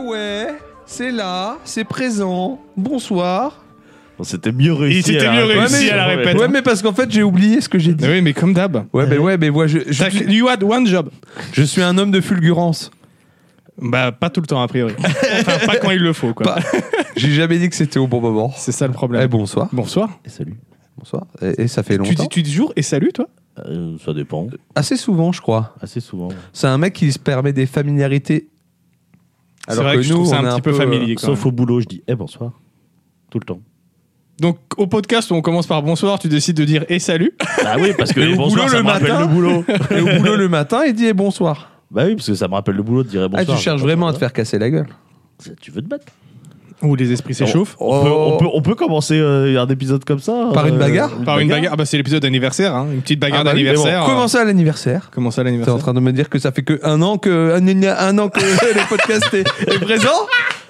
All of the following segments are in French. ouais, c'est là, c'est présent. Bonsoir. Bon, C'était mieux réussi. s'était à mieux répéter. réussi à la Ouais. répète. Ouais, hein. mais parce qu'en fait, j'ai oublié ce que j'ai dit. Oui, mais comme d'hab. Ouais, ben ouais, mais moi, je, je, T'as- You had one job. je suis un homme de fulgurance. Bah, pas tout le temps, a priori. Enfin, pas quand il le faut, quoi. Pas- J'ai jamais dit que c'était au bon moment. C'est ça le Eh, problème. bonsoir. Bonsoir. Et Salut. Bonsoir. Et, et ça fait Tu longtemps. dis, tu dis jour et salut, toi Euh, ça dépend. Assez souvent, je crois. Assez souvent. C'est un mec qui se permet des familiarités. C'est vrai que je trouve ça on un est euh, petit peu familier. quand Sauf même. au boulot, je dis eh bonsoir. Tout le temps. Donc, au podcast, on commence par bonsoir, tu décides de dire et salut. Bah oui, parce que Et au bonsoir, boulot, ça le me rappelle matin le boulot. euh, Et au boulot le matin, il dit eh, bonsoir. bah oui, parce que ça me rappelle le boulot de dire eh bonsoir. ah, tu cherches vraiment à te faire casser la gueule. Ça, Tu veux te battre Ou les esprits s'échauffent. on, peut, on, peut, on peut commencer euh, un épisode comme ça. Par une euh, bagarre Par une bagarre. Ah, bah, c'est l'épisode d'anniversaire, hein. une petite bagarre Ah bah oui, mais bon, d'anniversaire. hein. Comment ça, à l'anniversaire Comment ça T'es en l'anniversaire train de me dire que ça fait que un an que un, un an que le podcast est, est présent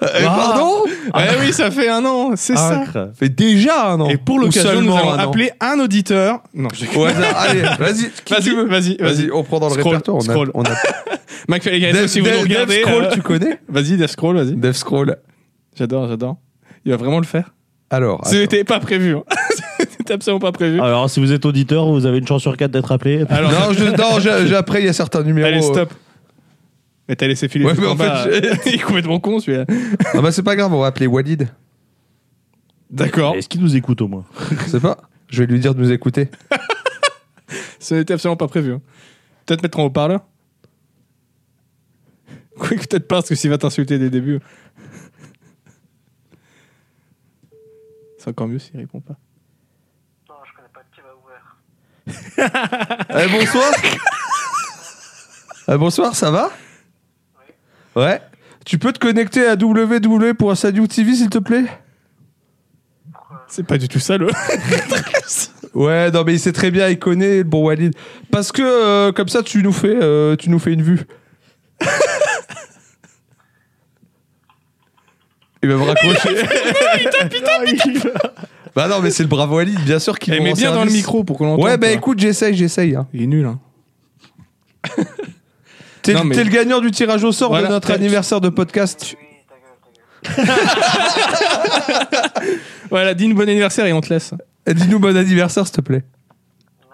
Euh, Pardon Ouais, Ah, bah oui, ça fait un an, Ah, c'est ça. Sacre. fait déjà un an. Et pour Ah, Ou l'occasion, nous seulement allons un an. appeler un auditeur. Non, je Au hasard. Allez, vas-y. qui Vas-y, tu veux. vas-y, vas-y. Vas-y, on prend dans le Scroll, répertoire. On a- scroll. on a- McFly et Gaëtan, Dev- si vous Dev- nous regardez. Dev Scroll, euh, tu connais Vas-y, Death Scroll, vas-y. Dev Scroll. J'adore, j'adore. Il va vraiment le faire. Alors, attends. C'était pas prévu. hein. C'était absolument pas prévu. Ah, Alors, si vous êtes auditeur, vous avez une chance sur quatre d'être appelé. Alors, non, je- non, je- je- après il y a certains numéros. allez, stop. Mais t'as laissé filer. euh, Ouais, le mais en combat. euh, fait, il est complètement con celui-là. Ah bah c'est pas grave, on va appeler Walid. D'accord. Est-ce qu'il nous écoute au moins C'est pas. Je vais lui dire de nous écouter. Ce n'était absolument pas prévu. hein. Peut-être mettre en haut-parleur Quoi que peut-être pas, parce que s'il va t'insulter dès le début. C'est encore mieux s'il répond pas. Non, je connais pas de Kebabware. Eh, bonsoir. Eh, bonsoir, ça va Ouais. Tu peux te connecter à www.sadiou TV s'il te plaît C'est pas du tout ça le. Ouais, non mais il sait très bien, il connaît le bon Walid. Parce que euh, comme ça tu nous fais euh, tu nous fais une vue. il va me raccrocher. Ah, bah non mais c'est le brave Walid, bien sûr qu'il Eh, nous mets rend bien dans le service. micro pour qu'on l'entende. Ouais, bah quoi. écoute, j'essaye, j'essaye. hein. Il est nul, hein. T'es Non, mais- t'es le gagnant du tirage au sort Voilà, de notre t'as- anniversaire de podcast. Oui, ta gueule, ta gueule. Voilà, dis une bon anniversaire et on te laisse. Eh, Dis-nous bon anniversaire, s'il te plaît. Non,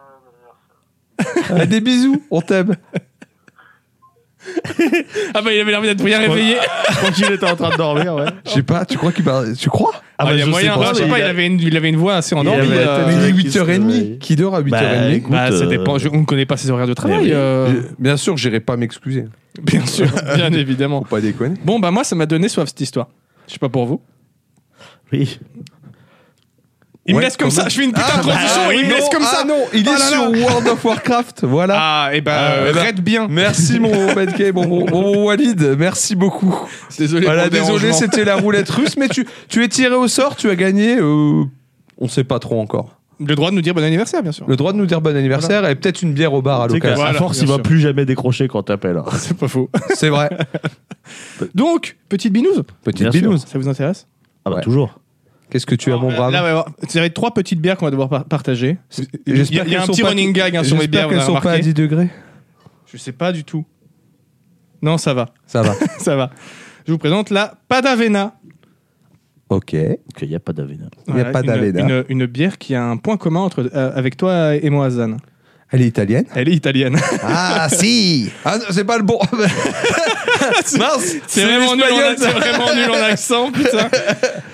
non, non, non. Eh, Des bisous, on t'aime. Ah bah il avait l'air d'être bien réveillé. Je crois qu'il était en train de dormir, ouais. Je sais pas, tu crois qu'il parle. Tu crois Ah, il y je a sais moyen. pas, Ah, je sais il pas, il a- avait une, il avait une voix assez endormie. avait la euh, tête- Mais euh, il est qui se 8h30. réveille. Qui dort à 8h30 écoute, Bah, ça euh, dépend. Je- on ne connaît pas ses horaires de travail. oui. euh, Bien sûr, j'irai pas m'excuser. Bien sûr, bien évidemment. Faut pas déconner. Bon, bah moi, ça m'a donné soif cette histoire. Je sais pas pour vous. Oui. Il Ouais, me laisse comme quand ça. même. Je fais une putain Ah, de transition bah, et il oui, me laisse non, comme ah ça. non, il est Ah là sur World of Warcraft, voilà. Ah, et bah, Ah, euh, bah. raide bien. Merci mon Medgay, mon, mon- mon Walid, merci beaucoup. Désolé. Voilà, pour le désolé, dérangement. c'était la roulette russe, mais tu, tu es tiré au sort, tu as gagné, euh, on sait pas trop encore. Le droit de nous dire bon anniversaire, bien sûr. Le droit de nous dire bon anniversaire et peut-être une bière au bar Ah, à Tu sais qu'à l'occasion. Voilà, à force, bien il va sûr. plus jamais décrocher quand t'appelles. hein. C'est pas faux. C'est vrai. Donc, petite binouze. Petite Bien sûr. binouze. Ça vous intéresse Ah, Ah bah Ouais. toujours. Qu'est-ce que tu as, mon brave Là, ouais, ouais. ça va être trois petites bières qu'on va devoir par- partager. Il y a, J'espère il y a qu'elles un sont petit pas- running gag hein, sur les J'espère bières. qu'elles on a sont pas à remarqué. 10 degrés. Je sais pas du tout. Non, ça va. Ça va. ça va. Je vous présente la Padavena. Ok. Qu'il n'y a pas d'Avena. Il y a Padavena. Une, une- une bière qui a un point commun entre, euh, avec toi et moi, Zan. Elle est italienne Elle est italienne. Ah si Ah non, c'est pas le bon. Mince C'est vraiment, nul en- l'espagnol, c'est ça. vraiment nul en accent, putain.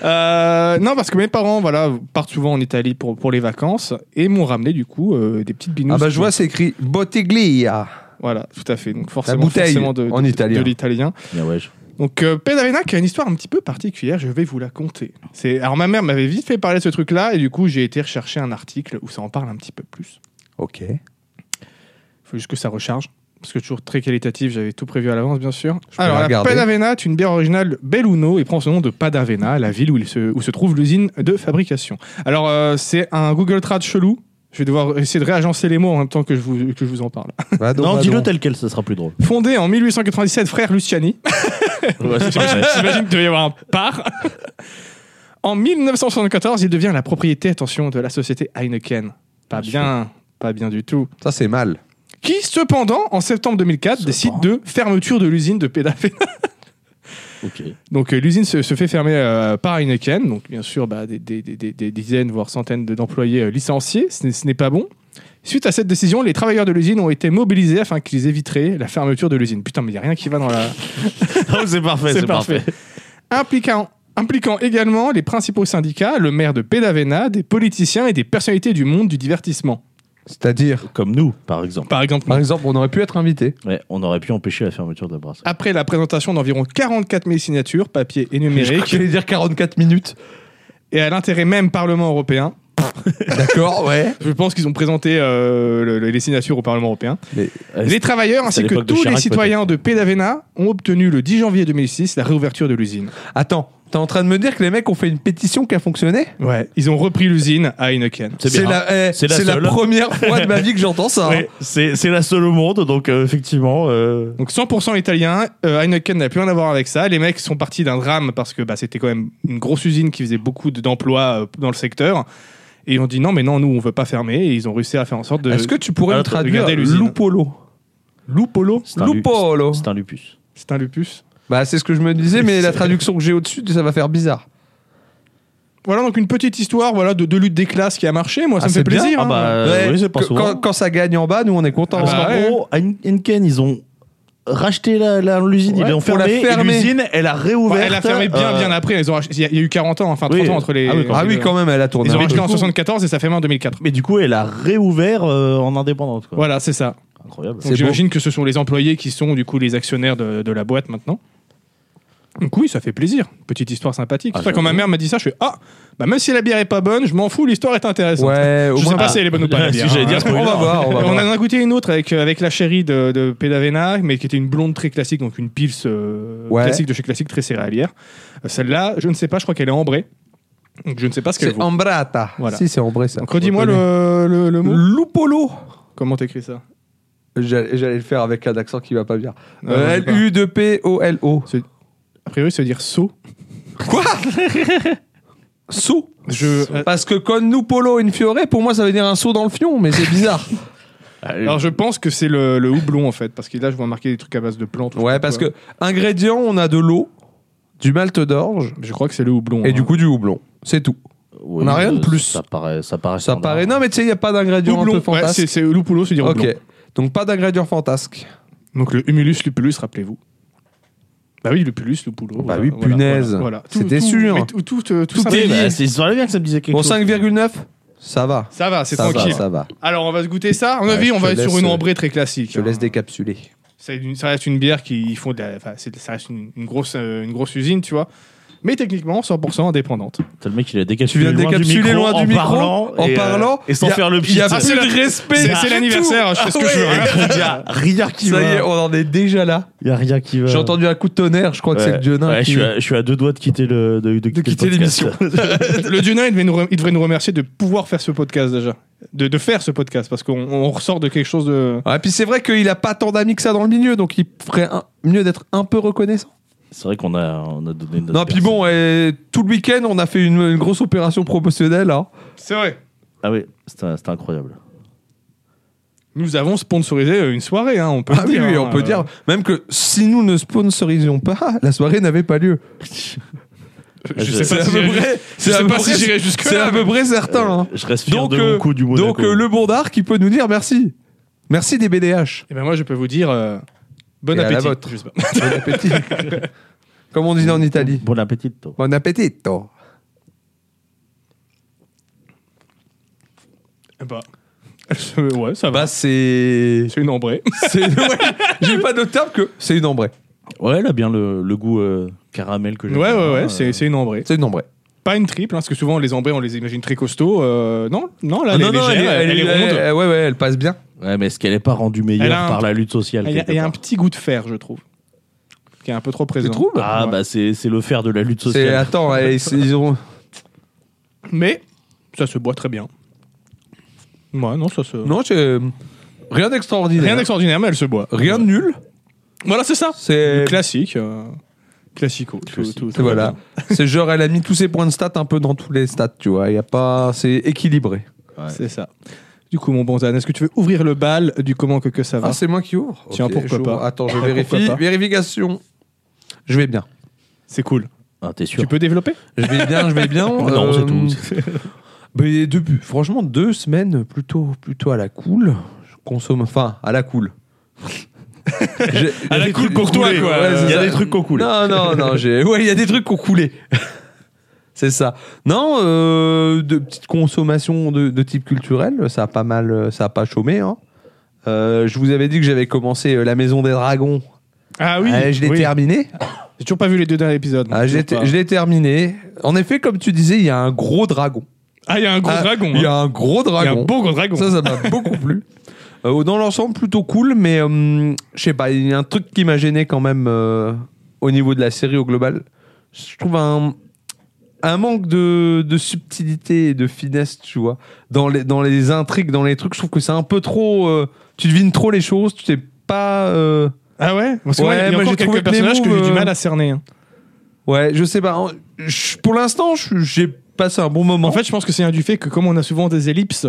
Euh, non, parce que mes parents voilà, partent souvent en Italie pour, pour les vacances et m'ont ramené du coup euh, des petites binous. Ah bah je vois, c'est écrit Bottiglia. Voilà, tout à fait. Donc forcément, bouteille, forcément de, de- en italien. de l'italien. Ah ouais, je- Donc euh, Pedrena qui a une histoire un petit peu particulière, je vais vous la conter. C'est alors ma mère m'avait vite fait parler de ce truc-là et du coup j'ai été rechercher un article où ça en parle un petit peu plus. Ok. faut juste que ça recharge. Parce que toujours très qualitatif, j'avais tout prévu à l'avance, bien sûr. peux Alors, la la regarder. Padavena est une bière originale Belluno et prend son nom de Padavena, la ville où, il se, où se trouve l'usine de fabrication. Alors, euh, c'est un Google Trad chelou. Je vais devoir essayer de réagencer les mots en même temps que je vous, que je vous en parle. Va donc, Non, va dis-le donc. tel quel, ça sera plus drôle. Fondée en 1897, frère Luciani. Ouais, c'est parfait. J'imagine qu'il doit y avoir un par. En 1974, il devient la propriété, attention, de la société Heineken. Pas Bien sûr. bien, pas bien du tout. Ça c'est mal. qui cependant, en septembre 2004, décide Cependant. de fermeture de l'usine de Pédafé. Ok. Donc euh, l'usine se, se fait fermer euh, par Heineken, donc bien sûr bah, des, des- des- des- des dizaines voire centaines de- d'employés euh, licenciés, ce n'est- ce n'est pas bon. Suite à cette décision, les travailleurs de l'usine ont été mobilisés afin qu'ils éviteraient la fermeture de l'usine. Putain, mais il n'y a rien qui va dans la... c'est parfait, c'est parfait. Impliquant, impliquant également les principaux syndicats, le maire de Pédavena, des politiciens et des personnalités du monde du divertissement. C'est-à-dire, Comme nous, par exemple. Par exemple, par exemple, on aurait pu être invité. Ouais, on aurait pu empêcher la fermeture de la brasserie. après la présentation d'environ 44 000 signatures, papier et numérique, Je voulais dire 44 minutes. et à l'intérêt même Parlement européen, D'accord, ouais. je pense qu'ils ont présenté euh, le- le- les signatures au Parlement européen, Euh, les travailleurs ainsi que l'époque de tous les Chirac, citoyens de Pédavena ont obtenu le 10 janvier 2006 la réouverture de l'usine. Attends, t'es en train de me dire que les mecs ont fait une pétition qui a fonctionné Ouais, ils ont repris l'usine à Heineken. C'est bien. la, eh, C'est la c'est la seule. première fois de ma vie que j'entends ça. hein. Ouais, c'est c'est la seule au monde, donc euh, effectivement. euh, Donc 100% italien, euh, Heineken n'a plus rien à voir avec ça. Les mecs sont partis d'un drame parce que bah, c'était quand même une grosse usine qui faisait beaucoup de- d'emplois euh, dans le secteur. Et ils ont dit non, mais non, nous on veut pas fermer. Et ils ont réussi Euh, à faire en sorte de. Est-ce que tu pourrais alors, me traduire regardez l'usine. Lupolo Lupolo c'est un lu- Lupolo C'est un lupus. C'est un lupus. Bah, c'est ce que je me disais, mais la traduction que j'ai au-dessus, ça va faire bizarre. Voilà donc une petite histoire voilà, de, de lutte des classes qui a marché. Moi ça Ah, me fait c'est bien. plaisir. Ah hein. bah, Euh, oui, c'est pas Qu- souvent. quand, quand ça gagne en bas, nous on est contents. Ah Parce bah qu'en ouais. gros, Heineken, ils ont racheté la- la- l'usine, Ouais, ils l'ont pour la fermée, et fermer. l'usine, elle a Enfin, réouvert. euh, elle a fermé bien bien après. Ils ont rach- Il y, a- il y a eu 40 ans, enfin 30 Oui. ans entre les. Ah oui, ah oui, quand même, elle a tourné. Ils ont un racheté peu. en 74 et ça fait en 2004. Mais du coup, elle a réouvert euh, en indépendante. Quoi. Voilà, c'est ça. Incroyable. C'est Donc j'imagine que ce sont les employés qui sont du coup les actionnaires de, de la boîte maintenant. Donc oui, ça fait plaisir. Petite histoire sympathique. Ah, C'est pour ça que quand ma j'avoue. mère m'a dit ça, je fais ah bah même si la bière est pas bonne, je m'en fous, l'histoire est intéressante. Ouais, au je sais moins. pas si elle est bonne ou pas. Ah, la si bière, j'allais hein. dire, on va voir, on va On en voir. a goûté une autre avec, euh, avec la chérie de, de Pédavena, mais qui était une blonde très classique, donc une pils euh, Ouais. classique de chez classique, très céréalière. Euh, Celle-là, je ne sais pas, je crois qu'elle est ambrée. Donc je ne sais pas ce qu'elle C'est vaut. Ambrata. Voilà. Si, c'est Ambré ça. Donc redis-moi le, le- le mot. Lupolo. Comment t'écris ça J'allais j'allais le faire avec un accent qui va pas bien. Euh, Non, Euh, je sais pas. L-U-P-O-L-O. A priori, ça veut dire saut. Quoi Sous Je, euh, Parce que con nous polo in fiore, pour moi ça veut dire un saut dans le fion, mais c'est bizarre. Alors je pense que c'est le, le houblon en fait, parce que là je vois marquer des trucs à base de plantes. ou je sais ouais, pas parce quoi. que ingrédients, on a de l'eau, du malt d'orge Je crois que c'est le houblon. et hein. du coup du houblon. C'est tout. on a rien de plus. Ça paraît, ça paraît. Ça standard. paraît. Oh Non, mais tu sais, il n'y a pas d'ingrédients un houblon, peu ouais, c'est, fantasques. c'est loupulo, c'est dire houblon. ok. Donc pas d'ingrédients fantasques. Donc le humulus lupulus, rappelez-vous. Bah oui, lupulus, lupulo. Bah voilà, oui, voilà, punaise. Voilà, voilà. C'est déçu, hein. mais Tout, tout, tout, tout Tout ça- est- Oui, bah, Délire. c'est- ça aurait bien que ça me disait quelque Bon, chose. 5,9, ça va. Ça va, c'est ça tranquille. va, ça va. Alors on va se goûter ça. À mon Ouais, avis, je on te va être sur laisse, une euh, ambrée très classique. Je te laisse hein. décapsuler. C'est une- ça reste une bière qui ils font de la- enfin, c'est- ça reste une, une grosse, euh, une grosse usine, tu vois. Mais techniquement, 100% indépendante. T'as le mec, il a Tu décapsulé viens de loin du décapsuler micro, loin du en micro parlant, en et, euh, parlant. et sans Y a- faire le Il n'y a pit. plus de respect. C'est, du c'est tout. l'anniversaire, je fais ce que Ah je veux. ouais. hein. Il y a rien qui Ça va. y est, on en est déjà là. Il y a rien qui va. J'ai entendu un coup de tonnerre, je crois que c'est le dieu nain Ouais, qui- je, suis à, je suis à deux doigts de quitter le de, de quitter le podcast. l'émission. Le Dunin, il, devait nous re- il devrait nous remercier de pouvoir faire ce podcast déjà. De, de faire ce podcast, parce qu'on on ressort de quelque chose de. Ouais, puis c'est vrai qu'il a pas tant d'amis que ça dans le milieu, donc il ferait un- mieux d'être un peu reconnaissant. C'est vrai qu'on a on a donné. Notre non, puis bon, et tout le week-end, on a fait une, une grosse opération promotionnelle. hein. C'est vrai. Ah oui, c'était c'était incroyable. Nous avons sponsorisé une soirée, hein, on peut Ah le oui, dire. oui, hein, on peut euh, dire même que si nous ne sponsorisions pas, la soirée n'avait pas lieu. Je Je- sais C'est pas à si peu j'irai- près, je c'est à sais peu pas si près- j'irai jusque c'est à là. peu près certain. hein. Je reste fier Donc, de euh, mon coup du Monaco. Donc euh, le bondard qui peut nous dire merci. Merci des BDH. Et ben moi, je peux vous dire euh, bon Et à la appétit. vôtre. Je sais pas. Bon appétit. Comme on dit en Italie. Bon appétit. toi. Bon appétit. Eh ben, je- ouais, ça va. Bah c'est... C'est une ambrée. c'est- ouais, J'ai pas d'autre terme que c'est une ambrée. Ouais, elle a bien le, le goût euh, caramel que Ouais, j'aime. ouais, bien, ouais, Ah, euh, c'est c'est une ambrée. C'est une ambrée. Pas une triple, hein, parce que souvent, les ambrées, on les imagine très costauds. euh, non, non, là, elle Ah non, est non, légère, elle, elle- est ronde. elle- ouais, ouais, elle passe bien. Ouais, mais est-ce qu'elle est pas rendue Elle meilleure a un- par la lutte sociale Il y a- quelque il y a un part petit goût de fer, je trouve. Qui est un peu trop présent. trouves Ah Ouais. bah c'est c'est le fer de la lutte C'est sociale. attends, eh, c'est- ils ont Mais ça se boit très bien. Ouais, non, ça se. non, c'est- rien d'extraordinaire. Rien d'extraordinaire, mais elle se boit. Rien de nul. Voilà, c'est ça. C'est Classique. euh, Classico. Tout- Classique. tout- tout c'est- voilà. va c'est genre elle a mis tous ses points de stats un peu dans tous les stats, tu vois, il y a pas c'est équilibré. bien. C'est ça. Du coup, mon bon Zan, est-ce que tu veux ouvrir le bal du comment que, que ça va Ah, c'est moi qui ouvre. Tiens, Ok, pourquoi j'ouvre. pas. Attends, je Pourquoi vérifie. pas. Vérification. Je vais bien. C'est cool. Ah, t'es sûr Tu peux développer Je vais bien, je vais bien. Ah Euh, Non, c'est tout. mais depuis, franchement, deux semaines plutôt, plutôt à la cool. Je consomme, enfin, à la cool. J'ai- À Ah, la j'ai- cool pour toi, coulé, quoi. ouais, c'est Il y a ça. des trucs qu'on coule. Non, non, non. j'ai- Ouais, il y a des trucs qu'on coulait. c'est ça. Non, euh, de petites consommations de, de type culturel. Ça a pas mal, euh, ça a pas chômé. hein. Euh, je vous avais dit que j'avais commencé euh, La Maison des Dragons. Ah oui. Euh, je l'ai oui. terminé. J'ai toujours pas vu les deux derniers épisodes. Ah, je l'ai Toujours je pas. l'ai terminé. En effet, comme tu disais, il y a un gros dragon. Ah, il y a un gros Ah, dragon. Il y hein. a un gros Il y a un dragon. beau gros dragon. Ça, ça m'a beaucoup plu. Euh, dans l'ensemble, plutôt cool, mais hum, je sais pas, il y a un truc qui m'a gêné quand même euh, au niveau de la série au global. Je trouve un, un manque de, de subtilité et de finesse, tu vois. Dans les, dans les intrigues, dans les trucs, je trouve que c'est un peu trop. euh, tu devines trop les choses, tu t'es pas. euh, Ah ouais Parce que moi, Ouais, il y a moi, encore j'ai trouvé quelques que les personnages que j'ai moves, du euh, mal à cerner. hein. Ouais, je sais pas. en- je- pour l'instant, je- j'ai passé un bon moment. En fait, je pense que c'est un du fait que comme on a souvent des ellipses,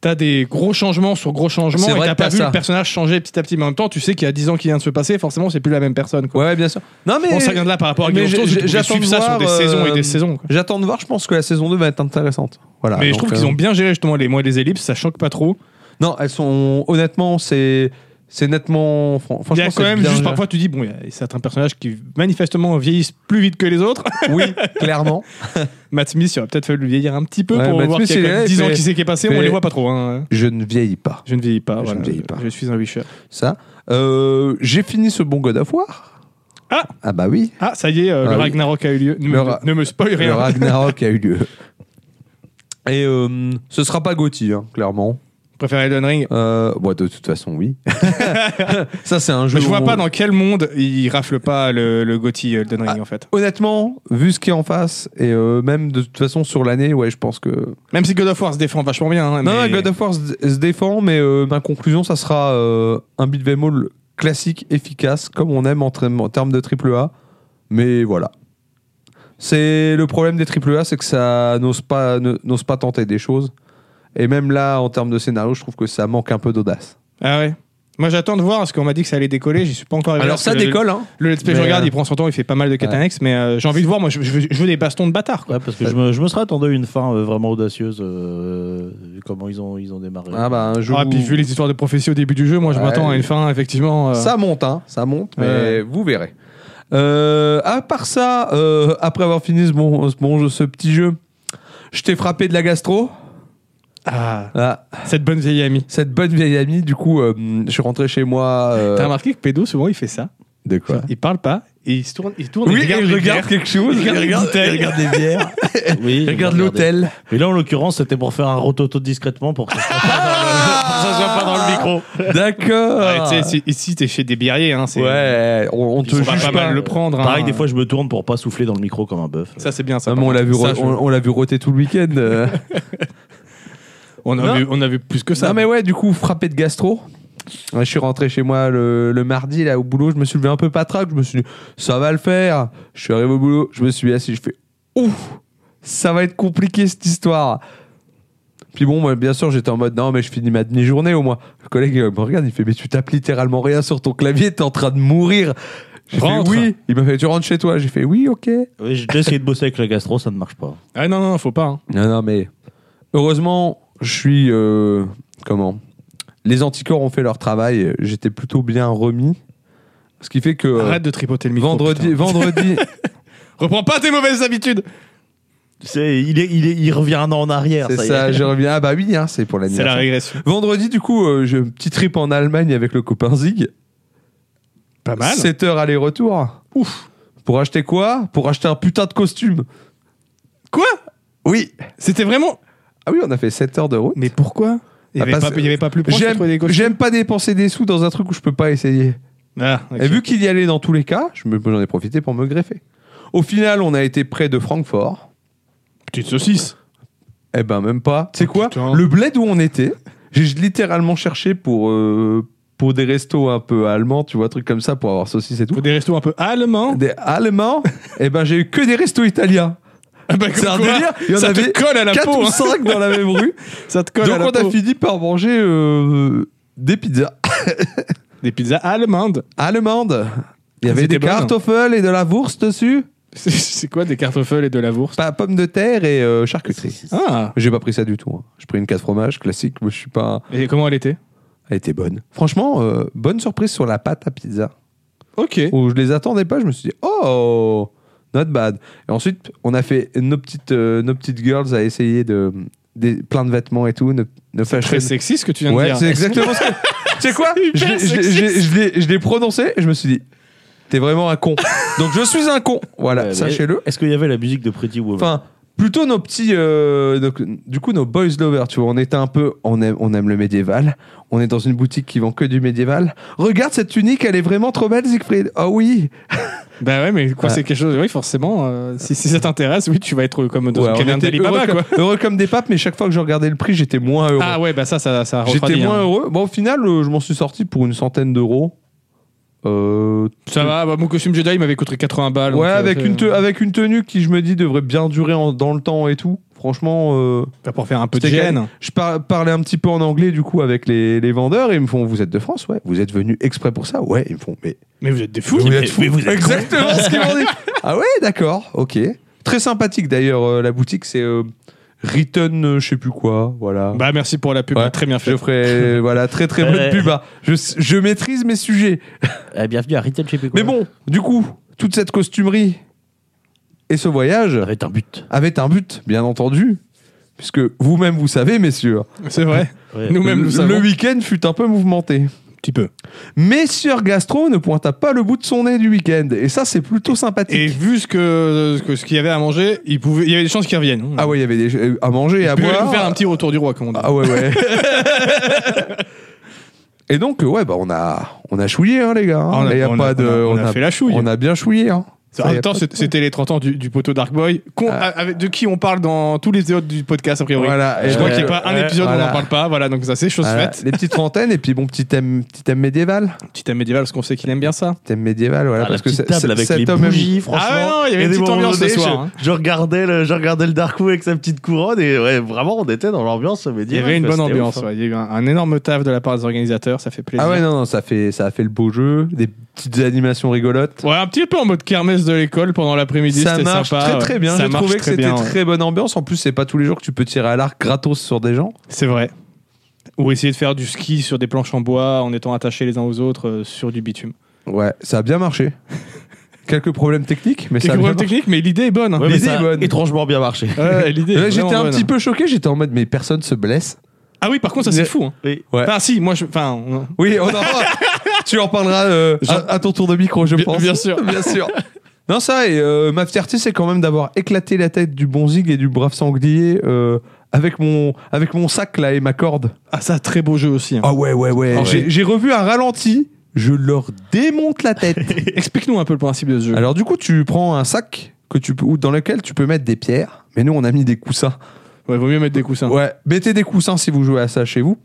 t'as des gros changements sur gros changements C'est et vrai t'as que pas t'as vu ça. le personnage changer petit à petit. Mais en même temps, tu sais qu'il y a 10 ans qui vient de se passer, forcément, c'est plus la même personne. Quoi. ouais, ouais, bien sûr. Non, mais. Bon, ça vient de là par rapport à Game mais of j'ai- Thrones, où j'ai- tu pouvais j'attends suivre de ça sur voir, des saisons et euh, des saisons. quoi. J'attends de voir, je pense que la saison 2 va être intéressante. Voilà, mais je donc, trouve euh, qu'ils ont bien géré justement les mois et les ellipses, ça choque pas trop. Non, elles sont. Honnêtement, c'est. C'est nettement. fran- Franchement, Il y a quand c'est même bien juste géré. parfois tu dis bon, il y a certains personnages qui manifestement vieillissent plus vite que les autres. Oui, clairement. Matt Smith, il aurait peut-être fallu le vieillir un petit peu Ouais, pour Matt voir Smith, qu'il y a il est quand même là, 10 ans fait- qui s'est passé, mais on fait- les voit pas trop. hein. Je ne vieillis pas. Je ne vieillis pas. Je voilà. ne vieillis pas. Je suis un wisher. Ça. Euh, J'ai fini ce bon God of War. Ah Ah bah oui. Ah, ça y est, euh, Ah le oui. Ragnarok a eu lieu. Ne, Le me- Ra- ne me spoil Le rien. Ragnarok a eu lieu. Et euh, ce sera pas Gauthier, clairement. Je préfère Elden Ring. Euh, bon, de toute façon, oui. Ça, c'est un jeu. Mais je où vois on- pas dans quel monde il rafle pas le, le Gotti Elden Ah. Ring en fait. Honnêtement, vu ce qui est en face, et euh, même de toute façon sur l'année, ouais, je pense que Même si God of War se défend vachement bien. hein, Non, mais- non, God of War se se défend, mais euh, ma conclusion, ça sera euh, un beat'em all classique, efficace, comme on aime en, tra- en termes de triple A. Mais voilà. C'est le problème des triple A, c'est que ça n'ose pas, ne- n'ose pas tenter des choses. Et même là, en termes de scénario, je trouve que ça manque un peu d'audace. Ah ouais. Moi j'attends de voir parce qu'on m'a dit que ça allait décoller. J'y suis pas encore arrivé. Alors Parce ça que décolle, hein Le, le Let's Play, je Mais, regarde, euh, il prend son temps, il fait pas mal de catanex, mais euh, j'ai envie de voir. Moi je, je veux, je veux des bastons de bâtard. Ouais, parce que je me, je me serais attendu à une fin euh, vraiment audacieuse. euh, vu comment ils ont, ils ont démarré. Ah bah, un jeu Ah, où- puis vu les histoires de prophétie au début du jeu, moi je Ouais. m'attends à une fin effectivement. euh, Ça monte, hein, ça monte, mais Ouais. vous verrez. Euh, à part ça, euh, après avoir fini ce, bon, ce, bon jeu- ce petit jeu, je t'ai frappé de la gastro. Ah, Ah, cette bonne vieille amie. cette bonne vieille amie, du coup, euh, je suis rentré chez moi. euh, T'as remarqué que Pédo souvent il fait ça. de quoi Il parle pas et il se tourne, il tourne. Oui, et il regarde, il les regarde bières. quelque chose. Il regarde les bouteilles. les bières. oui, Il j'ai regarde regardé. l'hôtel. Mais là, en l'occurrence, c'était pour faire un rototo discrètement pour que ça soit pas, dans, le, pour que ça soit pas dans le micro. D'accord. Ah, tu sais, si- ici t'es chez des biériers, hein, c'est. ouais, on, on te Ils sont juge pas, pas. pas mal le prendre. hein. Pareil, des fois, je me tourne pour pas souffler dans le micro comme un bœuf. Ça, c'est bien. Ça, Ah, mais par on l'a vu, contre. ro- Ça, je- on, on l'a vu roter tout le week-end. euh. on, Non. a vu, on a vu plus que ça. non mais ouais, du coup, frappé de gastro. Ouais, je suis rentré chez moi le, le mardi là au boulot, je me suis levé un peu patraque, je me suis dit ça va le faire. Je suis arrivé au boulot, je me suis assis, je fais ouf, ça va être compliqué cette histoire. Puis bon, moi, bien sûr, j'étais en mode non, mais je finis ma demi-journée au moins. Le collègue euh, me regarde, il fait mais tu tapes littéralement rien sur ton clavier, t'es en train de mourir. J'ai fait Rentre. oui. Il m'a fait tu rentres chez toi. J'ai fait oui, ok. Oui, j'ai déjà essayé de bosser avec la gastro, ça ne marche pas. Ah non, non, faut pas. hein. Non, non, mais heureusement, je suis. euh, comment Les anticorps ont fait leur travail. J'étais plutôt bien remis. Ce qui fait que. euh, Arrête de tripoter le micro. vendredi. putain. vendredi Reprends pas tes mauvaises habitudes. Tu sais, il, est, il, est, il revient un an en arrière. c'est y est. ça, je reviens. Ah bah oui, hein, c'est pour C'est la l'anniversaire. régression. Vendredi, du coup, euh, j'ai un petit trip en Allemagne avec le copain Zig. Pas mal. 7 heures aller-retour. Ouf Pour acheter quoi Pour acheter un putain de costume. Quoi Oui C'était vraiment. Ah oui, on a fait 7 heures de route. Mais pourquoi Il n'y Ah, avait, parce- pas- il y avait pas plus proche de J'aime trouver des costumes j'aime pas dépenser des sous dans un truc où je peux pas essayer. Ah, ok. Et vu qu'il y allait dans tous les cas, je me- j'en ai profité pour me greffer. Au final, on a été près de Francfort. Petite saucisse. Eh ben, même pas. Tu sais Oh, quoi putain. Le bled où on était, j'ai littéralement cherché pour, euh, pour des restos un peu allemands, tu vois, trucs comme ça, pour avoir saucisses et tout. Faut des restos un peu allemands. Des allemands, eh ben, j'ai eu que des restos italiens. Ah bah, C'est comme un quoi, délire. Il y en ça avait te colle à la 4 peau. ou hein. 5 dans la même rue. Ça te colle Donc, à la on a peau. fini par manger euh, des pizzas Des pizzas allemandes. allemandes. Il y avait Ah, C'était des hein. bon. kartoffeles et de la bourse dessus. C'est- C'est quoi des cartofels et de la bourse Pas pommes de terre et euh, charcuterie. Ah J'ai pas pris ça du tout. hein. J'ai pris une 4 fromages classique. Moi, je suis pas. Et comment elle était Elle était bonne. Franchement, euh, bonne surprise sur la pâte à pizza. Ok. Où je les attendais pas, je me suis dit oh not bad. Et ensuite, on a fait nos petites euh, nos petites girls à essayer de des, plein de vêtements et tout, nos, nos fashion. Très sexy ce que tu viens ouais, de c'est dire. exactement ce que. Tu sais quoi Je l'ai- je l'ai- je l'ai- je l'ai- je l'ai prononcé. et Je me suis dit t'es vraiment un con. Donc je suis un con. Voilà, Ouais, sachez-le. Est-ce qu'il y avait la musique de Pretty Woman Enfin, plutôt nos petits. euh, nos- du coup, nos boys lovers, tu vois. On était un peu. On aime, on aime le médiéval. On est dans une boutique qui vend que du médiéval. Regarde cette tunique, elle est vraiment trop belle, Siegfried. Oh oui Bah ouais, mais quoi, Ouais. c'est quelque chose. Oui, forcément, euh, si, si ça t'intéresse, oui, tu vas être comme dans Ouais, une on caverne était hein. d'Alibaba, heureux, quoi. Comme, heureux comme des papes, mais chaque fois que je regardais le prix, j'étais moins heureux. Ah ouais, bah ça, ça, ça j'étais refroidit, moins hein. heureux. Bon, au final, euh, je m'en suis sorti pour une centaine d'euros. Euh, Ça va, bah, mon costume Jedi, il m'avait coûté 80 balles. ouais, donc, euh, avec c'est- une, te- avec une tenue qui, je me dis, devrait bien durer en- dans le temps et tout. Franchement, euh, Bah, pour faire un peu de C'était gêne. Je par- parlais un petit peu en anglais du coup avec les, les vendeurs et ils me font Vous êtes de France Ouais. Vous êtes venu exprès pour ça Ouais. Ils me font Mais Mais vous êtes des fous. Oui, mais- mais vous êtes exactement ce qu'ils m'ont dit. Ah ouais, d'accord, ok. Très sympathique d'ailleurs, euh, la boutique c'est euh, Return, euh, je sais plus quoi, voilà. Bah merci pour la pub, Ouais. très bien fait. je ferai, euh, voilà, très très Ouais. bonne pub. hein. Je, je maîtrise mes sujets. Ah, Bienvenue à Retail chez Pecora. Mais bon, du coup, toute cette costumerie et ce voyage Arrête un but. avait un but, bien entendu. Puisque vous-même vous savez, messieurs, C'est vrai. Ouais. Nous-mêmes, nous le savons. le week-end fut un peu mouvementé. Un petit peu. Messieurs Gastro ne pointa pas le bout de son nez du week-end. Et ça, c'est plutôt Et sympathique. vu ce que ce que- ce qu'il y avait à manger, il pouvait, il y avait des chances qu'ils reviennent. Ah ouais, il y avait des euh, à manger et à Ils pouvaient boire. nous faire un petit retour du roi, comme on dit. Ah ouais, ouais. et donc, euh, ouais, bah on a, on a chouillé, hein, les gars. hein. Ah, Là, y a pas de, on a fait la chouille. on a bien chouillé. Hein. Ça, en y même a temps, pas de- c'est- c'était les 30 ans du, du poteau Dark Boy, qu'on- Ah. avec- de qui on parle dans tous les autres du podcast, a priori. Voilà. Je et crois donc, qu'il n'y a euh, pas un ouais, épisode où on voilà. n'en parle pas, voilà, donc ça c'est chose voilà, faite. les petites trentaines et puis bon petit thème petit thème médiéval Petit thème médiéval, parce qu'on sait qu'il aime bien ça. Petit thème médiéval voilà Ah, parce que la petite c'est- table c'est- avec cet les homme aime- bougies, franchement. Ah ouais, non, il y avait Et une des petite moments ambiance ce donnés, soir, hein. Je, je regardais le, je regardais le Dark Web avec sa petite couronne et ouais, vraiment, on était dans l'ambiance Il y médiévale. avait une quoi, bonne c'était ambiance, ouf, hein. ouais. il y a eu un, un énorme taf de la part des organisateurs, ça fait plaisir. ah ouais non, non ça fait ça a fait le beau jeu des petites animations rigolotes Ouais, un petit peu en mode kermesse de l'école pendant l'après-midi, Ça c'était marche sympa. très très bien. Ça J'ai marche trouvé que très c'était bien, ouais. très bonne ambiance. En plus, c'est pas tous les jours que tu peux tirer à l'arc gratos sur des gens. C'est vrai. Ou essayer de faire du ski sur des planches en bois en étant attachés les uns aux autres euh, sur du bitume. Ouais, ça a bien marché. Quelques problèmes techniques, mais ça a Quelques bien problèmes marché. techniques, mais l'idée est bonne. hein. Ouais, mais L'idée ça est a bonne. étrangement bien marché. Ouais, l'idée est Ouais, J'étais vraiment un bonne. petit peu choqué. J'étais en mode, mais personne se blesse. Ah oui, par contre, ça c'est Mais- fou. hein. Oui. Ouais. Enfin, si, moi je. Enfin, on- Oui, on en- tu en parleras euh, Genre- à, à ton tour de micro, je Bien- pense. bien sûr. bien sûr. Non, ça, et euh, ma fierté, c'est quand même d'avoir éclaté la tête du bon zig et du brave sanglier euh, avec, mon, avec mon sac là et ma corde. Ah, ça, très beau jeu aussi. hein. Ah ouais, ouais, ouais. Ah J'ai j'ai revu un ralenti. Je leur démonte la tête. Explique-nous un peu le principe de ce jeu. Alors du coup, tu prends un sac que tu peux, ou dans lequel tu peux mettre des pierres. Mais nous, on a mis des coussins. Ouais, vaut mieux mettre des coussins. Ouais, mettez des coussins si vous jouez à ça chez vous.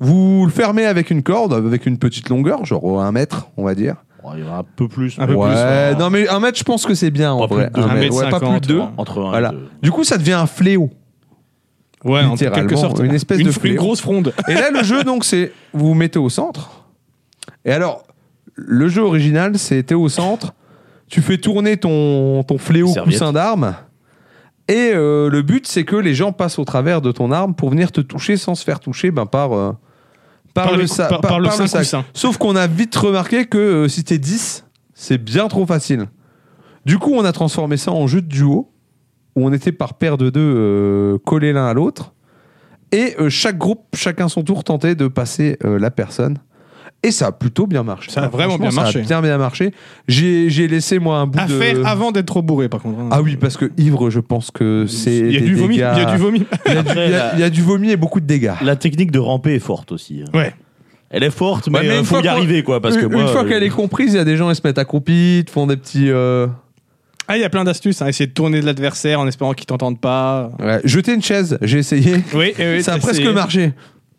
Vous le fermez avec une corde, avec une petite longueur, genre un mètre, on va dire. Bon, Oh, il y en a un peu plus. Un mais peu ouais, bon, ça va. non mais un mètre, je pense que c'est bien en Pas vrai. plus de deux. Un Un mètre ouais, pas plus cinquante, de deux. ouais. Entre un Voilà. et deux. Du coup, ça devient un fléau. Ouais, en Littéralement, quelque sorte. une espèce de une fléau. grosse fronde. Et là, le jeu, donc, c'est vous vous mettez au centre. Et alors, le jeu original, c'est t'es au centre, tu fais tourner ton, ton fléau Serviette. coussin d'armes. Et euh, le but, c'est que les gens passent au travers de ton arme pour venir te toucher sans se faire toucher ben, par, euh, par, Par le les cou- sa- par- par- par le par le sac sac. coussin. Sauf qu'on a vite remarqué que euh, si t'es 10, c'est bien trop facile. Du coup, on a transformé ça en jeu de duo, où on était par paire de deux euh, collés l'un à l'autre. Et euh, chaque groupe, chacun son tour, tentait de passer euh, la personne. Et ça a plutôt bien marché. Ça a vraiment franchement, bien marché. Ça a bien, bien marché. J'ai j'ai laissé, moi, un bout À de... faire avant d'être trop bourré, par contre. Ah oui, parce que ivre, je pense que c'est. Il y a des du vomi. Il y dégâts- a du vomi. Il y a du- Après, il y la- a- il y a du vomi et beaucoup de dégâts. La technique de ramper est forte aussi. hein. Ouais. Elle est forte, Ouais, mais, mais euh, une faut fois y qu'on- arriver, quoi. Parce une que moi, une fois euh, qu'elle est comprise, il y a des gens, ils se mettent accroupis, ils te font des petits. euh, Ah, il y a plein d'astuces. hein. Essayer de tourner de l'adversaire en espérant qu'il t'entende pas. ouais, Jeter une chaise, j'ai essayé. Oui, eh oui, ça a c'est- presque c'est- marché.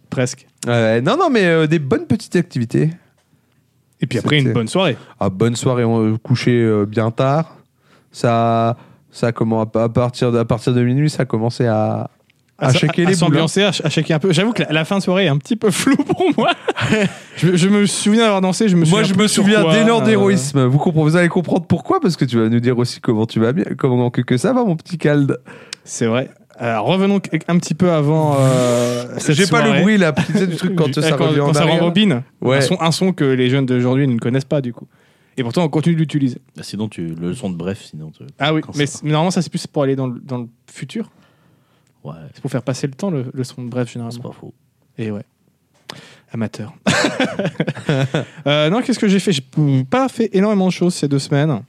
Presque. Ouais, non, non, mais euh, des bonnes petites activités. Et puis après, une C'était- bonne soirée. euh, Ah, bonne soirée, on couché bien tard. Ça, ça comment à partir de, à partir de minuit, ça a commencé à, À checker les boules. hein. s'ambiancer, à, ch- à checker un peu. J'avoue que la, la fin de soirée est un petit peu floue pour moi. je, je me souviens avoir dansé, je me Moi, souviens je plus me sur souviens quoi, des lords euh, d'héroïsme. Vous comprenez, vous allez comprendre pourquoi, parce que tu vas nous dire aussi comment tu vas bien, comment que, que ça va, mon petit Cald. C'est vrai. Alors, revenons qu- un petit peu avant. euh, cette J'ai pas le soirée. bruit là, tu sais, du truc quand Ah, ça quand- revient quand en ça arrière. rembobine. Ouais. Un, son, un son que les jeunes d'aujourd'hui ne connaissent pas du coup. Et pourtant, on continue de l'utiliser. Bah, sinon, tu... le son de bref, sinon. Tu... Ah oui, Quand mais ça- c'est- normalement, ça c'est plus pour aller dans le, dans le futur. Ouais, C'est pour faire passer le temps, le, le son de bref c'est généralement. pas faux. Et ouais. Amateur. Euh, non, qu'est-ce que j'ai fait J'ai p- pas fait énormément de choses ces deux semaines.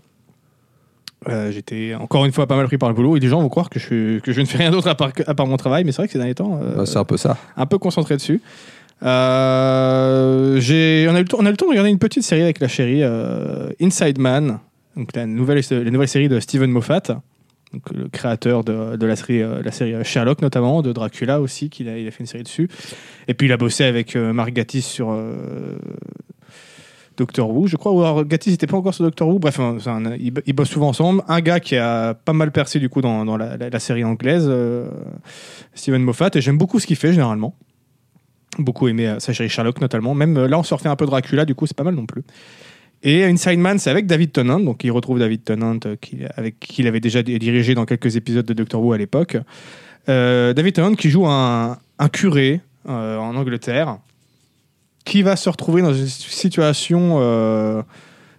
Euh, J'étais encore une fois pas mal pris par le boulot et les gens vont croire que je, suis- que je ne fais rien d'autre à part, que- à part mon travail, mais c'est vrai que ces derniers temps, euh, Bah, Ouais, C'est un peu ça. un peu concentré dessus. Euh, j'ai- on, a eu le temps, on a eu le temps de regarder une petite série avec la chérie euh, Inside Man, donc la nouvelle, la nouvelle série de Steven Moffat, donc le créateur de, de la, série, euh, la série Sherlock notamment, de Dracula aussi, qu'il a, il a fait une série dessus. Et puis il a bossé avec euh, Mark Gatiss sur euh, Doctor Who, je crois. Ou alors Gatiss n'était pas encore sur Doctor Who. Bref, hein, c'est un- ils, bo- ils bossent souvent ensemble. Un gars qui a pas mal percé du coup dans, dans la, la- la série anglaise, euh, Steven Moffat, et j'aime beaucoup ce qu'il fait généralement. Beaucoup aimé euh, sa série Sherlock notamment. Même euh, là, on se refait un peu Dracula, du coup, c'est pas mal non plus. Et Inside Man, c'est avec David Tennant, donc il retrouve David Tennant euh, qui, avec qui il avait déjà di- dirigé dans quelques épisodes de Doctor Who à l'époque. Euh, David Tennant qui joue un, un curé euh, en Angleterre qui va se retrouver dans une situation euh,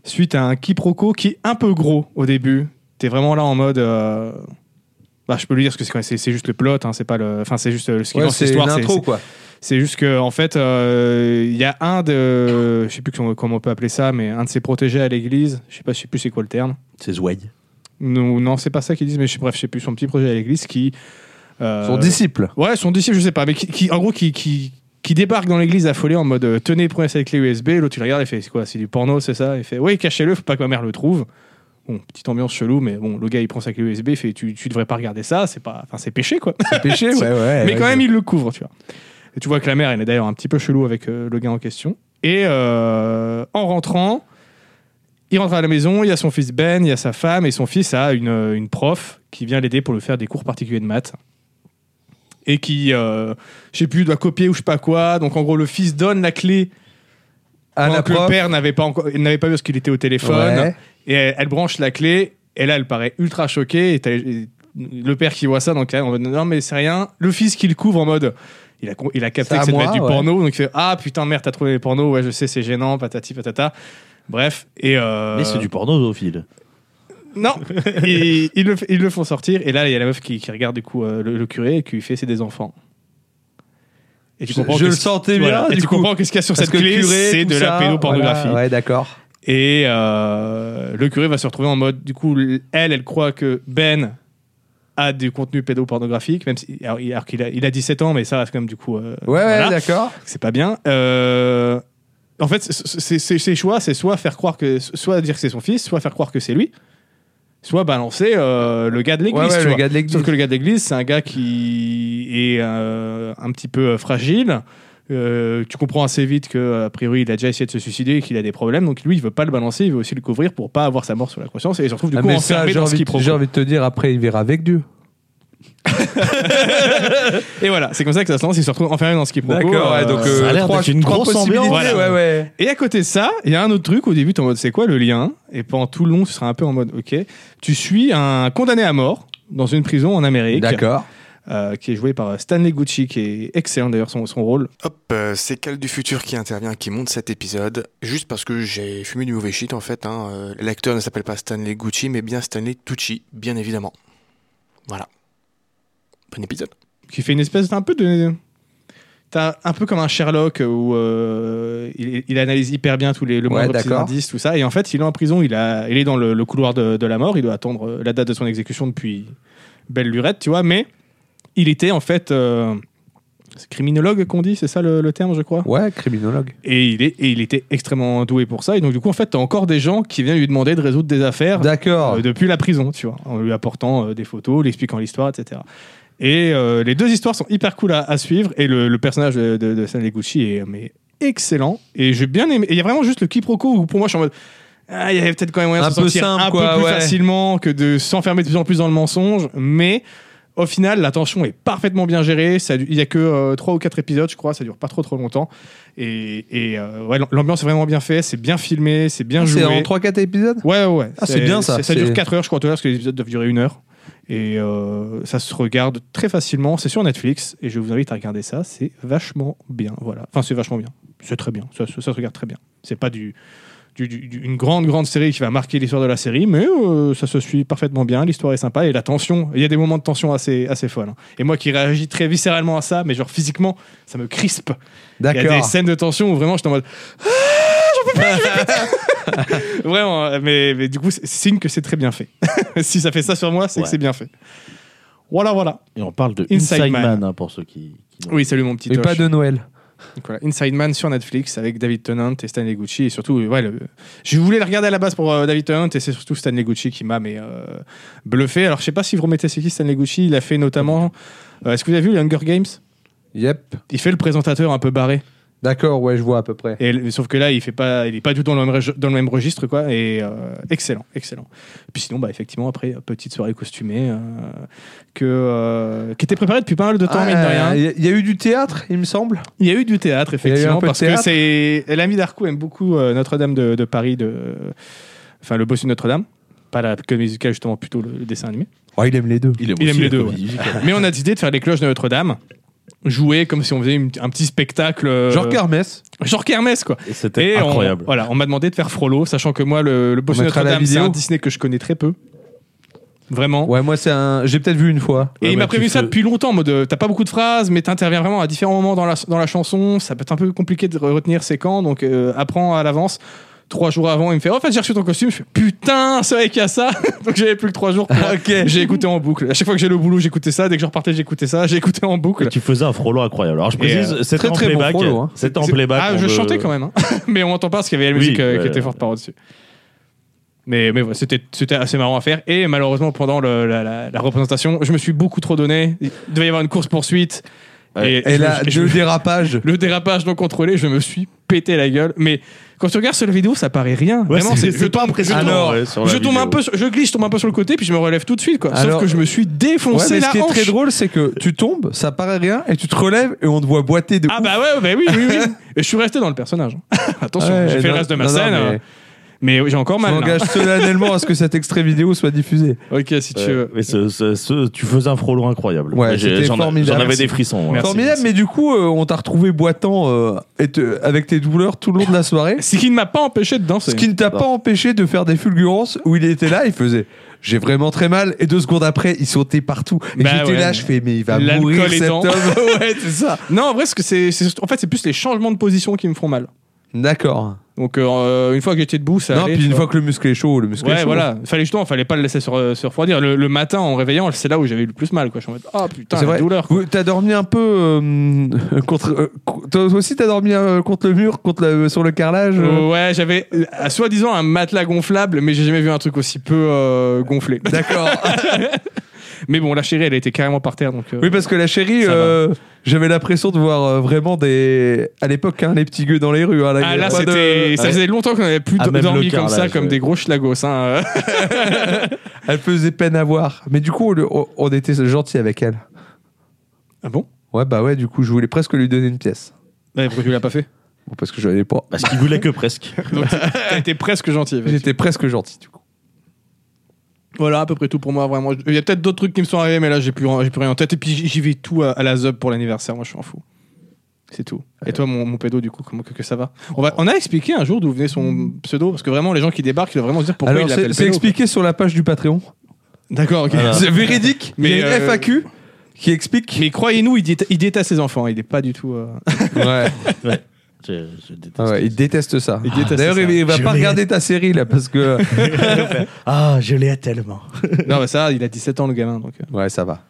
suite à un quiproquo qui est un peu gros au début. T'es vraiment là en mode. euh, bah, je peux lui dire ce que c'est quoi, c'est, c'est juste le plot, hein, c'est pas le. Enfin, c'est juste euh, ce qui est Ouais, dans cette c'est une histoire. c'est- intro, quoi. c'est juste que en fait, euh, il y a un de, je sais plus comment comment on peut appeler ça, mais un de ses protégés à l'église, je sais pas, je sais plus c'est quoi le terme. C'est Zweig. Euh. Non, non, c'est pas ça qu'ils disent, mais je, bref, je sais plus son petit projet à l'église qui euh, Son disciple. Ouais, son disciple, je sais pas, mais qui, qui- en gros qui qui qui débarque dans l'église affolé en mode euh, tenez prenez cette clé USB, l'autre il la regarde et fait c'est quoi, c'est du porno, c'est ça, il fait oui cachez-le, faut pas que ma mère le trouve. Bon, petite ambiance chelou, mais bon, le gars il prend sa clé USB, il fait tu, tu devrais pas regarder ça, c'est pas, enfin c'est péché quoi C'est péché, ouais, ouais. mais ouais, quand même, je- il le couvre, tu vois. Et tu vois que la mère, elle est d'ailleurs un petit peu chelou avec euh, le gars en question. Et euh, en rentrant, il rentre à la maison, il y a son fils Ben, il y a sa femme, et son fils a une, euh, une prof qui vient l'aider pour lui faire des cours particuliers de maths. Et qui, euh, je sais plus, doit copier ou je sais pas quoi. Donc en gros, le fils donne la clé à pendant la que le prof. père n'avait pas, encore- n'avait pas vu ce qu'il était au téléphone. Ouais. Et elle, elle branche la clé, et là, elle paraît ultra choquée. Et t'as- et le père qui voit ça, donc là, en mode, non, mais c'est rien. Le fils qui le couvre en mode, il a, con- il a capté C'est que à ça devait moi, être du ouais. porno, donc il fait, ah putain, merde, t'as trouvé les pornos, ouais, je sais, c'est gênant, patati patata. Bref, et. euh, Mais c'est du porno, au fil. Non Et ils, le, ils le font sortir, et là, il y a la meuf qui, qui regarde du coup euh, le, le curé et qui lui fait, c'est des enfants. Et tu Je, comprends je que le ce- sentais voilà. bien. Et du tu coup. comprends que ce qu'il y a sur Parce cette que clé, curé, c'est tout de ça, la pédopornographie. voilà, ouais, d'accord. Et euh, le curé va se retrouver en mode, du coup, l- elle, elle croit que Ben a du contenu pédopornographique, même si, alors, il- alors qu'il a, il a 17 ans, mais ça reste quand même du coup... euh, Ouais, ouais, voilà. d'accord. c'est pas bien. Euh, en fait, c- c- c- ses choix, c'est soit faire croire que, soit dire que c'est son fils, soit faire croire que c'est lui, soit balancer euh, le gars de l'église. Ouais, ouais, tu le vois. gars de l'église. Sauf que le gars de l'église, c'est un gars qui est euh, un petit peu euh, fragile. Euh, tu comprends assez vite que a priori il a déjà essayé de se suicider et qu'il a des problèmes donc lui il veut pas le balancer il veut aussi le couvrir pour pas avoir sa mort sur la conscience et il se retrouve du Ah, coup mais ça, enfermé j'ai dans ce envie, qu'il de- j'ai envie de te dire, après, il verra avec Dieu. et voilà c'est comme ça que ça se lance il se retrouve enfermé dans ce qu'il donc, euh, ça a l'air d'être une grosse ambiance. possibilités, Voilà. Ouais, ouais. Et à côté de ça, il y a un autre truc. Au début, t'es en mode c'est quoi le lien Et pendant tout le long, tu seras un peu en mode ok. Tu suis un condamné à mort dans une prison en Amérique, D'accord. euh, qui est joué par Stanley Gucci, qui est excellent d'ailleurs son, son rôle. Hop, euh, c'est Cal du futur qui intervient, qui monte cet épisode, juste parce que j'ai fumé du mauvais shit en fait. Hein. Euh, L'acteur ne s'appelle pas Stanley Gucci, mais bien Stanley Tucci, bien évidemment. Voilà. Bon épisode. qui fait une espèce d'un peu de t'as un peu comme un Sherlock euh, où euh, il, il analyse hyper bien tous les le Ouais, moindre petit d'accord. indice tout ça et en fait il est en prison il a il est dans le, le couloir de, de la mort il doit attendre euh, la date de son exécution depuis belle lurette tu vois mais il était en fait euh, c'est criminologue qu'on dit c'est ça le- le terme je crois Ouais, criminologue. et il est et il était extrêmement doué pour ça et donc du coup en fait t'as encore des gens qui viennent lui demander de résoudre des affaires D'accord. euh, depuis la prison, tu vois, en lui apportant euh, des photos, lui expliquant l'histoire, etc. Et euh, les deux histoires sont hyper cool à, à suivre. Et le, le personnage de, de, de Stanley Gucci est euh, mais excellent. Et j'ai bien aimé. Et il y a vraiment juste le quiproquo où pour moi je suis en mode. Ah, il y avait peut-être quand même moyen de Un se peu sortir simple, un quoi, peu plus ouais. facilement que de s'enfermer de plus en plus dans le mensonge. Mais Au final, la tension est parfaitement bien gérée. Ça du- Il n'y a que 3 ou 4 épisodes, je crois. Ça dure pas trop trop longtemps. Et, et, euh, ouais, l'ambiance est vraiment bien faite. C'est bien filmé, c'est bien joué. Ah, C'est en 3-4 épisodes Ouais, ouais, ouais. Ah, c'est bien, ça. Ça C'est- dure 4 heures, je crois, tout à l'heure, parce que les épisodes doivent durer une heure. Et euh, ça se regarde très facilement. C'est sur Netflix. Et je vous invite à regarder ça. C'est vachement bien. Voilà. Enfin, c'est vachement bien. C'est très bien. Ça, ça- ça se regarde très bien. C'est pas du. du- du- du- une grande grande série qui va marquer l'histoire de la série mais euh, ça se suit parfaitement bien l'histoire est sympa et la tension il y a des moments de tension assez assez folles hein. et moi qui réagis très viscéralement à ça mais genre physiquement ça me crispe il y a des D'accord. scènes de tension où vraiment j'étais en mode Ah, j'en peux plus. vraiment, euh, mais, mais du coup, c'est signe que c'est très bien fait. si ça fait ça sur moi, c'est Ouais. que c'est bien fait. Voilà, voilà. Et on parle de Inside Inside, Man. Man, hein, pour ceux qui. qui l'ont- Oui, salut mon petit. Mais Tosh. pas de Noël. Donc voilà, Inside Man sur Netflix avec David Tennant et Stanley Gucci. Et surtout, euh, ouais, le- je voulais la regarder à la base pour euh, David Tennant et c'est surtout Stanley Gucci qui m'a mais, euh, bluffé. Alors, je sais pas si vous remettez c'est qui Stanley Gucci. Il a fait notamment. euh, Est-ce que vous avez vu les Hunger Games Yep. Il fait le présentateur un peu barré. D'accord, ouais, je vois à peu près. Et, sauf que là, il fait pas, il est pas du tout dans le même, reg- dans le même registre, quoi. Et euh, excellent, excellent. Et puis sinon, bah effectivement, après petite soirée costumée euh, que euh, qui était préparée depuis pas mal de temps, Ah, mine de rien. Il y a- il y a eu du théâtre, il me semble. Il y a eu du théâtre, y a eu un effectivement, peu de parce théâtre. que c'est l'ami d'Arcou aime beaucoup euh, Notre-Dame de, de Paris, de enfin le bossu de Notre-Dame, pas la comédie musicale justement, plutôt le, le dessin animé. Oh, il aime les deux. Il aime aussi les la deux, comédie musicale. Mais on a décidé de faire les cloches de Notre-Dame. Jouer comme si on faisait une- un petit spectacle. euh, Genre Kermès. Genre Kermess, quoi. Et Et c'était on- incroyable. voilà, on m'a demandé de faire Frollo, sachant que moi, le, le Boss On mettra la Notre-Dame, c'est vidéo. un Disney que je connais très peu. Vraiment. Ouais, moi, c'est un. J'ai peut-être vu une fois. Et Ouais, il mais m'a tu prévenu ça fais- depuis longtemps, en mode euh, t'as pas beaucoup de phrases, mais t'interviens vraiment à différents moments dans la, dans la chanson. Ça peut être un peu compliqué de re- retenir c'est quand, donc euh, apprends à l'avance. Trois jours avant, il me fait oh, En fait, j'ai reçu ton costume. Je fais Putain, c'est vrai qu'il y a ça Donc j'avais plus que trois jours. pour- ok. J'ai écouté en boucle. À chaque fois que j'ai le boulot, j'écoutais ça. Dès que je repartais, j'écoutais ça. J'écoutais en Et boucle. tu faisais un frollo incroyable. Alors je précise, Et, euh, très, c'était en très bon playback. frollo, hein. C'était en C'est- playback. Ah, je chantais quand même, hein. mais on m'entend pas parce qu'il y avait la Oui, musique euh, ouais. qui était forte par au-dessus. Mais, mais voilà, c'était c'était assez marrant à faire. Et malheureusement, pendant le- la, la- la représentation, je me suis beaucoup trop donné. Il devait y avoir une course-poursuite. Et Ouais. je me là, suis- je deux me- dérapages. le dérapage non contrôlé, je me suis pété la gueule. Mais quand tu regardes sur la vidéo, ça paraît rien. Vraiment, c'est je tombe- je tombe- Je tombe un peu, sur- je glisse, je tombe un peu sur le côté, puis je me relève tout de suite. Quoi. Alors- Sauf que je me suis Ah Ouais, défoncé mais ce la qui est hanche. très drôle, c'est que tu tombes, ça paraît rien, et tu te relèves et on te voit boiter de Ah ouf. bah ouais, bah oui, oui, oui. Et je suis resté dans le personnage. hein. Attention, Ouais, j'ai fait non, le reste de ma non, non, scène, euh, hein. mais mais, j'ai encore Je mal. là. m'engage solennellement à ce que cet extrait vidéo soit diffusé. Ok, si tu veux. euh, Mais ce- ce- ce- tu faisais un frollo incroyable. Ouais, Mais j'ai- c'était j'en- formidable. J'en avais Merci. des frissons. ouais. Merci, Formidable, merci. mais du coup, euh, on t'a retrouvé boitant euh, et te- avec tes douleurs tout le long de la soirée. Ce qui ne m'a pas empêché de danser. Ce qui ne t'a Non. pas empêché de faire des fulgurances où il était là, il faisait j'ai vraiment très mal et deux secondes après il sautait partout et Bah j'étais ouais. là je fais mais il va L'alcool mourir cet aidant. homme ouais c'est ça Non, en vrai, ce que c'est, c'est surtout- en fait, c'est plus les changements de position qui me font mal. d'accord Donc, euh, une fois que j'étais debout, ça non allait. puis tu une vois. fois que le muscle est chaud le muscle est Ouais, chaud voilà. Fallait justement, fallait pas le laisser euh, se, se refroidir. Le, le matin, en réveillant, c'est là où j'avais eu le plus mal. Quoi. Je suis en mode, ah putain, C'est la vrai. douleur. quoi. Vous- T'as dormi un peu euh, contre. euh, co- toi aussi, t'as dormi euh, contre le mur, contre le- sur le carrelage. euh Euh, ouais, j'avais euh, à soi-disant un matelas gonflable, mais j'ai jamais vu un truc aussi peu euh, gonflé. D'accord. Mais bon, la chérie, elle était carrément par terre. Donc, euh, oui, parce que la chérie, Ça euh, j'avais l'impression de voir euh, vraiment des. À l'époque, hein, les petits gueux dans les rues. hein, là, Ah il y a là, pas de- c'était. Ça Ouais. faisait longtemps qu'on avait plus Ah, do- même dormi le comme ça, carrelage, comme ouais. des gros schlagos. hein. Elle faisait peine à voir. Mais du coup, on, le- on- on était gentil avec elle. Ah bon Ouais, bah ouais, du coup, je voulais presque lui donner une pièce. Ouais, Pourquoi tu l'as pas fait Bon, parce que je l'avais pas. Parce qu'il voulait que presque. T'as été presque gentil. effectivement. J'étais presque gentil, du coup. Voilà, à peu près tout pour moi, vraiment. Il y a peut-être d'autres trucs qui me sont arrivés, mais là, j'ai plus, j'ai plus rien en tête. Et puis, j'y- j'y vais tout à, à la Zub pour l'anniversaire, moi, je suis en fou. C'est tout. Et toi, mon, mon pédo, du coup, comment que, que ça va on, va on a expliqué un jour d'où venait son pseudo, parce que vraiment, les gens qui débarquent, ils doivent vraiment se dire pourquoi Alors, il c'est l'appelle c'est pédo. expliqué sur la page du Patreon. D'accord, ok. Voilà. C'est véridique. Mais il y a une euh, FAQ qui explique. Mais croyez-nous, il, dét- il déteste ses enfants, il est pas du tout. euh, Ouais. Je, je déteste. Ah ouais, il déteste ça. Il déteste D'ailleurs, ça. il il va Je pas l'ai. regarder ta série là parce que. Ah, je l'ai tellement. non, bah ça, il a 17 ans, le gamin. Donc, euh. ouais, ça va.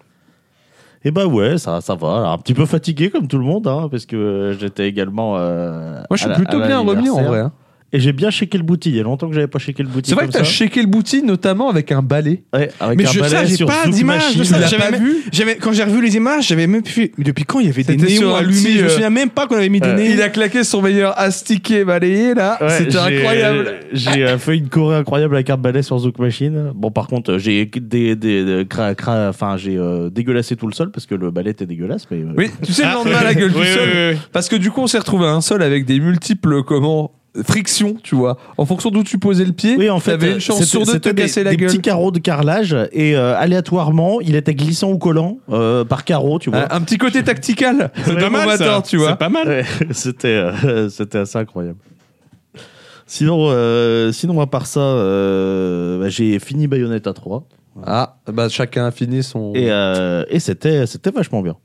Et bah ouais, ça, ça va. Alors, un petit peu fatigué comme tout le monde, hein, parce que euh, j'étais également. euh, Moi, je à suis la- plutôt à bien remis en l'anniversaire. vrai. hein. Et j'ai bien shaké le bouti. Il y a longtemps que j'avais pas shaké le bouti. C'est vrai que comme t'as ça. shaké le bouti notamment avec un balai. Ouais, avec Mais un je- ça, balai j'ai sur pas Zouk d'image de Machine. ça, Tu l'as j'avais pas même- vu J'avais- Quand j'ai revu les images, j'avais même plus. mais depuis quand il y avait des C'était sur néons un allumés petit, Je me euh, souviens même pas qu'on avait mis des néons. Il a claqué son meilleur astiqué balayé là. Ouais, C'était j'ai- incroyable. J'ai euh, fait une choré incroyable avec un balai sur Zouk Machine. Bon, par contre, euh, j'ai des, des, des- cra- cra- enfin, j'ai euh, dégueulassé tout le sol parce que le balai était dégueulasse. Mais, euh, Oui, tu sais, le lendemain, la gueule du sol. Parce que du coup, on s'est retrouvé à un sol avec des multiples comment frictions, tu vois. En fonction d'où tu posais le pied, Oui, en fait, t'avais euh, une chance c'était- sur deux de te c'était des- casser la des gueule. petits carreaux de carrelage et euh, aléatoirement, il était glissant ou collant euh, par carreau, tu vois. Un, un petit côté tactical. C'est pas Bon mal, matin, ça. tu vois. C'est pas mal. Ouais, c'était, euh, c'était assez incroyable. Sinon, euh, sinon à part ça, euh, bah, j'ai fini Bayonetta 3 Ah, bah chacun a fini son. et, euh, et c'était, c'était vachement bien.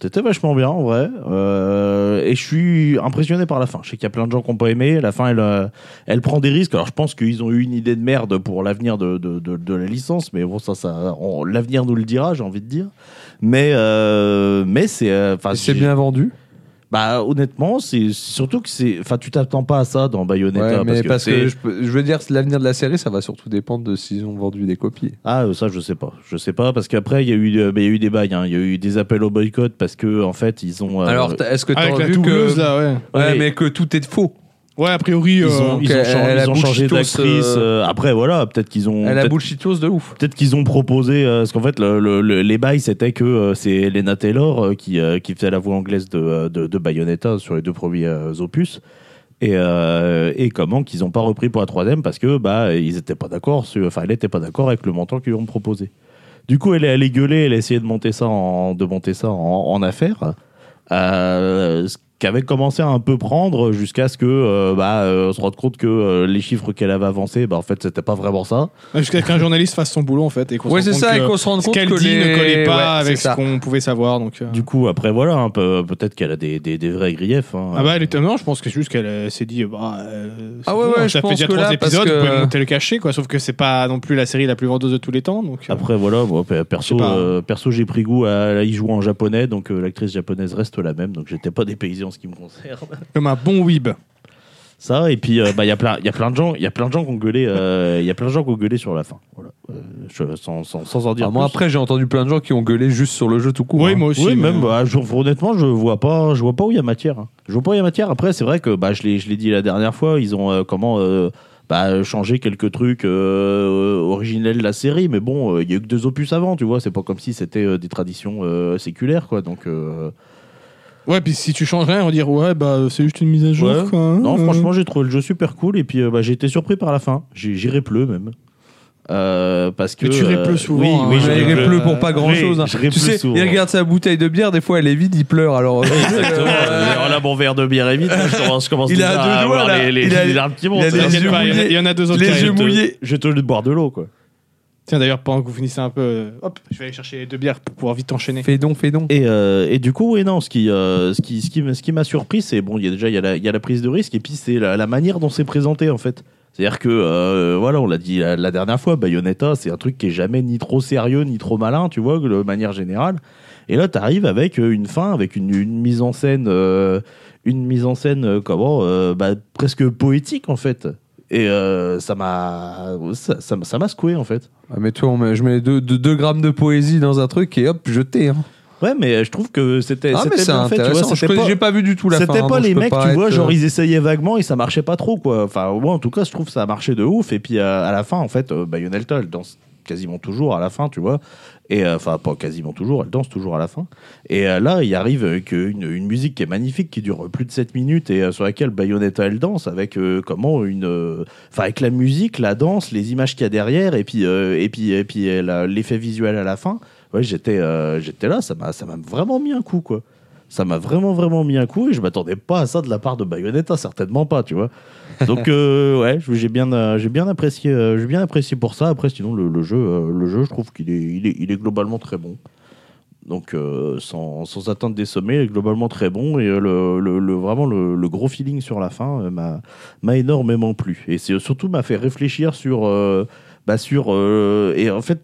C'était vachement bien en vrai. Euh, et je suis impressionné par la fin. Je sais qu'il y a plein de gens qui n'ont pas aimé. La fin, elle, euh, elle prend des risques. Alors je pense qu'ils ont eu une idée de merde pour l'avenir de, de, de- de la licence, mais bon, ça, ça on- l'avenir nous le dira, j'ai envie de dire. Mais, euh, mais c'est. euh, 'fin, Et c'est j'ai- bien vendu. bah honnêtement, c'est surtout que c'est. Enfin, tu t'attends pas à ça dans Bayonetta Ouais, parce mais que. parce que, c'est- je, peux- je veux dire, l'avenir de la série, ça va surtout dépendre de s'ils ont vendu des copies. Ah euh, ça je sais pas, je sais pas parce qu'après il y a eu euh, bah, il y a eu des bails, hein. il y a eu des appels au boycott parce que en fait ils ont. euh, Alors, t'as- est-ce que Avec t'as la vu doubleuse que. là, ouais. Ouais, Oui. mais que tout est faux. Ouais, a priori. ils euh, ont, ils ont euh, changé- elle a ils ont changé bullshitose, d'actrice. euh, euh, Après voilà, peut-être qu'ils ont. Elle a peut-être- bullshitose de ouf. Peut-être qu'ils ont proposé, euh, parce qu'en fait, le- le- le- les bails, c'était que euh, c'est Elena Taylor euh, qui, euh, qui faisait la voix anglaise de, euh, de, de Bayonetta sur les deux premiers euh, opus. Et, euh, et comment qu'ils n'ont pas repris pour la troisième, parce que bah ils étaient pas d'accord, sur- enfin elle n'était pas d'accord avec le montant qu'ils lui ont proposé. Du coup, elle est allée gueuler, elle a essayé de monter ça en, de monter ça en, en affaire. Euh, ce qu'avait commencé à un peu prendre jusqu'à ce que euh, bah, euh, on se rende compte que euh, les chiffres qu'elle avait avancés, bah, en fait, c'était pas vraiment ça. Jusqu'à qu'un journaliste fasse son boulot en fait. Et qu'on Ouais, se c'est ça, rende compte et que qu'on se rende ce compte qu'elle que dit les... ne collait Ouais, pas avec c'est ce ça. qu'on pouvait savoir. Donc, euh, Du coup, après, voilà, un peu, peut-être qu'elle a des, des, des vrais griefs. hein. Ah bah elle était non, je pense que c'est juste qu'elle euh, s'est dit bah euh, c'est Ah ouais, bon, ouais, ça je fait pense déjà que trois là, parce épisodes, que- vous pouvez monter le cachet quoi, sauf que c'est pas non plus la série la plus vendeuse de tous les temps donc euh, Après, voilà, moi, pe- perso, Je sais pas. hein. euh, perso j'ai pris goût à y jouer en japonais, donc euh, l'actrice japonaise reste la même, donc j'étais pas dépaysé en ce qui me concerne. comme un bon weeb. Ça, et puis, euh, bah, il y a plein il y a plein de gens il y a plein de gens qui ont gueulé, euh, il y a plein de gens qui ont gueulé sur la fin. Voilà. Euh, je- sans, sans, sans en dire Alors Ah, moi, plus. après, j'ai entendu plein de gens qui ont gueulé juste sur le jeu tout court. Oui, hein. moi aussi. Oui, mais- même, bah, je- honnêtement, je vois pas, je vois pas où il y a matière. hein. Je vois pas où il y a matière. Après, c'est vrai que, bah, je l'ai, je l'ai dit la dernière fois, ils ont, euh, comment, euh, bah, changé quelques trucs euh, originels de la série, mais bon, euh, il y a eu que deux opus avant, tu vois. C'est pas comme si c'était euh, des traditions euh, séculaires, quoi. Donc, euh, Ouais, puis si tu changes rien, on va dire ouais bah c'est juste une mise à jour Ouais. quoi. hein, non, Mmh. euh. franchement, j'ai trouvé le jeu super cool, et puis, euh, bah, j'ai été surpris par la fin. J'ai- J'irai pleu même. Euh, parce que Mais tu euh, réples souvent. oui, hein. oui, je Mais il réple- pleut pour pas oui, grand chose. je réple Tu sais, souvent. il regarde sa bouteille de bière, des fois elle est vide, il pleure. Alors, euh, Exactement. Alors là, mon verre de bière est vide. Moi, je commence, je commence Il déjà a deux à doigts, avoir là. les, les, Il a- les larmes qui il montent. a hein. les T'inquiète yeux pas, il y en a- mouillés. il y en a deux autres. Les qui yeux arrivent. mouillés. Je te le boire de l'eau, quoi. Tiens d'ailleurs pendant que vous finissez un peu, euh, hop, je vais aller chercher les deux bières pour pouvoir vite enchaîner. Fais donc, fais donc. Et, euh, et du coup, oui, non, ce qui, euh, ce qui, ce qui, m- ce qui m'a surpris, c'est bon, il y a déjà il y a la, il y a la prise de risque et puis c'est la, la manière dont c'est présenté, en fait. C'est-à-dire que, euh, voilà, on l'a dit la, la dernière fois, Bayonetta, c'est un truc qui est jamais ni trop sérieux ni trop malin, tu vois, de manière générale. Et là, t'arrives avec euh, une fin, avec une, une mise en scène, euh, une mise en scène, euh, comment, euh, bah, presque poétique, en fait. Et euh, ça m'a, ça, ça m'a- ça m'a secoué, en fait. Ah, mais toi, on met- je mets 2 grammes de poésie dans un truc et hop, jeté. hein. Ouais, mais je trouve que c'était, Ah, mais c'était c'est bien fait, tu vois, intéressant. Je c'était connais- pas- J'ai pas vu du tout la fin. C'était hein, pas donc je les peux mecs, pas tu être, vois, genre euh, ils essayaient vaguement et ça marchait pas trop, quoi. Enfin, moi en tout cas, je trouve que ça a marché de ouf. Et puis euh, à la fin, en fait, euh, Bayonetta, elle danse quasiment toujours à la fin, tu vois. Et euh, enfin, pas quasiment toujours, elle danse toujours à la fin. Et euh, là, il arrive avec une, une musique qui est magnifique, qui dure plus de 7 minutes et euh, sur laquelle Bayonetta, elle danse avec euh, comment une. euh, Enfin, avec la musique, la danse, les images qu'il y a derrière et puis, euh, et puis, et puis euh, la- l'effet visuel à la fin. Ouais, j'étais euh, j'étais là, ça m'a ça m'a vraiment mis un coup, quoi ça m'a vraiment vraiment mis un coup et je m'attendais pas à ça de la part de Bayonetta certainement pas tu vois donc euh, ouais je- j'ai bien euh, j'ai bien apprécié euh, j'ai bien apprécié pour ça après sinon le, le jeu euh, le jeu je trouve qu'il est il est, il est globalement très bon donc euh, sans, sans atteindre des sommets il est globalement très bon et euh, le, le- le- vraiment le, le gros feeling sur la fin euh, m'a m'a énormément plu et c'est surtout m'a fait réfléchir sur euh, bah sur euh, et en fait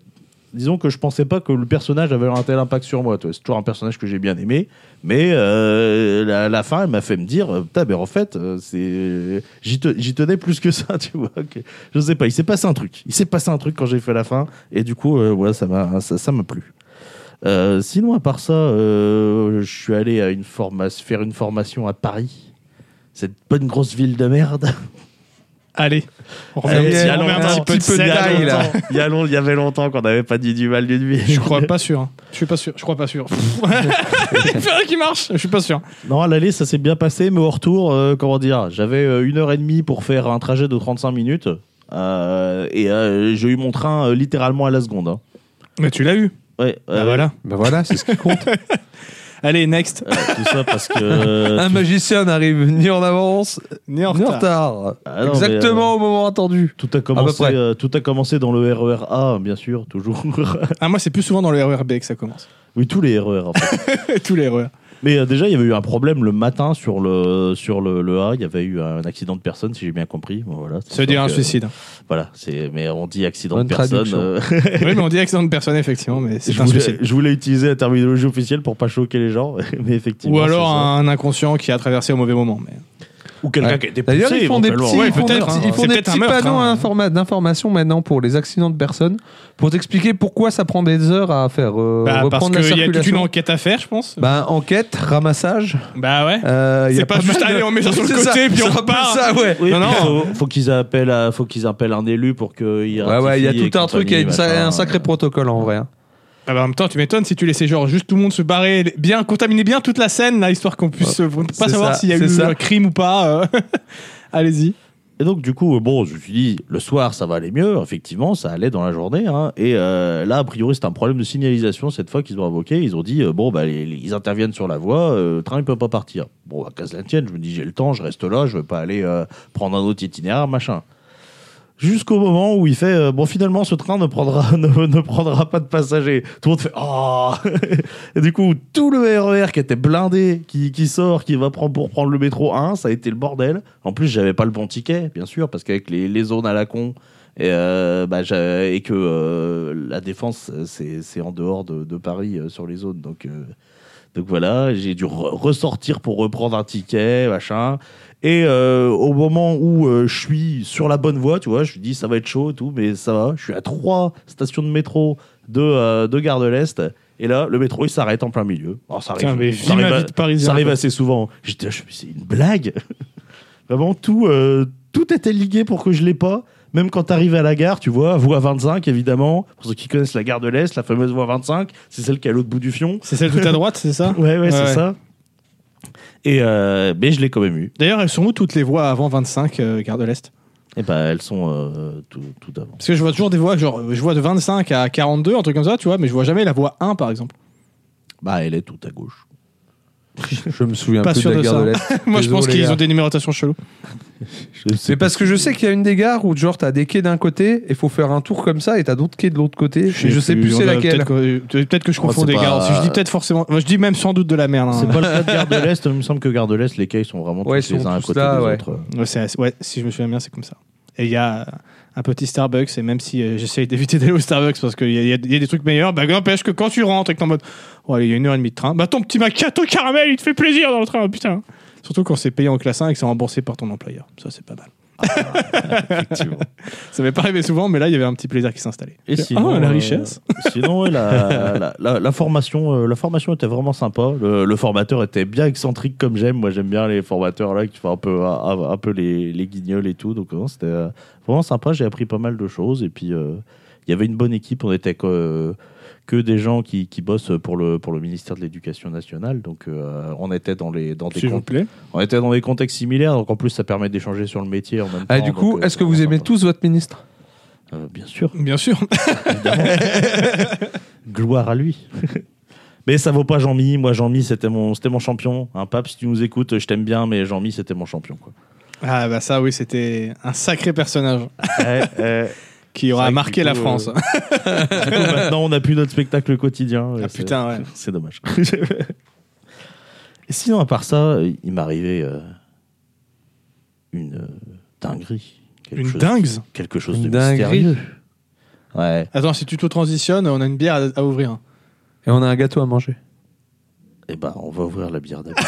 disons que je pensais pas que le personnage avait un tel impact sur moi. tu vois. C'est toujours un personnage que j'ai bien aimé, mais euh, la, la fin, elle m'a fait me dire, euh, putain, mais en fait, euh, c'est j'y te- j'y tenais plus que ça, tu vois. que- je sais pas, il s'est passé un truc. Il s'est passé un truc quand j'ai fait la fin, et du coup, euh, voilà, ça m'a ça, ça m'a plu. Euh, sinon, à part ça, euh, je suis allé à une forma- faire une formation à Paris, cette bonne grosse ville de merde. Eh, Allez, on revient Allez, un petit- allons, on revient allons, un petit peu de il y a détail là. longtemps. Il y, a long- il y avait longtemps qu'on n'avait pas dit du mal d'une ville. Je crois pas sûr. hein. Je suis pas sûr. Je crois pas sûr. Il fait rien qui marche. Je suis pas sûr. Non, à l'aller, ça s'est bien passé, mais au retour, euh, comment dire, j'avais euh, une heure et demie pour faire un trajet de 35 minutes. euh, et euh, j'ai eu mon train euh, littéralement à la seconde. hein. Mais tu l'as eu. Bah Ouais, euh, Ah, voilà. Ben voilà, c'est ce qui compte. Allez, next. euh, tout ça parce que. euh, Un tout- magicien n'arrive ni en avance, Né en ni en retard. retard. Ah non, mais, Exactement au moment attendu. tout a commencé, près. euh, tout a commencé dans le RER A, bien sûr, toujours. Ah, moi, c'est plus souvent dans le RERB que ça commence. oui, tous les RER. en fait. Tous les E RER. Mais euh, déjà, il y avait eu un problème le matin sur le sur le, le A. Il y avait eu un accident de personne, si j'ai bien compris. Bon, Voilà. Ça veut dire un Donc, euh, suicide. Voilà. C'est. Mais on dit accident Bonne de personne. traduction. euh, oui, mais on dit accident de personne, effectivement, mais c'est je, un voulais, suicide. je voulais utiliser la terminologie officielle pour pas choquer les gens, mais effectivement. Ou alors c'est ça. un inconscient qui a traversé au mauvais moment. Mais... ou quelqu'un Ouais. qui a été D'ailleurs, poussé ils font des éventuellement. petits, Ouais, ils font des peut-être, petits- hein. ils font C'est des peut-être un petits meurtre, panneaux hein. informa- d'information maintenant pour les accidents de personnes, pour t'expliquer pourquoi ça prend des heures à faire euh, Bah, parce reprendre la qu'il y a toute une circulation. enquête à faire, je pense. Bah, Ben, enquête, ramassage. ouais. euh, il y C'est a pas juste, mal de- allez, on met ça sur le C'est côté, puis c'est on un peu repart. ça, ouais. Oui, Non, puis non. Faut, faut qu'ils appellent, à- faut qu'ils appellent un élu pour qu'il. Ouais, ouais, il y a ratifie et tout un truc, il y a une sa- compagnie, machin. un sacré protocole en vrai. hein. Ah bah, en même temps, tu m'étonnes si tu laissais genre juste tout le monde se barrer, bien contaminer bien toute la scène, là, histoire qu'on puisse euh, pas c'est savoir ça, s'il y a c'est eu ça. un crime ou pas. euh. Allez-y. Et donc, du coup, euh, bon, je me suis dit, le soir, ça va aller mieux. Effectivement, ça allait dans la journée. hein. Et euh, là, a priori, c'est un problème de signalisation cette fois qu'ils ont invoqué. Ils ont dit, euh, bon, bah, les- les- ils interviennent sur la voie, euh, le train, il peut pas partir. Bon, bah, casse la tienne. Je me dis, j'ai le temps, je reste là, je vais pas aller euh, prendre un autre itinéraire, machin. Jusqu'au moment où il fait, euh, bon, finalement, ce train ne prendra, ne, ne prendra pas de passagers. Tout le monde fait, oh Et du coup, tout le RER qui était blindé, qui, qui sort, qui va prendre pour prendre le métro 1, ça a été le bordel. En plus, j'avais pas le bon ticket, bien sûr, parce qu'avec les, les zones à la con, et, euh, bah, j'a- et que euh, la défense, c'est c'est en dehors de, de Paris euh, sur les zones. Donc, euh, donc voilà, j'ai dû re- ressortir pour reprendre un ticket, machin. Et euh, au moment où euh, je suis sur la bonne voie, tu vois, je me dis ça va être chaud, et tout, mais ça va. Je suis à trois stations de métro de, euh, de Gare de l'Est. Et là, le métro, il s'arrête en plein milieu. Alors, ça Putain, arrive, mais ça vis ma arrive à- vie de Parisien, ça arrive quoi. assez souvent. J'étais là, je me suis dit, c'est une blague. Vraiment, tout, euh, tout était ligué pour que je l'ai pas. Même quand t'arrives à la gare, tu vois, voie 25, évidemment. Pour ceux qui connaissent la gare de l'Est, la fameuse voie 25, c'est celle qui est à l'autre bout du fion. C'est celle tout à droite, c'est ça Ouais, ouais, c'est ouais. ça. Et euh, mais je l'ai quand même eu. D'ailleurs, elles sont où toutes les voies avant 25, euh, Gare de l'Est Et bah, elles sont euh, tout, tout avant. Parce que je vois toujours des voies, genre, euh, je vois de 25 à 42, un truc comme ça, tu vois, mais je vois jamais la voie 1, par exemple. Bah, elle est tout à gauche. Je me souviens Pas plus sûr de la de gare ça. de l'Est. Moi, je Désolé, pense les qu'ils gars. ont des numérotations cheloues. Je sais C'est parce que je sais qu'il y a une des gares où genre t'as des quais d'un côté et faut faire un tour comme ça et t'as d'autres quais de l'autre côté. et je sais plus on c'est a- laquelle. Oh, Peut-être que, peut-être que je Moi, confonds c'est des pas- gares. Je dis peut-être forcément. Moi, je dis même sans doute de la merde. hein. C'est pas le cas de Gare de l'Est, il me semble que Gare de l'Est, les quais ils sont vraiment Ouais, tous ils les sont uns à tous côté là, des ouais. autres. Ouais, c'est- ouais, si je me souviens bien, c'est comme ça. Et il y a un petit Starbucks, et même si euh, j'essaye d'éviter d'aller au Starbucks parce qu'il y, a- il y a il y a des trucs meilleurs, bah n'empêche que quand tu rentres et que t'es en mode Oh, allez, il y a une heure et demie de train, bah ton petit macchiato caramel, il te fait plaisir dans le train, oh, putain Surtout quand c'est payé en classe 1 et que c'est remboursé par ton employeur. Ça, c'est pas mal. Effectivement. Ça m'est pas arrivé souvent, mais là, il y avait un petit plaisir qui s'installait. Et Ah, sinon, la euh, richesse sinon, ouais, la, la, la- la formation, euh, la formation était vraiment sympa. Le, le formateur était bien excentrique comme j'aime. Moi, j'aime bien les formateurs là qui font un peu, un, un peu les, les guignols et tout. Donc, non, c'était euh, vraiment sympa. J'ai appris pas mal de choses. Et puis, euh, il y avait une bonne équipe. On était que, que des gens qui, qui bossent pour le, pour le ministère de l'Éducation nationale. Donc, euh, on était dans les dans des S'il vous comptes- plaît. on était dans des contextes similaires. Donc, en plus, ça permet d'échanger sur le métier en même Ah, temps. du coup, bah, donc, euh, est-ce que c'est vous vraiment aimez sympa. tous votre ministre Euh, Bien sûr. Bien sûr. Gloire à lui. mais ça vaut pas Jean-Mi. Moi, Jean-Mi, c'était mon, c'était mon champion. Un pape, si tu nous écoutes, je t'aime bien, mais Jean-Mi, c'était mon champion. Quoi. Ah, bah ça, oui, c'était un sacré personnage Eh, eh, qui C'est vrai aura que marqué du la coup, France. euh, du coup, maintenant, on n'a plus notre spectacle quotidien. Et ah, c'est- putain, ouais. C'est dommage. et sinon, à part ça, il m'arrivait euh, une euh, dinguerie. Quelque Une chose- dingue Quelque chose Une de dinguerie. mystérieux. Ouais. Attends, si tu te transitionnes, on a une bière à, à ouvrir. Et on a un gâteau à manger. Et bah, on va ouvrir la bière d'abord.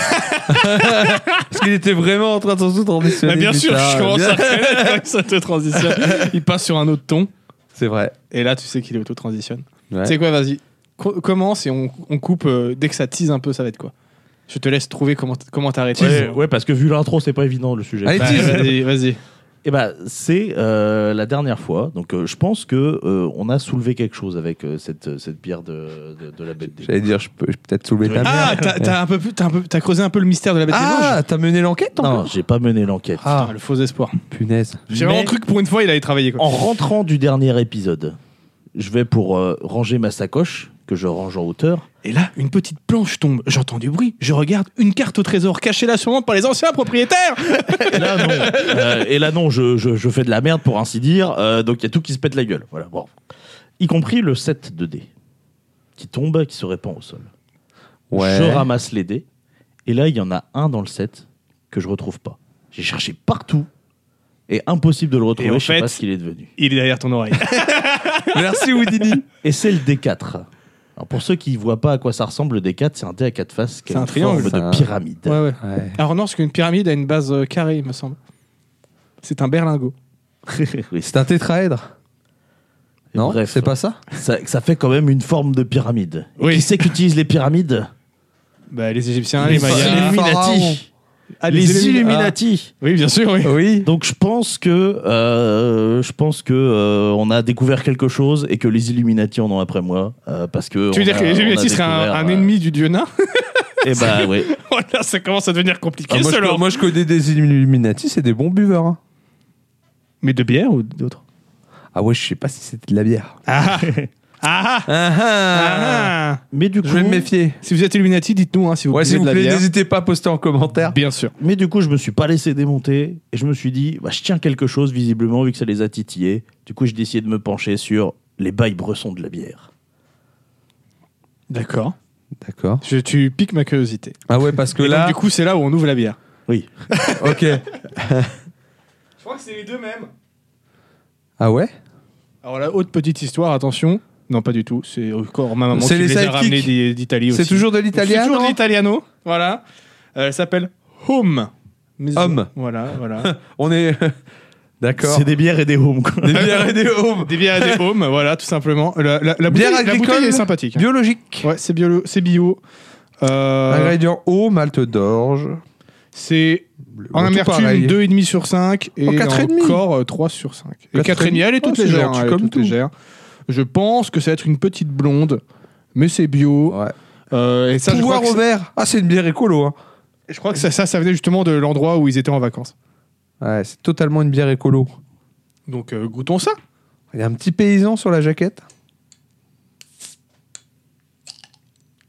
Parce qu'il était vraiment en train de s'en sous-transitionner. Mais Ah, bien sûr, putain. je commence à reconnaître que ça te transitionne. Il passe sur un autre ton, C'est vrai. et là, tu sais qu'il est auto-transitionne. Ouais. Tu sais quoi, vas-y. co- commence et on, on coupe. euh, dès que ça tease un peu, ça va être quoi Je te laisse trouver comment t- comment t'arrêtes. ouais, ouais, parce que vu l'intro, c'est pas évident le sujet. Allez, Bah, tease. vas-y, vas-y. Eh ben, c'est euh, la dernière fois. Donc, euh, je pense que euh, on a soulevé quelque chose avec euh, cette, cette bière de, de, de la bête des J'allais dire, je peux, je peux peut-être soulever ta Ah, mère. t'as- t'as un peu plus- t'as un peu- t'as creusé un peu le mystère de la bête des Ah, anges t'as mené l'enquête Non, encore j'ai pas mené l'enquête. Ah. Putain, le faux espoir. Punaise. J'ai vraiment Mais- cru que pour une fois, il allait travailler. Quoi. En rentrant du dernier épisode, je vais pour euh, ranger ma sacoche que je range en hauteur. Et là, une petite planche tombe. J'entends du bruit. Je regarde une carte au trésor cachée là sûrement par les anciens propriétaires. Et là, non. Euh, et là, non, je, je- je fais de la merde pour ainsi dire. Euh, donc, il y a tout qui se pète la gueule. Voilà, bon. Y compris le 7 de dés qui tombe, qui se répand au sol. Ouais. Je ramasse les dés. Et là, il y en a un dans le set que je retrouve pas. J'ai cherché partout. Et impossible de le retrouver. Et en je sais fait- pas ce qu'il est devenu. Il est derrière ton oreille. Merci Houdini. Et c'est le D4. Alors, pour ceux qui voient pas à quoi ça ressemble, le D4, c'est un dé à quatre faces qui C'est a un une triangle, forme ça. de pyramide. ouais, ouais. Ouais. Alors non, parce qu'une pyramide a une base euh, carrée, il me semble. C'est un berlingot. Oui, C'est un tétraèdre Et Non bref. C'est pas ça ça, ça fait quand même une forme de pyramide. Et Oui. Qui c'est qui utilise les pyramides Bah, les Égyptiens, les, Les Mayas. Illuminati. pharaons. Ah, les, Illumi- Illuminati. Ah. Oui, bien sûr, oui. Oui. Donc je pense que euh, je pense que euh, on a découvert quelque chose et que les Illuminati en ont après moi euh, parce que Tu on veux dire a- que les on a Illuminati seraient un, découvert, un euh, ennemi du dieu nain Eh bah ouais. Oh Là, ça commence à devenir compliqué, Ah, moi, je, selon. moi, je connais des Illuminati, c'est des bons buveurs. hein. Mais de bière ou d'autres Ah ouais, je sais pas si c'était de la bière. Ah ah, ah, Ah, ah. ah. Mais du coup, Je vais me méfier. Si vous êtes Illuminati, dites-nous hein, si vous Ouais, buvez s'il vous de la plaît, bière. n'hésitez pas à poster en commentaire. Bien sûr. mais du coup, je me suis pas laissé démonter et je me suis dit bah je tiens quelque chose visiblement vu que ça les a titillés. Du coup, j'ai décidé de me pencher sur les bails bressons de la bière. D'accord. D'accord. Je- Tu piques ma curiosité. Ah ouais, parce que Et là. donc, du coup, c'est là où on ouvre la bière. Oui. ok. Je crois que c'est les deux mêmes. Ah ouais Alors la haute petite histoire, attention. Non, pas du tout. C'est encore ma maman C'est qui les les a sidekicks. ramenés d'I- d'Italie aussi. C'est toujours de C'est l'italien toujours de non l'italiano. Voilà. Euh, elle s'appelle Home. Maison. Home. Voilà, voilà. On est. D'accord. C'est des bières et des homes. quoi. Des bières et des homes. des bières et des Home, voilà, tout simplement. La, la, Bière la bouteille, la agricole, bouteille est sympathique. hein. Biologique. Ouais, c'est bio. C'est bio. Euh, Ingrédients eau, malt d'orge. c'est en Tout amertume pareil. 2,5 sur 5 et Oh, quatre et demi. encore euh, 3 sur 5. Et Quatre et 4,5, demi. elle est Oh, toute c'est légère. gentil hein, elle est comme toute tout. légère. Je pense que ça va être une petite blonde, mais c'est bio. Ouais. Euh, et ça, je crois, Pouvoir au que verre. Ah, c'est une bière écolo. Hein. c'est- je crois que ça, ça, ça venait justement de l'endroit où ils étaient en vacances. Ouais, c'est totalement une bière écolo. Donc euh, goûtons ça. Il y a un petit paysan sur la jaquette.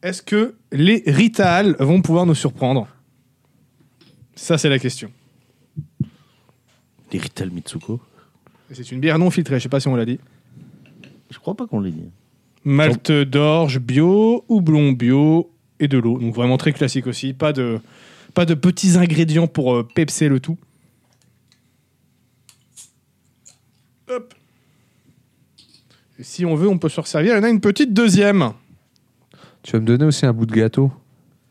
Est-ce que les Rital vont pouvoir nous surprendre Ça, c'est la question. Les Rital Mitsuko. Et C'est une bière non filtrée, je sais pas si on l'a dit. Je crois pas qu'on les dit. Malte d'orge bio, houblon bio et de l'eau. Donc vraiment très classique aussi. Pas de, pas de petits ingrédients pour euh, pepser le tout. Hop. Et si on veut, on peut se resservir. Il y en a une petite deuxième. Tu vas me donner aussi un bout de gâteau.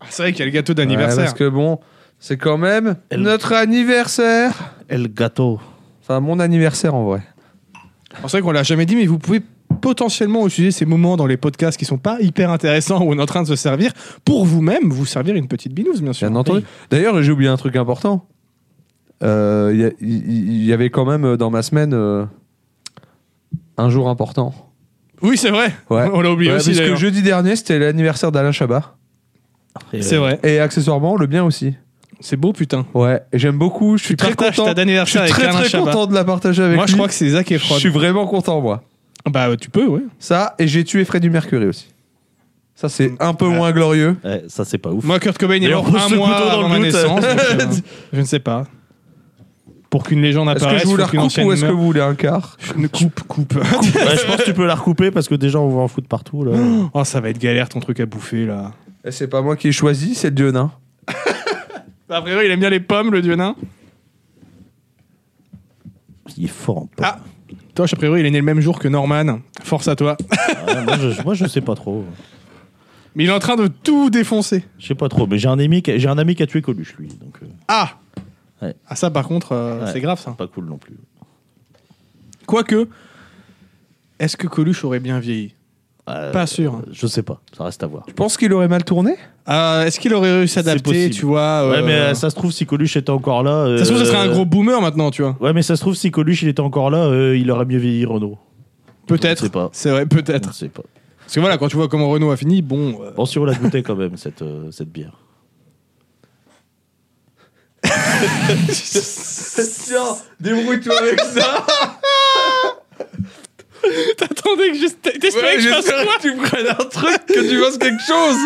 Ah, c'est vrai qu'il y a le gâteau Ouais, d'anniversaire. parce que bon, c'est quand même Elle- notre anniversaire. El Gato. Enfin, mon anniversaire en vrai. Alors, C'est vrai qu'on l'a jamais dit, mais vous pouvez potentiellement utiliser ces moments dans les podcasts qui sont pas hyper intéressants où on est en train de se servir pour vous-même, vous servir une petite binouse, bien sûr. Bien entendu. D'ailleurs, j'ai oublié un truc important. Euh, Il y a- il il y, avait quand même euh, dans ma semaine euh, un jour important. Oui, c'est vrai. Ouais. On l'a oublié Ouais, aussi. parce que d'ailleurs. jeudi dernier, c'était l'anniversaire d'Alain Chabat. Et, C'est euh, vrai. Et accessoirement, le bien aussi. C'est beau, putain. Ouais, et j'aime beaucoup. Je suis Tu très partages content. Je ta suis d'anniversaire avec très Alain très Chabat. content de la partager avec Moi, je lui. crois que c'est Zach je Efron. suis vraiment content, moi. Bah, euh, tu peux, ouais. Ça, et j'ai tué Freddie Mercury aussi. Ça, c'est un peu Mm. Ouais. moins glorieux. ouais, ça, c'est pas ouf. Moi, Kurt Cobain est D'ailleurs, mort pose un ce mois couteau dans avant le ma doute. naissance. donc, euh, je ne sais pas. Pour qu'une légende Est-ce que apparaisse, je vous faut la qu'une recoupe ancienne ou est-ce que meure. vous voulez un quart Une coupe, coupe. Ouais, je pense que tu peux la recouper parce que déjà on va en foutre partout là. oh, ça va être galère ton truc à bouffer là. Et Eh, C'est pas moi qui ai choisi, c'est le dieu nain. A priori, il aime bien les pommes, le dieu nain. Il est fort en pommes. Ah, Tosh, a priori, il est né le même jour que Norman. Force à toi. Ah, moi, je, moi, je sais pas trop. Mais il est en train de tout défoncer. Je sais pas trop, mais j'ai un ami, qui- j'ai un ami qui a tué Coluche, lui. Donc, euh, Ah Ouais. Ah, ça, par contre, euh, Ouais. c'est grave, ça. pas cool non plus. Quoique, est-ce que Coluche aurait bien vieilli Euh, Pas sûr. Je sais pas, ça reste à voir. Je pense qu'il aurait mal tourné. Euh, est-ce qu'il aurait réussi à C'est s'adapter, possible. tu vois Ouais, euh, mais euh, ça se trouve, si Coluche était encore là. Ça se trouve, euh, ça serait un gros boomer maintenant, tu vois. Ouais, mais ça se trouve, si Coluche il était encore là, euh, il aurait mieux vieilli Renault. Peut-être. Je sais pas. C'est vrai, peut-être. Je sais pas. Parce que voilà, quand tu vois comment Renault a fini, bon. euh, Bon, si on l'a goûté quand même, cette, euh, cette bière. Tiens, débrouille-toi avec ça. T'attendais que je. T'espérais que je fasse J'espère quoi que tu prennes un truc, que tu fasses quelque chose.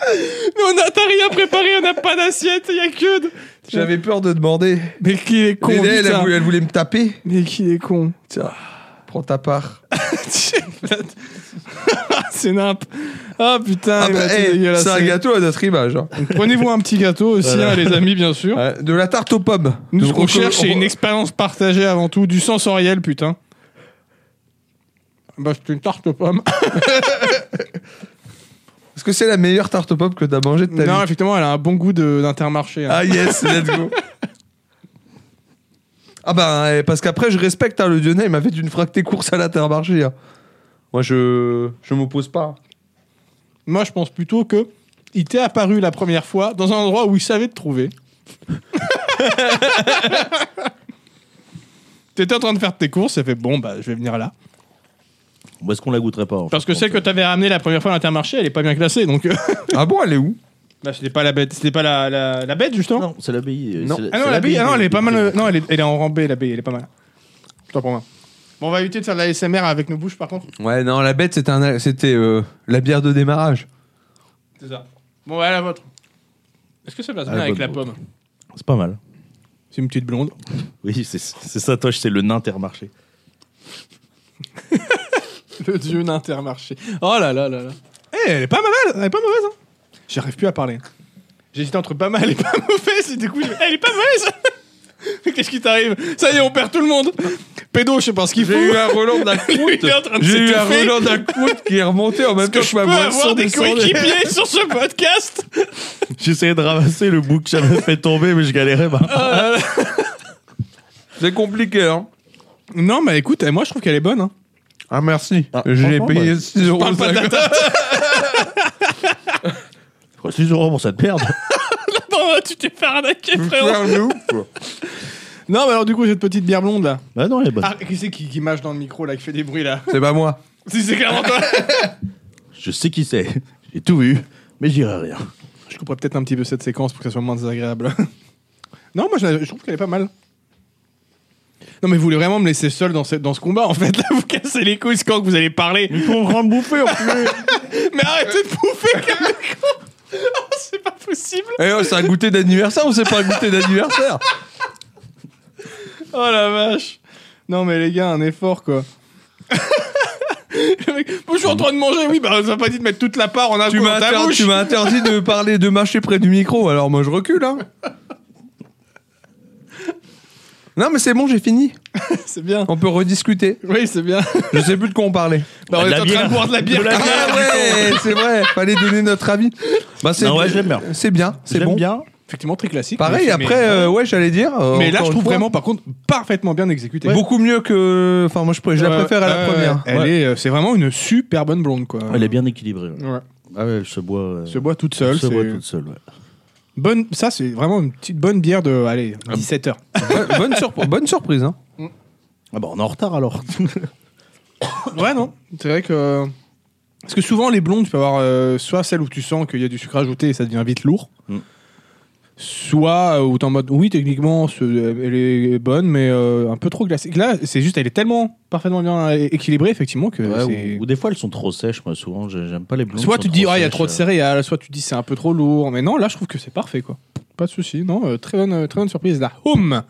Mais on a, t'as rien préparé, on n'a pas d'assiette, y a que. de- J'avais peur de demander. Mais qu'il est con, Léna, elle, a putain. voulu- elle voulait me taper. Mais qu'il est con. Tiens, prends ta part. c'est nimp. Ah putain, Ah il bah, m'a tout hey, dégueulassé. c'est un gâteau à notre image. hein. Donc, Prenez-vous un petit gâteau aussi, Voilà. hein, les amis, bien sûr. Ouais, de la tarte aux pommes. Nous, ce Donc, qu'on on- cherche, c'est on- une expérience partagée avant tout, du sensoriel, putain. Bah, c'est une tarte aux pommes. Ah, Est-ce que c'est la meilleure tarte aux pommes que t'as mangée de ta Non, vie effectivement, elle a un bon goût de- d'intermarché. hein. Ah yes, let's go. ah bah, eh, parce qu'après, je respecte hein, le Lyonnais, il m'a fait une fractée course à l'intermarché. hein. Moi, je, je m'oppose pas. Moi, je pense plutôt que il t'est apparu la première fois dans un endroit où il savait te trouver. T'étais en train de faire tes courses, ça fait bon, bah je vais venir là. Ou est-ce qu'on la goûterait pas en Parce fait, que celle que donc, t'avais ramenée la première fois à l'intermarché, elle est pas bien classée, donc. euh, Ah bon, elle est où bah c'était pas la bête, c'était pas la, la, la bête euh, justement. Non, c'est l'abbaye. euh, Non. c'est Ah non, c'est l'abbaye, ah non, elle est pas mal. euh, l'abbaye. Non, elle est, elle est enrambée, l'abbaye, elle est pas mal. Toi pour moi. Bon, on va éviter de faire de la SMR avec nos bouches par contre. Ouais, non, la bête, c'était, un- c'était euh, la bière de démarrage. C'est ça. Bon, voilà la vôtre. Est-ce que ça passe Ah, bien la avec bonne la vôtre. pomme C'est pas mal. C'est une petite blonde. Oui, c'est c'est ça, Toche, c'est le Nintermarché. Le dieu d'Intermarché. Oh là là là là. Eh, elle est pas mauvaise, elle est pas mauvaise. Hein. J'arrive plus à parler. J'hésite entre pas mal et pas mauvaise, et du coup, je- elle est pas mauvaise. Mais qu'est-ce qui t'arrive Ça y est, on perd tout le monde. Pédo, je sais pas ce qu'il faut. un Roland de la Il est en train de J'ai eu un s'étouffer. Roland de la croûte qui est remonté en même Est-ce que temps je que peux ma avoir boisson des descendait. coéquipiers sur ce podcast J'essayais de ramasser le bout que j'avais fait tomber, mais je galérais. bah. Euh, C'est compliqué, hein. Non, mais écoute, eh, moi je trouve qu'elle est bonne. Hein. Ah, merci. Ah, J'ai franchement, payé bah, 6 euros. Parle pas de la cinquante. tarte. 6 euros Oh, pour cette perdre. Non, tu t'es fait arnaquer, frérot. Frère de ouf, quoi. Mmh, Non, mais alors du coup, cette petite bière blonde là. Bah non, elle est bonne. Ah, qui c'est qui, qui mâche dans le micro là, qui fait des bruits là C'est pas moi. Si c'est clairement toi. Je sais qui c'est. J'ai tout vu, mais j'irai rien. Je couperais peut-être un petit peu cette séquence pour que ça soit moins désagréable. non, moi je, je trouve qu'elle est pas mal. Non, mais vous voulez vraiment me laisser seul dans ce, dans ce combat en fait Là, vous cassez les couilles quand vous allez parler. Ils sont en train de bouffer, en plus. Mais arrêtez de bouffer, comme des cons. Oh, C'est pas possible Eh, oh, c'est un goûter d'anniversaire ou c'est pas un goûter d'anniversaire Oh la vache Non, mais les gars, un effort quoi. Le mec, Moi, je suis en train de manger, oui, bah ça m'a pas dit de mettre toute la part en un Tu coup dans m'as ta inter- bouche. tu m'as interdit de parler, de marcher près du micro, alors moi je recule, hein. Non, mais c'est bon, j'ai fini. C'est bien. On peut rediscuter. Oui, c'est bien. Je sais plus de quoi on parlait. Bah, on De est la en train bière. de boire de la bière. De la bière. Ah ouais, c'est vrai. Fallait donner notre avis. Bah, c'est Non, ouais, je l'aime bien. C'est bien, c'est J'aime bon. bien. Effectivement, très classique. Pareil, mais- après, euh, ouais, j'allais dire. euh, Mais là, encore je une trouve fois, vraiment, par contre, parfaitement bien exécuté. Beaucoup mieux que. Enfin, moi, je, pr- je la Euh, préfère à la euh, première. Elle Ouais. est, euh, c'est vraiment une super bonne blonde, quoi. Elle est bien équilibrée. Ouais. Ah ouais, elle se boit. euh, Se boit toute seule. elle se boit c'est- toute seule, ouais. Bonne, ça, c'est vraiment une petite bonne bière de, allez, 17 h Bonne- bonne, surpr- bonne surprise, hein. Ah bah on est en retard alors. Ouais, non. C'est vrai que. Parce que souvent, les blondes, tu peux avoir euh, soit celle où tu sens qu'il y a du sucre ajouté et ça devient vite lourd. Mm. Soit euh, où t'es en mode, oui, techniquement, ce- elle est bonne, mais euh, un peu trop glacée. Là, c'est juste, elle est tellement parfaitement bien é- équilibrée, effectivement, que. Ouais, c'est- ou, ou des fois elles sont trop sèches, moi souvent j'ai- j'aime pas les blondes. Soit qui tu sont te dis, ah, il y a sèches, trop de euh. céréales, soit tu te dis, c'est un peu trop lourd. Mais non, là, je trouve que c'est parfait, quoi. Pas de souci, non. euh, très, bonne, euh, très bonne surprise, la Home.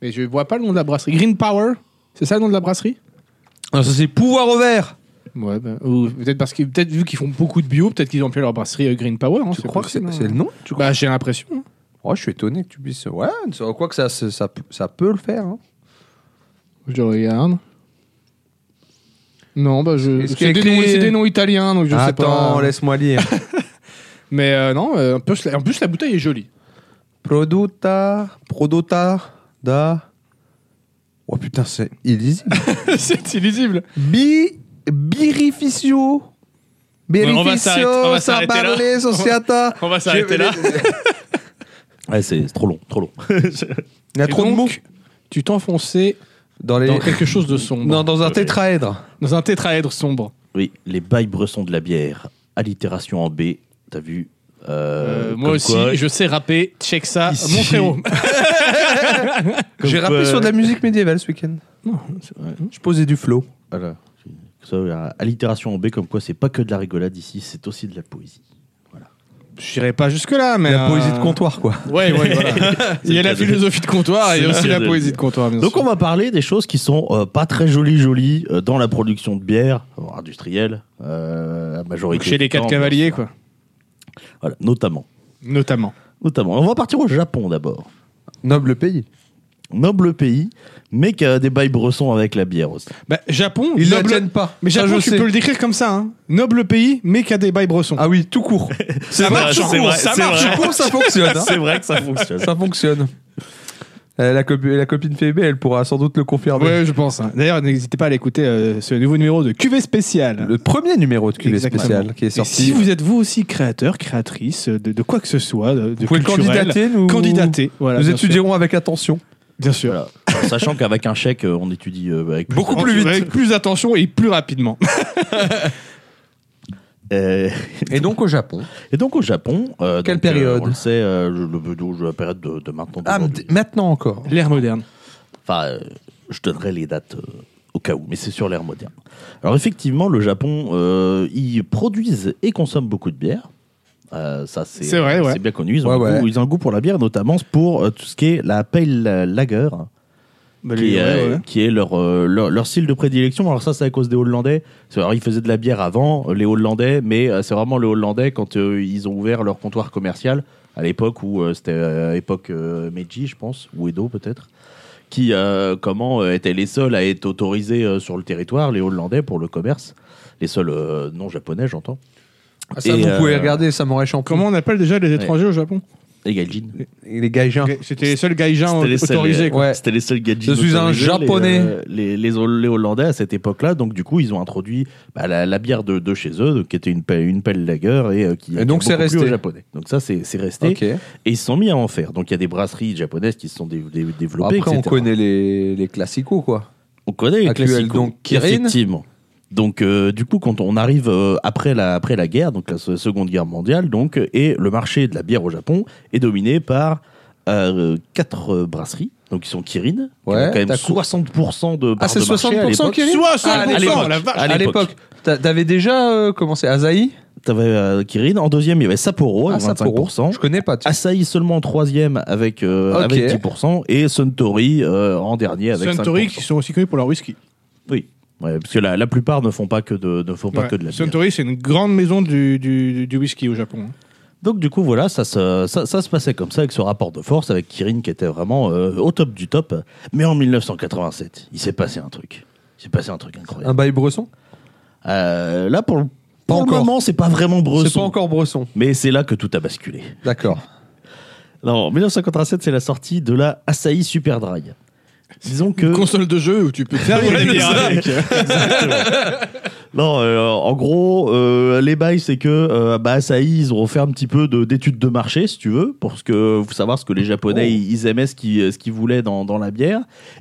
Mais je vois pas le nom de la brasserie. Green Power, c'est ça le nom de la brasserie Non, Ah, ça, c'est pouvoir au vert. Ouais, ben, ou peut-être parce que, peut-être vu qu'ils font beaucoup de bio, peut-être qu'ils ont appelé leur brasserie euh, Green Power. hein, Tu crois que c'est possible, hein. c'est le nom tu Bah, j'ai l'impression. hein. Oh, je suis étonné que tu puisses. Ouais, quoi que ça, ça, ça, ça peut le faire. hein. Je regarde. Non, bah je. Est-ce C'est qu'il y des, a noms, écrit- c'est des noms italiens, donc je sais pas. Attends, laisse-moi lire. Mais euh, non, euh, en plus, la- en plus, la bouteille est jolie. Produta, Produta, da. Oh putain, c'est illisible. c'est illisible. Bi, birificio. Ouais, on va s'arrêter- on Birificio, va s'arrêter là. sabale, sociata. On va s'arrêter Je- là. Ouais, c'est c'est trop long, trop long. Il y a Et trop de donc, mots. Tu t'enfonçais Dans, les... dans quelque chose de sombre. non, dans un tétraèdre. Dans un tétraèdre sombre. Oui, les bails bressons de la bière, allitération en B, t'as vu Euh, Euh, moi comme aussi, quoi- je sais rapper. Check ça, Ici. mon frérot. Comme J'ai rappelé quoi- sur de la musique médiévale ce week-end. Non, euh, Hmm Je posais du flow. Voilà. Ça, euh, allitération en B, comme quoi c'est pas que de la rigolade ici, c'est aussi de la poésie. J'irai pas jusque-là, mais. La euh, poésie de comptoir, quoi. Ouais, ouais, voilà. Il y a le la cas de- philosophie de comptoir C'est et il y a le aussi cas la de- poésie de comptoir, bien Donc sûr. on va parler des choses qui sont euh, pas très jolies jolies euh, dans la production de bière euh, industrielle, euh, la majorité Chez les du temps, quatre cavaliers, quoi. voilà, notamment. Notamment. Notamment. On va partir au Japon d'abord. Noble pays. Noble pays, mais qui a des bails bressons avec la bière aussi. Bah, Japon, Ils ne noble- tiennent pas. Mais Ça, Japon, je tu sais. peux le décrire comme ça, hein. Noble pays, mais qui a des bails bressons. Ah oui, tout court. C'est marche en cours, ça marche Tout court, ça fonctionne. hein. C'est vrai que ça fonctionne. Ça fonctionne. Euh, la, copi- la copine Fébé, elle pourra sans doute le confirmer. Ouais, je pense. hein. D'ailleurs, n'hésitez pas à l'écouter, euh, ce nouveau numéro de QV spécial. Le premier numéro de QV Exactement. spécial qui est Et sorti. si vous êtes vous aussi créateur, créatrice de, de quoi que ce soit, de, de Vous pouvez le culturel, candidater, nous, candidater, voilà, nous bien sûr. étudierons avec attention. bien sûr. Voilà. Sachant qu'avec un chèque, euh, on étudie euh, avec Beaucoup de- plus vite. Avec plus d'attention et plus rapidement. Euh, Et donc au Japon. Et donc au Japon, euh, Quelle donc, euh, période On le sait, euh, le, le- la période de, de maintenant. Ah, d'aujourd'hui. m- maintenant encore. L'ère moderne. Enfin, euh, je donnerai les dates euh, au cas où, mais c'est sur l'ère moderne. Alors effectivement, le Japon, euh, ils produisent et consomment beaucoup de bière. Euh, ça c'est C'est vrai, ouais. bien connu. Ils ont, Ouais, un ouais. Goût, ils ont un goût pour la bière, notamment pour euh, tout ce qui est la pale euh, lager, qui, Bah, les- euh, ouais, ouais. qui est leur, euh, leur leur style de prédilection. Alors ça, c'est à cause des Hollandais. C'est- Alors ils faisaient de la bière avant euh, les Hollandais, mais euh, c'est vraiment les Hollandais quand euh, ils ont ouvert leur comptoir commercial à l'époque où euh, c'était euh, époque euh, Meiji, je pense, ou Edo peut-être, qui euh, comment euh, étaient les seuls à être autorisés euh, sur le territoire, les Hollandais pour le commerce, les seuls euh, non japonais, j'entends, Ah, ça, Et, vous euh, pouvez regarder Samurai Champloo. Comment on appelle déjà les étrangers au Japon et Gaijin. Et Les gaijins. C'était les seuls gaijins Ah. C'était les seuls- autorisés. quoi. Ouais. C'était les seuls gadgets. Je suis un autorisés, Japonais. Les, euh, les, les Hol- les Hollandais à cette époque-là, donc du coup, ils ont introduit bah, la, la bière de, de chez eux, donc, qui était une, pe- une pelle lager et euh, qui Et donc, qui c'est a beaucoup resté. plu aux Japonais. Donc ça, c'est c'est resté. Ok. Et ils se sont mis à en faire. Donc il y a des brasseries japonaises qui se sont dé- dé- développées. Bah, Après, on etc. connaît les, les classicos, quoi. On connaît les Actuel, classiques. hein. donc, Kirin. Effectivement. Donc, euh, du coup, quand on arrive euh, après, la, après la guerre, donc la se- Seconde Guerre mondiale, donc, et le marché de la bière au Japon est dominé par euh, quatre euh, brasseries. Donc, ils sont Kirin, qui Ouais, ont quand même t'as 60% de part Ah, c'est de marché à 60% l'époque. Kirin à 60%, l'époque. la vache. Ah, À l'époque. T'a- T'avais déjà euh, commencé Asahi T'avais euh, Kirin. En deuxième, il y avait Sapporo, Ah, avec 25%. Sapporo. Je connais pas. tiens. Asahi seulement en troisième avec, euh, Ok. avec 10%. Et Suntory euh, en dernier avec Suntory, 5%. qui sont aussi connus pour leur whisky. Oui. Ouais, parce que la, la plupart ne font pas que de, ne font pas Ouais. que de la bière. Suntory, c'est une grande maison du, du, du whisky au Japon. hein. Donc du coup voilà, ça se, ça, ça se passait comme ça avec ce rapport de force, avec Kirin qui était vraiment euh, au top du top. Mais en 1987, il s'est passé un truc. Il s'est passé un truc Ah, Un incroyable. bail bresson Euh, là pour, le- Pas pour le encore. moment, c'est pas vraiment C'est pas bresson. encore bresson. Mais c'est là que tout a basculé. D'accord. Non, en 1987, c'est la sortie de la Asahi Super Dry. Disons que... Console de jeu où tu peux faire Ouais, des c'est bières ça. avec. Non, euh, en gros, euh, les bails, c'est que euh, bah, Asahi, ils ont fait un petit peu de- d'études de, marché, si tu veux, pour ce que, pour savoir ce que les Japonais, Oh. ils, ils aimaient, ce qu'ils ce qu'ils voulaient dans, dans la bière.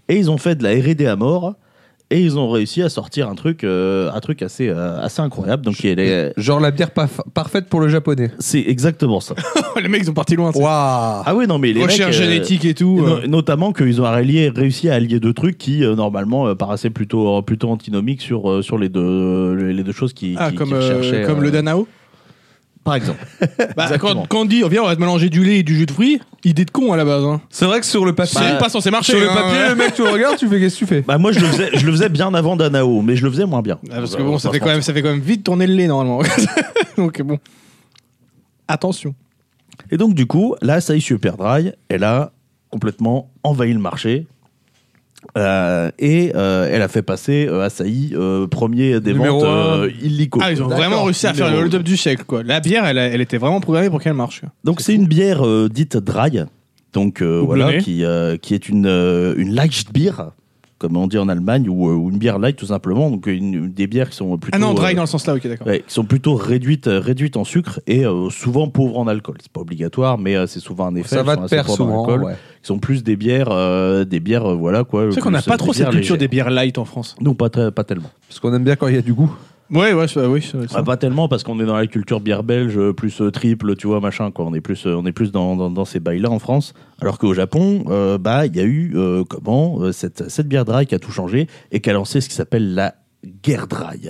Et ils ont fait de la R&D à mort. Et ils ont réussi à sortir un truc, euh, un truc assez, euh, assez incroyable. Donc, il y a les- Genre la bière paf- parfaite pour le japonais. c'est exactement ça. Les mecs, ils sont partis loin. tu sais. Waouh Ah oui, non, mais les mecs, euh, Recherche génétique et tout. No- euh. notamment qu'ils ont allié- réussi à allier deux trucs qui euh, normalement euh, paraissaient plutôt euh, plutôt antinomiques sur euh, sur les deux les deux choses qui, Ah, qui- comme, qu'ils euh, recherchaient, comme euh, le Danao par exemple Bah, Exactement. quand, quand on dit, on vient, on va te mélanger du lait et du jus de fruits, idée de con à la base. hein. C'est vrai que sur le papier. C'est pas censé marcher. sur le hein, papier, ouais. le mec, tu le regardes, tu fais qu'est-ce que tu fais bah moi je le faisais je le faisais bien avant Danao mais je le faisais moins bien Ah, parce que Bah, bon, on ça va fait, se quand même, ça fait quand même vite tourner le lait normalement. Donc bon. Attention. mentir. et donc du coup là Saï Superdry elle a complètement envahi le marché Euh, et euh, elle a fait passer euh, Asahi euh, premier des Numéro ventes un. euh, illico. Ah, ils ont vraiment réussi à faire le hold-up du siècle, quoi. La bière, elle, a- elle était vraiment programmée pour qu'elle marche. Donc c'est une bière euh, dite dry, donc euh, Houblonnée. voilà, qui, euh, qui est une, euh, une light beer, comme on dit en Allemagne, ou, euh, ou une bière light tout simplement, donc une, une- des bières qui sont plutôt... Ah non, dry euh, dans le sens là, ok, d'accord. ouais, qui sont plutôt réduites, euh, réduites en sucre et euh, souvent pauvres en alcool. C'est pas obligatoire, mais euh, c'est souvent un effet. Ça elles va sont de assez pair pauvres en souvent. alcool, ouais. Qui sont plus des bières, euh, des bières, euh, voilà quoi. C'est vrai qu'on n'a plus, pas euh, trop des bières cette culture des légères. bières light en France. Non, pas, très- pas tellement. Parce qu'on aime bien quand il y a du goût. Ouais, ouais, ça- oui, ça- ça. Ah, pas tellement parce qu'on est dans la culture bière belge euh, plus euh, triple, tu vois, machin quoi. On est plus, euh, on est plus dans, dans, dans ces bails-là en France. Alors qu'au Japon, euh, bah il y a eu euh, comment euh, cette, cette bière dry qui a tout changé et qui a lancé ce qui s'appelle la guerre dry.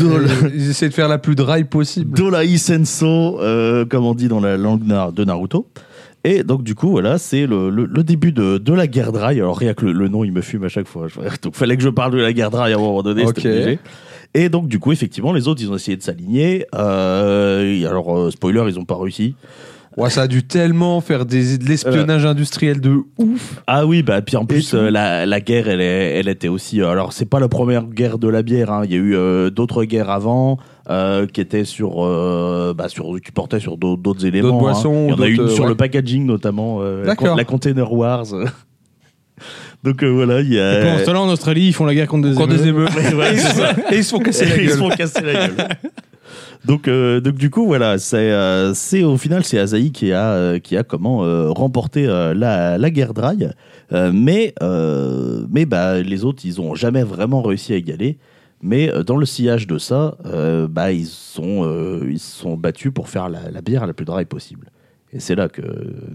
Ils essaient de faire la plus dry possible. Dolai Senso, euh, comme on dit dans la langue na- de Naruto. Et donc, du coup, voilà, c'est le, le- le début de, de la guerre dry. Alors, rien que le, le nom, il me fume à chaque fois. Je- Donc, fallait que je parle de la guerre dry à un moment donné. Ok. c'était obligé. Et donc, du coup, effectivement, les autres, ils ont essayé de s'aligner. Euh, et alors, euh, spoiler, ils ont pas réussi. Ouais, ça a dû tellement faire des, de l'espionnage industriel de ouf. Ah oui, bah puis en plus tout. euh, la, la guerre, elle, est- elle était aussi. euh, alors c'est pas la première guerre de la bière. hein. Il y a eu euh, d'autres guerres avant euh, qui étaient sur, euh, bah, sur qui portaient sur d'au- d'autres éléments. hein. boissons, Il y en a eu une d'autres, sur ouais. le packaging notamment. euh, la D'accord. con- La Container Wars. Donc euh, voilà, il y Et pendant ce a. temps-là, en Australie, ils font la guerre contre des Quand émeutes. des émeutes. Ouais, c'est ça. Et ils se font casser la Ils se gueule. font casser la gueule. Donc, euh, donc du coup voilà c'est euh, c'est au final c'est Asahi qui a euh, qui a comment euh, remporté euh, la, la guerre dry Euh, mais euh, mais bah les autres ils ont jamais vraiment réussi à égaler mais euh, dans le sillage de ça euh, bah ils sont euh, ils se sont battus pour faire la, la bière la plus dry possible et c'est là que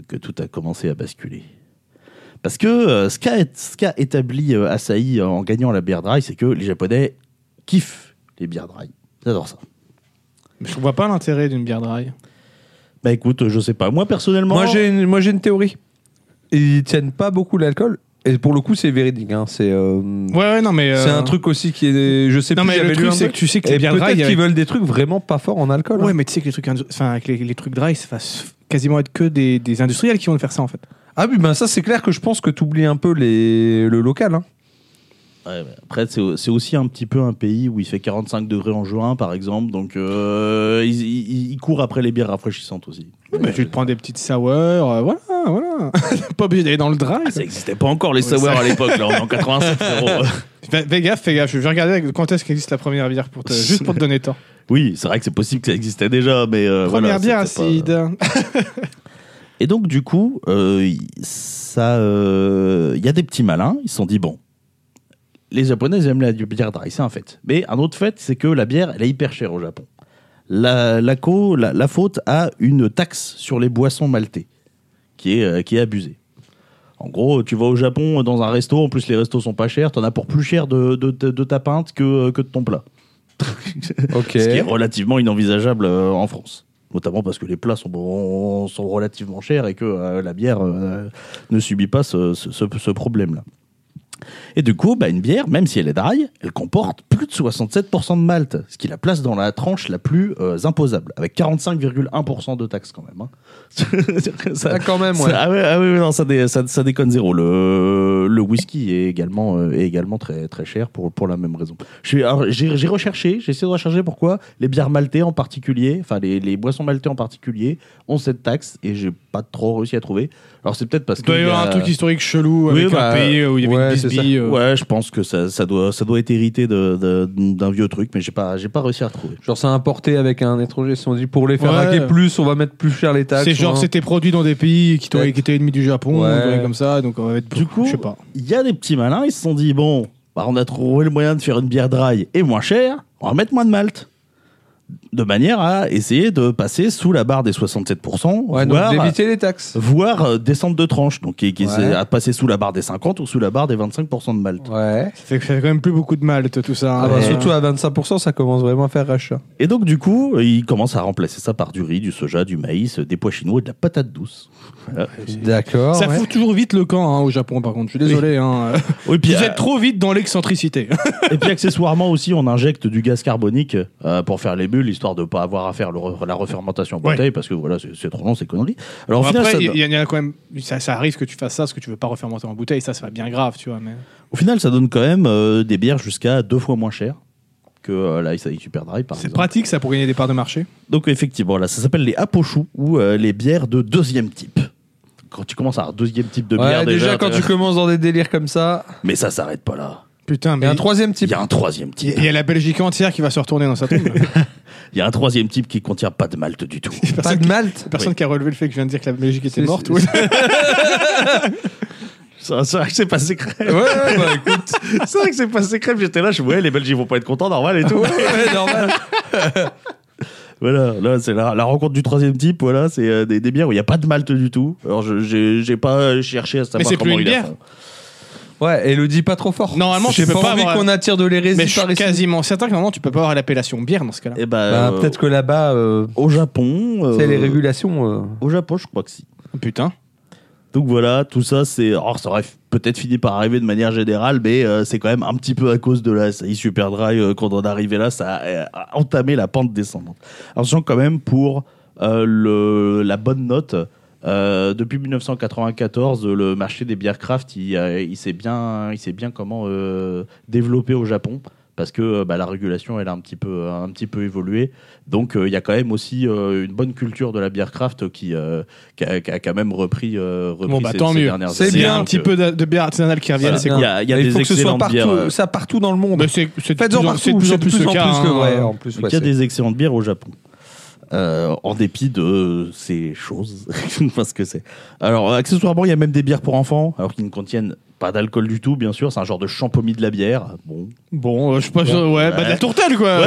que tout a commencé à basculer parce que euh, ce qu'a ce qu'a établi euh, Asahi euh, en gagnant la bière dry c'est que les japonais kiffent les bières dry j'adore ça Mais Je vois pas l'intérêt d'une bière dry. bah écoute, je sais pas. Moi personnellement, Moi j'ai une, moi, j'ai une théorie. Ils tiennent pas beaucoup l'alcool. Et pour le coup, c'est véridique. hein. C'est euh, Ouais, ouais, non, mais. euh, c'est un truc aussi qui est. Je sais Non, plus, mais le j'avais lu truc, un c'est truc. que tu sais que les Et bières dry. peut-être avec- qu'ils veulent des trucs vraiment pas forts en alcool. hein. Ouais, mais tu sais que les trucs, indu- enfin, avec les, les trucs dry, ça va s- quasiment être que des, des industriels qui vont le faire ça en fait. Ah oui, ben ça c'est clair que je pense que tu oublies un peu les... le local. hein. Ouais, mais après c'est c'est aussi un petit peu un pays où il fait 45 degrés en juin, par exemple. Donc euh, ils, ils- ils courent après les bières rafraîchissantes aussi. mais tu te prends des petites sour, euh, voilà, voilà. pas obligé d'aller dans le dry. Ah, ça existait pas encore les Ouais, savoirs ça- à l'époque. Là, on est en 87. frérot. Fais, fais gaffe, fais gaffe. Je vais regarder quand est-ce qu'existe la première bière pour te, juste pour te donner tort. oui, c'est vrai que c'est possible que ça existait déjà, mais euh, voilà, première bière c'était pas- acide. Et donc du coup, euh, il- ça, euh, il y a des petits malins. Ils se sont dit bon, les Japonais ils aiment la bière dry, c'est un fait. Mais un autre fait, c'est que la bière, elle est hyper chère au Japon. La, la, co- la, la faute a une taxe sur les boissons maltées, qui est, euh, qui est abusée. En gros, tu vas au Japon euh, dans un resto, en plus les restos sont pas chers, t'en as pour plus cher de, de, de- de ta pinte que, euh, que de ton plat. Ok. Ce qui est relativement inenvisageable euh, en France. Notamment parce que les plats sont, bon- sont relativement chers et que euh, la bière euh, ne subit pas ce, ce- ce- ce problème-là. Et du coup, bah, une bière, même si elle est dry, elle comporte plus de 67% de malt, ce qui la place dans la tranche la plus euh, imposable, avec 45,1% de taxes quand même. hein. Ça- Ah, quand même, ouais. ça- ah ouais, ah ouais, ouais, non, ça, dé- ça- ça déconne zéro. Le, le whisky est également, euh, est également très, très cher pour, pour la même raison. Je suis- alors, J'ai j'ai recherché, j'ai essayé de rechercher pourquoi les bières maltées en particulier, enfin les, les boissons maltées en particulier, ont cette taxe et j'ai pas trop réussi à trouver. Alors c'est peut-être parce Il que. doit y avoir un truc historique chelou Oui, avec bah, un pays où il y avait ouais, une c'est bisbille. euh, Ouais, je pense que ça, ça, doit, ça doit être hérité de- de- d'un vieux truc, mais j'ai pas, j'ai pas réussi à retrouver. Genre c'est importé avec un étranger. Ils se sont dit pour les faire Ouais. raquer plus, on va mettre plus cher les taxes. C'est genre, hein. c'était produit dans des pays qui, t'ont- qui étaient ennemis du Japon, Ouais. ou des trucs comme ça, donc on va être Du coup, je sais pas. il y a des petits malins, ils se sont dit bon, bah, on a trouvé le moyen de faire une bière dry et moins chère, on va mettre moins de malt. De manière à essayer de passer sous la barre des 67%, Ouais, donc voire, d'éviter les taxes. voire, euh, descendre de tranche, donc qui, qui Ouais. essaie à passer sous la barre des 50 ou sous la barre des 25% de malt. Ouais. Ça fait, ça fait quand même plus beaucoup de mal t- tout ça. Ah hein, bah, mais- surtout à 25%, ça commence vraiment à faire rachat. Et donc du coup, ils commencent à remplacer ça par du riz, du soja, du maïs, des pois chinois et de la patate douce. D'accord. Ça ouais. fout toujours vite le camp hein, au Japon, par contre. Je suis désolé. hein. Oui, Vous puis, euh, êtes trop vite dans l'excentricité. Et puis accessoirement aussi, on injecte du gaz carbonique euh, pour faire les bulles, molécules, histoire de ne pas avoir à faire le re- la refermentation en Ouais. bouteille, parce que voilà, c'est c'est trop long, c'est connerie. Alors au Bon, final, après, ça- il y, en a quand même. Ça, ça arrive que tu fasses ça parce que tu veux pas refermenter en bouteille. Ça, ça va bien grave, tu vois. Mais... Au final, ça donne quand même euh, des bières jusqu'à deux fois moins chères que euh, la Ice Age Super Dry, par C'est exemple. pratique, ça, pour gagner des parts de marché. Donc, effectivement, là, ça s'appelle les apochous ou euh, les bières de deuxième type. Quand tu commences à avoir deuxième type de Ouais, bière, déjà, quand t'es- tu commences dans des délires comme ça, Mais ça s'arrête pas là. Putain, il y mais. a un troisième Il type. y a un troisième type. Il y a la Belgique entière qui va se retourner dans sa tombe. Il y a un troisième type qui contient pas de malt du tout. Pas de Malte. Personne qui a relevé le fait que je viens de dire que la Belgique était C'est- morte. c'est- oui. ça, ça, c'est pas secret. Ouais, ouais, bah, écoute, C'est vrai que c'est pas secret, j'étais là, je ouais, les Belges ils vont pas être contents, normal et tout. ouais, normal. Voilà, là c'est la, la rencontre du troisième type, voilà, c'est euh, des, des bières où il n'y a pas de malt du tout. Alors je- j'ai j'ai pas cherché à savoir c'est plus comment une ils la bière. font. Ouais, et le dis pas trop fort. Normalement, j'ai tu peux pas, pas envie avoir- qu'on attire de l'hérésie Mais je par suis ici. quasiment certain que normalement, tu peux pas avoir l'appellation bière dans ce cas-là. Et ben, Bah, euh, Peut-être que là-bas, euh, au Japon. euh, c'est les régulations. euh. Au Japon, je crois que si. Putain. Donc voilà, tout ça, c'est. Alors, ça aurait peut-être fini par arriver de manière générale, mais euh, c'est quand même un petit peu à cause de la SAI Super Dry euh, qu'on en est arrivé là, ça a, euh, a entamé la pente descendante. Alors, sachant quand même pour euh, le, la bonne note, euh, depuis 1994, euh, le marché des bières craft, il, euh, il s'est bien, il s'est bien comment euh, développé au Japon. Parce que euh, bah, la régulation, elle a un petit peu, un petit peu évolué. Donc, euh, il y a quand même aussi euh, une bonne culture de la bière craft qui, euh, qui, a, qui a quand même repris, euh, repris Bon, bah ces- tant ces mieux. dernières C'est années. C'est bien un Donc, petit euh, peu de, de bière artisanale qui revienne. voilà. c'est Il y a, il y a il des faut que ce soit excellentes partout, bières. euh, ça partout dans le cool. monde. Mais c'est c'est de plus Faites-en en- partout. c'est de plus en plus le en cas. que- hein. ouais, en plus, Donc, ouais, il y a c'est- des excellentes bières au Japon. Euh, en dépit de ces choses, parce que c'est. Alors, euh, accessoirement, il y a même des bières pour enfants, alors qu'ils ne contiennent pas d'alcool du tout, bien sûr. C'est un genre de champomis de la bière. Bon. Bon, euh, je sais pas. sûr- Ouais, bah de la tourtelle quoi.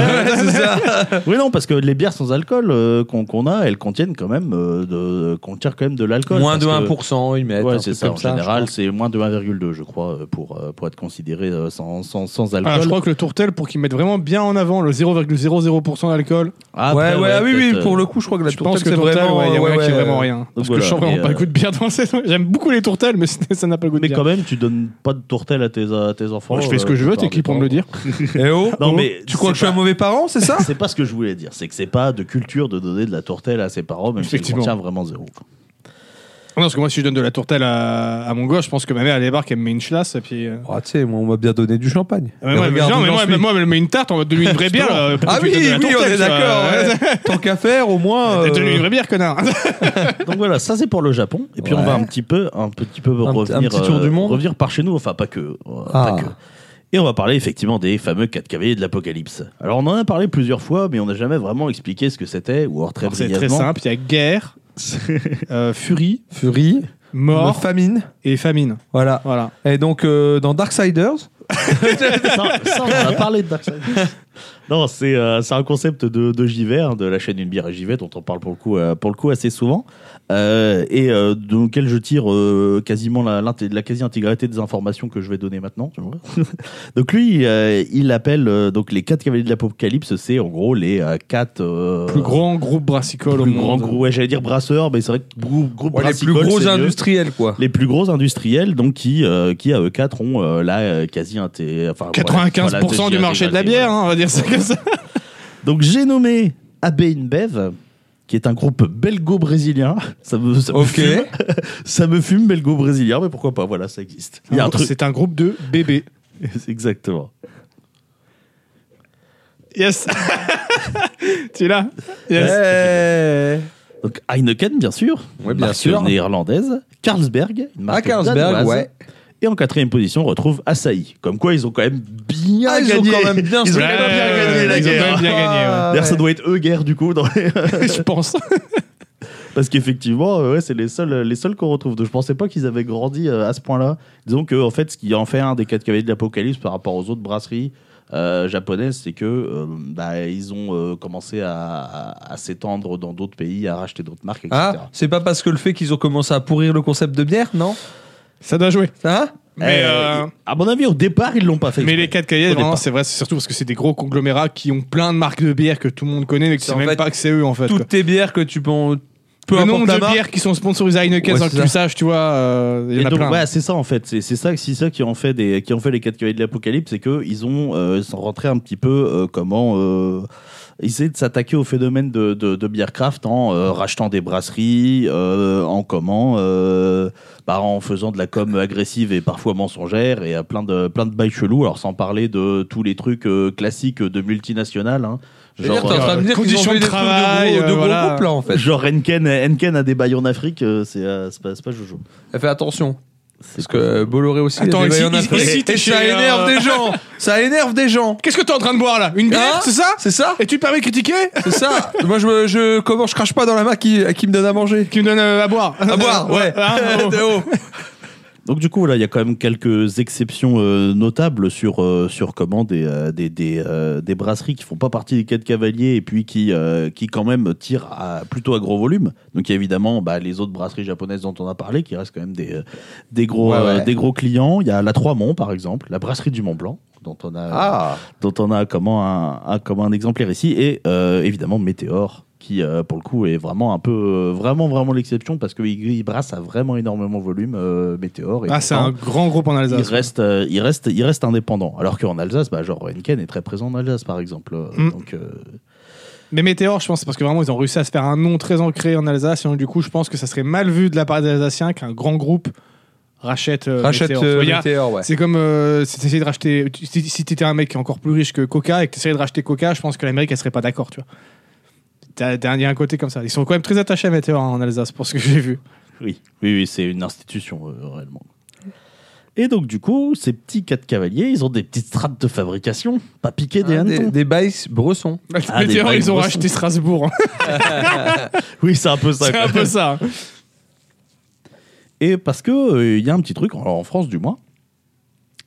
oui, non, parce que les bières sans alcool euh, qu'on qu'on a, elles contiennent quand même euh, de, contirent quand même de l'alcool. Moins de parce que- 1%, ils mettent. Ouais, un c'est truc ça. comme En je général, pense. c'est moins de 1,2, je crois, euh, pour, euh, pour être considéré euh, sans, sans, sans alcool. Alors, Ah, je crois que le tourtel, pour qu'ils mettent vraiment bien en avant le 0,00% d'alcool, Après, ouais, ouais, ah oui, oui, peut-être, pour euh, le coup, je crois que la je pense tourtelle, que c'est tourtel, vraiment. ouais, il y a ouais, moyen qu'il y ait ouais. vraiment rien. Parce voilà, que je sens et, vraiment euh, pas le goût de bière dans cette. J'aime beaucoup les tourtelles, mais ça n'a pas le goût de Mais bière. quand même, tu donnes pas de tourtelle à tes, à tes enfants. je fais ce que euh, je veux, la t'es qui pour me le plupart dire Eh oh, Non, oh, mais tu crois c'est que je suis un pas- mauvais parent, c'est ça du temps. C'est pas ce que je voulais dire. C'est que c'est pas de culture de donner de la tourtelle à ses parents, même si Effectivement. contient vraiment zéro. quoi. Non, parce que moi, si je donne de la tourtelle à, à mon gars, je pense que ma mère, elle débarque, elle me met une chlasse, et puis. euh, Ah, tu sais, moi, on m'a bien donné du champagne. Ah, mais Et moi, regarde mais où j'en moi, suis. moi, elle me met une tarte, on va te donner une vraie bière. euh, peut-être Ah que tu oui, lui donnes de la oui, on tourtelle, est tu vois, d'accord. ouais. ouais. Tant qu'à faire, au moins. euh, T'as donné une vraie bière, connard. Donc voilà, ça c'est pour le Japon. Et puis on Ouais. va un petit peu, un petit peu un revenir, euh, petit tour du monde. revenir par chez nous. Enfin, pas que, euh, Ah. pas que. Et on va parler effectivement des fameux quatre cavaliers de l'Apocalypse. Alors on en a parlé plusieurs fois, mais on n'a jamais vraiment expliqué ce que c'était ou alors très Alors, C'est très brièvement. simple, il y a guerre, euh, furie, Fury, euh, mort famine. et famine. Voilà. Voilà. Et donc, euh, dans Darksiders, ça, ça, on en a parlé de Darkseid. Non, c'est euh, c'est un concept de, de Jivet, hein, de la chaîne Une bière et Jivet, dont on parle pour le coup, euh, pour le coup assez souvent, euh, et euh, dans lequel je tire euh, quasiment la, l'inté- la quasi-intégralité des informations que je vais donner maintenant. tu vois. donc lui, euh, il appelle euh, donc les quatre cavaliers de l'Apocalypse, c'est en gros les euh, quatre euh, Plus grand groupe brassicole au plus monde. grands groupes. Ouais, j'allais dire brasseurs, mais c'est vrai que grou- groupe ouais, les plus brassicole, bah, gros c'est mieux. industriels, quoi. Les plus gros industriels, donc qui, euh, qui à eux quatre ont euh, là euh, quasi un t- enfin, voilà, 95% voilà, du marché de la bière, hein, on va dire ça comme ça. Donc j'ai nommé AB InBev, qui est un groupe belgo-brésilien. Ça me, ça me Ok. fume, ça me fume belgo-brésilien, mais pourquoi pas Voilà, ça existe. Il y a un truc. C'est un groupe de bébés. Exactement. Yes. tu es là Yes. Eh. Donc Heineken, bien sûr, Ouais, bien marque sûr. néerlandaise. Carlsberg, une marque Ah, Carlsberg, danoise. ouais. Et en quatrième position, on retrouve Asahi. Comme quoi, ils ont quand même bien Ah, ils ont gagné. quand même bien Ils ont soulevé. quand même bien gagné la Ils ont quand guerre. même bien gagné, ouais. Ah, D'ailleurs, ça ouais. doit être eux guerre du coup dans les- Je pense. Parce qu'effectivement, euh, ouais, c'est les seuls, les seuls qu'on retrouve. Donc, Je pensais pas qu'ils avaient grandi euh, à ce point-là. Disons que, en fait, ce qui en fait un des quatre cavaliers de l'apocalypse par rapport aux autres brasseries euh, japonaises, c'est que euh, bah, ils ont euh, commencé à, à- à s'étendre dans d'autres pays, à racheter d'autres marques, etc. Ah, c'est pas parce que le fait qu'ils ont commencé à pourrir le concept de bière, non Ça doit jouer. Hein Mais, Eh, euh, à mon avis, au départ, ils l'ont pas fait. mais exprès. les 4 cahiers, Au vraiment, départ. c'est vrai, c'est surtout parce que c'est des gros conglomérats qui ont plein de marques de bière que tout le monde connaît, mais que C'est c'est en même fait pas que c'est eux en fait. quoi. Toutes tes bières que tu peux. en- Peu le importe nombre la de marque. bières qui sont sponsorisées à Heineken Ouais, sans c'est que tu le ça. saches, tu vois, euh, il y Et en a donc, plein. ouais, c'est ça en fait. C'est c'est ça, c'est ça qui en fait des, qui en fait les quatre cavaliers de l'apocalypse, c'est que ils ont, euh, ils sont rentrés un petit peu euh, comment, euh, essayer de s'attaquer au phénomène de, de, de bière craft en euh, rachetant des brasseries, euh, en comment, euh, bah, en faisant de la com agressive et parfois mensongère et à plein de plein de bails chelous. Alors sans parler de tous les trucs euh, classiques de multinationales. hein. Je veux dire, Genre, t'es en train de me dire qu'ils conditions ont fait de des trucs travail, de gros, de euh, gros voilà. groupes, là, en fait. genre Henken, Henken a des bails en Afrique, euh, c'est euh, c'est pas, c'est pas Jojo. Elle fait attention. C'est Parce que euh, Bolloré aussi, Attends, il y a des ici- bails en ici, Afrique. t'es Et chez, ça euh, énerve des gens. Ça énerve des gens. Qu'est-ce que t'es en train de boire là Une bière, Hein c'est ça C'est ça Et tu te permets de critiquer C'est ça. Moi, je, me- je, comment, je crache pas dans la main qui, à qui me donne à manger. Qui me donne euh, à boire À boire, ouais. Ah, bon. De haut. Donc du coup, voilà, il y a quand même quelques exceptions euh, notables sur, euh, sur comment des, euh, des, des, euh, des brasseries qui font pas partie des quatre cavaliers et puis qui, euh, qui quand même tirent à- plutôt à gros volume. Donc il y a évidemment bah, les autres brasseries japonaises dont on a parlé qui restent quand même des, euh, des, gros, Ouais, ouais. euh, des gros clients. Il y a la Trois-Monts par exemple, la brasserie du Mont-Blanc dont on a, Ah. dont on a comment un, un- comment un exemplaire ici, et euh, évidemment Météor, qui euh, pour le coup est vraiment un peu, euh, vraiment, vraiment l'exception parce qu'il il brasse à vraiment énormément volume euh, Météor. et Ah, c'est pourtant, un grand groupe en Il Alsace. reste, euh, il, reste, il reste indépendant. Alors qu'en Alsace, bah, genre Henken est très présent en Alsace, par exemple. Euh, Mm. Donc, euh, Mais Météor, je pense, c'est parce que vraiment, ils ont réussi à se faire un nom très ancré en Alsace. Et donc, du coup, je pense que ça serait mal vu de la part des Alsaciens qu'un grand groupe rachète, euh, Rachète Météor. euh, Tu vois, il y a- Météor, ouais. C'est comme euh, si t'essayais de racheter. tu- Si, si t'étais un mec encore plus riche que Coca et que t'essayais de racheter Coca, je pense que l'Amérique, elle serait pas d'accord, tu vois. T'as- t'as- Il y a un côté comme ça. Ils sont quand même très attachés à Météor hein, en Alsace, pour ce que j'ai vu. oui, oui, oui, c'est une institution euh, réellement. Et donc, du coup, ces petits quatre cavaliers, ils ont des petites strates de fabrication, pas piquées des Ah, hannetons. des bails bressons. Ah, des Météor, vrais ils ont gros racheté Strasbourg. hein. Oui, c'est un peu ça. c'est quoi. un peu ça. hein. Et parce que euh, il y a un petit truc, alors en France du moins,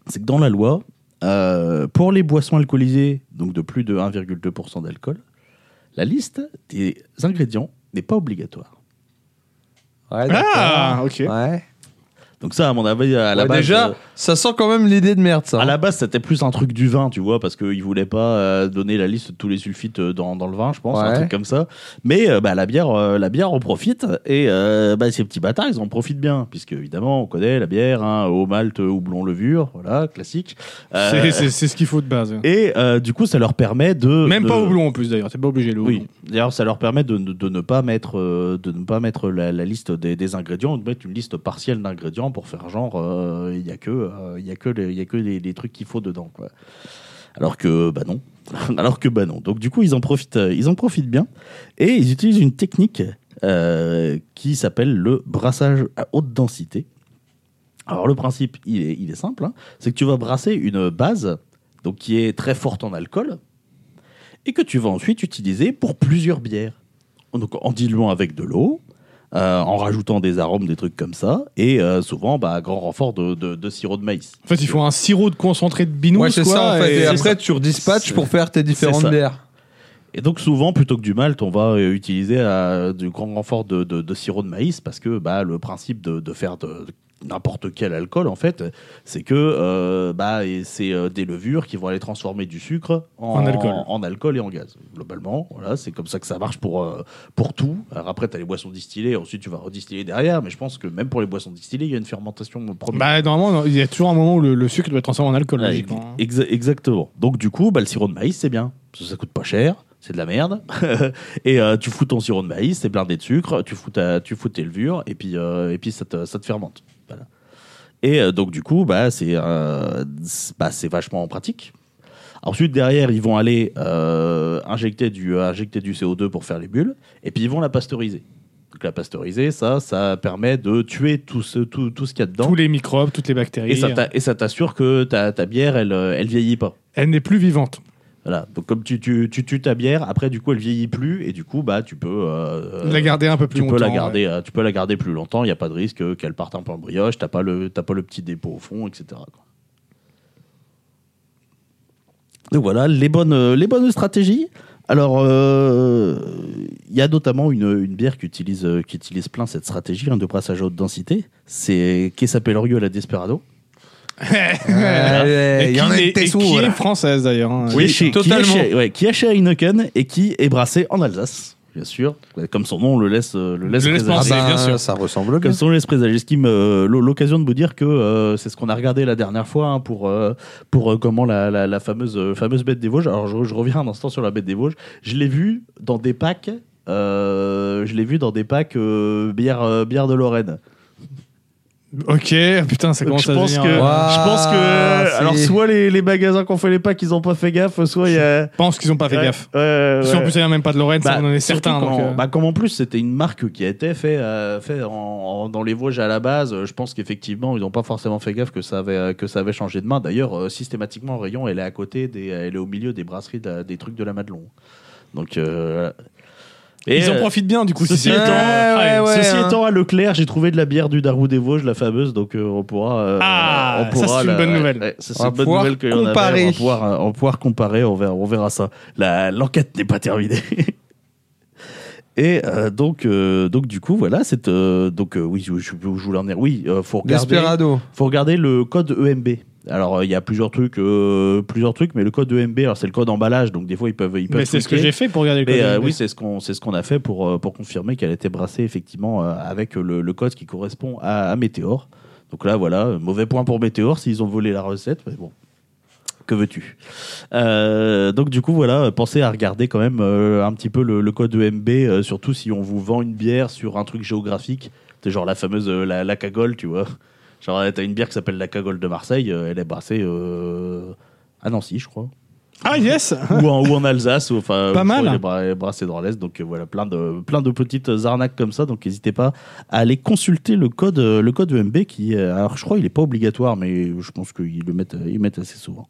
c'est que dans la loi, euh, pour les boissons alcoolisées, donc de plus de 1,2% d'alcool, la liste des ingrédients n'est pas obligatoire. Ouais, Ah, ok. Ouais. Donc ça, à mon avis, à la Ouais, base, déjà, euh, ça sent quand même l'idée de merde, ça. à la base, c'était plus un truc du vin, tu vois, parce qu'ils voulaient pas euh, donner la liste de tous les sulfites euh, dans, dans le vin, je pense, un Ouais. truc comme ça. Mais euh, bah, la bière, euh, la bière en profite, et euh, bah, ces petits bâtards, ils en profitent bien, puisque évidemment, on connaît la bière, hein, au malt, houblon, levure, voilà, classique. Euh, C'est- C'est c'est ce qu'il faut de base. Et euh, du coup, ça leur permet de. Même de- pas houblon en plus d'ailleurs, t'es pas obligé le houblon. Oui. D'ailleurs, ça leur permet de, ne- de ne pas mettre, euh, de ne pas mettre la, la liste des, des ingrédients, ou de mettre une liste partielle d'ingrédients pour faire genre, euh, il n'y a que, euh, il y a que, les, il y a que les, les trucs qu'il faut dedans, quoi. Alors que, bah non. Alors que, bah non. Donc, du coup, ils en profitent, euh, ils en profitent bien. Et ils utilisent une technique euh, qui s'appelle le brassage à haute densité. Alors, le principe, il est, il est simple. hein. C'est que tu vas brasser une base, donc qui est très forte en alcool, et que tu vas ensuite utiliser pour plusieurs bières. Donc en diluant avec de l'eau, euh, en rajoutant des arômes, des trucs comme ça, et euh, souvent bah, à grand renfort de, de- de sirop de maïs. En fait, ils font un sirop de concentré de binous. Ouais, c'est quoi, ça, en fait. et- Et, après, ça. tu redispatches C'est- pour faire tes c'est différentes ça. bières. Et donc souvent, plutôt que du malt, on va euh, utiliser euh, du grand renfort de, de- de sirop de maïs parce que bah, le principe de, de faire de, de n'importe quel alcool, en fait, c'est que euh, bah, et c'est euh, des levures qui vont aller transformer du sucre en, En alcool. en alcool et en gaz. Globalement, voilà, c'est comme ça que ça marche pour, euh, pour tout. Alors après, tu as les boissons distillées, ensuite tu vas redistiller derrière, mais je pense que même pour les boissons distillées, il y a une fermentation première. Bah, normalement, il y a toujours un moment où le, le sucre doit être transformé en alcool, Ouais, logiquement. hein. exa- Ah, exactement. Donc du coup, bah, le sirop de maïs, c'est bien. Parce que ça coûte pas cher, c'est de la merde. et euh, tu fous ton sirop de maïs, c'est blindé de sucre, tu fous, ta- tu fous tes levures, et puis, euh, et puis ça, te, ça te fermente. Voilà. Et euh, donc du coup, bah, c'est euh, c'est- bah, c'est vachement pratique. Ensuite, derrière, ils vont aller euh, injecter, du, injecter du CO2 pour faire les bulles, et puis ils vont la pasteuriser. Donc la pasteuriser, ça, ça permet de tuer tout ce, tout, tout ce qu'il y a dedans. Tous les microbes, toutes les bactéries. Et ça t'a- et ça t'assure que ta, ta bière, elle, euh, elle vieillit pas. Elle n'est plus vivante. Voilà. Donc comme tu tu tu tues ta bière, après du coup elle vieillit plus et du coup bah tu peux euh, la garder un peu tu plus longtemps. peux la garder euh, tu peux la garder plus longtemps. Il y a pas de risque euh, qu'elle parte un peu en brioche. T'as pas le t'as pas le petit dépôt au fond, etc. quoi. Donc voilà les bonnes euh, les bonnes stratégies. Alors, euh, il y a notamment une, une bière qui utilise, euh, qui utilise plein cette stratégie hein, de brassage à haute densité, c'est qui s'appelle Oriol à Desperado. Ouais. Ouais, Et Il y en a qui une est- et Tessou, qui voilà. est française d'ailleurs. hein. qui est chez, qui est totalement. chez- ouais, qui est chez Heineken et qui est brassé en Alsace. bien sûr. Comme son nom le laisse, euh, le laisse, Le laisse présager. Ah, Ah penser. bah, bien sûr. ben, ça ressemble bien. Comme son nom le laisse présager. J'estime euh, l'o- l'occasion de vous dire que euh, c'est ce qu'on a regardé la dernière fois hein, pour, euh, pour euh, comment la, la- la fameuse, euh, fameuse bête des Vosges. Alors je, je reviens un instant sur la bête des Vosges. Je l'ai vu dans des packs. euh, je l'ai vu dans des packs euh, bière, euh, bière de Lorraine. Ok, putain, ça Donc, commence je à pense devenir, que euh, Ouah, je pense que c'est- alors soit les, les magasins qu'on fait les packs ils ont pas fait gaffe soit il y a Je pense qu'ils ont pas fait Ouais, gaffe. ouais, Si en ouais. plus, il n'y a même pas de Lorraine, ça, Bah, on en est surtout certain. quand- donc, euh, bah, comme en plus c'était une marque qui a été fait, euh, fait en- en- dans les Vosges à la base, euh, je pense qu'effectivement ils n'ont pas forcément fait gaffe que ça avait, euh, que ça avait changé de main. D'ailleurs, euh, systématiquement, le rayon elle est à côté, des, elle est au milieu des brasseries de la- des trucs de la Madelon. Donc euh, et, ils en euh, profitent bien, du coup. si Ceci, c'est- étant, Ouais, ouais, ouais, ceci hein. étant, à Leclerc, j'ai trouvé de la bière du Darou des Vosges, la fameuse, donc euh, on pourra. euh, Ah, on pourra ça, c'est la- une bonne ouais, nouvelle. ouais, ça, On c'est va une bonne pouvoir nouvelle qu'on avait, comparer. On va pouvoir, euh, on va pouvoir comparer, on verra, on verra ça. La- L'enquête n'est pas terminée. Et euh, donc, euh, donc du coup, voilà, c'est euh, donc euh, oui, je, je, je voulais en dire. Oui, euh, faut regarder Desperado. faut regarder le code EMB. Alors euh, il y a plusieurs trucs, euh, plusieurs trucs, mais le code EMB, alors c'est le code emballage, donc des fois ils peuvent, ils peuvent. Mais c'est ce que tweaker. j'ai fait pour regarder le Mais, code. euh, USB. oui, c'est ce qu'on c'est ce qu'on a fait pour euh, pour confirmer qu'elle était brassée effectivement euh, avec le, le code qui correspond à, à Météor. Donc là, voilà, euh, mauvais point pour Météor s'ils ont volé la recette, mais bon. Que veux-tu Euh, Donc du coup voilà, euh, pensez à regarder quand même euh, un petit peu le, le code EMB, euh, surtout si on vous vend une bière sur un truc géographique, c'est genre la fameuse euh, la, la cagole, tu vois. Genre euh, t'as une bière qui s'appelle la cagole de Marseille, euh, elle est brassée euh, à Nancy, je crois Ah, yes ou, en, ou en Alsace, ou, enfin, Pas je crois mal. qu'il est bra- brassé dans l'Est. Donc euh, voilà, plein de, plein de petites arnaques comme ça. Donc n'hésitez pas à aller consulter le code, euh, le code EMB qui, euh, alors je crois, il n'est pas obligatoire, mais je pense qu'ils le mettent, ils mettent assez souvent.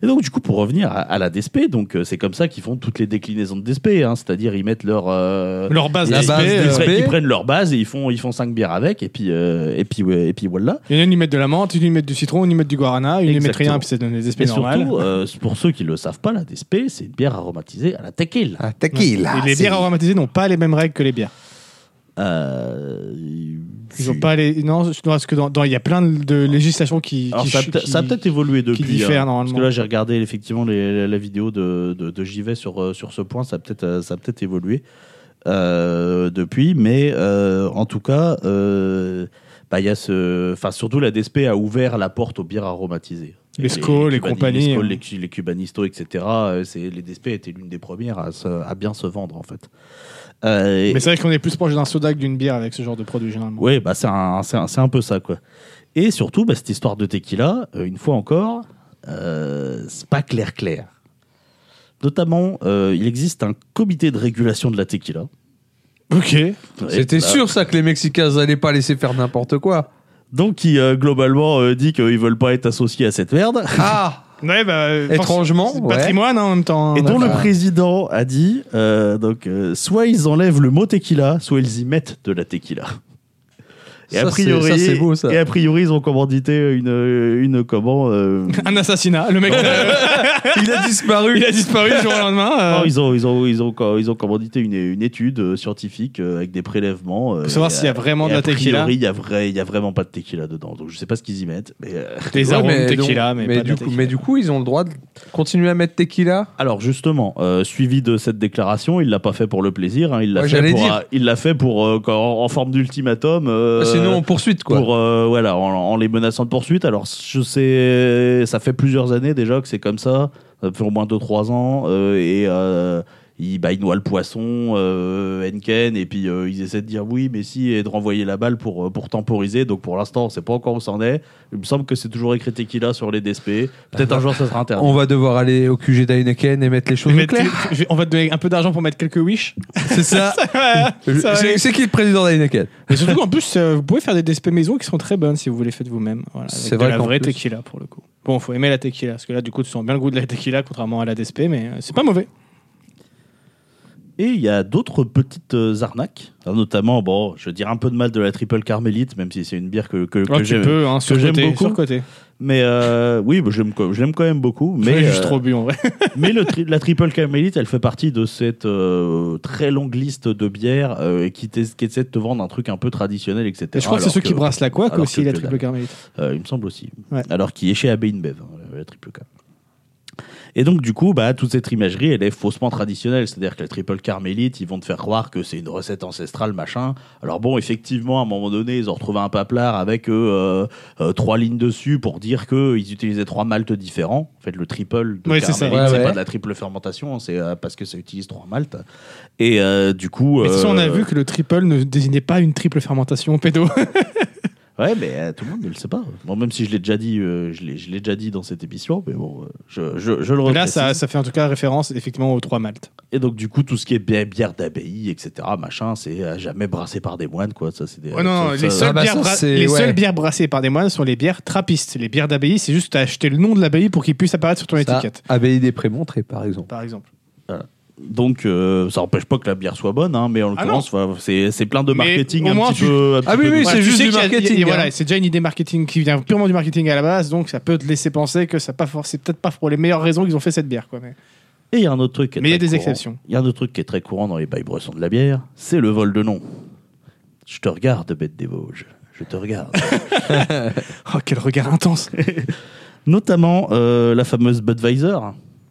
Et donc du coup, pour revenir à, à la DSP, donc euh, c'est comme ça qu'ils font toutes les déclinaisons de DSP, hein, c'est-à-dire ils mettent leur euh, Leur base La DSP, base ils, euh, DSP. prennent, ils prennent leur base et ils font ils font cinq bières avec et puis euh, et puis ouais, et puis voilà. Il y en a une, ils mettent de la menthe, une, ils mettent du citron, une, ils mettent du guarana, une, ils mettent Exactement. rien, puis ça donne des Et espèces normales. surtout euh, pour ceux qui le savent pas, la DSP c'est une bière aromatisée à la tequila. Ah, tequila. Et les bières aromatisées n'ont pas les mêmes règles que les bières. Euh, Ils si. ont pas les. Non, je- non, parce que dans, dans- il y a plein de- de législations qui. Alors, qui- ça, a peut- qui- ça a peut-être évolué depuis. diffère hein, Parce normalement. que là, j'ai regardé effectivement les- la vidéo de, de, de JV sur, euh, sur ce point. Ça a peut-être euh, ça a peut-être évolué euh, depuis. Mais euh, en tout cas, euh, bah, il y a ce. Enfin, surtout la DSP a ouvert la porte aux bières aromatisées. Les Skoll, les Cubani- compagnies, Les, Skoll, hein. les cu- les Cubanistos, etc. euh, c'est- les DSP étaient l'une des premières à, se- à bien se vendre, en fait. Euh, Mais c'est vrai qu'on est plus proche d'un soda que d'une bière avec ce genre de produit généralement. Ouais, bah c'est un, c'est un, c'est un peu ça, quoi. Et surtout, bah, cette histoire de tequila, euh, une fois encore, euh, c'est pas clair clair. Notamment, euh, il existe un comité de régulation de la tequila. Ok. Et, C'était bah, sûr ça que les Mexicains n'allaient pas laisser faire n'importe quoi. Donc, qui euh, globalement euh, dit qu'ils veulent pas être associés à cette merde. Ah Ouais, bah. euh, Étrangement, c'est ouais. Patrimoine hein, en même temps. hein. Et dont le d'accord. président a dit, euh, donc, euh, soit ils enlèvent le mot tequila, soit ils y mettent de la tequila. Et Ça, a c'est- priori, ça, c'est beau, ça. Et a priori, ils ont commandité une, une comment euh, Un assassinat. Le mec, euh, Il a disparu. il a disparu du jour au lendemain. euh, Non, ils ont, ils ont, ils ont, co- ils ont commandité une, une étude euh, scientifique euh, avec des prélèvements. euh, Pour savoir et, s'il y a euh, vraiment et de la a priori, tequila. Il y a vrai, il y a vraiment pas de tequila dedans. Donc je sais pas ce qu'ils y mettent. Mais euh, Des Ouais, arômes mais tequila, donc- mais, pas de du la coup, tequila. mais du coup, ils ont le droit de continuer à mettre tequila. alors justement, euh, suivi de cette déclaration, il l'a pas fait pour le plaisir. hein, il l'a Ouais, fait j'allais pour, dire. euh, il l'a fait pour euh, quand- en forme d'ultimatum. Ah, euh, Ah, Sinon, on poursuite quoi. Pour, euh, voilà, en, en les menaçant de poursuite. Alors, je sais, ça fait plusieurs années déjà que c'est comme ça, ça fait au moins 2-3 ans, euh, et euh, ils, bah, ils noient le poisson, euh, Henken, et puis euh, ils essaient de dire oui, mais si, et de renvoyer la balle pour, euh, pour temporiser. Donc, pour l'instant, on sait pas encore où ça en est. Il me semble que c'est toujours écrit Tequila sur les DSP. Peut-être un jour, ça sera interdit. On va devoir aller au QG d'Heineken et mettre les choses Mais au clair. tu- je vais- on va te donner un peu d'argent pour mettre quelques wish. C'est ça. Je- ça va c'est- aller. C'est qui le président d'Heineken Et surtout qu'en plus, euh, vous pouvez faire des DSP maison qui sont très bonnes si vous les faites vous-même. Voilà, avec C'est de vrai la qu'en vraie plus- tequila pour le coup. Bon, faut aimer la tequila parce que là, du coup, tu sens bien le goût de la tequila contrairement à la DSP, mais euh, c'est pas mauvais. Et il y a d'autres petites euh, arnaques, hein, notamment, bon, je dirais un peu de mal de la Triple Carmélite, même si c'est une bière que, que, que Ah, tu j'aime. peux, hein, que j'aime surcoté, beaucoup. surcoté. Mais euh, oui, bah, je l'aime quand- je l'aime quand même beaucoup. Mais Mais juste euh, trop bu en vrai. mais le tri- la triple camélite, elle fait partie de cette euh, très longue liste de bières euh, qui, t'es- qui essaie de te vendre un truc un peu traditionnel, etc. Et je crois que c'est Alors ceux qui brassent la couac alors aussi, que la que triple dalle. carmélite. euh, il me semble aussi. Ouais. Alors qui est chez AB InBev, hein, la triple K. Et donc, du coup, bah, toute cette imagerie, elle est faussement traditionnelle. C'est-à-dire que la triple carmélite, ils vont te faire croire que c'est une recette ancestrale, machin. Alors, bon, effectivement, à un moment donné, ils ont retrouvé un paplard avec euh, euh, trois lignes dessus pour dire qu'ils utilisaient trois maltes différents. En fait, le triple de Oui, c'est carmélite, ça. c'est Ouais, ouais. pas de la triple fermentation, c'est euh, parce que ça utilise trois maltes. Et euh, du coup. Mais si on a euh, vu que le triple ne désignait pas une triple fermentation pédo. Ouais, mais euh, tout le monde ne le sait pas. Bon, même si je l'ai déjà dit, euh, je l'ai je l'ai déjà dit dans cette émission, mais bon, euh, je, je, je le Là, reprécise. ça, ça fait en tout cas référence effectivement aux trois maltes. Et donc, du coup, tout ce qui est bi- bière d'abbaye, etc., machin, c'est à jamais brassé par des moines, quoi. Ça, c'est des. Ouais, Oh non, non, ça- les, ça- seules, Ah bah bières ça, bra- c'est- les ouais. seules bières brassées par des moines sont les bières trappistes. Les bières d'abbaye, c'est juste acheter le nom de l'abbaye pour qu'il puisse apparaître sur ton Ça, étiquette, Abbaye des Prémontres, par exemple. par exemple. Donc, euh, ça n'empêche pas que la bière soit bonne, hein, mais en Ah l'occurrence, voilà, c'est c'est plein de Mais marketing au un moins, petit tu- peu. un Ah oui, petit peu oui, dommage. c'est tu juste sais du qu'il y a- marketing, et hein. voilà, c'est déjà une idée marketing qui vient purement du marketing à la base, donc ça peut te laisser penser que ça pas for- c'est peut-être pas pour les meilleures raisons qu'ils ont fait cette bière. Quoi, mais Et il y a un autre truc. qui est mais il y a très des courant. exceptions. Il y a un autre truc qui est très courant dans les bails brossons de la bière, c'est le vol de nom. Je te regarde, bête des Vosges. Je te regarde. Oh, quel regard intense Notamment euh, la fameuse Budweiser,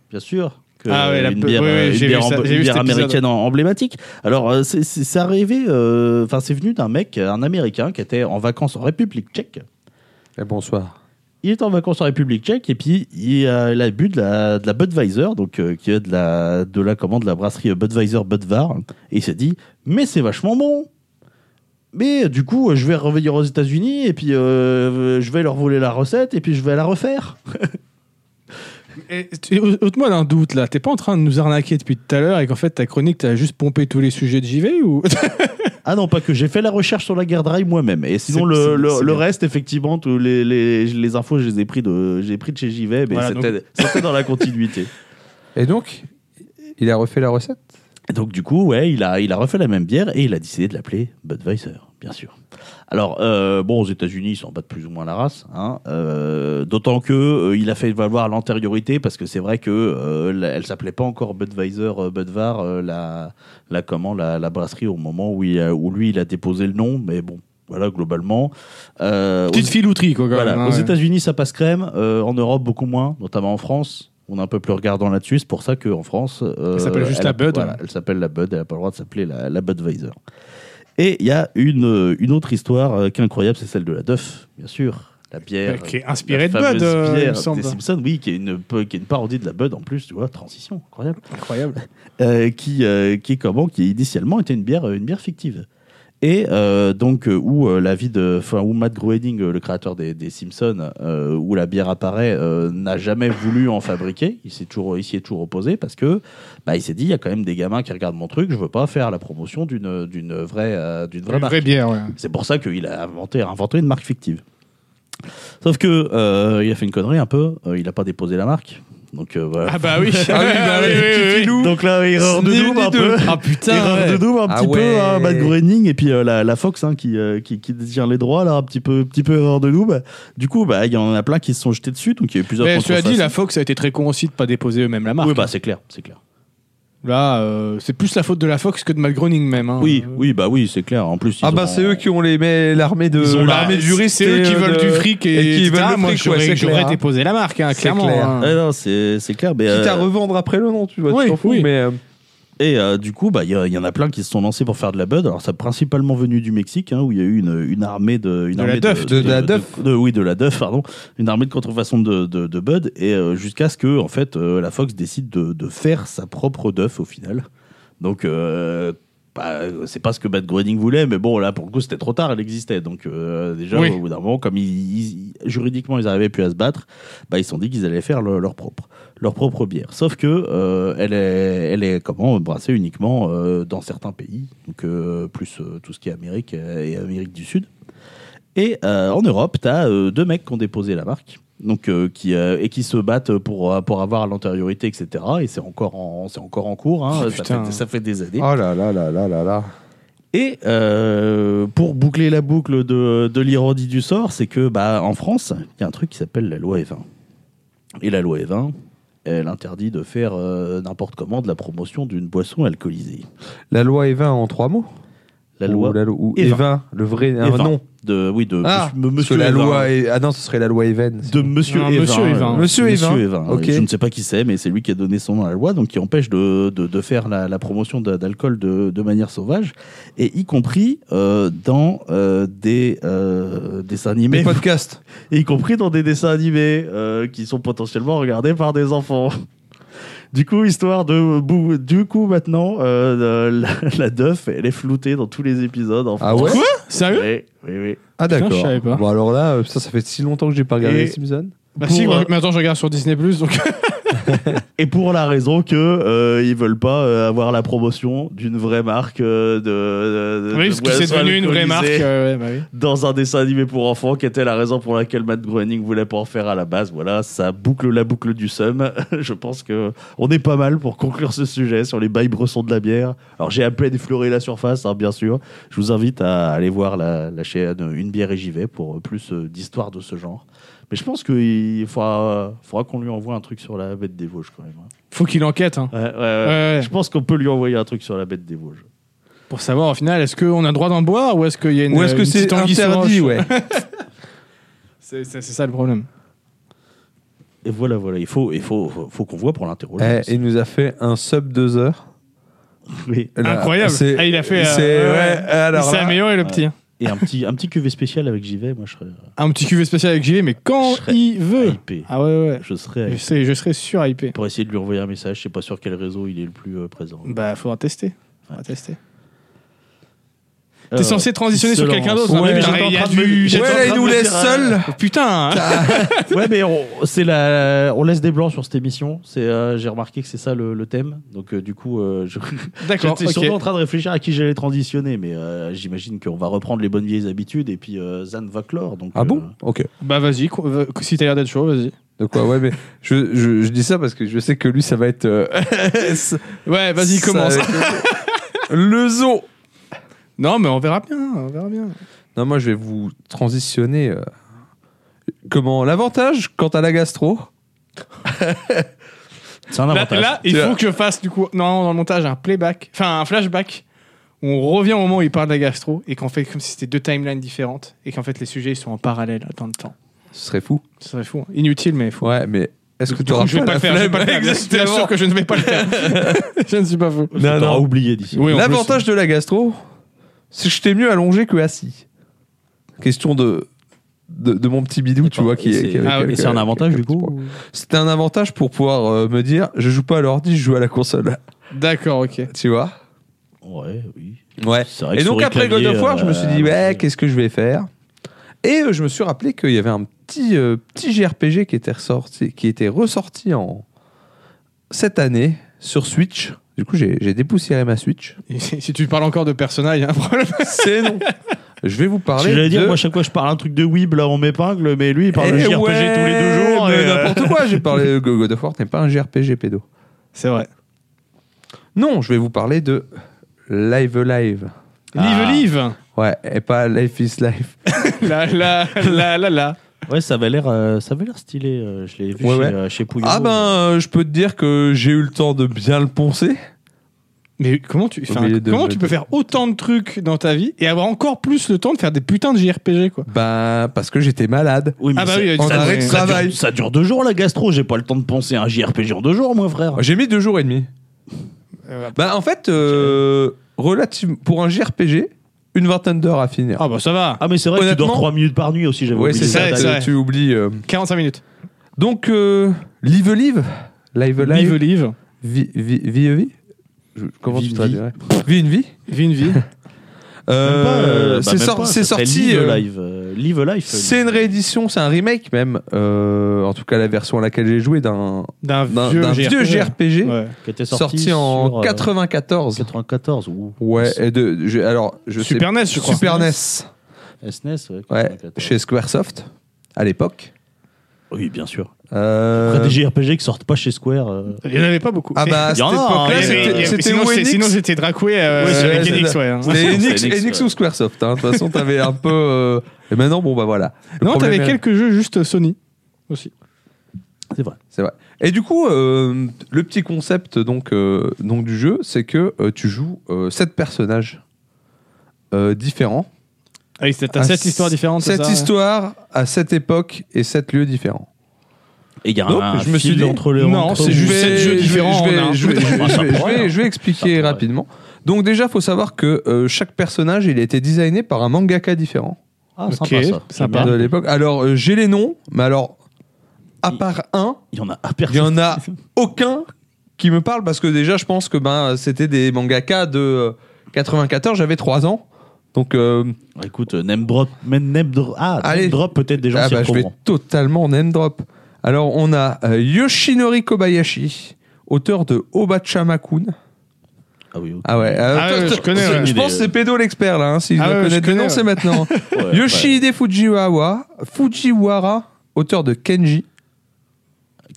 bien sûr. que- Ah ouais, la une peu- bière, oui, oui, euh, une j'ai bière vu ça, amb- j'ai une vu bière cet épisode. américaine en- emblématique. Alors, euh, c'est c'est- c'est arrivé, euh, enfin, c'est venu d'un mec, un américain qui était en vacances en République tchèque. Eh, bonsoir. Il est en vacances en République tchèque et puis il a, il a bu de la, de la Budweiser, donc euh, qui est de la, de la commande de la brasserie Budweiser Budvar. Et il s'est dit, mais c'est vachement bon. Mais euh, du coup, euh, je vais revenir aux États-Unis et puis euh, je vais leur voler la recette et puis je vais la refaire. Ôte-moi d'un doute là, t'es pas en train de nous arnaquer depuis tout à l'heure et qu'en fait ta chronique t'as juste pompé tous les sujets de JV ou Ah non, pas que j'ai fait la recherche sur la guerre dry moi-même. Et sinon, C'est- le, c'est- le- c'est le bien. reste, effectivement, tous les, les, les infos, je les ai pris de, j'ai pris de chez JV, mais Voilà, c'était c'était dans la continuité. Et donc, il a refait la recette Et donc, du coup, ouais, il a, il a refait la même bière et il a décidé de l'appeler Budweiser, bien sûr. Alors, euh, bon, aux États-Unis, ils s'en battent plus ou moins la race. Hein, euh, D'autant que euh, il a fait valoir l'antériorité parce que c'est vrai que euh, la- elle s'appelait pas encore Budweiser euh, Budvar, euh, la, la, comment, la, la brasserie au moment où, il a- où lui, il a déposé le nom, mais bon. Voilà, globalement. Euh, aux- Petite filouterie quoi quand Voilà. même. hein, Aux ouais. États-Unis, ça passe crème. euh, en Europe, beaucoup moins, notamment en France. On est un peu plus regardant là-dessus. C'est pour ça qu'en France. euh, Elle s'appelle juste elle la a- Bud. voilà, elle s'appelle la Bud. Elle n'a pas le droit de s'appeler la, la Budweiser. Et il y a une, euh, une autre histoire euh, qui est incroyable, c'est celle de la Duff, bien sûr. La bière. Euh, Qui est la inspiré de fameuse Bud, euh, il me bière semble. des Simpsons, oui, qui est, une, qui est une parodie de la Bud en plus, tu vois, transition, incroyable. Incroyable. Euh, qui, euh, qui est comment qui initialement était une bière euh, une bière fictive et euh, donc euh, où euh, la vie de enfin où Matt Groening euh, le créateur des, des Simpsons euh, où la bière apparaît euh, n'a jamais voulu en fabriquer il s'est toujours il s'y est toujours opposé parce que bah il s'est dit il y a quand même des gamins qui regardent mon truc je veux pas faire la promotion d'une d'une vraie euh, d'une vraie Une marque vraie bière, ouais. c'est pour ça qu'il a inventé, inventé une marque fictive. Sauf que euh, il a fait une connerie un peu. euh, il a pas déposé la marque. Donc euh, voilà. Ah bah oui. Ah oui, bah oui, petit filou. Donc là, erreur de Nul double des un deux. peu. Ah putain Erreur ouais. de double un Ah petit ouais. peu, hein, Matt Groening et puis euh, la, la Fox hein, qui, euh, qui, qui détient les droits, là, un petit peu, petit peu erreur de double. Du coup, bah, il y en a plein qui se sont jetés dessus, donc il y a eu plusieurs Mais cela dit, la contrefaçons. Fox a été très con aussi de pas déposer eux-mêmes la marque. Oui, bah, c'est clair, c'est clair. Là, euh, c'est plus la faute de la Fox que de Matt Groening même. hein. Oui, oui, bah oui, c'est clair. En plus, ils Ah bah ont- c'est eux qui ont les mais l'armée de Ils ont l'armée de juristes, c'est eux et, qui euh, veulent de- du fric et, et qui etc. veulent le Moi, fric, ouais, j'aurais, c'est j'aurais clair, hein. déposé la marque, hein, C'est clairement. clair. hein. Ah non, c'est c'est clair, mais Quitte à euh, revendre après le nom, tu vois, Oui, tu t'en fous, oui. mais euh, Et euh, du coup, bah, il y, a- il y en a plein qui se sont lancés pour faire de la bud. Alors, ça a principalement venu du Mexique, hein, où il y a eu une, une armée de, une De la armée Duff, de- de la Duff. de- oui, de la Duff, pardon, une armée de contrefaçon de, de, de bud, et euh, jusqu'à ce que, en fait, euh, la Fox décide de, de faire sa propre Duff au final. Donc, euh, bah, c'est pas ce que Bad Groening voulait, mais bon, là, pour le coup, c'était trop tard, elle existait. Donc, euh, déjà, Oui. au bout d'un moment, comme ils- ils- juridiquement, ils arrivaient plus à se battre, bah, ils se sont dit qu'ils allaient faire le- leur propre leur propre bière. Sauf que euh, elle, est, elle est comment brassée uniquement euh, dans certains pays, donc euh, plus euh, tout ce qui est Amérique euh, et Amérique du Sud. Et euh, en Europe, tu as deux mecs qui ont déposé la marque. Donc, euh, qui, euh, et qui se battent pour, euh, pour avoir l'antériorité, etc. Et c'est encore, en- c'est encore en cours, hein. Oh, ça, putain. fait, ça fait des années. oh là là là là là là. Et euh, pour boucler la boucle de, de l'ironie du sort, c'est que bah, en France, il y a un truc qui s'appelle la loi E20. Et la loi E20, elle interdit de faire euh, n'importe comment de la promotion d'une boisson alcoolisée. La loi est 20 en trois mots. La loi ou, la lo- ou Evin. Evin, le vrai un Evin. nom. de oui de Ah, Euh, parce monsieur, que monsieur la Evin. loi est- ah non, ce serait la loi Even. de Monsieur Non, Evin. Monsieur Evin. Monsieur Evin. oui. Ok. Euh, Je ne sais pas qui c'est, mais c'est lui qui a donné son nom à la loi, donc qui empêche de, de, de faire la, la promotion de- d'alcool de, de manière sauvage, et y compris euh, dans euh, des euh, dessins Mais animés, podcast. et y compris dans des dessins animés euh, qui sont potentiellement regardés par des enfants. Du coup, histoire de bou- du coup maintenant euh, la, la Duff, elle est floutée dans tous les épisodes. En Ah France. ouais Sérieux Oui, oui, oui. Ah Putain, d'accord. je savais pas. Bon alors là, euh, ça, ça fait si longtemps que j'ai pas regardé Et- les Simpsons. Bah Pour, si, euh, maintenant je regarde sur Disney Plus, donc Et pour la raison que euh, ils veulent pas euh, avoir la promotion d'une vraie marque euh, de, de- de- oui, de parce que c'est boisson devenu une vraie marque. alcoolisée euh, ouais, bah oui. dans un dessin animé pour enfants, qui était la raison pour laquelle Matt Groening voulait pas en faire à la base. Voilà, ça boucle la boucle du seum. Je pense que on est pas mal pour conclure ce sujet sur les bails bressons de la bière. Alors j'ai à peine effleuré la surface, hein, bien sûr. Je vous invite à aller voir la, la chaîne Une bière et j'y vais pour plus euh, d'histoires de ce genre. Mais je pense qu'il faudra, euh, faudra qu'on lui envoie un truc sur la bête des Vosges quand même. hein. Faut qu'il enquête hein. Ouais, ouais, ouais. Ouais, ouais. Euh, Je pense qu'on peut lui envoyer un truc sur la bête des Vosges. pour savoir au final est-ce qu'on a le droit d'en boire ou est-ce qu'il y a une. euh, Ou est-ce que une c'est petite anguille sous interdit roche ouais. C'est c'est- c'est ça le problème. Et voilà, voilà. Il faut, il faut, faut- faut qu'on voit pour l'interroger. Eh, aussi. il nous a fait un sub deux heures. Oui. Là, Incroyable. c'est- Ah, il a fait, euh, c'est- ouais, ouais, ouais. alors il s'est là- amélioré le petit. hein. Et un petit, un petit cuvée spécial avec JV, moi je serais Un petit cuvée spécial avec JV, mais quand Je serais il veut. hypé. Ah ouais, ouais. Je serais Je, hypé. sais, je serais sur IP. Pour essayer de lui envoyer un message, je sais pas sur quel réseau il est le plus euh, présent. Bah, faudra tester. Faudra tester. Euh, T'es censé transitionner il se sur quelqu'un lance. d'autre. hein, Ouais, mais j'étais il y a en train de me- du- j'étais Ouais, en là, train il de nous me laisse dire, euh, seuls. Oh, Putain. hein. Ouais, mais on, c'est la, on laisse des blancs sur cette émission. C'est, euh, j'ai remarqué que c'est ça le, le thème. Donc euh, du coup, euh, je- D'accord. j'étais surtout en ok. train de réfléchir à qui j'allais transitionner, mais euh, j'imagine qu'on va reprendre les bonnes vieilles habitudes et puis euh, Zan va clore. Donc, Ah euh, bon Ok. Bah, vas-y. co- euh, Si t'as l'air d'être chaud, vas-y. De quoi Ouais mais je, je, je dis ça parce que je sais que lui ça va être. euh, Ouais, vas-y, ça commence. va être- Le zoo. Non, mais on verra bien. On verra bien. Non, moi, je vais vous transitionner. euh, Comment L'avantage quant à la gastro, C'est un Là, avantage. là, il Tu faut vois. que je fasse du coup, non, dans le montage, un playback, enfin un flashback où on revient au moment où il parle de la gastro et qu'on fait comme si c'était deux timelines différentes et qu'en fait les sujets ils sont en parallèle dans le temps. ce serait fou. Ce serait fou. hein. Inutile, mais fou. Ouais, mais est-ce que Du tu coup, auras je pas vais pas la le faire. Je vais flemme pas le faire. Bien bien sûr que je ne vais pas le faire. je ne suis pas fou. Parce que Non, t'auras non. oublié d'ici. Oui, en plus. L'avantage de la gastro, c'est que j'étais mieux allongé que assis. Question de, de, de mon petit bidou, tu vois, qui Et est. c'est- qui est- Ah qui est- oui, et qui c'est est- un avantage qui est- du coup. C'était un avantage pour pouvoir euh, me dire je joue pas à l'ordi, je joue à la console. D'accord, ok. Tu vois Ouais, oui. Ouais. C'est vrai que Et donc sur après le clavier, God of War, je me suis euh, dit, ouais, allons-y. qu'est-ce que je vais faire Et euh, je me suis rappelé qu'il y avait un petit, euh, petit JRPG qui était, ressorti, qui était ressorti en cette année sur Switch. Du coup, j'ai j'ai dépoussiéré ma Switch. Et Si si tu parles encore de personnage, il y a un problème. C'est non. Je vais vous Si parler. J'allais dire, de- moi, chaque fois, je parle un truc de Weeb, là, on m'épingle, mais lui, il parle de Eh JRPG ouais, tous les deux jours. mais et, euh, N'importe quoi, j'ai parlé de God of War, t'es pas un JRPG pédo. C'est vrai. Non, je vais vous parler de Live Live. Ah. Live, live. Ouais, et pas Life is Life. La, la, la, la, la. Ouais, ça avait l'air, euh, ça avait l'air stylé. euh, je l'ai vu Ouais, chez, ouais. euh, chez Pouillot. Ah ben, euh, je peux te dire que j'ai eu le temps de bien le poncer. Mais comment tu, enfin, milieu de- comment tu peux faire autant de trucs dans ta vie et avoir encore plus le temps de faire des putains de JRPG, quoi Bah, parce que j'étais malade. Oui, mais Ah bah ça- oui, On ça- arrête ouais. de ça, dure- travail. ça dure deux jours, la gastro. J'ai pas le temps de penser à un JRPG en deux jours, moi, frère. J'ai mis deux jours et demi. Euh, Bah, en fait, euh, relative, pour un JRPG, une vingtaine d'heures à finir. Ah bah ça va. Ah, mais c'est vrai que tu dors Honnêtement- trois minutes par nuit aussi, j'avais ouais, oublié c'est ça, ça, t'as- c'est vrai. tu oublies. euh. 45 minutes. Donc, euh, Live Live Live Vive Live Olive. Vi- vi- Vie vie Je- Comment Vie- tu traduirais Vie une vie Vie une vie. Euh, Même pas, euh, bah, C'est même sor- pas, c'est ça s'appelle sorti. Live euh, Live. euh, Live Live. C'est une Live. réédition, c'est un remake même. euh, en tout cas, la version à laquelle j'ai joué d'un D'un d'un- vieux, d'un vieux JRPG Ouais. Qui était sorti, sortie en sur, euh, 94. 94. ou Ouais, et de, je- alors je sais Super NES, je crois. Super NES. SNES, E ouais. Ouais, 94. chez Squaresoft, à l'époque. Oui, bien sûr. Euh, Après, des JRPG qui sortent pas chez Square. euh, Il n'y en avait pas beaucoup. Ah bah, à Il y cette en a, hein, époque-là, il y avait- il y c'était- avait- c'était sinon, ou c'est- Enix. sinon, c'était Dracoué euh, Ouais, c'est avec vrai, c'est Enix, ça. ouais. hein. C'était Ouais, Enix, c'était Enix, Enix ouais. ou Squaresoft. hein. De toute façon, t'avais un peu. euh, Et maintenant, bon, bah voilà. Le Non, t'avais problème est- quelques jeux juste Sony aussi. C'est vrai. C'est vrai. Et du coup, euh, le petit concept donc, euh, donc du jeu, c'est que euh, tu joues euh, sept personnages euh, différents. Ah, oui, c'est- t'as À sept s- histoires différentes. c'est Sept ça histoires à sept époques et sept lieux différents. Et il y a Donc, un je me suis fil dit, entre le non, entre c'est vous. juste Je vais- sept jeux je vais- différents Je vais, en un. je vais- je vais- Ah, ça je vais- je pourrait, vais- je vais expliquer Ça pourrait. rapidement. Donc déjà, faut savoir que euh, chaque personnage, il a été designé par un mangaka différent Ah, Ok, sympa ça. sympa. J'aime de bien. l'époque. Alors euh, j'ai les noms, mais alors à Il- part un, Il y en a il y en a aucun qui me parle parce que déjà, je pense que ben c'était des mangaka de euh, 94. J'avais 3 ans, donc euh, Écoute, euh, name drop, même name dro- ah, name Allez. drop peut-être des gens ah s'y bah, je vais retrouveront. totalement name drop. Alors on a euh, Yoshinori Kobayashi, auteur de Obachama-kun. Ah oui, ok. Ah ouais, euh, Ah toi, ouais, toi, je connais, c'est- ouais. Je pense que c'est Pédo l'expert là. hein, si Ah je dois ouais, je connaître le connais, nom, ouais. c'est maintenant. Ouais, ouais. Yoshihide Fujiwara, Fujiwara, auteur de Kenji.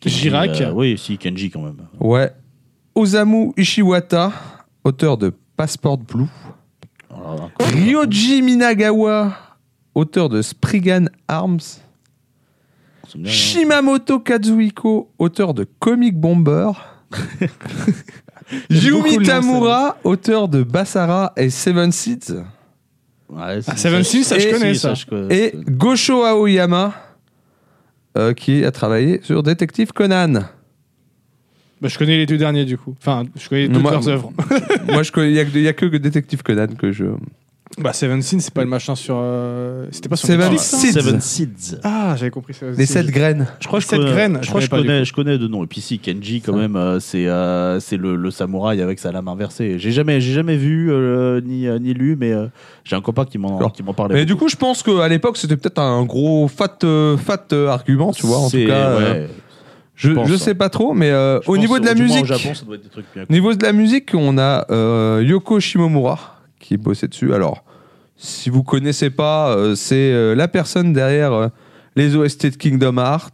Kenji, Girac. euh, oui, si, Kenji quand même. Ouais. Osamu Ishiwata, auteur de Passport Blue. Alors, un coup, Ryoji Minagawa, auteur de Spriggan Arms. ça me dit rien. Shimamoto Kazuhiko, auteur de Comic Bomber. Il y a beaucoup de Yumi noms, Tamura, auteur de Basara et Seven Seeds. hein. Ouais, c'est- Ah, Seven ça, Seas, ça, Eh, je si, connais ça. je connais. Et Gosho Aoyama, euh, qui a travaillé sur Détective Conan. Bah, je connais les deux derniers du coup. Enfin, je connais Mais toutes moi- leurs œuvres. Moi, il n'y a, que- y a que Détective Conan que je. Bah, Seven Sins, c'est pas le machin sur. euh, C'était pas sur Seven Netflix, ça Seas. Ah, Seven Seeds. Ah, j'avais compris. Seven Les Sins. sept graines. Je crois que je Sept connais- graines, Je je crois que je connais pas, connais, je connais de nom. Et puis si Kenji quand Ça. même, euh, c'est euh, c'est le, le samouraï avec sa lame inversée. J'ai jamais, j'ai jamais vu euh, ni euh, ni lu, mais euh, j'ai un copain qui m'en Alors, qui m'en parlait. Mais beaucoup. du coup, je pense qu'à l'époque, c'était peut-être un gros fat, euh, fat euh, argument, tu vois. En tout C'est- cas, euh, ouais. je, je pense, je ouais. sais pas trop, mais euh, Je au pense, niveau de la du moins, musique, au Japon, ça doit être des trucs bien. au niveau de la musique, on a euh, Yoko Shimomura qui bossait dessus. Alors, si vous connaissez pas, euh, c'est euh, la personne derrière euh, les OST de Kingdom Hearts,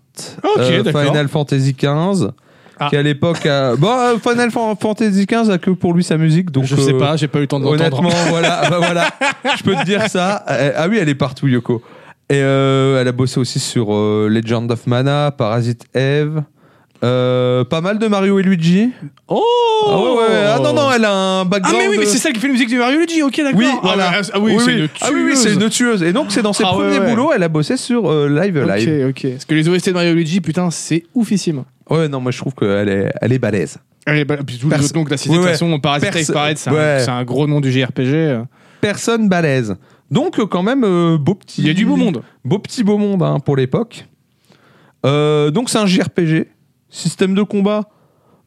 euh, Ok, d'accord. Final Fantasy XV. Ah. Qui à l'époque a. Bon, euh, Final Fan- Fantasy XV a que pour lui sa musique. Donc, je sais euh, pas, j'ai pas eu le temps de Honnêtement, l'entendre. voilà, Ah bah voilà, je peux te dire ça. Euh, Ah oui, elle est partout, Yoko. Et euh, elle a bossé aussi sur euh, Legend of Mana, Parasite Eve, euh, pas mal de Mario et Luigi. Oh Ah ouais, ouais, ouais. Ah non, non, elle a un Ah, background. mais oui, mais c'est ça qui fait la musique du Mario Luigi, ok, d'accord. Oui, Ah, voilà. ouais, Ah oui, oui, c'est oui. une Ah oui, oui, c'est tueuse. une tueuse. Et donc, c'est dans ses Ah ouais, premiers ouais. boulots, elle a bossé sur euh, Live Live. Ok, ok. Parce que les OST de Mario Luigi, putain, c'est oufissime. Ouais, non, moi je trouve qu'elle est, elle est balèze. Allez, bah, puis tous les Perso- autres noms que t'as cités, Ouais, de toute ouais. façon, Parasite Perso- Eve, Parade, c'est un- Ouais. c'est un, gros nom du JRPG. Personne balèze. Donc, euh, quand même, euh, beau petit. Il y a du beau monde. Beau petit beau monde hein, pour l'époque. Euh, donc c'est un JRPG, système de combat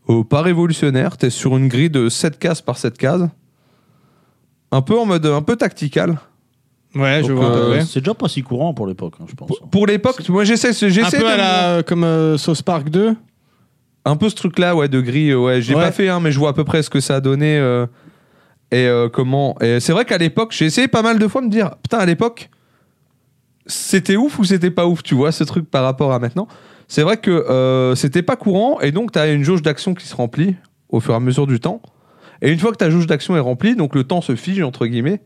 euh, pas révolutionnaire, t'es sur une grille de 7 cases par 7 cases. Un peu en mode un peu tactical. Ouais, je Donc, vois. à peu euh, près. C'est déjà pas si courant pour l'époque, hein, je pense. Pour- Pour l'époque, moi j'essaie Un j'essaie peu à de- la, comme euh, South Park 2. un peu ce truc là ouais de grille euh, ouais, j'ai Ouais. pas fait hein, mais je vois à peu près ce que ça a donné euh, et euh, comment et c'est vrai qu'à l'époque, j'ai essayé pas mal de fois de me dire putain à l'époque c'était ouf ou c'était pas ouf, tu vois, ce truc par rapport à maintenant. C'est vrai que euh, c'était pas courant, et donc t'as une jauge d'action qui se remplit au fur et à mesure du temps. Et une fois que ta jauge d'action est remplie, donc le temps se fige, entre guillemets,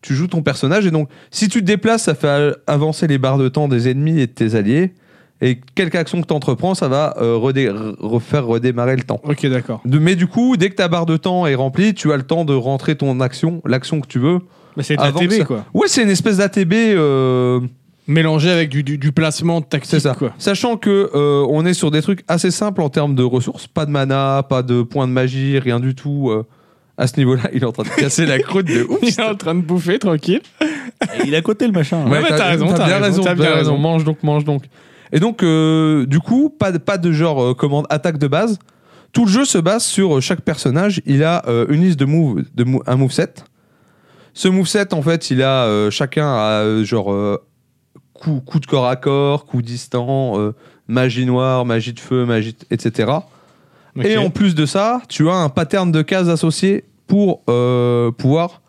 tu joues ton personnage, et donc si tu te déplaces, ça fait euh, avancer les barres de temps des ennemis et de tes alliés, et quelque action que t'entreprends, ça va euh, redé- re- refaire redémarrer le temps. Ok, d'accord. De- mais du coup, dès que ta barre de temps est remplie, tu as le temps de rentrer ton action, l'action que tu veux. Bah, c'est de la Avant TV, que ça- quoi. Ouais, c'est une espèce d'ATB... euh, Mélangé avec du, du, du placement tactique, C'est ça. quoi. Sachant que euh, on est sur des trucs assez simples en termes de ressources, pas de mana, pas de points de magie, rien du tout. euh, à ce niveau-là, il est en train de casser la croûte de ouf. Il est en train de bouffer, tranquille. Il est à côté le machin. hein. Ouais. bah, t'as raison, t'as bien raison, t'as t'as bien bien raison. Mange donc, mange donc. Et donc, euh, du coup, pas de, pas de genre euh, commande attaque de base. Tout le jeu se base sur euh, chaque personnage. Il a euh, une liste de moves, de mou- un move set. Ce move set, en fait, il a euh, chacun a euh, genre euh, coup, coup de corps à corps, coup distant, euh, magie noire, magie de feu, magie, t- etc. Et en plus de ça, tu as un pattern de cases associé pour euh, pouvoir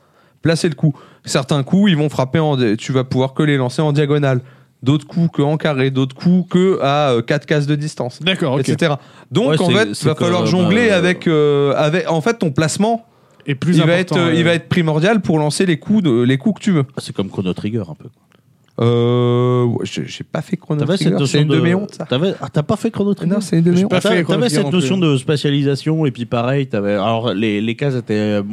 placer le coup. Certains coups, ils vont frapper en. Tu vas pouvoir que les lancer en diagonale. D'autres coups que en carré, d'autres coups que à 4 cases de distance, D'accord, ok. etc. Donc Ouais, en c'est- fait, il c'est va falloir comme, jongler euh, avec, euh, avec. En fait, ton placement, Et plus il va, important, être, euh, Ah, il va être primordial pour lancer les coups, de, les coups que tu veux. C'est comme Chrono Trigger un peu. Euh, ouais, j'ai j'ai pas fait Chrono T'avais cette Trigger, notion c'est une de... de mes hontes, ça. T'avais- ah, T'as pas fait Chrono Trigger Non, c'est une de mes J'ai hontes. pas fait T'avais Chrono t'avais Trigger cette non plus, notion de spatialisation et puis pareil, t'avais alors les, les cases étaient euh,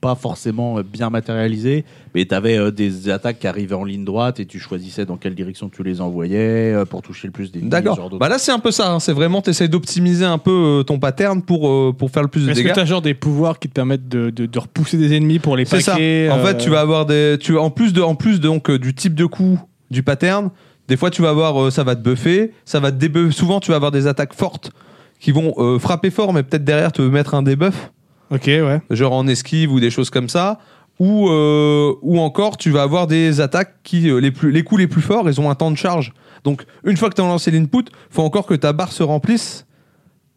pas forcément euh, bien matérialisées, mais t'avais euh, des attaques qui arrivaient en ligne droite et tu choisissais dans quelle direction tu les envoyais euh, pour toucher le plus des ce genre D'accord. de- Bah là, c'est un peu ça. hein. C'est vraiment, t'essayes d'optimiser un peu euh, ton pattern pour, euh, pour faire le plus de Est-ce que dégâts. t'as genre des pouvoirs qui te permettent de, de- de repousser des ennemis pour les C'est paquer ça. En euh, fait, tu vas avoir des. Tu, en plus, de, en plus donc, euh, du type de coup, du pattern, des fois, tu vas avoir. euh, ça va te buffer. Ça va te débuffer. Souvent, tu vas avoir des attaques fortes qui vont euh, frapper fort, mais peut-être derrière te mettre un débuff, euh, Ok, ouais. genre en esquive ou des choses comme ça. Ou, euh, ou encore, tu vas avoir des attaques qui. euh, les, plus, les coups les plus forts, ils ont un temps de charge. Donc, une fois que tu as lancé l'input, faut encore que ta barre se remplisse,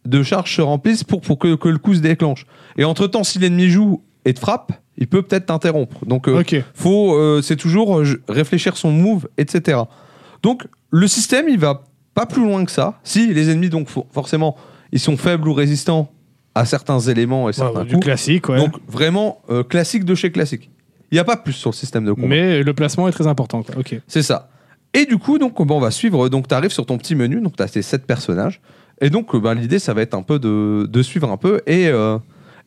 de charge se remplisse pour, pour que, que le coup se déclenche. Et entre-temps, si l'ennemi joue et te frappe, il peut peut-être t'interrompre. Donc, euh, Ok. faut, euh, c'est toujours euh, je- réfléchir son move, etc. Donc le système, il va pas plus loin que ça. Si les ennemis, donc fo- forcément, ils sont faibles ou résistants à certains éléments et certains Ouais, du coups. classique, ouais. Donc vraiment euh, classique de chez classique. Il n'y a pas plus sur le système de combat. mais le placement est très important. Quoi. Ok. C'est ça. Et du coup, donc, bon, on va suivre. Donc, tu arrives sur ton petit menu, donc tu as tes 7 personnages. Et donc, euh, ben, l'idée, ça va être un peu de, de suivre un peu. Et, euh,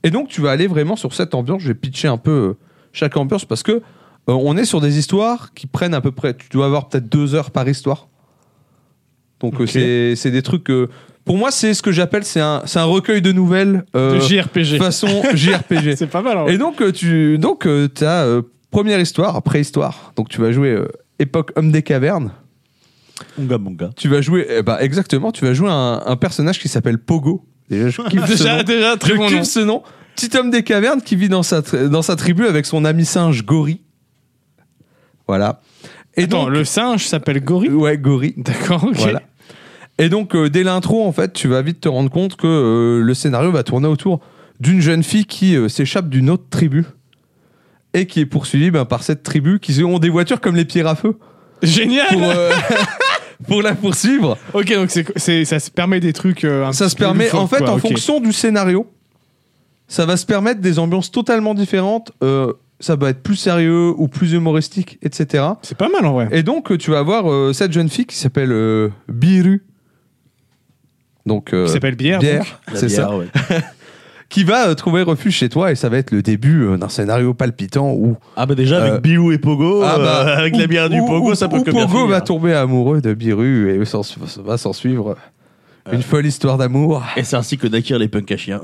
et donc, tu vas aller vraiment sur cette ambiance. Je vais pitcher un peu euh, chaque ambiance parce que euh, on est sur des histoires qui prennent à peu près. Tu dois avoir peut-être deux heures par histoire. Donc, euh, Ok. c'est- c'est des trucs. que pour moi, c'est ce que j'appelle c'est un, c'est un recueil de nouvelles euh, de JRPG. façon JRPG. C'est pas mal. hein. Et donc, euh, tu donc, euh, as première histoire, préhistoire. Donc, tu vas jouer euh, époque homme des cavernes. Onga Monga. Tu vas jouer, eh ben, exactement, tu vas jouer un, un personnage qui s'appelle Pogo. Déjà, je kiffe ce nom. déjà, déjà, très Je bon kiffe nom. ce nom. Petit homme des cavernes qui vit dans sa, tri- dans sa tribu avec son ami singe Gori. Voilà. Et Attends, donc, le singe s'appelle Gori. ouais, Gori. D'accord, ok. Voilà. Et donc, euh, dès l'intro, en fait, tu vas vite te rendre compte que euh, le scénario va tourner autour d'une jeune fille qui euh, s'échappe d'une autre tribu et qui est poursuivie ben, par cette tribu qui ont des voitures comme les pierres à feu Génial. pour, euh, pour la poursuivre. Ok, donc c'est, c'est- ça se permet des trucs. euh, un Ça petit se peu permet, en loufoques, fait, quoi, en ok. fonction du scénario, ça va se permettre des ambiances totalement différentes. euh, ça va être plus sérieux ou plus humoristique, etc. C'est pas mal en vrai. Et donc, euh, tu vas voir euh, cette jeune fille qui s'appelle euh, Biru. Donc, euh, Il s'appelle Bière. donc. Bière, La c'est bière, ça. ouais. Qui va euh, trouver refuge chez toi et ça va être le début euh, d'un scénario palpitant où. Ah bah déjà Euh, avec Bilou et Pogo, Ah bah, euh, avec où- la hein. bière du où- Pogo, où- ça peut où que bien Pogo bah, finir. va tomber amoureux de Biru et s'en- va s'en suivre Euh. une folle histoire d'amour. Et c'est ainsi que naquirent les punks à chiens.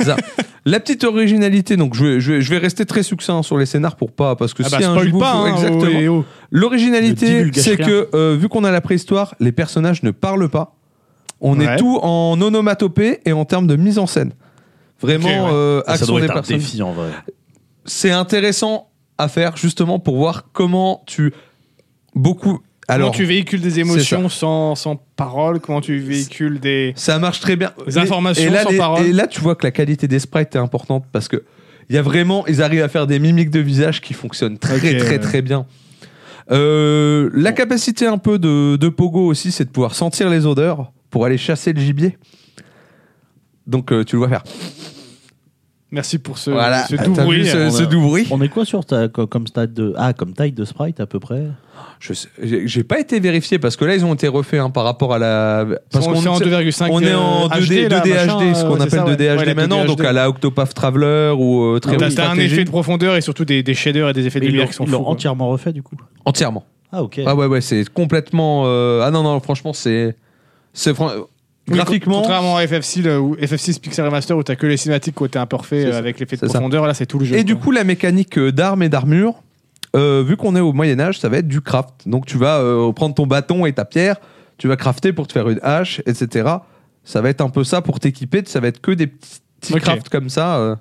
Ça. La petite originalité, donc je vais, je vais, je vais rester très succinct sur les scénars pour pas, parce que si Ah bah, un spoil jour- pas, hein, exactement. oh, et oh. Ne L'originalité, divulgue c'est rien. que euh, vu qu'on a la préhistoire, les personnages ne parlent pas. On Ouais. est tout en onomatopée et en termes de mise en scène. Vraiment, Ok, ouais. euh, Ah, ça action doit des être un personnages. défi en vrai. C'est intéressant à faire justement pour voir comment tu beaucoup. Comment Alors, tu véhicules des émotions sans, sans parole Comment tu véhicules des. ça marche très bien. Les Mais- informations et là, sans les- parole. Et là, tu vois que la qualité des sprites est importante parce que il y a vraiment, ils arrivent à faire des mimiques de visage qui fonctionnent très Ok, ouais. très très bien. Euh, la capacité un peu de, de Pogo aussi, c'est de pouvoir sentir les odeurs pour aller chasser le gibier. Donc euh, tu le vois faire. Merci pour ce, voilà, ce T'as doux vu bruit. ce, on a- ce doux bruit On est quoi sur ta, co- comme stade de ah comme taille de sprite à peu près Je sais- J'ai j'ai pas été vérifié parce que là ils ont été refaits hein, par rapport à la. Parce on, est en 2,5. on est en euh, 2D, 2D, là, machin, HD, ce euh, qu'on c'est appelle ça, ouais. 2D Ouais, HD la maintenant, 2D. donc à la Octopath Traveler ou euh, T'as- Triangle T'as un Strategy. effet de profondeur et surtout des, des shaders et des effets de Mais ils lumière l'ont- qui sont ils l'ont fous. quoi. entièrement refait du coup. Entièrement. Ah ok. Ah ouais, ouais, c'est complètement. euh, Ah non, non, franchement, c'est. c'est fran- Oui, Graphiquement. Contrairement à FF6, le- ou FF6 Pixel Remaster où t'as que les cinématiques côté imparfait C'est euh, ça. avec l'effet de C'est ça. profondeur, là c'est tout le jeu. Et du quoi. coup, la mécanique euh, d'armes et d'armure, euh, vu qu'on est au Moyen-Âge, ça va être du craft. Donc tu vas euh, prendre ton bâton et ta pierre, tu vas crafter pour te faire une hache, etc. Ça va être un peu ça pour t'équiper, ça va être que des petits petits Ok. crafts comme ça euh,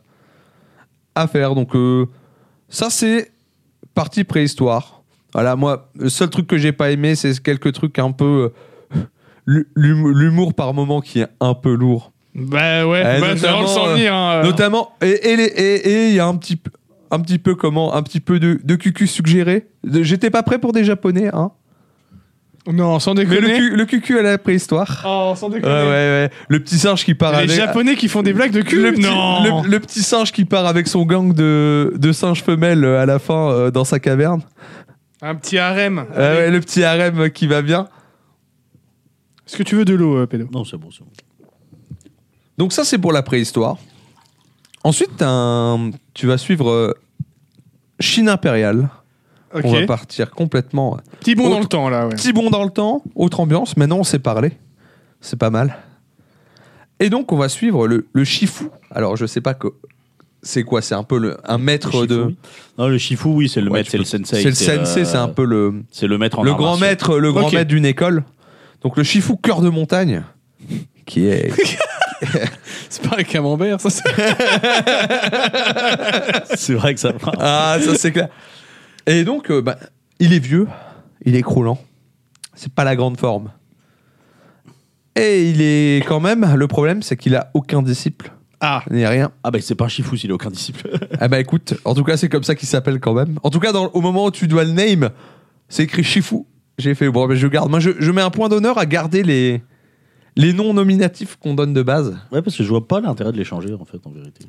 à faire. Donc euh, ça, c'est partie préhistoire. Voilà, moi, le seul truc que j'ai pas aimé, c'est quelques trucs un peu. euh, l'hu- l'humour l'humour par moment qui est un peu lourd. Bah ouais, Eh, bah, ça, on le sent notamment, venir. hein, euh. Notamment, et et les- et- et il y a un petit, peu- un petit peu comment, un petit peu de, de cucu suggéré. De- J'étais pas prêt pour des japonais, hein. Non, sans Mais le, déconner. cu- le cucu à la préhistoire. Oh, sans Ouais, déconner. ouais, ouais. Le petit singe qui part Les avec. japonais qui font des blagues de cul Le petit, Non le- le petit singe qui part avec son gang de, de singes femelles euh, à la fin euh, dans sa caverne. Un petit harem. Euh, ouais, le petit harem qui va bien. Est-ce que tu veux de l'eau, euh, pédo Non, c'est bon, c'est bon. Donc ça, c'est pour la préhistoire. Ensuite, t'as un- tu vas suivre euh, Chine impériale. Ok. On va partir complètement. Petit bond dans Autre- le temps, là, ouais. Petit bond dans le temps, autre ambiance. Maintenant, on s'est parlé. C'est pas mal. Et donc, on va suivre le, le Shifu. Alors, je sais pas que c'est quoi. C'est un peu le, un maître Le Shifu, de. oui. Non, le Shifu, oui, c'est le Ouais, maître, tu c'est peux- le sensei. C'est le sensei, c'est un peu le. C'est le maître en le arts grand martiaux. maître, le grand Ok. maître d'une école. Donc le Shifu cœur de montagne, qui est. C'est pas un camembert, ça, c'est... C'est vrai que ça marche. ah, ça c'est clair. Et donc, euh, bah, il est vieux, il est croulant. C'est pas la grande forme. Et il est quand même. Le problème, c'est qu'il a aucun disciple. Ah. Ni rien. Ah, bah, c'est pas un Shifu s'il a aucun disciple. Ah bah écoute, en tout cas, c'est comme ça qu'il s'appelle quand même. En tout cas, dans- au moment où tu dois le name, c'est écrit Shifu. J'ai fait, bon, bah, je garde. Moi, je, je mets un point d'honneur à garder les, les noms nominatifs qu'on donne de base. Ouais, parce que je vois pas l'intérêt de les changer, en fait, en vérité.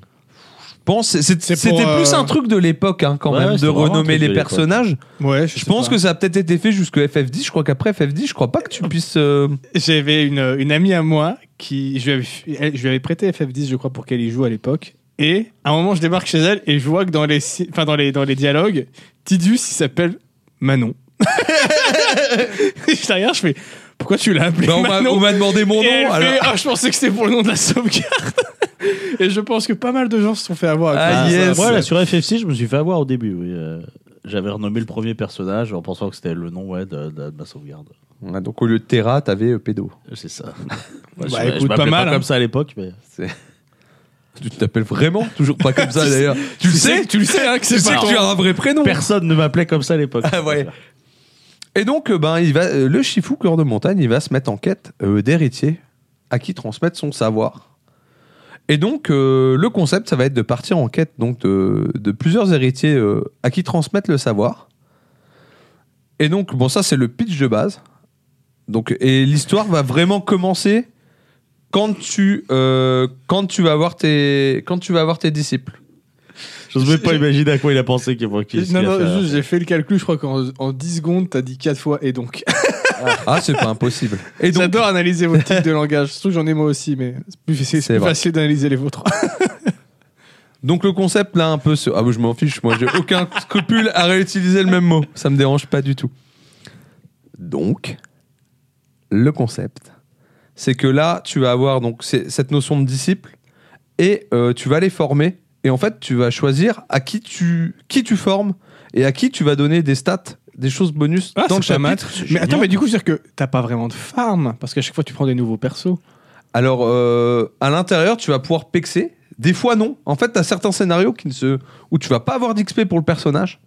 pense c'est- c'est- C'est c'était pour, euh, plus un truc de l'époque hein, quand Ouais, même ouais, de c'était vraiment un renommer truc de les l'époque. personnages. Ouais, je, Je pense que ça a peut-être été fait jusque FF10. Je crois qu'après FF10, je crois pas que tu puisses. euh, J'avais une, une amie à moi qui. Je lui, avais, elle- je lui avais prêté FF10, je crois, pour qu'elle y joue à l'époque. Et à un moment, je débarque chez elle et je vois que dans les, si- enfin, dans les, dans les dialogues, Tidus, il s'appelle Manon. je la regarde, je fais Pourquoi tu l'as appelé bah, on m'a- Manon on m'a demandé mon Et elle nom. fait, alors- Ah, je pensais que c'était pour le nom de la sauvegarde. et je pense que pas mal de gens se sont fait avoir. à Ah, cause de ça. yes. Moi, là, sur FFC, je me suis fait avoir au début, oui. euh, J'avais renommé le premier personnage en pensant que c'était le nom ouais, de, de- de ma sauvegarde. Ouais, Donc au lieu de Terra, t'avais euh, Pédo. C'est ça. Bah, je- écoute, je pas m'appelais mal, hein. comme ça à l'époque, mais. Tu t'appelles vraiment toujours pas comme ça d'ailleurs. Tu le sais, tu le sais, hein, que tu c'est sais pas que tu as un vrai prénom. Personne ne m'appelait comme ça à l'époque. Ah ouais. Et donc euh, ben il va euh, le Shifu cœur de montagne, il va se mettre en quête euh, d'héritiers à qui transmettre son savoir. Et donc euh, le concept, ça va être de partir en quête donc de, de plusieurs héritiers euh, à qui transmettre le savoir. Et donc bon ça c'est le pitch de base. Donc et l'histoire va vraiment commencer quand tu euh, quand tu vas avoir tes quand tu vas avoir tes disciples. Je ne même pas imaginer à quoi il a pensé. qu'il qu'il- qu'il Non, a non, fait, juste, j'ai fait le calcul, je crois qu'en en 10 secondes, t'as dit 4 fois et donc. Ah c'est pas impossible. Et donc J'adore analyser vos tics de langage. Surtout que j'en ai moi aussi, mais c'est plus, c'est- c'est C'est plus vrai. facile d'analyser les vôtres. Donc le concept là un peu ce- ah bah, je m'en fiche moi j'ai aucun scrupule à réutiliser le même mot ça me dérange pas du tout. Donc le concept c'est que là tu vas avoir donc c'est- cette notion de disciple et euh, tu vas les former et en fait tu vas choisir à qui tu qui tu formes et à qui tu vas donner des stats des choses bonus dans le chapitre. Mais attends, mais du coup, c'est-à-dire que t'as pas vraiment de farm parce qu'à chaque fois, tu prends des nouveaux persos. Alors, euh, à l'intérieur, tu vas pouvoir pexer. Des fois, non. En fait, tu as certains scénarios qui ne se... où tu vas pas avoir d'XP pour le personnage.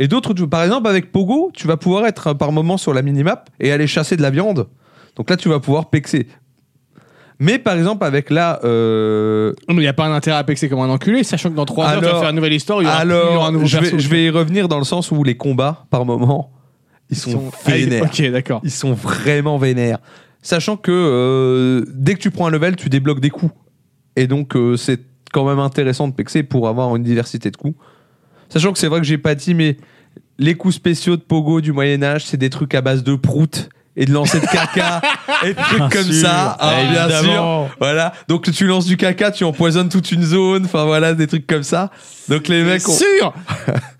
Et d'autres, tu... par exemple, avec Pogo, tu vas pouvoir être euh, par moment sur la minimap et aller chasser de la viande. Donc là, tu vas pouvoir pexer. Mais par exemple, avec la. euh, Il n'y a pas un intérêt à pexer comme un enculé, sachant que dans 3 heures, tu vas Alors- faire une nouvelle histoire, Oh, il y aura, plus- il y aura Alors, un nouveau je, perso. vais, je vais y revenir dans le sens où les combats, par moment, ils, sont, vénères. Ah, Ok, d'accord. Ils sont vraiment vénères. Sachant que euh, dès que tu prends un level, tu débloques des coups. Et donc, euh, c'est quand même intéressant de pexer pour avoir une diversité de coups. Sachant que c'est vrai que j'ai pâti, mais les coups spéciaux de Pogo du Moyen-Âge, c'est des trucs à base de prout et de lancer de caca et de trucs comme ça. Ah, bien sûr. Voilà. Donc, tu lances du caca, tu empoisonnes toute une zone. Enfin, voilà, des trucs comme ça. Donc, les mecs ont. Sûr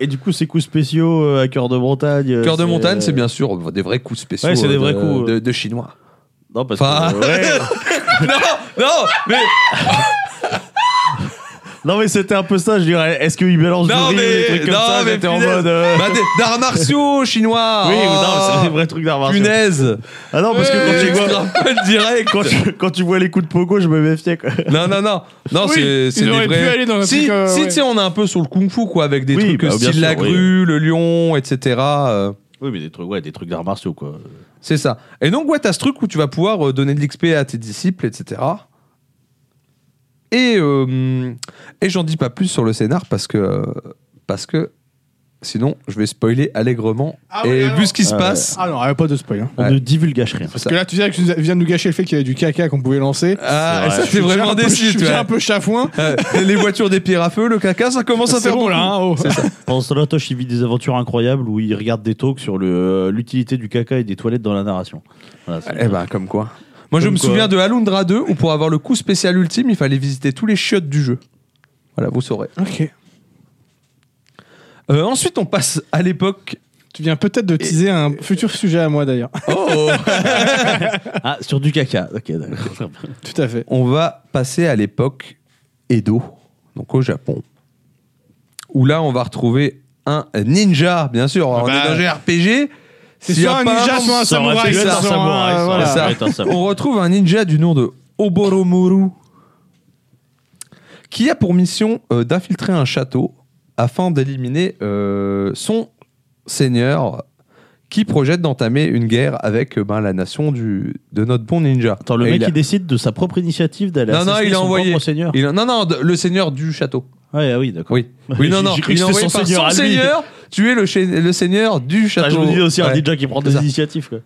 Et du coup, ces coups spéciaux euh, à cœur de montagne. euh, Cœur de montagne, c'est bien sûr des vrais coups spéciaux Ouais, c'est des euh, vrais de- coups, de- euh. de chinois. Non, parce Enfin- que. ouais. non, non, mais non, mais c'était un peu ça. Je dirais, est-ce qu'il mélange Non, du riz mais- et des trucs comme non, ça mais J'étais en punaise. mode. euh, bah, des- d'arts martiaux chinois. Oui, oh, non, c'est des vrais trucs d'art martiaux. Punaise. Ah non, parce que quand tu vois. le direct. Quand tu, quand tu vois les coups de Pogo, je me méfiais. Quoi. Non, non, non. Non, Oui, c'est, ils c'est des auraient pu vrais. aller dans un si, truc, euh, si ouais. tu sais, on est un peu sur le kung-fu, quoi, avec des Oui, trucs bah, bien style sûr, la oui. grue, le lion, etc. euh, Oui, mais des trucs, ouais, des trucs d'arts martiaux, quoi. c'est ça. Et donc, ouais, t'as ce truc où tu vas pouvoir euh, donner de l'XP à tes disciples, etc. Et, euh, et j'en dis pas plus sur le scénar parce que. Parce que Sinon, je vais spoiler allègrement. Ah oui, et alors. vu ce qui se Ah passe. Ah non, arrête pas de spoil. hein. On Ouais. ne divulgage rien. Parce que là, tu sais que tu nous as- viens de nous gâcher le fait qu'il y avait du caca qu'on pouvait lancer. Ah, C'est vrai. ça fait vraiment Je suis déçu, tu déjà un vois. peu chafouin. Euh, les voitures des pires à feu, le caca, ça commence à C'est faire bon beaucoup. là. hein, oh. Pendant ce temps-là, Tosh, il vit des aventures incroyables où il regarde des talks sur le, euh, l'utilité du caca et des toilettes dans la narration. Voilà, c'est- Eh ben, comme quoi. Moi, je Comme me quoi. souviens de Alundra 2 où pour avoir le coup spécial ultime, il fallait visiter tous les chiottes du jeu. Voilà, vous saurez. Ok. Euh, ensuite, on passe à l'époque. Tu viens peut-être de teaser un futur sujet à moi d'ailleurs. Oh Ah, sur du caca. Ok, d'accord. Tout à fait. On va passer à l'époque Edo, donc au Japon, où là, on va retrouver un ninja, bien sûr. Alors, bah, on est dans un RPG. C'est S'il y soit a un pas ninja, un- soit un Ça aurait samouraï. pu être soit un samouraï, ça aurait euh, voilà. pu ça. être un samouraï. On retrouve un ninja du nom de Oboromoru qui a pour mission euh, d'infiltrer un château afin d'éliminer euh, son seigneur qui projette d'entamer une guerre avec euh, ben, la nation du, de notre bon ninja. Attends, le Et mec, il, il, a- décide de sa propre initiative d'aller Non, non, assassiner il a son envoyé. propre seigneur. il a- non, non, de- le seigneur du château. Ouais, ah oui, d'accord. Oui, oui non, J'ai- non. j'ai cru que Il a c'était envoyé son par seigneur à lui. seigneur tuer le, che- le seigneur du Ah, château. je me disais aussi un Ouais. ninja qui prend C'est des ça. initiatives. Quoi.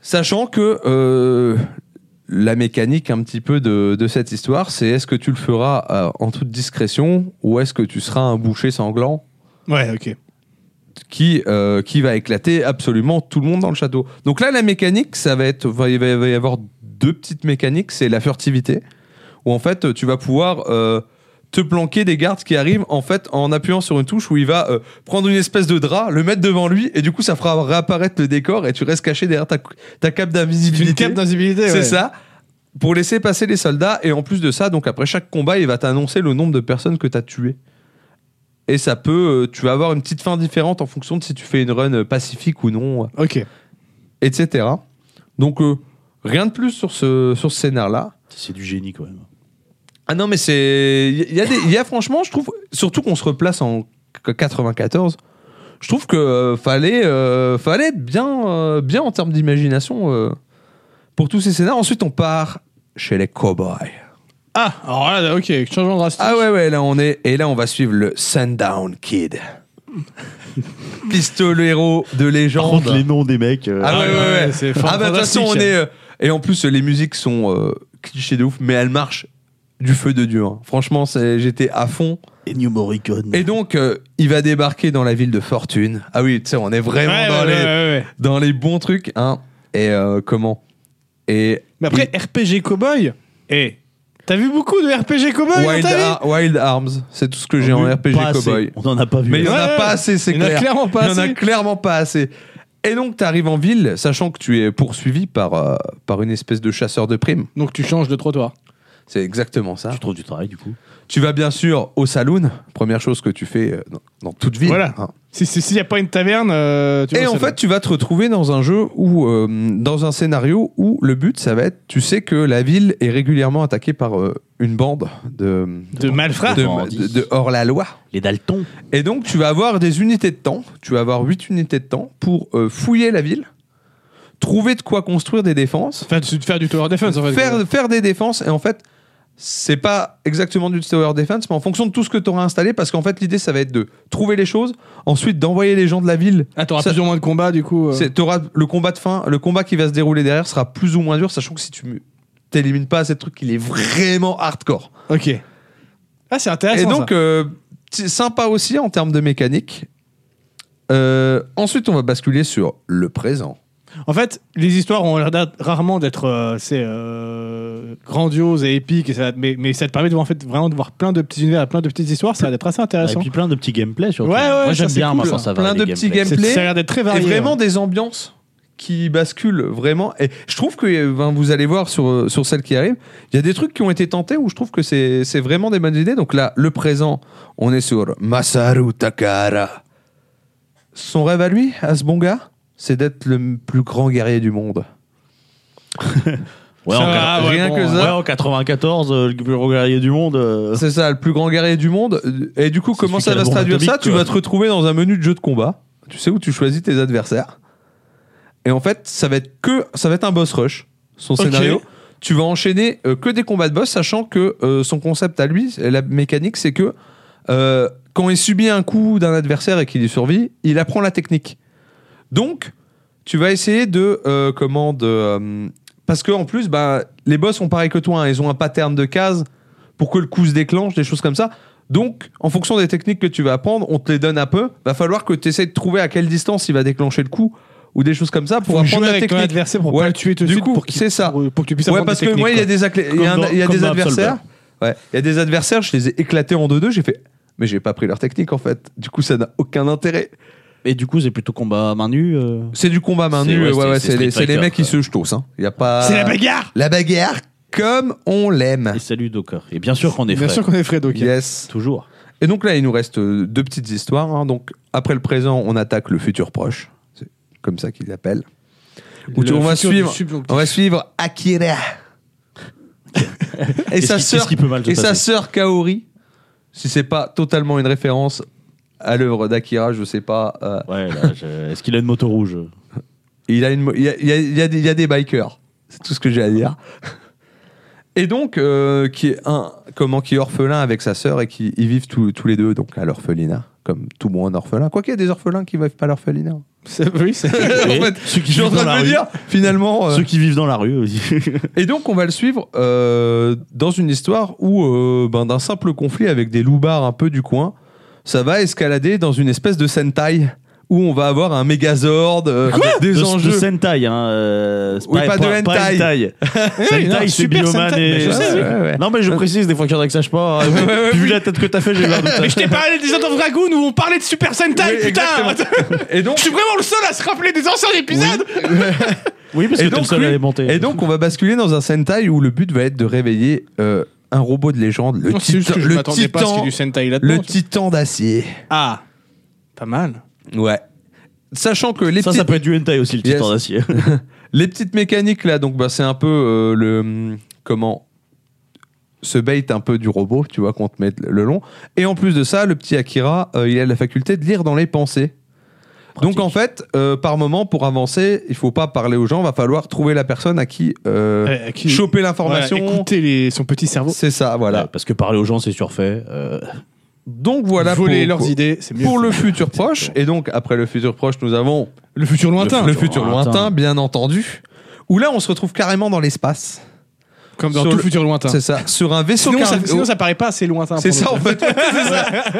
Sachant que euh, la mécanique un petit peu de, de cette histoire, c'est est-ce que tu le feras euh, en toute discrétion ou est-ce que tu seras un boucher sanglant Ouais, ok. qui, euh, qui va éclater absolument tout le monde dans le château. Donc là, la mécanique, ça va être, va- il va il va y avoir deux petites mécaniques, c'est la furtivité, où en fait, tu vas pouvoir euh, te planquer des gardes qui arrivent en fait en appuyant sur une touche où il va euh, prendre une espèce de drap, le mettre devant lui, et du coup, ça fera réapparaître le décor, et tu restes caché derrière ta, cou- ta cape d'invisibilité. Une cape d'invisibilité. C'est ouais. ça. Pour laisser passer les soldats. Et en plus de ça, donc après chaque combat, il va t'annoncer le nombre de personnes que tu as tuées. Et ça peut. euh, Tu vas avoir une petite fin différente en fonction de si tu fais une run euh, pacifique ou non, euh, Ok. etc. Donc euh, rien de plus sur ce, sur ce scénar-là. C'est du génie quand même. Ah non, mais c'est. Il y a, des- il y a franchement, je trouve. Surtout qu'on se replace en 94. Je trouve que euh, fallait, euh, fallait être bien, euh, bien en termes d'imagination euh, pour tous ces scénars. Ensuite, on part chez les cowboys. Ah, alors là, ok, changement drastique. Ah ouais, ouais, là on est. Et là, on va suivre le Sundown Kid. Pistolero de Par légende. contre, les noms des mecs. euh, Ah ouais, ouais, ouais. c'est Ah bah, de toute façon, on fantastique. est. euh, Et en plus, les musiques sont euh, clichés de ouf, mais elles marchent du feu de Dieu. hein. Franchement, c'est- j'étais à fond. Ennio Morricone. Et donc, euh, il va débarquer dans la ville de Fortune. Ah oui, tu sais, on est vraiment Ouais, dans, ouais, les, ouais, ouais, ouais. dans les bons trucs. Hein. Et euh, comment Et Mais après, RPG Cowboy, eh, t'as vu beaucoup de RPG Cowboy dans Wild, ta vie Ar- Wild Arms, c'est tout ce que j'ai Oh, On en en a RPG pas assez. Cowboy. On en a pas vu. Mais il n'y en Ouais, a ouais. pas assez, c'est Il y en a clair. clairement pas Il n'y en a assez. clairement pas assez. Et donc, tu arrives en ville, sachant que tu es poursuivi par, euh, par une espèce de chasseur de primes. Donc tu changes de trottoir. C'est exactement ça. Tu trouves du travail du coup. Tu vas bien sûr au saloon, première chose que tu fais euh, dans, dans toute ville. Voilà. hein. Si- si- S'il n'y a pas une taverne, euh, tu Et vois, en ça fait, tu vas te retrouver dans un jeu où, euh, dans un scénario où le but, ça va être, tu sais que la ville est régulièrement attaquée par euh, une bande de, doit- de malfrats. de, bandits. de- de hors-la-loi. Les Dalton. Et donc, tu vas avoir des unités de temps. Tu vas avoir 8 unités de temps pour euh, fouiller la ville, trouver de quoi construire des défenses, Enfin, de faire du tower defense en fait. faire, faire des défenses. Et en fait, c'est pas exactement du tower defense, mais en fonction de tout ce que tu auras installé, parce qu'en fait, l'idée, ça va être de trouver les choses, ensuite d'envoyer les gens de la ville. Ah, t'auras Ça- plus ou moins de combats du coup. euh. C'est- t'auras le combat de fin, le combat qui va se dérouler derrière sera plus ou moins dur, sachant que si tu me- t'élimines pas ces trucs, il est vraiment hardcore. Ok. Ah, c'est Et intéressant. donc, ça. euh, c'est sympa aussi en termes de mécanique. Euh, ensuite, on va basculer sur le présent. En fait, les histoires ont l'air d'être- rarement d'être euh, c'est euh, grandiose et épique, et ça, mais, mais ça te permet de, voir, en fait, vraiment de voir plein de petits univers, plein de petites histoires, ah, ça a l'air d'être assez Et intéressant. puis plein de petits gameplays surtout. Ouais, ouais, Moi ça, j'aime c'est bien, cool. moi, quand ça va. Plein les de petits gameplays. C'est- gameplay ça a l'air d'être très Et varié. vraiment des ambiances qui basculent vraiment. Et je trouve que euh, ben, vous allez voir sur, euh, sur celle qui arrive, il y a des trucs qui ont été tentés où je trouve que c'est c'est vraiment des bonnes idées. Donc là, le présent, on est sur Masaru Takahara. Son rêve à lui, à ce bon gars, c'est d'être le m- plus grand guerrier du monde. Ouais, Ça en, va, Ah ouais, Rien bon, que ouais, ça. en 94, euh, le plus gros guerrier du monde. euh, C'est ça, le plus grand guerrier du monde. Et du coup, C'est comment celui qui a ça la va se bombe traduire ça atomique, Tu quoi. vas te retrouver dans un menu de jeu de combat. Tu sais où tu choisis tes adversaires. Et en fait, ça va être que ça va être un boss rush. Son Ok. scénario. Tu vas enchaîner euh, que des combats de boss, sachant que euh, son concept à lui, la mécanique, c'est que euh, quand il subit un coup d'un adversaire et qu'il y survit, il apprend la technique. Donc, tu vas essayer de euh, comment de euh, parce que en plus, bah, les boss sont pareils que toi, hein, ils ont un pattern de cases pour que le coup se déclenche, des choses comme ça. Donc, en fonction des techniques que tu vas apprendre, on te les donne un peu. Va falloir que tu essaies de trouver à quelle distance il va déclencher le coup ou des choses comme ça pour Faut apprendre jouer la avec ton technique. adversaire pour Ouais, pas le tuer tout de du suite coup, pour qu'il- c'est ça. pour, pour que tu puisses Ouais, apprendre parce des que moi, il y a techniques, des, acclé- il y a un- dans- il y a comme des dans adversaires. Ouais, il y a des adversaires, je les ai éclatés en 2-2, j'ai fait, mais j'ai pas pris leur technique en fait. Du coup, ça n'a aucun intérêt. Et du coup, c'est plutôt combat à main nue. euh. C'est du combat main C'est- nue, ouais, ouais, c'est- c'est ouais, c'est les, Street c'est les Fighter, mecs qui quoi. se jettent, hein. Il y a pas. quoi. C'est la bagarre La bagarre comme on l'aime. Et salut Docker. Et bien sûr qu'on est Bien frères. sûr qu'on est Fredo. ok. Yes. Toujours. Et donc là, il nous reste euh, deux petites histoires. hein. Donc après le présent, on attaque le futur proche. C'est comme ça qu'il l'appelle. Où Le tu- on va futur du suivre- Ah. subjonctif. On va suivre Akira. et Qu'est-ce sa qui- sœur qu'est-ce qui peut mal se et sa passer sœur Kaori. Si c'est pas totalement une référence à l'œuvre d'Akira, je sais pas. euh, Ouais, là, je- Est-ce qu'il a une moto rouge euh il a une, mo- il y a, il y a- il y a des, il y a des bikers. C'est tout ce que j'ai à dire. Et donc, euh, qui est un, comment, qui est orphelin avec sa sœur et qui ils vivent tous, tous les deux donc à l'orphelinat, comme tout bon orphelin. Quoiqu'il y a des orphelins qui vivent pas à l'orphelinat. C'est- Oui, c'est. en Et fait, Eh, ceux qui je suis en vivent dans la train de me rue. dire, finalement. euh, Ceux qui vivent dans la rue aussi. Et donc, on va le suivre euh, dans une histoire où, euh, ben, d'un simple conflit avec des loupards un peu du coin, ça va escalader dans une espèce de Sentai où on va avoir un Megazord, euh, des Ah, de, enjeux. De Sentai, hein. euh, c'est Oui, pas de hentai. Oui, non, Sentai, c'est super Bioman Sentai. et. Mais je Ouais, sais, ouais, ouais. Euh, Non, mais je précise, des fois qu'il y en a que ça, je sais pas. hein, Ouais, ouais, Vu oui. la tête que t'as fait, j'ai eu un doute. Mais je t'ai parlé des autres Dragoon où on parlait de Super Sentai, Oui, putain exactement. Et donc, Je suis vraiment le seul à se rappeler des anciens épisodes Oui, parce Et que t'es donc, le seul lui- à les monter. Et donc, on va basculer dans un Sentai où le but va être de réveiller euh, un robot de légende, le, Non, c'est juste titan, que je le m'attendais pas à ce qu'il y ait titan, du Sentai là-dedans. le titan d'acier. Ah Pas mal. Ouais. Sachant que les, ça, petites, ça peut être du hentai aussi, le Yes. titan d'acier. les petites mécaniques là, donc bah, c'est un peu euh, le hum, comment se bait un peu du robot, tu vois, qu'on te met le long. Et en plus de ça, le petit Akira, euh, il a la faculté de lire dans les pensées. Pratique. Donc en fait, euh, par moment, pour avancer, il faut pas parler aux gens, va falloir trouver la personne à qui, euh, Euh, à qui- choper Voilà, l'information. écoutez les- son petit cerveau. C'est ça, voilà. Ouais, Parce que parler aux gens, c'est surfait. euh, Donc voilà voler pour, leurs pour- idées, c'est mieux. pour le futur proche. Et donc après le futur proche, nous avons Le futur lointain. le futur lointain. lointain, bien entendu. Où là, on se retrouve carrément dans l'espace. Comme dans Sur tout le- futur lointain. C'est ça. Sur un vaisseau. Sinon car- ça, sinon, ça paraît pas assez lointain. C'est pour ça nous. en fait.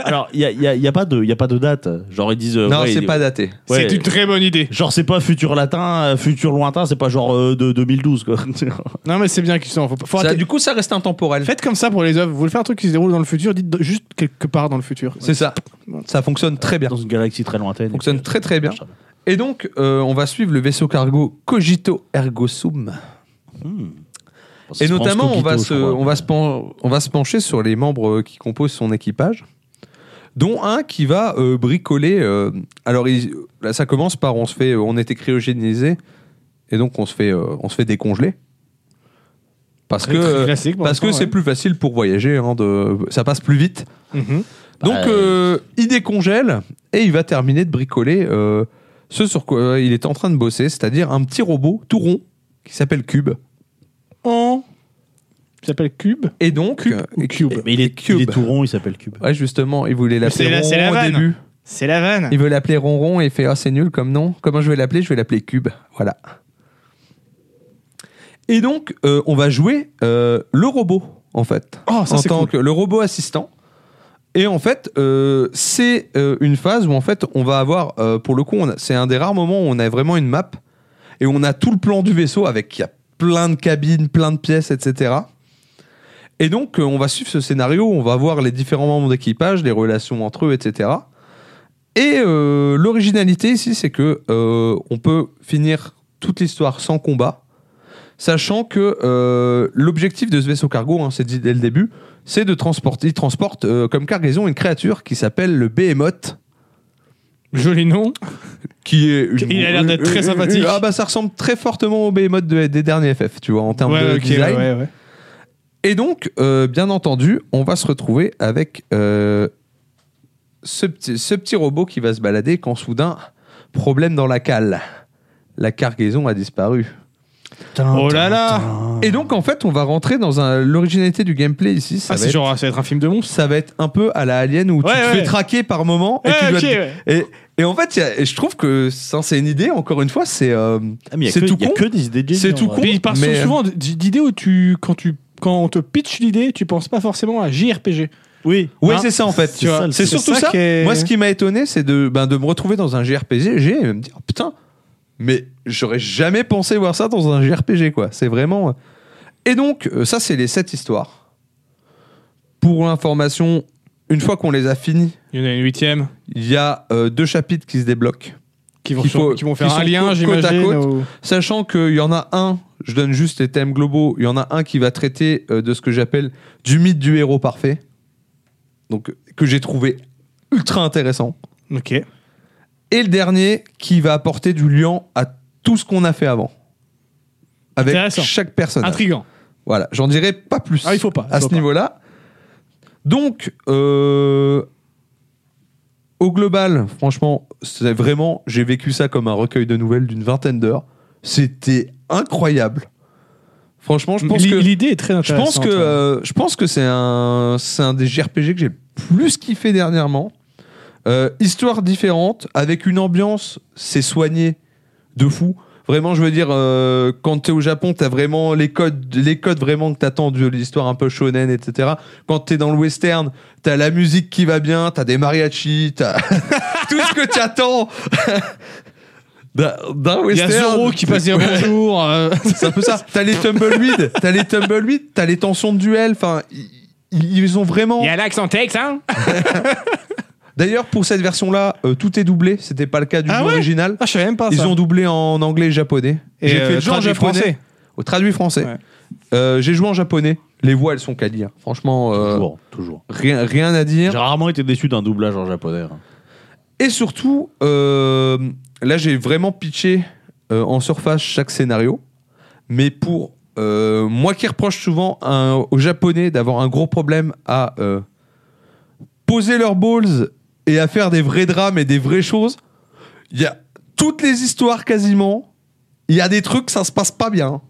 Alors, il n'y a, y a- y a pas de y a pas de date. Genre, ils disent. euh, non, ouais, c'est ils- pas daté. ouais. C'est une très bonne idée. Genre, c'est pas futur latin, euh, futur lointain, c'est pas genre euh, de 2012, quoi. Non, mais c'est bien qu'il s'en faut pas- faut Ça, arrêter- du coup, ça reste intemporel. Faites comme ça pour les œuvres. Vous voulez faire un truc qui se déroule dans le futur, dites de- juste quelque part dans le futur. C'est ça. Ça fonctionne très bien. Dans une galaxie très lointaine. Fonctionne très très bien. Charles. Et donc, euh, on va suivre le vaisseau cargo Cogito Ergo Sum. Hmm. Parce Et qu'ils se notamment, pensent on va, coquito, se, je crois. on, va se pen- on va se pencher sur les membres euh, qui composent son équipage, dont un qui va euh, bricoler. euh, alors, il- là, ça commence par on se fait, on était cryogénisé, et donc on se fait, euh, on se fait décongeler. Parce Très, très que euh, classique, pour parce que l'instant, c'est ouais. plus facile pour voyager, hein, de, ça passe plus vite. Mhm. Bah, Donc, euh, il décongèle et il va terminer de bricoler euh, ce sur quoi euh, il est en train de bosser, c'est-à-dire un petit robot tout rond qui s'appelle Cube. Il s'appelle Cube. Et donc, Cube euh, ou Cube Mais il est, Cube. il est tout rond, il s'appelle Cube. Ouais, justement, il voulait l'appeler c'est la- Ronron c'est la au vanne. début. C'est la vanne. Il veut l'appeler Ronron et il fait Ah, c'est nul comme nom. Comment je vais l'appeler Je vais l'appeler Cube. Voilà. Et donc, euh, on va jouer euh, le robot, en fait. Oh, ça en c'est tant cool. que le robot assistant. Et en fait, euh, c'est euh, une phase où, en fait, on va avoir, euh, pour le coup, on a- c'est un des rares moments où on a vraiment une map et on a tout le plan du vaisseau avec il y a plein de cabines, plein de pièces, etc. Et donc, euh, on va suivre ce scénario, on va voir les différents membres d'équipage, les relations entre eux, etc. Et euh, l'originalité ici, c'est que euh, on peut finir toute l'histoire sans combat, sachant que euh, l'objectif de ce vaisseau cargo, hein, c'est dit dès le début, c'est de transporter. Il transporte euh, comme cargaison une créature qui s'appelle le Behemoth, Joli nom. qui est une- Il a l'air d'être très sympathique. Ah bah ça ressemble très fortement au Behemoth de- des derniers FF, tu vois, en termes de ok, design. ouais, ouais. Et donc, euh, bien entendu, on va se retrouver avec euh, ce, petit, ce petit robot qui va se balader quand soudain, problème dans la cale. La cargaison a disparu. Oh là là Et donc, en fait, on va rentrer dans un- l'originalité du gameplay ici. Ça, Ah, va c'est être, genre, ça va être un film de monstre. ça va être un peu à la Alien où tu Ouais, te ouais. fais traquer par moment et tu Ouais, dois ok, te- ouais. Et, et en fait, il y a- et je trouve que ça, c'est une idée, encore une fois, c'est. euh, Ah, mais il y a C'est que- tout il y a con. que des idées de génie, C'est en tout vrai. con. Puis ils partent Mais, euh, souvent d- d'idées où tu, quand tu, quand on te pitch l'idée, tu penses pas forcément à JRPG. Oui. Oui, Hein c'est ça en fait. Tu vois, C'est c'est surtout ça ça. qui est- Moi, ce qui m'a étonné, c'est de, ben, de me retrouver dans un JRPG et me dire oh, putain, mais j'aurais jamais pensé voir ça dans un JRPG quoi. C'est vraiment. euh. Et donc, euh, ça, c'est les sept histoires. Pour l'information, une fois qu'on les a finies, Il y en a une huitième il y a euh, deux chapitres qui se débloquent. qui vont, Qu'il faut- sur- qui vont faire qui sont un côte lien, à j'imagine. côte. ou- Sachant qu'il y en a un, je donne juste les thèmes globaux, il y en a un qui va traiter euh, de ce que j'appelle du mythe du héros parfait. Donc, que j'ai trouvé ultra intéressant. Ok. Et le dernier qui va apporter du lien à tout ce qu'on a fait avant. Avec Intéressant. chaque personne. Intriguant. Voilà, j'en dirai pas plus Ah, il faut pas. il à faut ce pas. niveau-là. Donc, euh, au global, franchement, c'est vraiment, j'ai vécu ça comme un recueil de nouvelles d'une vingtaine d'heures. C'était incroyable. Franchement, je pense L'i- que l'idée est très je intéressante. pense hein. que euh, je pense que c'est un c'est un des JRPG que j'ai le plus kiffé dernièrement. Euh, histoire différente avec une ambiance, c'est soigné de fou. Vraiment, je veux dire, euh, quand t'es au Japon, t'as vraiment les codes, les codes vraiment que t'attends de l'histoire un peu shonen, etc. Quand t'es dans le western, t'as la musique qui va bien, t'as des mariachis, t'as tout ce que t'attends d'un d'un il y a western. Zoro qui passe dire bonjour. euh, C'est un peu ça. T'as les tumbleweed, t'as les tumbleweed, t'as les tensions de duel. Enfin, i- i- ils ont vraiment. Il y a l'accent texte, hein D'ailleurs, pour cette version-là, euh, tout est doublé. C'était pas le cas du Ah jeu ouais original. Ah, je savais même pas Ils ça. ont doublé en anglais et japonais. Et, J'ai euh, fait le genre traduit japonais. français. Au traduit français. Ouais. Euh, J'ai joué en japonais. Les voix, elles sont quali. hein. Franchement, euh, Ah, Toujours, toujours. rien, rien à J'ai dire. rarement été déçu d'un doublage en japonais. hein. Et surtout, euh, là, j'ai vraiment pitché euh, en surface chaque scénario. Mais pour euh, moi qui reproche souvent un- aux Japonais d'avoir un gros problème à euh, poser leurs balls et à faire des vrais drames et des vraies choses, il y a toutes les histoires quasiment. Il y a des trucs, ça se passe pas bien.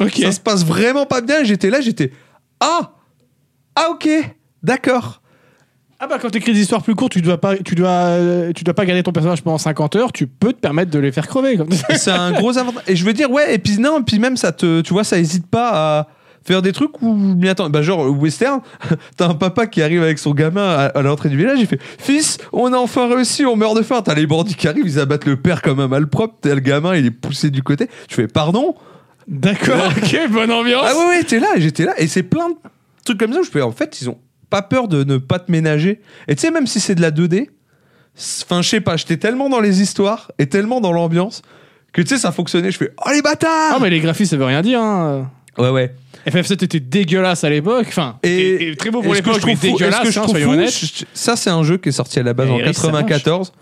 Ok. Ça se passe vraiment pas bien. Et J'étais là, j'étais Ah Ah, ok, d'accord. Ah bah quand t'écris des histoires plus courtes, tu dois pas, tu dois, euh, tu dois pas garder ton personnage pendant 50 heures. Tu peux te permettre de les faire crever. Comme ça. c'est un gros avantage. Et je veux dire, ouais, et puis non, et puis même ça te, tu vois, ça hésite pas à faire des trucs où m'y attends. Bah genre au western, t'as un papa qui arrive avec son gamin à, à l'entrée du village, il fait "Fils, on a enfin réussi, on meurt de faim." T'as les bandits qui arrivent, ils abattent le père comme un malpropre, t'as le gamin, il est poussé du côté. Tu fais "Pardon D'accord. ok, bonne ambiance. Ah ouais, ouais, t'es là, et j'étais là, et c'est plein de trucs comme ça où je fais en fait, ils ont pas peur de ne pas te ménager. Et tu sais, même si c'est de la 2D, c'est- enfin, je sais pas, j'étais tellement dans les histoires et tellement dans l'ambiance que tu sais, ça fonctionnait. Je fais, oh les bâtards! Ah mais les graphismes ça veut rien dire. Hein. Ouais, ouais. FF7 était dégueulasse à l'époque. Enfin, et, et très beau pour et ce que l'époque, je mais trouve fou- et ce dégueulasse. que je hein, trouve soyons fou, honnêtes. je- je- ça, c'est un jeu qui est sorti à la base Et en Eric, ça 94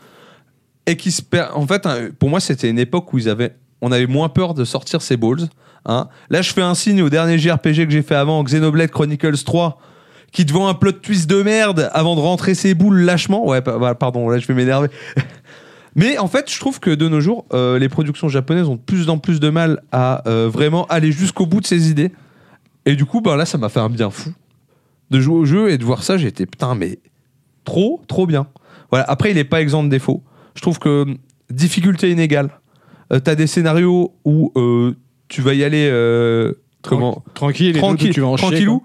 et qui se perd. En fait, hein, pour moi, c'était une époque où ils avaient, on avait moins peur de sortir ses balls. hein. Là, je fais un signe au dernier JRPG que j'ai fait avant, Xenoblade Chronicles 3, qui te vend un plot twist de merde avant de rentrer ses boules lâchement. Ouais, pa- bah, pardon, là, je vais m'énerver. Mais en fait, je trouve que de nos jours, euh, les productions japonaises ont de plus en plus de mal à euh, vraiment aller jusqu'au bout de ces idées. Et du coup, ben là, ça m'a fait un bien fou de jouer au jeu et de voir ça. J'étais putain, mais trop, trop bien. Voilà. Après, il n'est pas exempt de défauts. Je trouve que hum, difficulté inégale. Euh, T'as des scénarios où euh, tu vas y aller euh, comment Tranquille. et d'autres où Tu vas en chier, tranquillou.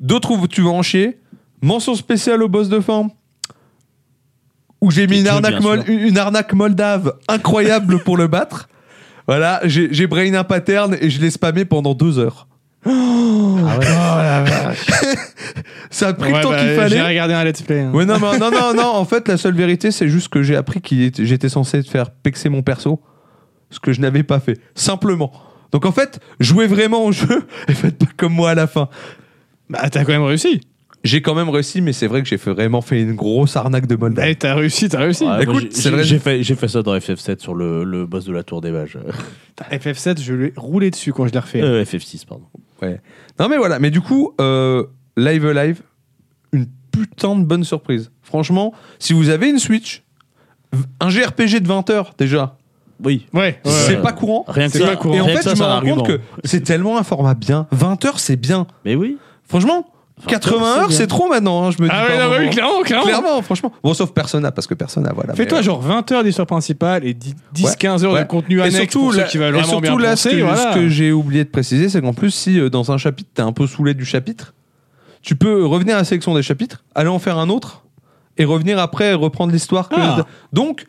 D'autres où tu vas en chier. Mention spéciale au boss de fin. Où j'ai mis une Pikachu, arnaque, bien mol- une arnaque moldave incroyable pour le battre. Voilà, j'ai j'ai brain un pattern et je l'ai spammé pendant deux heures. Ça a quoi. pris Ah Ouais, le temps bah, qu'il fallait. J'ai regardé un let's play. hein. Ouais, non, mais- non, non, non, en fait, la seule vérité, c'est juste que j'ai appris que j'étais censé faire pexer mon perso, ce que je n'avais pas fait, simplement. Donc en fait, jouez vraiment au jeu et faites pas comme moi à la fin. Bah t'as quand même réussi. J'ai quand même réussi, mais c'est vrai que j'ai fait- vraiment fait une grosse arnaque de Moldavie. Bah t'as réussi, t'as réussi. Ouais, moi, écoute, j'ai- c'est j'ai- vrai. j'ai fait, j'ai fait ça dans FF7 sur le, le boss de la tour des mages. Putain, FF7, je l'ai roulé dessus quand je l'ai refait. Euh, FF6, pardon. Non, mais voilà, mais du coup, euh, Live Alive, une putain de bonne surprise. Franchement, si vous avez une Switch, un JRPG de 20 heures déjà, Oui. Ouais, ouais, c'est ouais. pas courant. Rien que C'est ça. pas courant. Et en Rien que fait, ça, hein. je me c'est un rends argument. compte que c'est tellement un format bien. 20 heures, c'est bien. Mais oui. Franchement, Enfin, 80 heures, bien. c'est trop maintenant. hein, je me dis Ah pas ouais, non, bah oui, vraiment. clairement, clairement. Clairement, franchement. Bon, sauf Persona, parce que Persona, voilà. Fais-toi mais- genre 20 heures d'histoire principale et 10-15 heures ouais. de contenu euh, Et annexe surtout, pour ceux là, qui veulent et vraiment surtout, bien là, penser, ce que, voilà. ce que j'ai oublié de préciser, c'est qu'en plus, si euh, dans un chapitre, t'es un peu saoulé du chapitre, tu peux revenir à la sélection des chapitres, aller en faire un autre, et revenir après, reprendre l'histoire. que- Ah. Donc,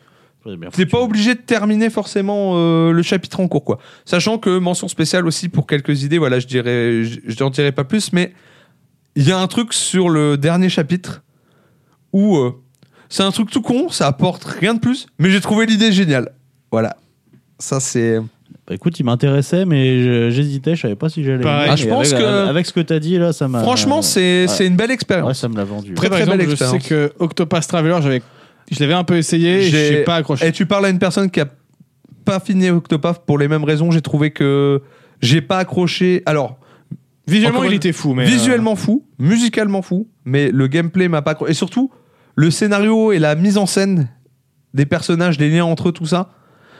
t'es pas obligé de terminer forcément euh, le chapitre en cours, quoi. Sachant que mention spéciale aussi pour quelques idées, voilà, je dirais, je je n'en dirai pas plus, mais il y a un truc sur le dernier chapitre où euh, c'est un truc tout con, ça apporte rien de plus, mais j'ai trouvé l'idée géniale. Voilà. Ça, c'est. Bah, écoute, il m'intéressait, mais je- j'hésitais, je savais pas si j'allais. Pareil. aimer, Ah, je et pense avec, que- avec ce que t'as dit là, ça m'a. Franchement, c'est ouais. c'est une belle Ouais, expérience. ça me l'a vendu. Très, Après, très par belle exemple, je sais expérience. que Octopath Traveler, j'avais, je l'avais un peu essayé, et J'ai- j'ai pas accroché. Et tu parles à une personne qui a pas fini Octopath pour les mêmes raisons. J'ai trouvé que j'ai pas accroché. Alors, Visuellement, Encore il une- était fou, mais visuellement fou, musicalement fou, mais le gameplay m'a pas accroché. Et surtout, le scénario et la mise en scène des personnages, les liens entre eux, tout ça,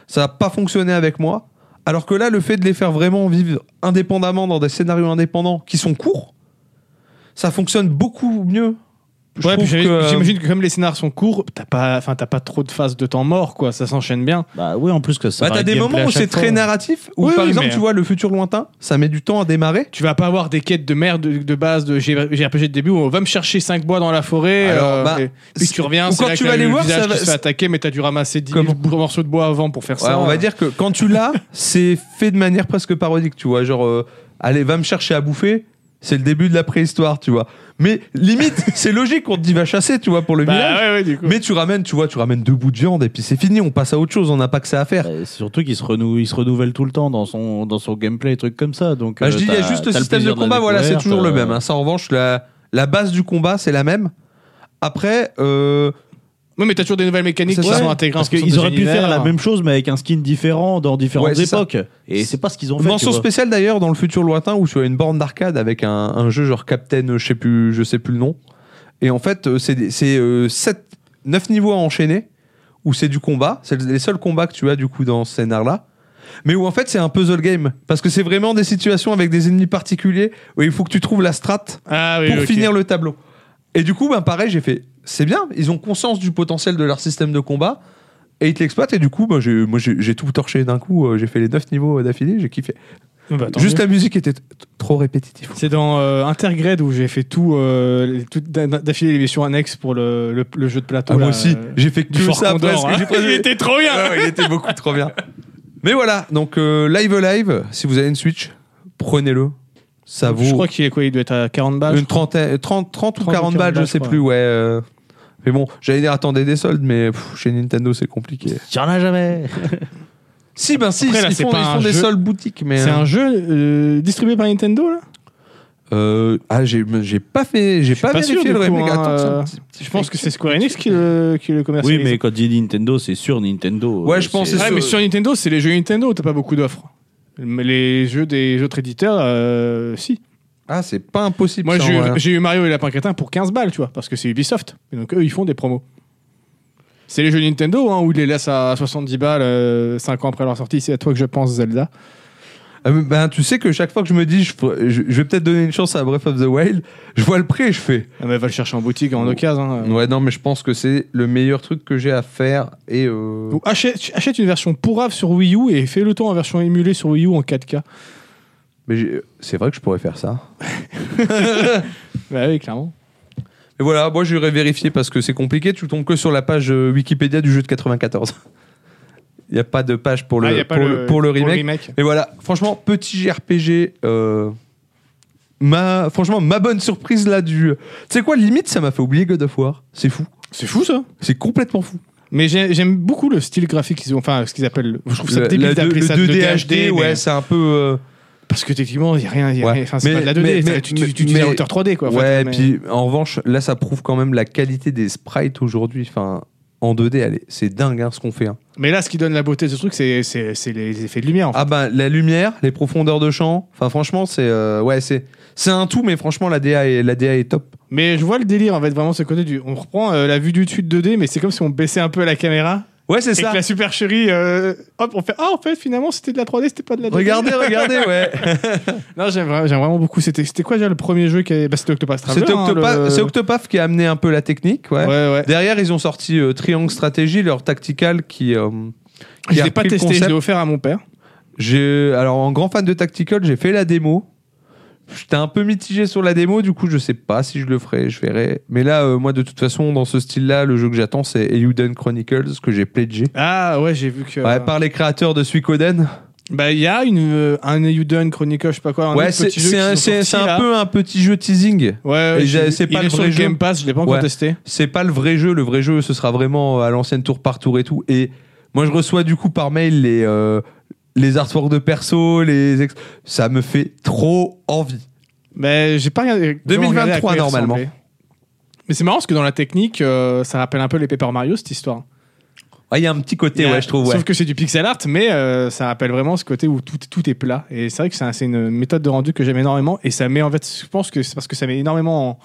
ça n'a pas fonctionné avec moi. Alors que là, le fait de les faire vraiment vivre indépendamment dans des scénarios indépendants qui sont courts, ça fonctionne beaucoup mieux. euh, Je ouais, puis trouve j'avais- que, euh, j'imagine que comme les scénars sont courts, t'as pas, enfin, t'as pas trop de phases de temps mort, quoi. Ça s'enchaîne bien. Bah oui, en plus que ça. Bah, t'as reste des gameplay moments à où chaque c'est fois. très narratif, où hein. Oui, par oui, exemple, mais- euh, tu vois, le futur lointain, ça met du temps à démarrer. Tu vas pas avoir des quêtes de merde de, de base de G- JRPG de début où on va me chercher 5 bois dans la forêt. Alors, euh, bah, et puis tu reviens, ou c'est quand là tu que vas t'as les le voir, visage ça va- qui se fait attaquer, mais t'as dû ramasser 10 Comment morceaux de bois avant pour faire Ouais, ça. euh. on va dire que quand tu l'as, c'est fait de manière presque parodique, tu vois. Genre, euh, allez, va me chercher à bouffer, c'est le début de la préhistoire, tu vois. Mais limite, c'est logique qu'on te dit va chasser, tu vois, pour le village. Bah ouais, ouais, du coup. Mais tu ramènes, tu vois, tu ramènes deux bouts de viande et puis c'est fini, on passe à autre chose, on n'a pas que ça à faire. Bah, c'est surtout qu'il se, renou- il se renouvelle tout le temps dans son, dans son gameplay et trucs comme ça. Donc, Bah, euh, je dis, il y a t'as- juste le t'as système de plaisir la combat, voilà, c'est découverte, toujours le euh, même. hein. Ça, en revanche, la, la base du combat, c'est la même. Après, euh, Ouais, mais t'as toujours des nouvelles mécaniques C'est qui ça. sont intégrées. en Parce fonction qu'ils des auraient pu univers. faire la même chose, mais avec un skin différent dans différentes Ouais, c'est ça. époques. Et c'est pas ce qu'ils ont fait. tu mention vois. spéciale d'ailleurs dans le futur lointain où tu as une borne d'arcade avec un, un jeu genre Captain, euh, je sais plus, je sais plus le nom. Et en fait, euh, c'est des- c'est 9 niveaux à enchaîner où c'est du combat. C'est les seuls combats que tu as du coup dans ce scénar-là. Mais où en fait c'est un puzzle game parce que c'est vraiment des situations avec des ennemis particuliers où il faut que tu trouves la strat Ah oui, pour ok. finir le tableau. Et du coup, ben pareil, j'ai fait, c'est bien, ils ont conscience du potentiel de leur système de combat et ils te l'exploitent. Et du coup, ben, j'ai- moi j'ai j'ai tout torché d'un coup, euh, j'ai fait les 9 niveaux euh, d'affilée, j'ai kiffé. Bah, tant Juste mieux. la musique était t- trop répétitive. C'est dans euh, Intergrade où j'ai fait tout, euh, les- tout d'a- d'affilée les missions annexes pour le, le- le jeu de plateau. Ah, moi là, aussi, euh, j'ai fait du que Fort ça Condor, presque, hein. j'ai presque- Il était trop bien. Ah ouais, il était beaucoup trop bien. Mais voilà, donc euh, live live, si vous avez une Switch, prenez-le. Ça vaut Je crois qu'il est quoi Il doit être à 40 balles. une trentaine, 30, 30 ou 30 ou 40 balles, je 40, sais je crois. plus, ouais. euh. Mais bon, j'allais dire attendez des soldes, mais pff, chez Nintendo c'est compliqué. Il y en a jamais. Si, ben si, Après, là, ils c'est font, pas ils un font des jeu. soldes boutiques, mais. C'est euh, un jeu euh, distribué par Nintendo là euh, ah, j'ai j'ai pas fait, j'ai pas, pas sûr, vérifié du le coup, remake. hein, Attends, c'est un euh, petit- petit Je pense fake. que c'est Square Enix qui le, qui le Oui, commercialise. mais quand je dis Nintendo, c'est sur Nintendo. Ouais, Euh, je pense que Ouais, c'est- mais sur Nintendo, c'est les jeux Nintendo, t'as pas beaucoup d'offres. Mais Les jeux des autres éditeurs, euh, si. Ah, c'est pas impossible. Moi, ça, en j'ai eu- vrai. j'ai eu Mario et Lapin Crétin pour 15 balles, tu vois, parce que c'est Ubisoft. Et donc, eux, ils font des promos. C'est les jeux Nintendo hein, où ils les laissent à 70 balles 5 ans après leur sortie. C'est à toi que je pense, Zelda. Ah, mais Ben, tu sais que chaque fois que je me dis, je, ferai- je- je vais peut-être donner une chance à Breath of the Wild, je vois le prix et je fais. Ah, mais va le chercher en boutique en occasion. hein. Ouais, non, mais je pense que c'est le meilleur truc que j'ai à faire. Et euh, Donc, achète, achète une version pourrave sur Wii U et fais le tour en version émulée sur Wii U en 4K. mais j'ai- c'est vrai que je pourrais faire ça. Bah oui, clairement. Et voilà, moi j'irai vérifier parce que c'est compliqué. Tu tombes que sur la page euh, Wikipédia du jeu de 94. Il n'y a pas de page pour le, Ah, y a pas pour le, pour le remake. remake. Et voilà, franchement, petit JRPG. euh, ma, franchement, ma bonne surprise là du. Tu sais quoi, limite, ça m'a fait oublier God of War. C'est fou. C'est fou ça. C'est complètement fou. Mais j'ai- j'aime beaucoup le style graphique qu'ils ont, enfin ce qu'ils appellent. Je trouve ça Le- débile la deux- d'appeler ça le de 2D DHD, HD, ouais, mais- c'est un peu. euh, Parce que techniquement, il n'y a rien. y a Ouais. rien- Enfin, c'est Mais- pas de la 2D. mais- ça- mais- tu tu, mais- tu dis la mais- hauteur 3D quoi. Bah, en fait, ouais, mais- puis en revanche, là, ça prouve quand même la qualité des sprites aujourd'hui. Enfin, en 2D, allez, c'est dingue hein, ce qu'on fait. hein. Mais là, ce qui donne la beauté de ce truc, c'est c'est- c'est les effets de lumière. en fait. Ah bah la lumière, les profondeurs de champ. Enfin franchement c'est euh, ouais c'est c'est un tout mais franchement la DA est la DA est top. Mais je vois le délire en fait, vraiment ce côté du. On reprend euh, la vue du dessus de 2D, mais c'est comme si on baissait un peu la caméra Ouais, c'est Et ça. que la super chérie, euh, hop, on fait Ah, en fait, finalement, c'était de la 3D, c'était pas de la 2D. Regardez, regardez, ouais. Non, j'aime vra- j'aime vraiment beaucoup. C'était c'était quoi déjà le premier jeu qui avait... bah, C'était Octopath Traveler. C'est hein, Octopath, le- c'est Octopath qui a amené un peu la technique, ouais. Ouais, ouais. Derrière, ils ont sorti euh, Triangle Strategy, leur tactical qui. euh, qui Je a l'ai pas repris le testé, je concept. l'ai offert à mon père. J'ai alors en grand fan de tactical, j'ai fait la démo. J'étais un peu mitigé sur la démo, du coup je sais pas si je le ferai, je verrai. Mais là, euh, moi de toute façon, dans ce style-là, le jeu que j'attends, c'est Euden Chronicles que j'ai pledgé Ah, ouais, j'ai vu que. Ouais, par les créateurs de Suikoden. Bah, il y a une, euh, un Euden Chronicle, je sais pas quoi. Un ouais, autre c'est petit jeu c'est qui un, sont c'est- sortis, c'est un là. peu un petit jeu teasing. Ouais, ouais, Et j'ai j'ai- vu. c'est pas Il le est sur vrai le jeu. Game Pass, je l'ai pas encore Ouais. testé. C'est pas le vrai jeu. Le vrai jeu, ce sera vraiment euh, à l'ancienne tour par tour et tout. Et moi, je reçois du coup par mail les, euh, les artworks de perso, les ex- ça me fait trop envie. Mais j'ai pas regardé. 2023 regardé à quoi il normalement. ressemblait. Mais c'est marrant parce que dans la technique, euh, ça rappelle un peu les Paper Mario cette histoire. Ah, Il y a un petit côté, Il y a- ouais, je trouve. ouais. Sauf que c'est du pixel art, mais euh, ça rappelle vraiment ce côté où tout, tout est plat. Et c'est vrai que c'est un- c'est une méthode de rendu que j'aime énormément. Et ça met en fait, je pense que c'est parce que ça met énormément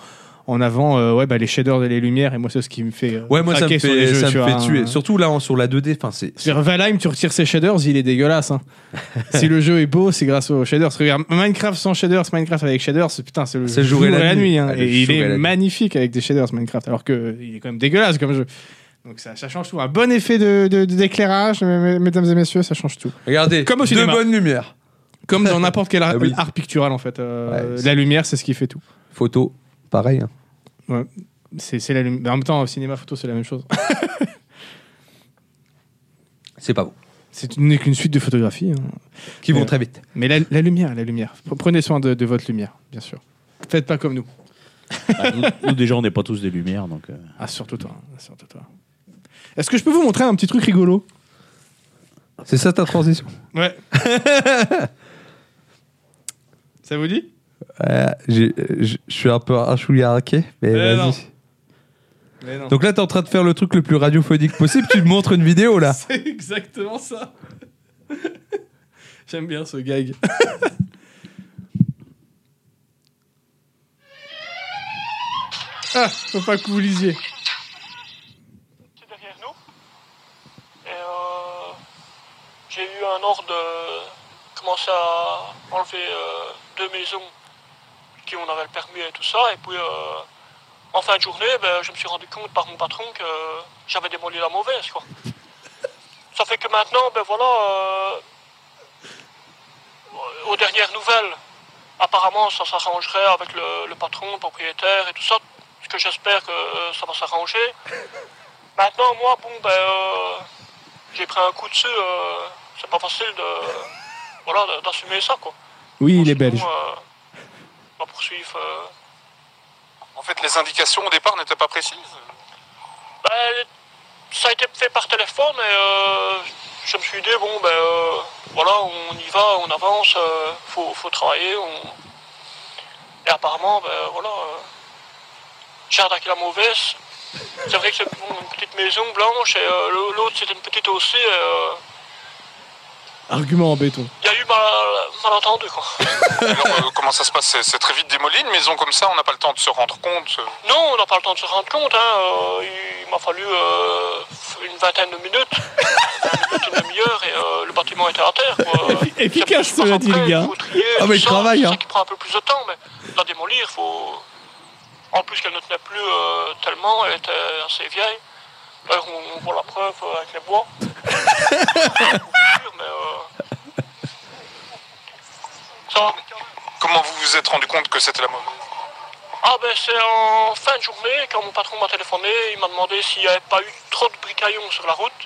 en, en avant euh, ouais, bah, les shaders et les lumières. Et moi, c'est ce qui me fait. euh, Ouais, moi ça me craquer sur fait, les jeux, ça me tu fait vois, tuer. hein. Surtout là en- sur la 2D, enfin c'est. Je veux dire, Valheim, tu retires ses shaders, il est dégueulasse. hein. si le jeu est beau, c'est grâce aux shaders. Regarde, Minecraft sans shaders, Minecraft avec shaders, c'est- putain, c'est le C'est le jour et la nuit. hein. Ah, le et il jour et la est nuit. magnifique avec des shaders, Minecraft, alors qu'il est quand même dégueulasse comme jeu. Donc ça, ça change tout. Un bon effet de- de- de- d'éclairage, mes- mes- mesdames et messieurs, ça change tout. Regardez, Comme au deux cinéma. bonnes lumières. Comme dans n'importe quel art, Ah oui. art pictural, en fait. Euh, Ouais, c'est- la lumière, c'est ce qui fait tout. Photo, pareil. hein. C'est c'est la lumière. En même temps, au cinéma, photo, c'est la même chose. C'est pas vous. C'est une- qu'une suite de photographies. hein. Qui vont Ouais. très vite. Mais la, la lumière, la lumière. Prenez soin de, de votre lumière, bien sûr. Faites pas comme nous. Ah, nous, nous, déjà, on n'est pas tous des lumières, donc. euh, Ah, surtout toi. hein, Surtout toi. Est-ce que je peux vous montrer un petit truc rigolo C'est ça ta transition Ouais. Ça vous dit Ouais, j'ai- euh, Je je suis un peu un chouïa hacké, mais Euh, non. vas-y. Mais non. Donc là, t'es en train de faire le truc le plus radiophonique possible. tu me montres une vidéo là. C'est exactement ça. J'aime bien ce gag. ah, faut pas que vous lisiez. C'est derrière nous. Et euh, j'ai eu un ordre de commencer à enlever euh, deux maisons qui on avait le permis et tout ça. Et puis euh, en fin de journée, ben, je me suis rendu compte par mon patron que euh, j'avais démoli la mauvaise. Quoi. ça fait que maintenant, ben voilà, euh, aux dernières nouvelles, apparemment ça s'arrangerait avec le, le patron, le propriétaire et tout ça. Ce que j'espère que euh, ça va s'arranger. Maintenant, moi, bon, ben, euh, j'ai pris un coup dessus. euh, c'est pas facile de, voilà, de- d'assumer ça, quoi. Oui, il est Sinon, belge. euh, on va poursuivre. euh, euh, En fait, les indications au départ n'étaient pas précises. ben, ça a été fait par téléphone et euh, je me suis dit, bon, ben, euh, voilà, on y va, on avance, euh, faut, faut travailler. On... Et apparemment, ben, voilà, euh, j'ai attaqué la mauvaise. C'est vrai que c'est bon, une petite maison blanche et euh, l'au- l'autre, c'était une petite aussi. et, euh, Argument en béton. Il y a eu mal- malentendu, quoi. Alors, euh, comment ça se passe C'est- C'est très vite démoli, une maison comme ça, on n'a pas le temps de se rendre compte. Euh, Non, on n'a pas le temps de se rendre compte. Hein. euh, il m'a fallu euh, une vingtaine de minutes, une demi-heure, et euh, le bâtiment était à terre. Quoi. Effi- efficace, C'est plus cela dit, après, les gars. faut trier, Ah, mais je tout ça, travaille, C'est hein. ça qui prend un peu plus de temps, mais la démolir, faut. En plus qu'elle ne tenait plus euh, tellement, elle était assez vieille. D'ailleurs, on, on voit la preuve euh, avec les bois. mais, euh, ça va. Comment vous vous êtes rendu compte que c'était la mauvaise Ah ben c'est en fin de journée quand mon patron m'a téléphoné, il m'a demandé s'il n'y avait pas eu trop de bricaillons sur la route.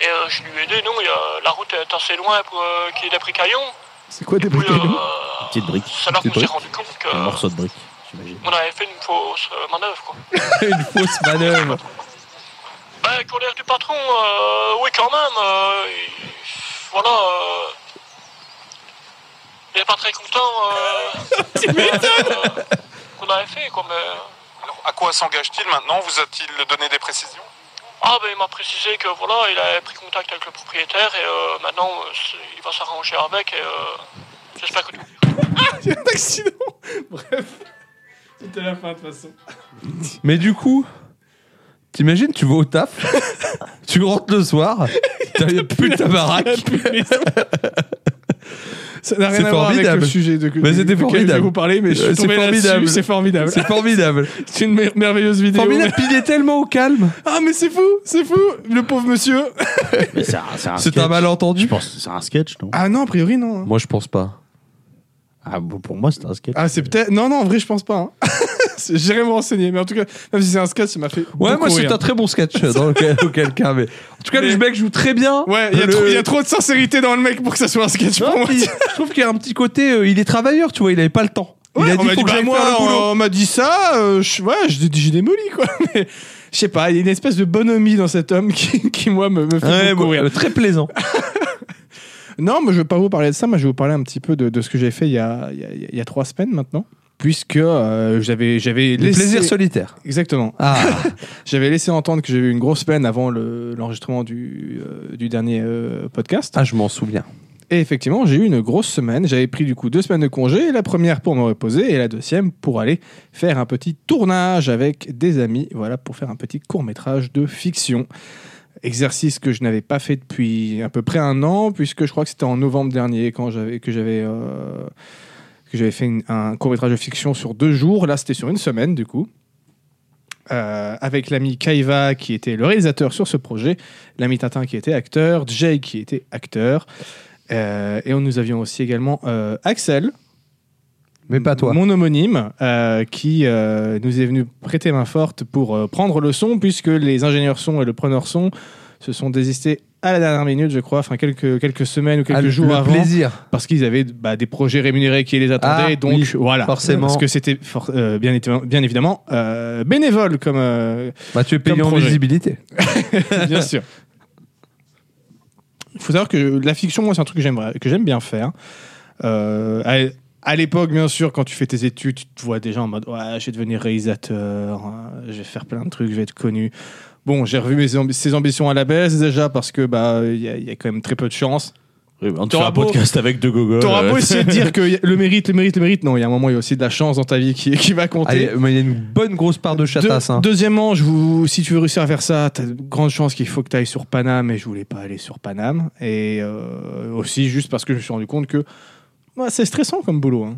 Et euh, je lui ai dit non, il y a- la route est assez loin pour euh, qu'il y ait des bricaillons. C'est quoi des Puis, euh, bricoleurs Petite brique, c'est là qu'on Petite s'est brique. rendu compte un qu'on morceau de brique, j'imagine. avait fait une fausse euh, manœuvre. Quoi. une fausse manœuvre. Ben, colère du patron, euh, oui quand même. euh, il- voilà. euh, il n'est pas très content. Euh, euh, qu'on avait fait quoi, mais... euh, Alors, à quoi s'engage-t-il maintenant Vous a-t-il donné des précisions Ah ben il m'a précisé que voilà, il avait pris contact avec le propriétaire et euh, maintenant euh, c'est- il va s'arranger avec et euh, j'espère que tout. C'est un accident. Bref. C'était la fin de toute façon. Mais du coup, T'imagines, tu vas au taf, tu rentres le soir, t'as y a plus de ta baraque. Ah, Ça n'a rien C'est à voir avec le formidable. sujet de, de, Mais c'était duquel je vais formidable. vous parler, mais je Euh, suis c'est tombé là-dessus. formidable. C'est formidable. C'est formidable. C'est une mer- merveilleuse vidéo. formidable. Puis il est tellement au calme. Ah, mais c'est fou, c'est fou, le pauvre monsieur. Mais c'est un, c'est un C'est sketch. un malentendu. Je pense que c'est un sketch, non Ah non, a priori, non. Moi, je pense pas. Ah, bon, Pour moi, c'est un sketch. Ah, c'est peut-être. Non, non, en vrai, je pense pas. hein. C'est- J'irai me renseigner, mais en tout cas, même si c'est un sketch, ça m'a fait. Ouais, beaucoup moi, c'est rire. un très bon sketch euh, dans lequel, auquel cas, mais. En tout cas, Mais- le mec joue très bien. Ouais, il y, a Le- trop- il y a trop de sincérité dans le mec pour que ça soit un sketch Non, pour moi. puis, je trouve qu'il y a un petit côté, euh, il est travailleur, tu vois, il avait pas le temps. il Ouais, a on dit m'a faut que bah, j'aille moi, faire le boulot. on, on m'a dit ça, euh, je, ouais, j'ai j'ai démoli, quoi. Mais je sais pas, il y a une espèce de bonhomie dans cet homme qui, qui moi, me, me fait Ouais, beaucoup bon, rire. euh, très plaisant. Non, mais je vais pas vous parler de ça, mais je vais vous parler un petit peu de, de ce que j'ai fait il y, a, il, y a, il y a trois semaines maintenant. Puisque euh, j'avais Les j'avais laissé- plaisirs solitaires. Exactement. Ah, J'avais laissé entendre que j'avais eu une grosse peine avant le- l'enregistrement du, euh, du dernier euh, podcast. ah, je m'en souviens. Et effectivement, j'ai eu une grosse semaine. J'avais pris du coup deux semaines de congé, la première pour me reposer et la deuxième pour aller faire un petit tournage avec des amis, voilà, pour faire un petit court métrage de fiction. Exercice que je n'avais pas fait depuis à peu près un an, puisque je crois que c'était en novembre dernier quand j'avais que j'avais euh, que j'avais fait une- un court métrage de fiction sur deux jours. Là, c'était sur une semaine du coup. Euh, avec l'ami Kaiva qui était le réalisateur sur ce projet, l'ami Tintin qui était acteur, Jay qui était acteur, euh, et on- nous avions aussi également euh, Axel, Mais pas toi. mon homonyme, euh, qui euh, nous est venu prêter main forte pour euh, prendre le son, puisque les ingénieurs son et le preneur son se sont désistés à la dernière minute, je crois, enfin quelques, quelques semaines ou Ah, quelques le jours avant, plaisir. parce qu'ils avaient bah, des projets rémunérés qui les attendaient, Ah, donc oui, voilà. forcément. Parce que c'était for- euh, bien, éti- bien évidemment euh, bénévole, comme, euh, Bah, tu es payé Comme en projet. visibilité. bien sûr. Il faut savoir que la fiction, moi, c'est un truc que j'aime, que j'aime bien faire. Euh, à, à l'époque, bien sûr, quand tu fais tes études, tu te vois déjà en mode Ouais, je vais devenir réalisateur, euh, je vais faire plein de trucs, je vais être connu. Bon, j'ai revu mes ambi- ces ambitions à la baisse déjà parce que bah il y, a- il y a quand même très peu de chance. Oui, On te fait un T'auras beau- podcast avec deux gogoles. T'auras euh, beau essayer de dire que y a- le mérite, le mérite, le mérite. Non, il y a un moment, il y a aussi de la chance dans ta vie qui, qui va compter. Allez, mais il y a une bonne grosse part de chatasse. Deux- hein. Deuxièmement, je vous, si tu veux réussir à faire ça, t'as de grande chance qu'il faut que tu ailles sur Paname et je voulais pas aller sur Paname. Et euh, aussi juste parce que je me suis rendu compte que ouais, c'est stressant comme boulot. hein.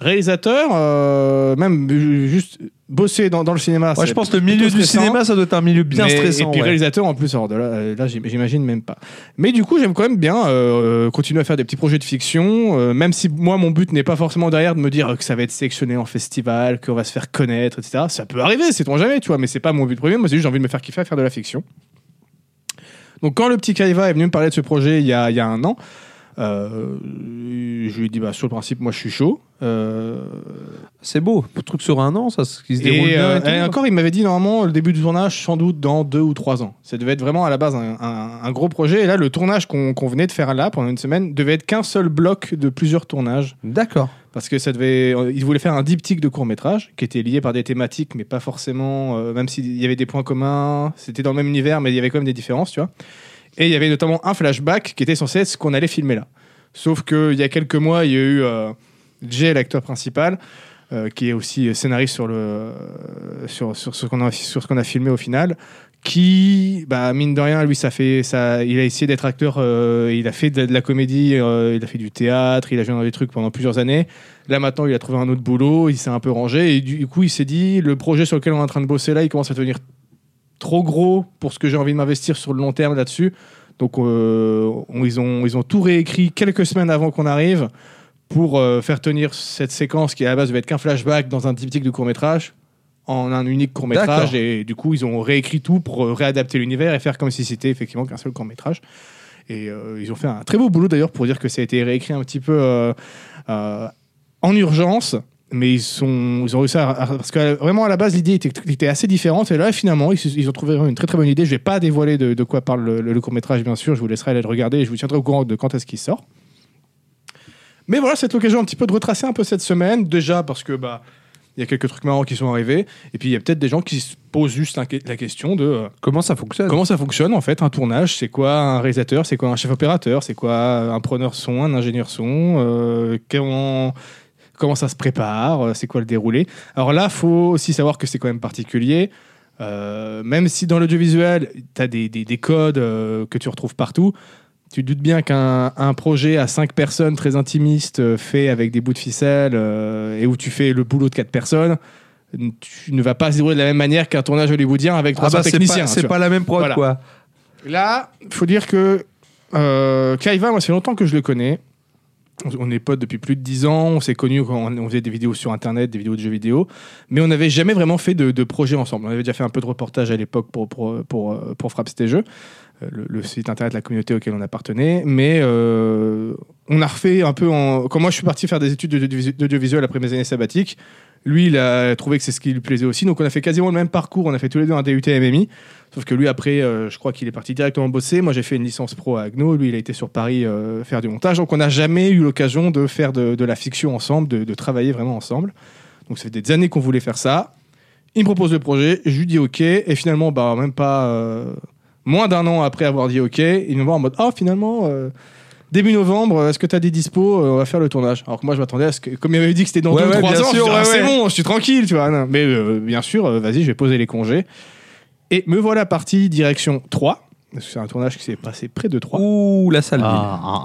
Réalisateur, euh, même ju- juste bosser dans, dans le cinéma. Ouais, c'est je pense que le plutôt milieu du stressant. cinéma, ça doit être un milieu bien Mais- stressant. Et puis ouais. réalisateur en plus, alors de là, euh, là, j'im- j'imagine même pas. Mais du coup, j'aime quand même bien euh, continuer à faire des petits projets de fiction, euh, même si moi, mon but n'est pas forcément derrière de me dire euh, que ça va être sélectionné en festival, qu'on va se faire connaître, etc. Ça peut arriver, c'est on jamais, tu vois, mais c'est pas mon but premier. Moi, c'est juste j'ai envie de me faire kiffer à faire de la fiction. Donc, quand le petit Kaiva est venu me parler de ce projet il y a, il y a un an, euh, je lui ai dit, bah, sur le principe, moi, je suis chaud. Euh, C'est beau. Le truc sur un an, ça, ce qui se déroule et, bien. euh, et tout, et hein. encore, il m'avait dit normalement le début du tournage, sans doute dans deux ou trois ans. Ça devait être vraiment à la base un, un- un gros projet. Et là, le tournage qu'on qu'on venait de faire là pendant une semaine devait être qu'un seul bloc de plusieurs tournages. D'accord. Parce que ça devait. euh, Il voulait faire un diptyque de court métrage qui était lié par des thématiques, mais pas forcément. euh, même s'il y avait des points communs, c'était dans le même univers, mais il y avait quand même des différences, tu vois. Et il y avait notamment un flashback qui était censé être ce qu'on allait filmer là. Sauf qu'il y a quelques mois, il y a eu euh, Jay, l'acteur principal, euh, qui est aussi scénariste sur, le, euh, sur, sur ce qu'on a, sur ce qu'on a filmé au final, qui, bah, mine de rien, lui, ça fait, ça, il a essayé d'être acteur, euh, il a fait de, de la comédie, euh, il a fait du théâtre, il a joué dans des trucs pendant plusieurs années. Là, maintenant, il a trouvé un autre boulot, il s'est un peu rangé, et du coup, il s'est dit, le projet sur lequel on est en train de bosser là, il commence à devenir trop gros pour ce que j'ai envie de m'investir sur le long terme là-dessus. Donc, euh, on- ils, ont, ils ont tout réécrit quelques semaines avant qu'on arrive pour euh, faire tenir cette séquence qui à la base devait être qu'un flashback dans un diptyque de court métrage en un unique court métrage D'accord. et du coup ils ont réécrit tout pour euh, réadapter l'univers et faire comme si c'était effectivement qu'un seul court métrage et euh, ils ont fait un très beau boulot d'ailleurs pour dire que ça a été réécrit un petit peu euh, euh, en urgence mais ils, sont, ils ont réussi à, à- Parce que euh, vraiment, à la base, l'idée était, était assez différente. Et là, finalement, ils, se- ils ont trouvé vraiment une très très bonne idée. Je vais pas dévoiler de, de quoi parle le, court-métrage, bien sûr. Je vous laisserai aller le regarder et je vous tiendrai au courant de quand est-ce qu'il sort. Mais voilà, c'est l'occasion un petit peu de retracer un peu cette semaine. Déjà, parce que bah, il y a quelques trucs marrants qui sont arrivés. Et puis, il y a peut-être des gens qui se posent juste la, que- la question de. euh, Comment ça fonctionne Comment ça fonctionne en fait un tournage C'est quoi un réalisateur C'est quoi un chef opérateur C'est quoi un preneur son, un ingénieur son Euh, Comment comment ça se prépare Euh, C'est quoi le déroulé Alors là, faut aussi savoir que c'est quand même particulier. Euh, même si dans l'audiovisuel, tu as des, des- des codes euh, que tu retrouves partout, tu te doutes bien qu'un un projet à cinq personnes très intimiste, euh, fait avec des bouts de ficelle euh, et où tu fais le boulot de quatre personnes, n- tu ne vas pas se dérouler de la même manière qu'un tournage hollywoodien avec Ah 300 bah, c'est techniciens. pas, hein, c'est tu vois. pas la même prod, Voilà. quoi. Là, faut dire que euh, Kaiva, moi, ça fait longtemps que je le connais. On- On est potes depuis plus de 10 ans, on s'est connus quand on on faisait des vidéos sur Internet, des vidéos de jeux vidéo, mais on n'avait jamais vraiment fait de, de projet ensemble. On avait déjà fait un peu de reportage à l'époque pour, pour, pour, euh, pour Frappe C'était Jeux, euh, le, le site Internet, de la communauté auquel on appartenait, mais euh, on a refait un peu en... Quand moi, je suis parti faire des études d'audiovisu- d'audiovisuel après mes années sabbatiques, lui, il a trouvé que c'est ce qui lui plaisait aussi, donc on a fait quasiment le même parcours, on a fait tous les deux un DUT MMI, Sauf que lui, après, euh, je crois qu'il est parti directement bosser. Moi, j'ai fait une licence pro à Agno. Lui, il a été sur Paris euh, faire du montage. Donc, on n'a jamais eu l'occasion de faire de, de la fiction ensemble, de, de travailler vraiment ensemble. Donc, ça fait des années qu'on voulait faire ça. Il me propose le projet. Je lui dis OK. Et finalement, bah, même pas euh, moins d'un an après avoir dit OK, il me voit en mode Oh, finalement. euh, Début novembre, euh, est-ce que tu as des dispos Euh, On va faire le tournage. Alors que moi, je m'attendais à ce que, comme il avait dit que c'était dans Ouais, deux ouais, ou trois bien ans, je sûr, dis, Ah, ouais, c'est ouais. bon, je suis tranquille, tu vois. Non. Mais euh, bien sûr, euh, vas-y, je vais poser les congés. Et me voilà parti direction 3. parce que C'est un tournage qui s'est passé près de 3. Ouh, la salle. vide. Ah, un,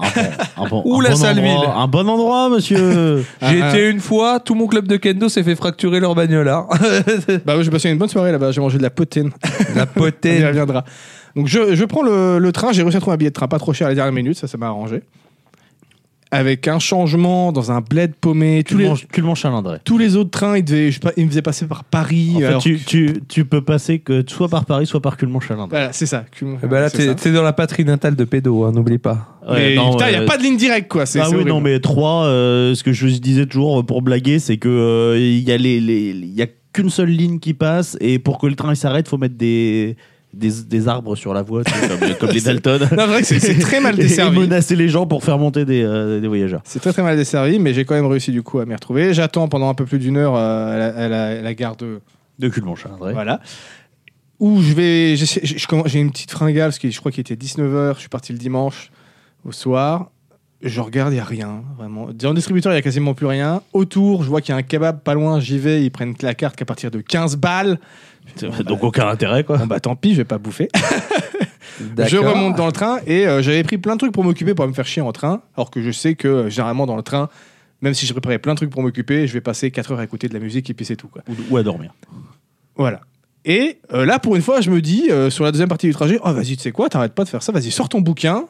un bon, un bon, Ouh, un la bon sale endroit, ville. Un bon endroit, monsieur. J'ai Ah, été une fois, tout mon club de kendo s'est fait fracturer leur bagnole. hein. Bah oui, j'ai passé une bonne soirée là-bas, j'ai mangé de la potine. la On y potée. reviendra. Donc je, je prends le, le train, j'ai réussi à trouver un billet de train pas trop cher à la dernière minute, ça, ça m'a arrangé. Avec un changement dans un bled paumé. tu, Tous le les, manges, tu le manges à l'Indré. tous les autres trains, ils, devaient, je sais pas, ils me faisaient passer par Paris. En fait, alors- tu, tu, tu peux passer que soit par Paris, soit par Culmont Chalindré. Voilà, c'est ça. Eh ben là, C'est t'es ça. t'es dans la patrie natale de Pédo, hein, n'oublie pas. Mais putain, il n'y a pas de ligne directe, quoi. C'est euh, Ah c'est oui, horrible. non, mais 3, ce que je disais toujours euh, pour blaguer, c'est que euh, il y a les, les- il y a qu'une seule ligne qui passe et pour que le train il s'arrête, faut mettre des, des, des arbres sur la voie, tu sais, comme, comme les Dalton. Non, c'est vrai que c'est- c'est très mal Et- Et desservi. menacer les gens pour faire monter des, euh, des voyageurs. C'est très très mal desservi, mais j'ai quand même réussi du coup à m'y retrouver. J'attends pendant un peu plus d'une heure euh, à, la, à la- à la gare de hein, De Culmont-Chalindré. voilà. Où je vais, j'essaie- je- je commence- j'ai une petite fringale parce que je crois qu'il était 19h. Je suis parti le dimanche au soir. Je regarde, il y a rien vraiment. Dans le distributeur, il y a quasiment plus rien. Autour, je vois qu'il y a un kebab pas loin. J'y vais, ils prennent la carte qu'à partir de 15 balles. Donc aucun intérêt, quoi. Bon bah tant pis, je vais pas bouffer. Je D'accord. remonte dans le train et euh, j'avais pris plein de trucs pour m'occuper, pour pas me faire chier en train, alors que je sais que euh, généralement dans le train, même si je préparais plein de trucs pour m'occuper, je vais passer 4 heures à écouter de la musique et puis c'est tout. Quoi. Ou, ou à dormir. Voilà. Et euh, là, pour une fois, je me dis, euh, sur la deuxième partie du trajet, oh vas-y, tu sais quoi, t'arrêtes pas de faire ça, vas-y, sors ton bouquin,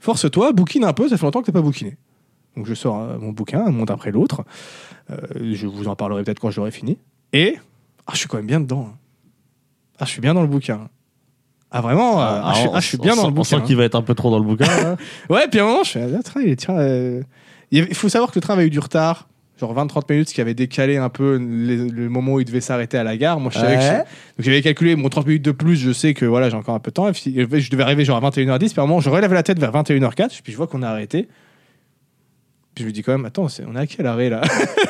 force-toi, bouquine un peu, ça fait longtemps que t'as pas bouquiné. Donc je sors euh, mon bouquin, un monde après l'autre. Euh, je vous en parlerai peut-être quand je l'aurai fini. Et ah, je suis quand même bien dedans. hein. Ah, je suis bien dans le bouquin. Ah, vraiment euh, ah, je, suis- ah, je suis bien dans le On bouquin. sent qu'il va être un peu trop dans le bouquin. là. Ouais, puis à un moment, je fais, ah, tiens, il- tiens, euh, il y avait- il faut savoir que le train avait eu du retard, genre 20-30 minutes, ce qui avait décalé un peu le, le moment où il devait s'arrêter à la gare. Moi, je savais que je- Ouais. donc j'avais calculé mon 30 minutes de plus, je sais que voilà, j'ai encore un peu de temps. Et puis, je devais arriver genre à 21h10, puis à un moment, je relève la tête vers 21h04, puis je vois qu'on a arrêté. Puis je me dis quand même, attends, c'est- on est à quel arrêt là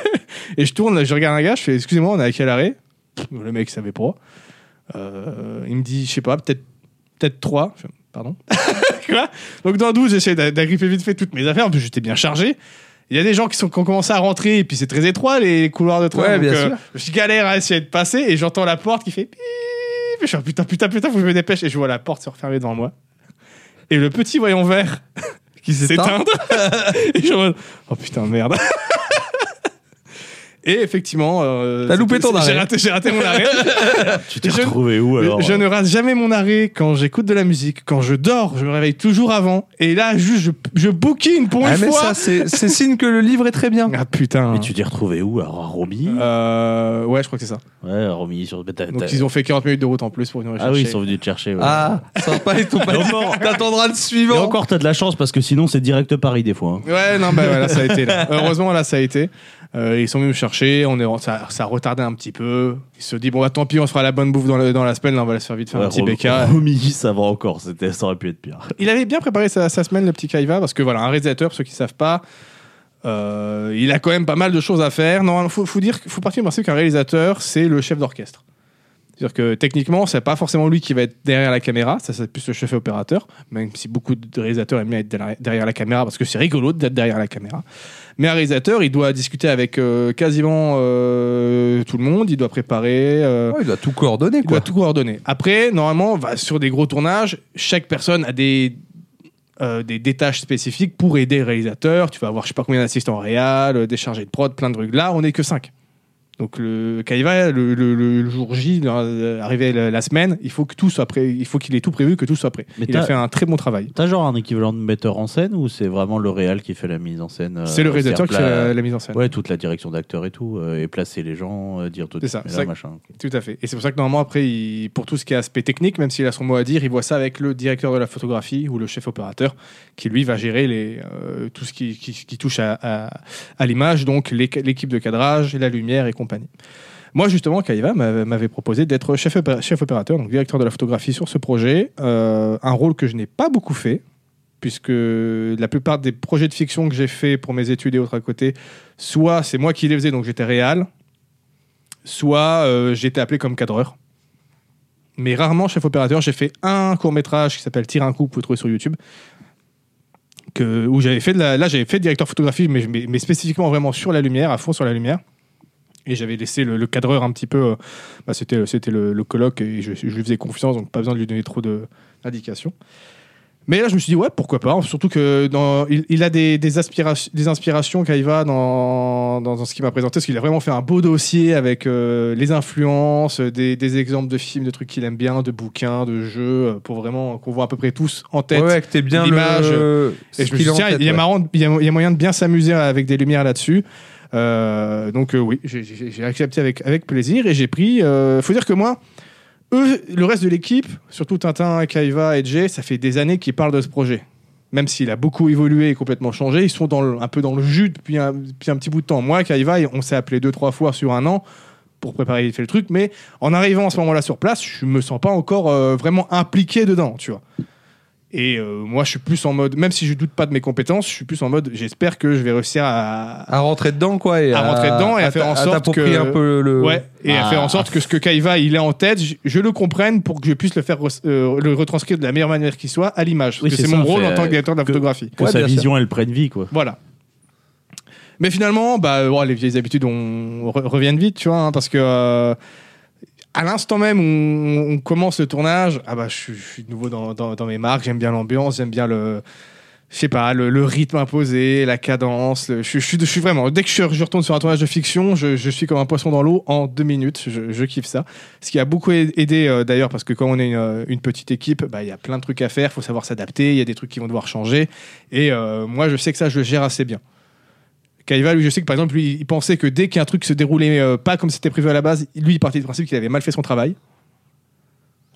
Et je tourne, je regarde un gars, je fais, excusez-moi, on est à quel arrêt Pff, Le mec savait pas. Euh, il me dit, je sais pas, peut-être peut-être 3. Je fais, pardon Quoi Donc dans 12, j'essaie d'a- d'agripper vite fait toutes mes affaires, en plus j'étais bien chargé. Il y a des gens qui, sont, qui ont commencé à rentrer, et puis c'est très étroit les couloirs de train. Ouais, donc, bien euh, sûr. Je galère à essayer de passer, et j'entends la porte qui fait pip. Je suis putain, putain, putain, faut que je me dépêche. Et je vois la porte se refermer devant moi. Et le petit voyant vert qui s'éteint. et je suis en mode, oh putain, merde. Et effectivement, euh, T'as loupé c'était- ton j'ai arrêt. raté- J'ai raté mon arrêt. tu t'es Je- retrouvé où alors Euh, Je ne rate jamais mon arrêt quand j'écoute de la musique, quand je dors, je me réveille toujours avant. Et là, juste, je, je bouquine pour Ah, une mais fois. ça, c'est c'est signe que le livre est très bien. ah putain. Mais hein tu t'es retrouvé où Alors à Romilly Euh, ouais, je crois que c'est ça. Ouais, à Romilly sur. mais t'as- Donc t'as- ils ont fait 40 minutes de route en plus pour venir me Ah oui, ils chercher. sont venus te chercher. ouais. Ah, sympa, ils t'ont pas dit. T'attendras le Et suivant. encore, t'as de la chance parce que sinon, c'est direct Paris des fois. hein. Ouais, non, bah voilà, ça a été. là. Heureusement, là, ça a été. Euh, ils sont venus me chercher, on est, ça, ça a retardé un petit peu. Ils se disent, bon, bah tant pis, on se fera la bonne bouffe dans, le- dans la semaine, là, on va la se faire vite faire Ouais, un petit Rom- béca. Romilly, ça va encore. C'était, ça aurait pu être pire. Il avait bien préparé sa, sa semaine, le petit Kaiva, parce que voilà, un réalisateur, pour ceux qui savent pas, euh, il a quand même pas mal de choses à faire. Non, faut, faut dire, faut partir du principe qu'un réalisateur, c'est le chef d'orchestre. C'est-à-dire que techniquement, c'est pas forcément lui qui va être derrière la caméra, ça c'est plus le chef opérateur, même si beaucoup de réalisateurs aiment bien être derrière- derrière la caméra parce que c'est rigolo d'être derrière la caméra. Mais un réalisateur, il doit discuter avec euh, quasiment euh, tout le monde, il doit préparer. euh, Ouais, il doit tout coordonner, il doit quoi. tout coordonner. Après, normalement, va sur des gros tournages, chaque personne a des, euh, des, des tâches spécifiques pour aider le réalisateur. Tu vas avoir je sais pas combien d'assistants réels, euh, des chargés de prod, plein de trucs. Là, on n'est que 5. Donc, le, quand il va, le, le- le- le jour J, euh, arrivé la, la semaine, il faut que tout soit prêt. Il faut qu'il ait tout prévu, que tout soit prêt. Mais il a t'as- fait un très bon travail. T'as genre un équivalent de metteur en scène ou c'est vraiment le réal qui fait la mise en scène euh, c'est le réalisateur qui fait c'est-à-dire la, pla- la mise en scène. Ouais, toute la direction d'acteur et tout, euh, et placer les gens, euh, dire tout. C'est ça, mais c'est là, ça. machin. Tout à fait. Et c'est pour ça que normalement, après, il- pour tout ce qui est aspect technique, même s'il a son mot à dire, il voit ça avec le directeur de la photographie ou le chef opérateur, qui lui va gérer les, euh, tout ce qui, qui- qui touche à, à- à l'image, donc l'équ- l'équipe de cadrage, la lumière et compagnie. Moi, justement, Kaiva m'avait m'avait proposé d'être chef, opé- chef opérateur, donc directeur de la photographie sur ce projet, euh, un rôle que je n'ai pas beaucoup fait, puisque la plupart des projets de fiction que j'ai fait pour mes études et autres à côté, soit c'est moi qui les faisais, donc j'étais réal, soit euh, j'étais appelé comme cadreur. Mais rarement chef opérateur. J'ai fait un court métrage qui s'appelle Tire un coup, vous pouvez le trouver sur YouTube. Que, où j'avais fait de la- là j'avais fait directeur photographie mais, mais, mais spécifiquement vraiment sur la lumière à fond sur la lumière et j'avais laissé le, le cadreur un petit peu euh, bah, c'était c'était le, le colloque et je, je lui faisais confiance donc pas besoin de lui donner trop de- d'indications mais là je me suis dit ouais pourquoi pas hein. surtout que dans, il, il a des, des, aspirations- des inspirations Kaiva dans, dans, dans ce qu'il m'a présenté parce qu'il a vraiment fait un beau dossier avec euh, les influences des, des exemples de films de trucs qu'il aime bien de bouquins de jeux euh, pour vraiment qu'on voit à peu près tous en tête Ouais, ouais, que t'es bien l'image, le. et ce je me qu'il suis a en dit, tiens, tête, il, y a ouais. marrant, il, y a, il y a moyen de bien s'amuser avec des lumières là-dessus. Euh, donc euh, oui, j'ai- j'ai j'ai accepté avec, avec plaisir et j'ai pris... euh, faut dire que moi, eux, le reste de l'équipe, surtout Tintin, Kaiva et Jay, ça fait des années qu'ils parlent de ce projet. Même s'il a beaucoup évolué et complètement changé, ils sont dans le- un peu dans le jus depuis un, depuis un petit bout de temps. Moi, Kaiva, on s'est appelé deux, trois fois sur un an pour préparer vite fait le truc, mais en arrivant à ce moment-là sur place, je me sens pas encore euh, vraiment impliqué dedans, tu vois. Et euh, moi, je suis plus en mode, même si je doute pas de mes compétences, je suis plus en mode, j'espère que je vais réussir à, À rentrer dedans, quoi. Et À rentrer dedans et à faire en t'a- sorte t'approprier que- un peu le. ouais, et à Ah. faire en sorte que ce que Kaiva il a en tête, je, je le comprenne pour que je puisse le faire re- euh, le retranscrire de la meilleure manière qui soit à l'image. Oui, Parce que c'est c'est mon ça, rôle c'est, en tant euh, que directeur de la que- photographie. Que Ouais, sa bien sûr. vision, elle prenne vie, quoi. Voilà. Mais finalement, bah, ouais, les vieilles habitudes on re- reviennent vite, tu vois, hein, parce que euh, à l'instant même où on, on commence le tournage, ah bah, je suis- je suis de nouveau dans, dans- dans mes marques, j'aime bien l'ambiance, j'aime bien le. Je sais pas, le, le rythme imposé, la cadence. le- je, je suis- je suis vraiment. Dès que je, je retourne sur un tournage de fiction, je, je suis comme un poisson dans l'eau en deux minutes. Je, je kiffe ça. Ce qui a beaucoup aidé euh, d'ailleurs, parce que quand on est une, euh, une petite équipe, bah, il y a plein de trucs à faire. Il faut savoir s'adapter. Il y a des trucs qui vont devoir changer. Et euh, moi, je sais que ça, je le gère assez bien. Kaiva, lui, je sais que par exemple, lui, il pensait que dès qu'un truc se déroulait euh, pas comme c'était prévu à la base, lui, il partait du principe qu'il avait mal fait son travail.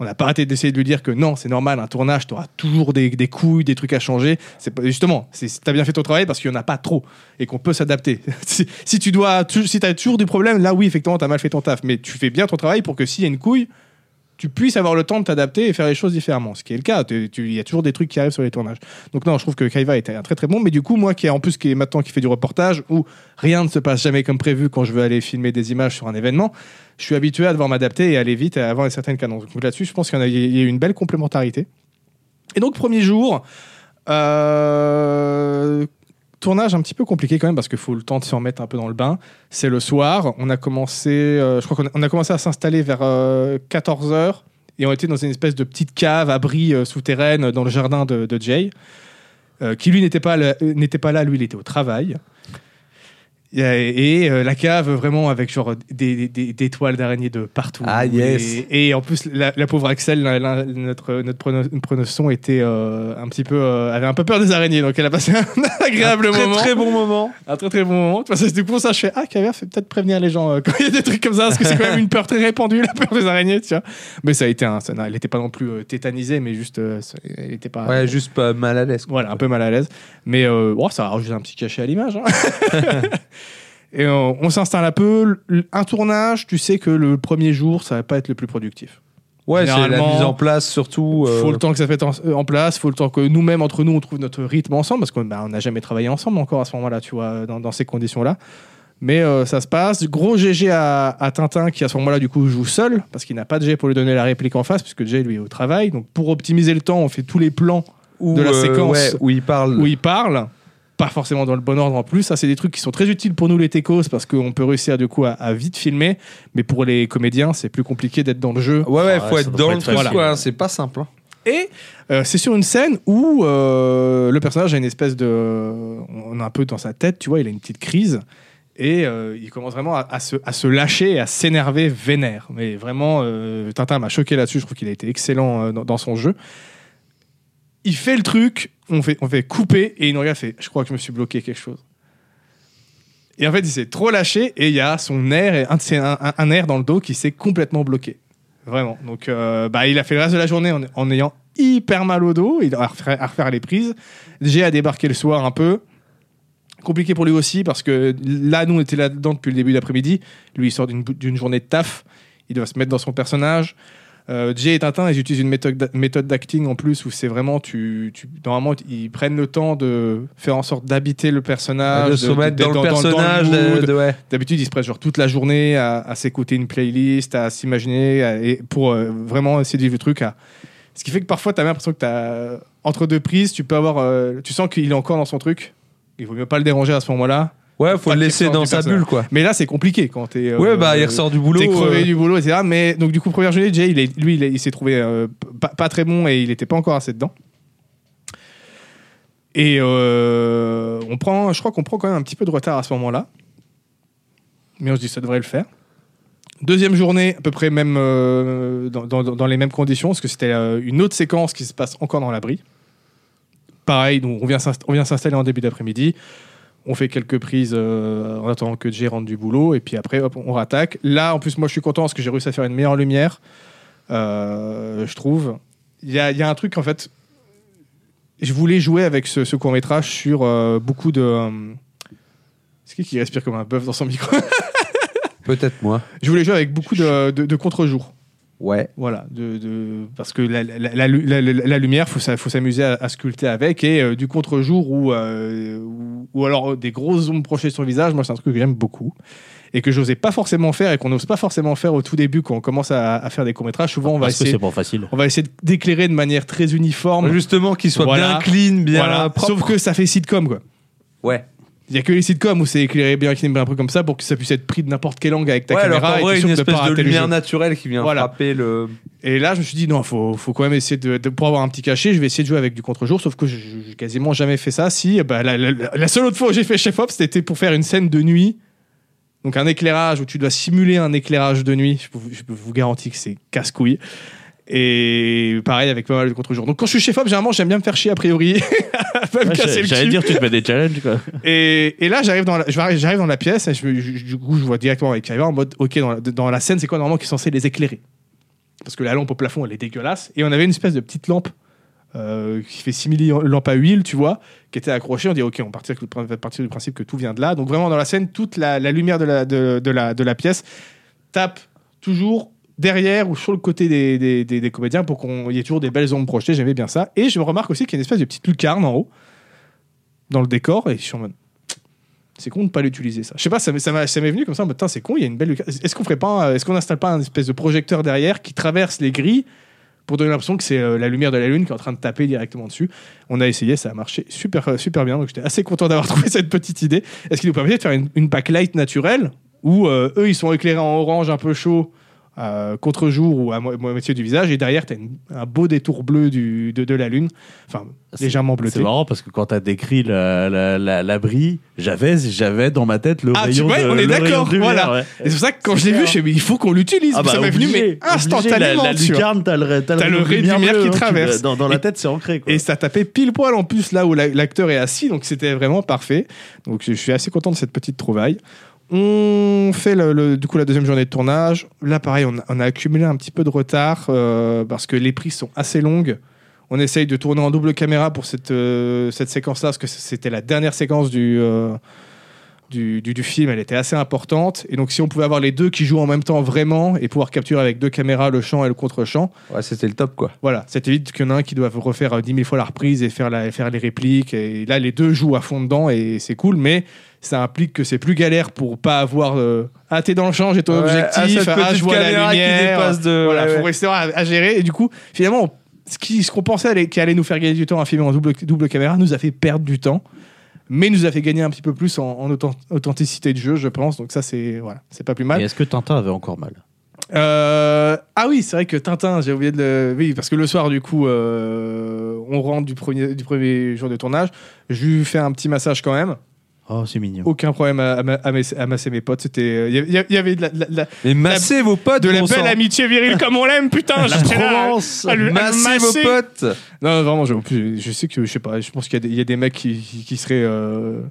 On n'a pas arrêté d'essayer de lui dire que non, c'est normal, un tournage, tu auras toujours des, des couilles, des trucs à changer. C'est pas- justement, c'est as bien fait ton travail parce qu'il n'y en a pas trop et qu'on peut s'adapter. si, si tu dois, tu- si as toujours des problèmes, là oui, effectivement, tu as mal fait ton taf, mais tu fais bien ton travail pour que s'il y a une couille, tu puisses avoir le temps de t'adapter et faire les choses différemment, ce qui est le cas. Tu- tu- Il y a toujours des trucs qui arrivent sur les tournages. Donc non, je trouve que Kaiva était un très très bon, mais du coup moi qui est en plus qui est maintenant qui fait du reportage où rien ne se passe jamais comme prévu quand je veux aller filmer des images sur un événement, je suis habitué à devoir m'adapter et aller vite et à avoir une certaine cadence. Donc là-dessus, je pense qu'il y en a, il y a eu une belle complémentarité. Et donc premier jour, euh, tournage un petit peu compliqué quand même parce qu'il faut le temps de se remettre un peu dans le bain. C'est le soir, on a commencé, euh, je crois qu'on a, on a commencé à s'installer vers 14h. Et on était dans une espèce de petite cave, abri euh, souterraine, dans le jardin de, de Jay euh, qui lui n'était pas, là- euh, n'était pas là, lui il était au travail. Et, et, euh, la cave vraiment avec genre des, des- des- des toiles d'araignée de partout. Ah, yes. Et, et en plus la, la pauvre Axel, la- la- notre notre prono- pronosson était euh, un petit peu euh, avait un peu peur des araignées, donc elle a passé un agréable Très moment, très bon moment. un très très bon moment. Parce que du coup ça je fais ah Caviar fait peut-être prévenir les gens euh, quand il y a des trucs comme ça parce que c'est quand même une peur très répandue la peur des araignées, tu vois. Mais ça a été un, ça n'a- elle n'était pas non plus euh, tétanisée, mais juste euh, ça- elle n'était pas Ouais, juste pas mal à l'aise. quoi. voilà, un peu mal à l'aise. Mais euh, oh, ça rajoute un petit cachet à l'image. hein. et on, on s'installe un peu. L- Un tournage, tu sais que le premier jour, ça va pas être le plus productif. Ouais, c'est la Généralement, mise en place surtout. euh, Faut le temps que ça se mette en, en place, faut le temps que nous-mêmes, entre nous, on trouve notre rythme ensemble, parce qu'on bah, on n'a jamais travaillé ensemble encore à ce moment-là, tu vois, dans, dans ces conditions-là. Mais euh, ça se passe. Gros GG à, à Tintin qui à ce moment-là du coup joue seul parce qu'il n'a pas de G pour lui donner la réplique en face puisque Jay lui est au travail. Donc pour optimiser le temps, on fait tous les plans Ou, De la euh, séquence. ouais, où il parle. où il parle, pas forcément dans le bon ordre en plus. Ça, c'est des trucs qui sont très utiles pour nous les techos parce qu'on peut réussir du coup à, à vite filmer, mais pour les comédiens, c'est plus compliqué d'être dans le jeu. Ouais, ouais, Ah ouais, faut ça être doit dans pas le être truc, facile. quoi. hein, C'est pas simple. hein. Et euh, c'est sur une scène où euh, le personnage a une espèce de, on est un peu dans sa tête, tu vois, il a une petite crise. Et euh, il commence vraiment à, à se, à se lâcher et à s'énerver vénère. Mais vraiment, euh, Tintin m'a choqué là-dessus. Je trouve qu'il a été excellent euh, dans, dans son jeu. Il fait le truc, on fait, on fait couper, et il nous regarde, fait Je crois que je me suis bloqué quelque chose. Et en fait, il s'est trop lâché, et il y a son air, et un, de ses- un, un- un air dans le dos qui s'est complètement bloqué. Vraiment. Donc, euh, bah, il a fait le reste de la journée en, en ayant hyper mal au dos, il a à refaire, à refaire les prises. J'ai à débarquer le soir un peu. Compliqué pour lui aussi, parce que là, nous, on était là-dedans depuis le début d'après-midi. Lui, il sort d'une bou- d'une journée de taf. Il doit se mettre dans son personnage. Euh, Jay et Tintin, ils utilisent une méthode d'a- méthode d'acting en plus où c'est vraiment. Tu, tu- normalement, ils prennent le temps de faire en sorte d'habiter le personnage, de se de- remettre d'être dans, Ah, le personnage. euh, mood. de- de- ouais. D'habitude, ils se prêtent genre toute la journée à, à s'écouter une playlist, à s'imaginer, à- et pour euh, vraiment essayer de vivre le truc. à- Ce qui fait que parfois, t'as même l'impression que t'as entre deux prises, tu peux avoir, euh, tu sens qu'il est encore dans son truc. Il vaut mieux pas le déranger à ce moment-là. Ouais, faut Pas le qu'il laisser sorte dans du sa personnage. bulle, quoi. Mais là, c'est compliqué quand t'es. euh, Ouais, bah, il euh, ressort du boulot. T'es crevé euh, du boulot, etc. Mais donc, du coup, première journée, Jay, il est- lui, il, est- il s'est trouvé euh, pas, pas très bon et il n'était pas encore assez dedans. Et euh, on prend, je crois qu'on prend quand même un petit peu de retard à ce moment-là. Mais on se dit, ça devrait le faire. Deuxième journée, à peu près même euh, dans, dans- dans les mêmes conditions, parce que c'était euh, une autre séquence qui se passe encore dans l'abri. Pareil, donc on vient s'inst- on vient s'installer en début d'après-midi. On fait quelques prises euh, en attendant que Jay rentre du boulot et puis après hop, on rattaque. Là en plus moi je suis content parce que j'ai réussi à faire une meilleure lumière, euh, je trouve. Il y a, il y a un truc en fait, je voulais jouer avec ce, court métrage sur euh, beaucoup de... euh, C'est qui qui respire comme un bœuf dans son micro Peut-être moi. Je voulais jouer avec beaucoup de, de, de contre-jours. Ouais. Voilà, de, de- parce que la, la, la, la- la- la lumière, faut, s'a- faut s'amuser à, à sculpter avec et euh, du contre-jour ou, euh, ou, ou alors euh, des grosses ombres projetées sur le visage, moi c'est un truc que j'aime beaucoup et que j'osais pas forcément faire et qu'on n'ose pas forcément faire au tout début quand on commence à, à faire des courts-métrages. Souvent, Ah, on va, Parce que essayer, c'est pas facile. on va essayer d'éclairer de manière très uniforme. Bah, Justement, qu'il soit bien Voilà. clean, bien Voilà. propre. Sauf que ça fait sitcom quoi. Ouais. Il y a que les sitcoms où c'est éclairé bien, éclairé un peu comme ça pour que ça puisse être pris de n'importe quelle angle avec ta Ouais, alors caméra qu'en et vrai, t'es sûr une de espèce pas de rater le jeu. lumière naturelle qui vient Voilà. frapper le. Et là, je me suis dit, non, faut, faut quand même essayer de, de- Pour avoir un petit cachet, je vais essayer de jouer avec du contre-jour, sauf que je- je- j'ai quasiment jamais fait ça. Si, bah, la, la- la- la seule autre fois où j'ai fait Chef Hop, c'était pour faire une scène de nuit. Donc, un éclairage où tu dois simuler un éclairage de nuit. Je peux, vous- je peux vous garantir que c'est casse-couille. Et pareil avec pas mal de contre-jour. Donc, quand je suis Chef Hop, généralement, j'aime bien me faire chier a priori. pas me Ouais, casser j'a- le J'allais cul. dire, tu te mets des challenges, quoi. Et, et là, j'arrive dans, la- je vais- j'arrive dans la pièce, et je, me- je- du coup, je vois directement avec Kyber en mode, ok, dans la, dans la scène, c'est quoi normalement qui est censé les éclairer Parce que la lampe au plafond, elle est dégueulasse. Et on avait une espèce de petite lampe euh, qui fait simili lampe à huile, tu vois, qui était accrochée. On dit, ok, on partir, on va partir du principe que tout vient de là. Donc vraiment, dans la scène, toute la, la lumière de la, de, de la, de la pièce tape toujours derrière ou sur le côté des, des, des- des comédiens pour qu'il y ait toujours des belles ombres projetées. J'aimais bien ça. Et je me remarque aussi qu'il y a une espèce de petite lucarne en haut dans le décor et je suis en mode c'est con de pas l'utiliser ça. Je sais pas, ça m'est ça m'a- ça m'est venu comme ça en mode putain, c'est con, il y a une belle lucarne. Est-ce qu'on ferait pas, un- est-ce qu'on installe pas un espèce de projecteur derrière qui traverse les grilles pour donner l'impression que c'est euh, la lumière de la lune qui est en train de taper directement dessus. On a essayé, ça a marché super euh, super bien donc j'étais assez content d'avoir trouvé cette petite idée. Est-ce qu'il nous permettait de faire une, une backlight naturelle où euh, eux ils sont éclairés en orange un peu chaud euh, contre-jour ou à mo- moitié du visage et derrière t'as une- un beau détour bleu du, de, de la lune, enfin C'est- légèrement bleuté. C'est marrant parce que quand t'as décrit la- la- la- l'abri, j'avais, j'avais dans ma tête le Ah, tu rayon vois, de- on est le rayon d'accord, de lumière, voilà. ouais. Et c'est pour ça que quand je l'ai vu, je suis dit, mais il faut qu'on l'utilise. Euh, Ah bah, ça m'est venu, obligé, mais obligé, instantanément. La, la tu vois. lucarne, t'as le, T'as le ray de lumière qui traverse. Dans, dans la Et- tête, c'est ancré. Quoi. Et ça tapait pile poil en plus là où la- l'acteur est assis, donc c'était vraiment parfait. Donc je suis assez content de cette petite trouvaille. On fait le, le- du coup la deuxième journée de tournage. Là, pareil, on, a- on a accumulé un petit peu de retard euh, parce que les prises sont assez longues. On essaye de tourner en double caméra pour cette, euh, cette séquence-là parce que c'était la dernière séquence du, euh, du, du- du film. Elle était assez importante. Et donc, si on pouvait avoir les deux qui jouent en même temps vraiment et pouvoir capturer avec deux caméras le champ et le contre-champ, Ouais, c'était le top, quoi. voilà, ça t'évite qu'il y en a un qui doit refaire euh, 10 000 fois la reprise et faire, la, faire les répliques. Et là, les deux jouent à fond dedans et c'est cool, mais ça implique que c'est plus galère pour pas avoir. euh, ah, t'es dans le champ, j'ai ton Ouais, à objectif, cette ah, petite je vois la caméra qui lumière. dépasse de- Voilà, ouais, faut ouais. rester à, à gérer. Et du coup, finalement, on- ce qui- ce qu'on pensait allait- qui allait nous faire gagner du temps à filmer en double, double caméra nous a fait perdre du temps. Mais nous a fait gagner un petit peu plus en, en authent- authenticité de jeu, je pense. Donc ça, c'est voilà, c'est pas plus mal. Et est-ce que Tintin avait encore mal Euh, ah oui, c'est vrai que Tintin, j'ai oublié de le. Oui, parce que le soir, du coup, euh, on rentre du premier, du premier jour de tournage. Je lui fais un petit massage quand même. Oh, c'est mignon. Aucun problème à, à ma- à mes- à masser mes potes. C'était. Il y, a- il y avait de la, de la- de la- Mais massez vos potes, de la bon belle sang. amitié virile comme on l'aime, putain. La Provence, massez vos potes. Non, vraiment, je, en plus, je sais que je sais pas. Je pense qu'il y, a des- il y a des mecs qui, qui- qui seraient. euh,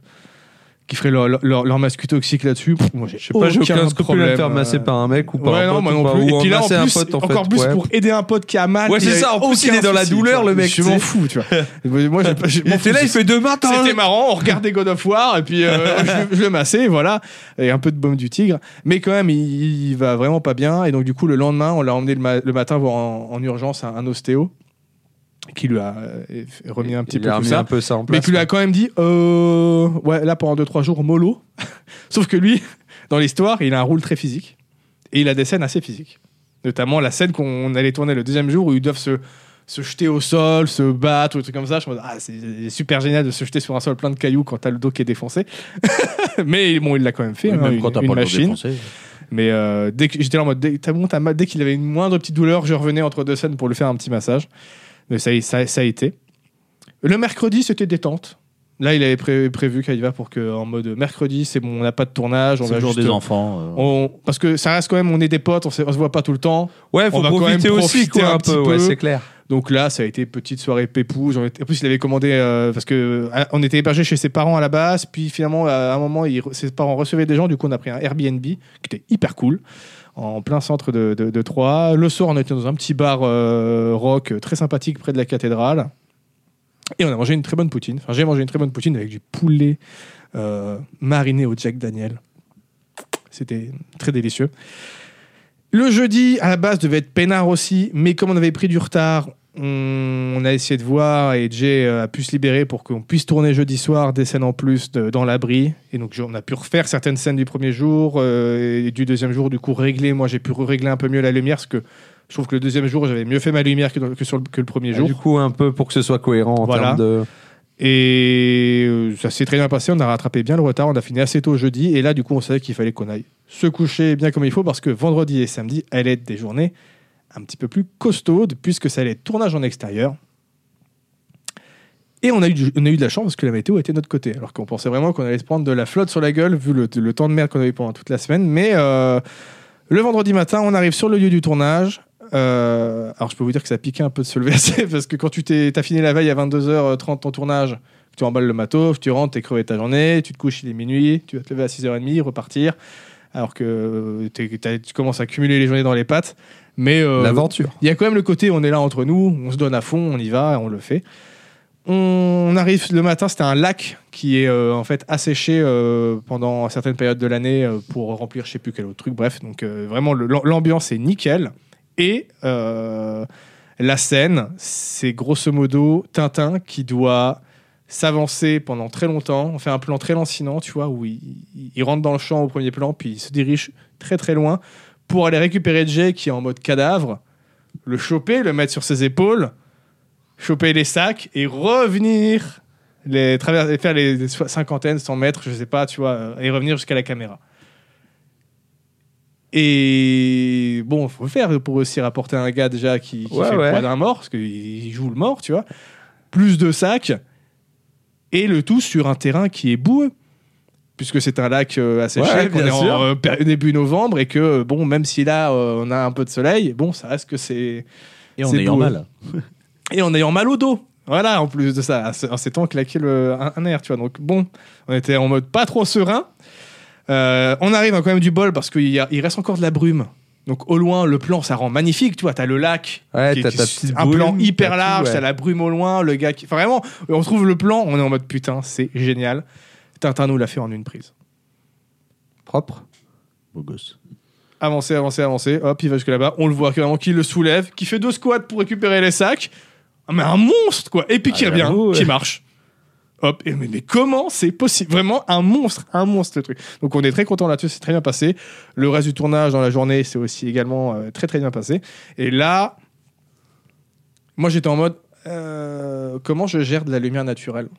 qui feraient leur, leur, leur masque toxique là-dessus. Pff, Moi, j'ai Je sais pas, j'ai aucun scrupule à me problème, faire masser euh. par un mec ou par ouais, un non, pote moi ou non par- plus. ou Et puis là, en masser un plus, pote, en fait. encore plus Ouais. pour aider un pote qui a mal. Ouais, il c'est avait ça, en plus, aucun il est dans la souci, douleur, tu vois. le mec, Je m'en tu sais. fous, tu vois. Moi, je- je Il m'en était fous, là, il c'est- fait demain, C'était marrant, on regardait God of War et puis euh, je, je le massais, voilà, et un peu de baume du tigre. Mais quand même, il, il va vraiment pas bien. Et donc, du coup, le lendemain, on l'a emmené le, ma- le matin voir en, en urgence un, un ostéo qui lui a euh, remis un petit peu tout ça. un peu ça en Mais place. tu lui as quand même dit, euh, ouais, là pendant 2-3 jours, mollo. Sauf que lui, dans l'histoire, il a un rôle très physique. Et il a des scènes assez physiques. Notamment la scène qu'on allait tourner le deuxième jour où ils doivent se, se jeter au sol, se battre, ou des trucs comme ça. Je me dis, ah, c'est super génial de se jeter sur un sol plein de cailloux quand t'as le dos qui est défoncé. Mais bon, il l'a quand même fait. Oui, hein, même une, quand t'as une pas le machine. machine. Mais euh, dès que j'étais là en mode, dès, t'as bon, t'as mal- dès qu'il avait une moindre petite douleur, je revenais entre deux scènes pour lui faire un petit massage. Mais ça, ça, ça a été. Le mercredi, c'était détente. Là, il avait pré- prévu qu'il y va pour que, en mode mercredi, c'est bon, on n'a pas de tournage, on C'est va le jour juste- des enfants. euh. on- parce que ça reste quand même, on est des potes, on, se- on se voit pas tout le temps. Ouais, on faut va quand profiter même aussi, profiter quoi, un un petit peu. Ouais, peu. c'est clair. Donc là, ça a été petite soirée pépou. J'en étais- En plus, il avait commandé euh, parce que à- on était hébergé chez ses parents à la base. Puis finalement, à un moment, il re- ses parents recevaient des gens. Du coup, on a pris un Airbnb qui était hyper cool en plein centre de, de, de Troyes. Le soir, on était dans un petit bar euh, rock très sympathique près de la cathédrale. Et on a mangé une très bonne poutine. Enfin, j'ai mangé une très bonne poutine avec du poulet euh, mariné au Jack Daniel. C'était très délicieux. Le jeudi, à la base, devait être peinard aussi, mais comme on avait pris du retard, on, on a essayé de voir et Jay euh, a pu se libérer pour qu'on puisse tourner jeudi soir des scènes en plus de- dans l'abri. Et donc, on a pu refaire certaines scènes du premier jour euh, et du deuxième jour, du coup, régler. Moi, j'ai pu régler un peu mieux la lumière parce que je trouve que le deuxième jour, j'avais mieux fait ma lumière que, dans- que sur le, que le premier Et jour. Du coup, un peu pour que ce soit cohérent en Voilà. termes de. Et euh, ça s'est très bien passé, on a rattrapé bien le retard, on a fini assez tôt jeudi, et là du coup on savait qu'il fallait qu'on aille se coucher bien comme il faut, parce que vendredi et samedi allaient être des journées un petit peu plus costaudes, puisque ça allait être tournage en extérieur. Et on a, eu, du- on a eu de la chance parce que la météo était de notre côté, alors qu'on pensait vraiment qu'on allait se prendre de la flotte sur la gueule, vu le, le temps de merde qu'on avait pendant toute la semaine, mais euh, le vendredi matin, on arrive sur le lieu du tournage. Euh, alors, je peux vous dire que ça piquait un peu de se lever assez, parce que quand tu t'es, t'as fini la veille à 22h30 ton tournage, que tu emballes le matos, tu rentres, t'es crevé ta journée, tu te couches, il est minuit, tu vas te lever à 6h30, repartir, alors que euh, t'es- t'as- tu commences à cumuler les journées dans les pattes. Mais euh, L'aventure. il y a quand même le côté, on est là entre nous, on se donne à fond, on y va, on le fait. On arrive le matin, c'était un lac qui est euh, en fait asséché euh, pendant certaines périodes de l'année euh, pour remplir je sais plus quel autre truc. Bref, donc euh, vraiment le- l'am- l'ambiance est nickel. Et euh, la scène, c'est grosso modo Tintin qui doit s'avancer pendant très longtemps. On fait un plan très lancinant, tu vois, où il, il- il rentre dans le champ au premier plan, puis il se dirige très très loin pour aller récupérer Jay qui est en mode cadavre le choper, le mettre sur ses épaules, choper les sacs et revenir, les traverser, faire les les so- cinquantaines, 100 mètres, je sais pas, tu vois, euh, et revenir jusqu'à la caméra. Et bon, faut le faire pour aussi rapporter un gars déjà qui, qui Ouais, fait le ouais. poids d'un mort, parce qu'il joue le mort, tu vois. Plus de sacs, et le tout sur un terrain qui est boueux puisque c'est un lac euh, assez Ouais, cher, qu'on bien est en sûr. euh, péri- début novembre et que euh, bon même si là euh, on a un peu de soleil, bon ça reste que c'est Et en c'est ayant beau. mal. et en ayant mal au dos. Voilà, en plus de ça, en ce- en s'étant claqué le, un, un air, tu vois. Donc bon, on était en mode pas trop serein. Euh, on arrive à quand même du bol parce qu'il y a- il reste encore de la brume. Donc au loin, le plan, ça rend magnifique, tu vois. T'as le lac, Ouais, qui- t'as qui- ta petite un brume, plan hyper t'as tout, large, ouais. t'as la brume au loin, le gars qui... Enfin vraiment, on trouve le plan, on est en mode putain, c'est génial. Tintin nous l'a fait en une prise. Propre. Beau gosse. avancer, avancer, avancer. Hop, il va jusque là-bas. On le voit clairement qui le soulève, qui fait deux Ah, squats pour récupérer les sacs. Ah, Mais un monstre, quoi. Et puis qui revient, qui marche. Hop, et mais, mais comment c'est possible Vraiment un monstre, un monstre le truc. Donc on est très content là-dessus, c'est très bien passé. Le reste du tournage dans la journée, c'est aussi également euh, très très bien passé. Et là, moi j'étais en mode euh, comment je gère de la lumière naturelle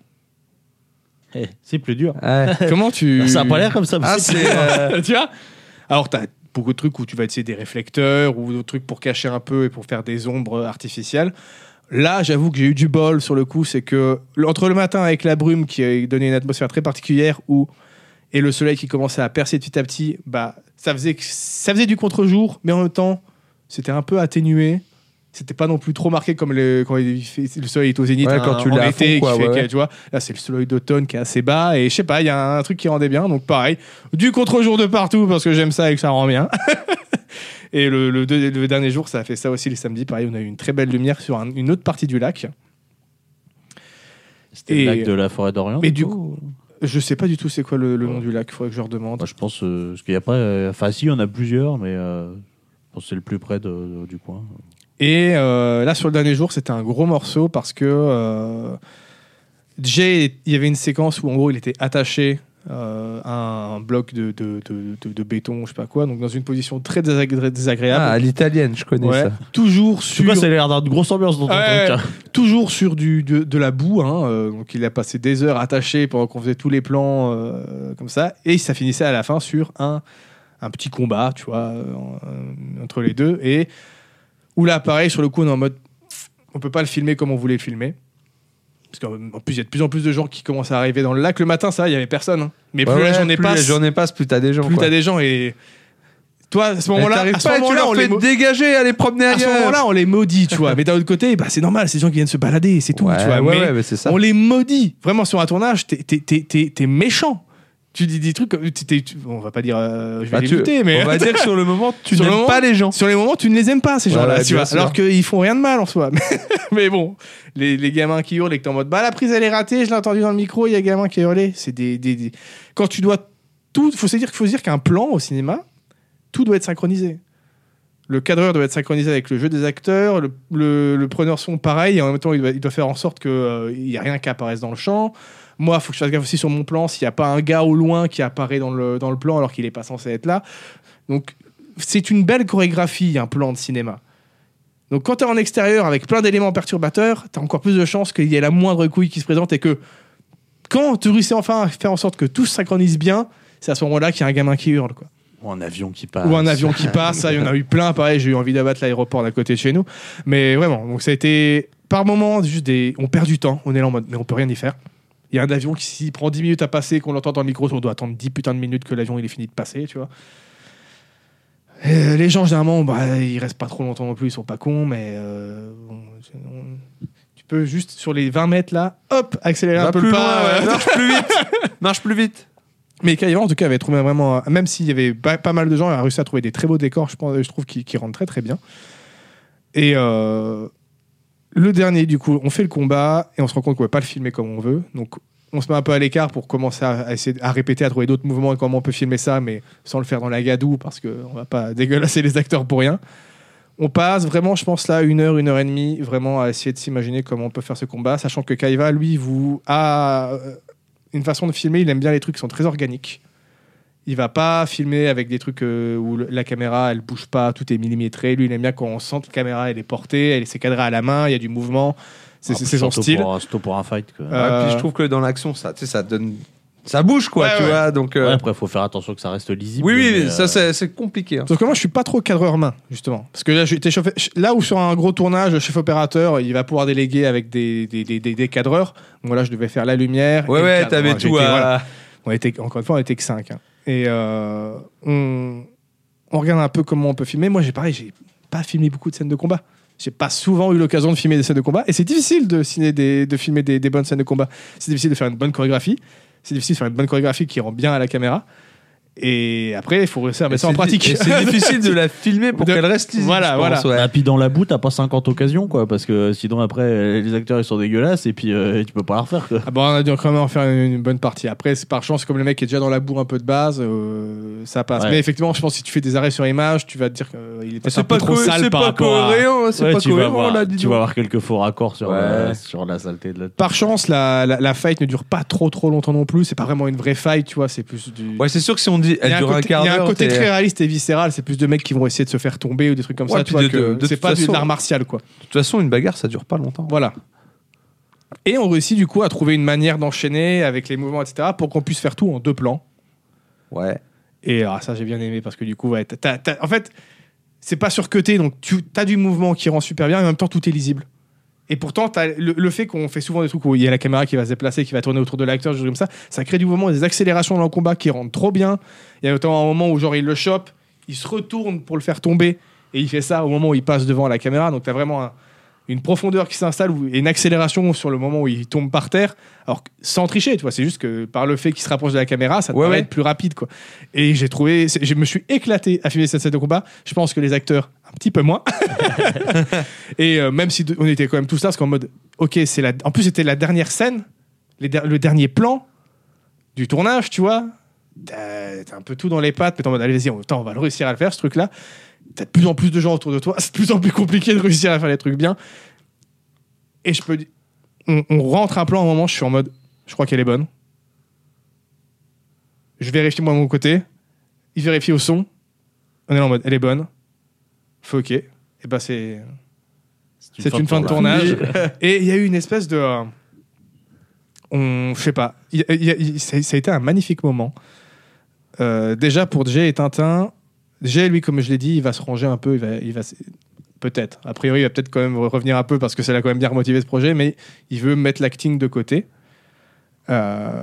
Eh, c'est plus dur. Ouais. Comment tu Ça a pas l'air comme ça. mais Ah, c'est. euh, tu vois Alors, t'as beaucoup de trucs où tu vas essayer des réflecteurs ou d'autres trucs pour cacher un peu et pour faire des ombres artificielles. Là, j'avoue que j'ai eu du bol sur le coup, c'est que entre le matin avec la brume qui a donné une atmosphère très particulière où et le soleil qui commençait à percer petit à petit, bah ça faisait que- ça faisait du contre-jour, mais en même temps, c'était un peu atténué. C'était pas non plus trop marqué comme le, quand il fait- le soleil est au zénith Ouais, hein, quand tu en l'as à été, fond, quoi, qui fait ouais, que, ouais. tu vois. Là, c'est le soleil d'automne qui est assez bas et je sais pas, il y a un truc qui rendait bien, donc pareil, du contre-jour de partout parce que j'aime ça et que ça rend bien. et le, le deux- le dernier jour, ça a fait ça aussi le samedi. Pareil, on a eu une très belle lumière sur un- une autre partie du lac. C'était le Et- lac de la forêt d'Orient. Mais Oh. du coup, coup, je sais pas du tout c'est quoi le, le nom du lac, faudrait que je leur demande. Bah, je pense euh, parce qu'il n'y a pas. euh, Enfin, si, il y en a plusieurs, mais euh, je pense que c'est le plus près de- du coin. Et euh, là, sur le dernier jour, c'était un gros morceau parce que euh, Jay, il y avait une séquence où en gros, il était attaché euh, à un bloc de, de, de- de- de béton, je sais pas quoi, donc dans une position très désagré- Ah, à désagréable. l'italienne, je connais Ouais. ça. Toujours En tout sur cas, ça a l'air d'une grosse ambiance dans ton Ouais. truc. hein. toujours sur du, de, de la boue. hein, euh, donc il a passé des heures attaché pendant qu'on faisait tous les plans euh, comme ça. Et ça finissait à la fin sur un, un petit combat, tu vois, euh, en- entre les deux. Et où là, pareil, sur le coup, on est en mode on peut pas le filmer comme on voulait le filmer. Parce qu'en en plus, il y a de plus en plus de gens qui commencent à arriver dans le lac. Le matin, ça, va, il y avait personne. hein. Mais plus Bah Ouais, la ouais, journée plus passe, la journée passe, plus t'as des gens. plus quoi. t'as des gens. Et toi, à ce Mais moment-là, t'arrives à ce pas et tu moment-là, leur on les fais mo- dégager, aller promener à ce ailleurs. moment-là, on les maudit, tu vois. Mais d'un autre côté, bah, c'est normal, c'est des gens qui viennent se balader, c'est tout, ouais, tu vois. ouais, mais ouais, mais c'est ça. on les maudit. Vraiment, sur un tournage, t'es- t'es- t'es t'es- t'es méchant. Tu dis des trucs comme. t'es- t'es- tu- on va pas dire. euh, je vais Bah, les tu- buter, mais. On va dire que sur le moment, tu Sur le n'aimes moment- pas les gens. Sur les moments, tu ne les aimes pas, ces Ouais, gens-là, ouais, tu bien vois. sûr. Alors qu'ils font rien de mal en soi. mais bon, les, les gamins qui hurlent et que t'es en mode. Bah, la prise, elle est ratée, je l'ai entendu dans le micro, il y a un gamin qui a hurlé. C'est des, des- des- Quand tu dois. Tout. Faut se dire qu'il faut se dire qu'un plan au cinéma, tout doit être synchronisé. Le cadreur doit être synchronisé avec le jeu des acteurs, le, le- le preneur son pareil, et en même temps il doit, il doit faire en sorte qu'il n'y a rien qui apparaisse dans le champ. Moi, il faut que je fasse gaffe aussi sur mon plan s'il n'y a pas un gars au loin qui apparaît dans le, dans le plan alors qu'il n'est pas censé être là. Donc c'est une belle chorégraphie, un plan de cinéma. Donc quand tu es en extérieur avec plein d'éléments perturbateurs, tu as encore plus de chances qu'il y ait la moindre couille qui se présente et que quand tu réussis enfin à faire en sorte que tout se synchronise bien, c'est à ce moment-là qu'il y a un gamin qui hurle. quoi Ou un avion qui passe. ou un avion qui passe. ça, Il y en a eu plein. Pareil, j'ai eu envie d'abattre l'aéroport d'à côté de chez nous. Mais vraiment, donc ça a été par moments juste des. On perd du temps. On est là en mode, mais on peut rien y faire. Il y a un avion qui s'il prend 10 minutes à passer, qu'on l'entend dans le micro, on doit attendre 10 putains de minutes que l'avion il est fini de passer, tu vois. Euh, les gens généralement, bah, ils restent pas trop longtemps non plus, ils sont pas cons, mais euh, bon, c'est- on- tu peux juste sur les 20 mètres là, hop, accélérer Va un peu plus le pas. loin, ouais, euh, marche plus vite. Marche plus vite. mais Kaivan, en tout cas, avait trouvé vraiment. Même s'il y avait pas, pas mal de gens, il a réussi à trouver des très beaux décors, je, pense, je trouve, qui, qui rendent très très bien. Et euh, le dernier, du coup, on fait le combat et on se rend compte qu'on ne peut pas le filmer comme on veut. Donc, on se met un peu à l'écart pour commencer à, à essayer à répéter, à trouver d'autres mouvements et comment on peut filmer ça, mais sans le faire dans la gadoue parce qu'on ne va pas dégueulasser les acteurs pour rien. On passe vraiment, je pense, là, une heure, une heure et demie, vraiment à essayer de s'imaginer comment on peut faire ce combat, sachant que Kaiva, lui, vous a euh, une façon de filmer, il aime bien les trucs qui sont très organiques. Il va pas filmer avec des trucs euh, où le- la caméra elle bouge pas, tout est millimétré. Lui, il aime bien quand on sent que la caméra elle est portée, elle s'est cadrée à la main, il y a du mouvement. C'est Ah, c'est son surtout style. pour un- Surtout pour un fight. quoi. Euh, Ouais, puis je trouve que dans l'action, ça, tu sais, ça donne, ça bouge quoi, Ouais, tu ouais. vois. Donc euh, Ouais, après, il faut faire attention que ça reste lisible. oui, oui, mais, euh, ça c'est c'est compliqué. hein. Sauf que moi, je suis pas trop cadreur main, justement. Parce que là, j'étais chauffé- là où sur un gros tournage, le chef opérateur, il va pouvoir déléguer avec des, des, des, des- des cadreurs. Moi, là, je devais faire la lumière. et Ouais, le ouais, cadre. t'avais Moi, tout j'étais- à. voilà. On était, encore une fois, on était que 5. Et euh, on, on regarde un peu comment on peut filmer. Moi, j'ai pareil, j'ai pas filmé beaucoup de scènes de combat. J'ai pas souvent eu l'occasion de filmer des scènes de combat. Et c'est difficile de, signer des, de filmer des, des bonnes scènes de combat. C'est difficile de faire une bonne chorégraphie. C'est difficile de faire une bonne chorégraphie qui rend bien à la caméra. Et après, il faut réussir à Mais mettre ça en pratique. C'est difficile de la filmer pour De- qu'elle reste lisible. Voilà, je voilà. pense, ouais. Et puis dans la boue, t'as pas 50 occasions, quoi, parce que sinon après, euh, les acteurs ils sont dégueulasses et puis euh, tu peux pas la refaire, quoi. Ah bon, on a dû quand même en faire une, une bonne partie. Après, c'est par chance, comme le mec est déjà dans la bourre un peu de base, euh, ça passe. Ouais. Mais effectivement, je pense que si tu fais des arrêts sur image, tu vas te dire qu'il est peut-être un C'est peu pas, trop co- sale c'est par pas rapport à- cohérent, hein, c'est Ouais, pas tu, vas cohérent voir, là, dis tu donc. vas avoir quelques faux raccords sur, la, Ouais. sur la saleté de la Par chance, la, la, la fight ne dure pas trop trop longtemps non plus. C'est pas vraiment une vraie fight, tu vois. C'est plus du. Ouais, c'est sûr que si on dit Il y elle a un dure un côté, quart il y a d'heure. un côté t'es- très réaliste et viscéral. C'est plus de mecs qui vont essayer de se faire tomber ou des trucs comme Ouais, ça. puis Tu vois, de- que de- de c'est toute pas de façon- l'art martial, quoi. De toute façon, une bagarre, ça dure pas longtemps. Voilà. Et on réussit du coup à trouver une manière d'enchaîner avec les mouvements, etc., pour qu'on puisse faire tout en deux plans. Ouais. Et ah, ça, j'ai bien aimé parce que du coup, ouais, t'as- t'as- t'as- en fait, c'est pas surcuté, donc tu as du mouvement qui rend super bien et en même temps tout est lisible. Et pourtant, t'as le, le fait qu'on fait souvent des trucs où il y a la caméra qui va se déplacer, qui va tourner autour de l'acteur, des choses comme ça, ça crée du mouvement, des accélérations dans le combat qui rendent trop bien. Il y a notamment un moment où genre il le chope, il se retourne pour le faire tomber et il fait ça au moment où il passe devant la caméra, donc t'as vraiment un- une profondeur qui s'installe ou- et une accélération sur le moment où il tombe par terre, alors que- sans tricher, tu vois, c'est juste que par le fait qu'il se rapproche de la caméra, ça te Ouais, paraît ouais. être plus rapide, quoi. Et j'ai trouvé, c'est- je me suis éclaté à filmer cette scène de combat. Je pense que les acteurs, un petit peu moins. et euh, même si de- on était quand même tous là, parce qu'en mode, ok, c'est la. En plus, c'était la dernière scène, les der- le dernier plan du tournage, tu vois. T'as t'as un peu tout dans les pattes, mais t'es en mode, allez, vas-y, on, attends, on va le réussir à le faire, ce truc-là. T'as de plus en plus de gens autour de toi, c'est de plus en plus compliqué de réussir à faire les trucs bien. Et je peux. di- On, on rentre un plan, à un moment, je suis en mode, je crois qu'elle est bonne. Je vérifie moi de mon côté. Il vérifie au son. On est là en mode, elle est bonne. Faut ok. Et bah c'est c'est une fin de tournage. Et il y a eu une espèce de. euh, on, je sais pas. Il y a- il y a- il- ça ça a été un magnifique moment. Euh, déjà pour Jay et Tintin, Jay, lui, comme je l'ai dit, il va se ranger un peu. Il va, il va se- peut-être. A priori, il va peut-être quand même revenir un peu parce que ça l'a quand même bien remotivé ce projet, mais il veut mettre l'acting de côté. Euh,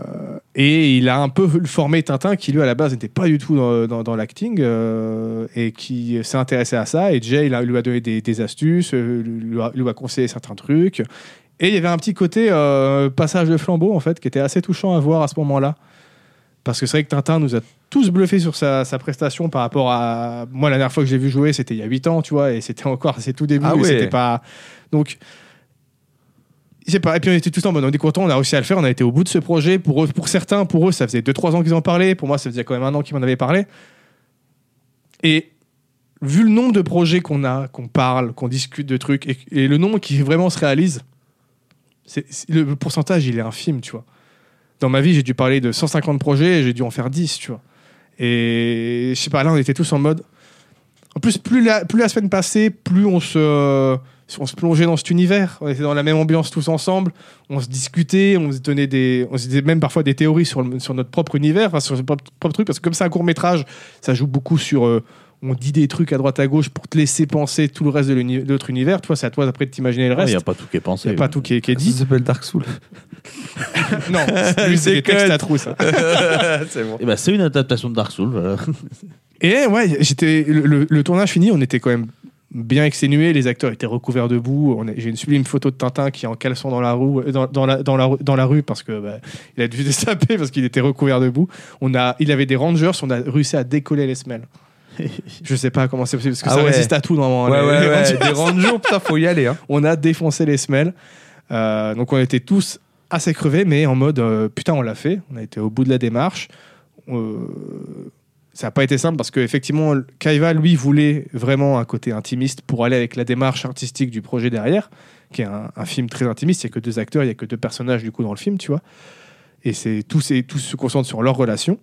et il a un peu formé Tintin qui lui à la base n'était pas du tout dans, dans- dans l'acting euh, et qui s'est intéressé à ça et Jay il a- lui a donné des, des astuces euh, lui, a, lui a conseillé certains trucs et il y avait un petit côté euh, passage de flambeau en fait qui était assez touchant à voir à ce moment là parce que c'est vrai que Tintin nous a tous bluffé sur sa, sa prestation par rapport à moi la dernière fois que j'ai vu jouer c'était il y a 8 ans tu vois et c'était encore c'est tout début Ah et ouais. c'était pas donc je sais pas. Et puis on était tous en mode, on est content, on a réussi à le faire, on a été au bout de ce projet. Pour, eux, pour certains, pour eux, ça faisait 2-3 ans qu'ils en parlaient. Pour moi, ça faisait quand même un an qu'ils m'en avaient parlé. Et vu le nombre de projets qu'on a, qu'on parle, qu'on discute de trucs, et, et le nombre qui vraiment se réalise, c'est- c'est- le pourcentage, il est infime, tu vois. Dans ma vie, j'ai dû parler de 150 projets et j'ai dû en faire 10, tu vois. Et je sais pas, là, on était tous en mode. En plus, plus la, plus la semaine passait, plus on se, on se plongeait dans cet univers. On était dans la même ambiance tous ensemble. On se discutait, on se donnait des, on se disait même parfois des théories sur, le- sur notre propre univers, enfin, sur notre propre, propre truc. Parce que comme c'est un court métrage, ça joue beaucoup sur. euh, on dit des trucs à droite à gauche pour te laisser penser tout le reste de l'uni- de l'autre univers. Toi, c'est à toi après de t'imaginer le Il reste. n'y a pas tout qui est pensé. Il n'y a pas tout qui est, qui est Ça dit. s'appelle Dark Souls. non, lui, c'est des textes à hein. trous, ça. Ah, Eh ben, c'est une adaptation de Dark Souls. voilà. Et ouais, j'étais le, le- le tournage fini, on était quand même bien exténués, les acteurs étaient recouverts de boue. On est- J'ai une sublime photo de Tintin qui est en caleçon dans la rue, euh, dans, dans la, dans, la, rue- dans la rue parce que bah, il a dû se taper parce qu'il était recouvert de boue. On a, il avait des rangers, on a réussi à décoller les semelles. Je sais pas comment c'est possible parce que Ah ça ouais. résiste à tout normalement. Ouais, les- ouais, les ouais. rangers. Des rangeaux, putain, faut y aller. Hein. On a défoncé les semelles. Euh, donc on était tous assez crevés, mais en mode euh, putain, on l'a fait. On a été au bout de la démarche. Euh, ça n'a pas été simple parce qu'effectivement, Kaiva, lui, voulait vraiment un côté intimiste pour aller avec la démarche artistique du projet derrière, qui est un, un film très intimiste. Il n'y a que deux acteurs, il n'y a que deux personnages du coup dans le film, tu vois. Et c'est tous, et tous se concentrent sur leur relation.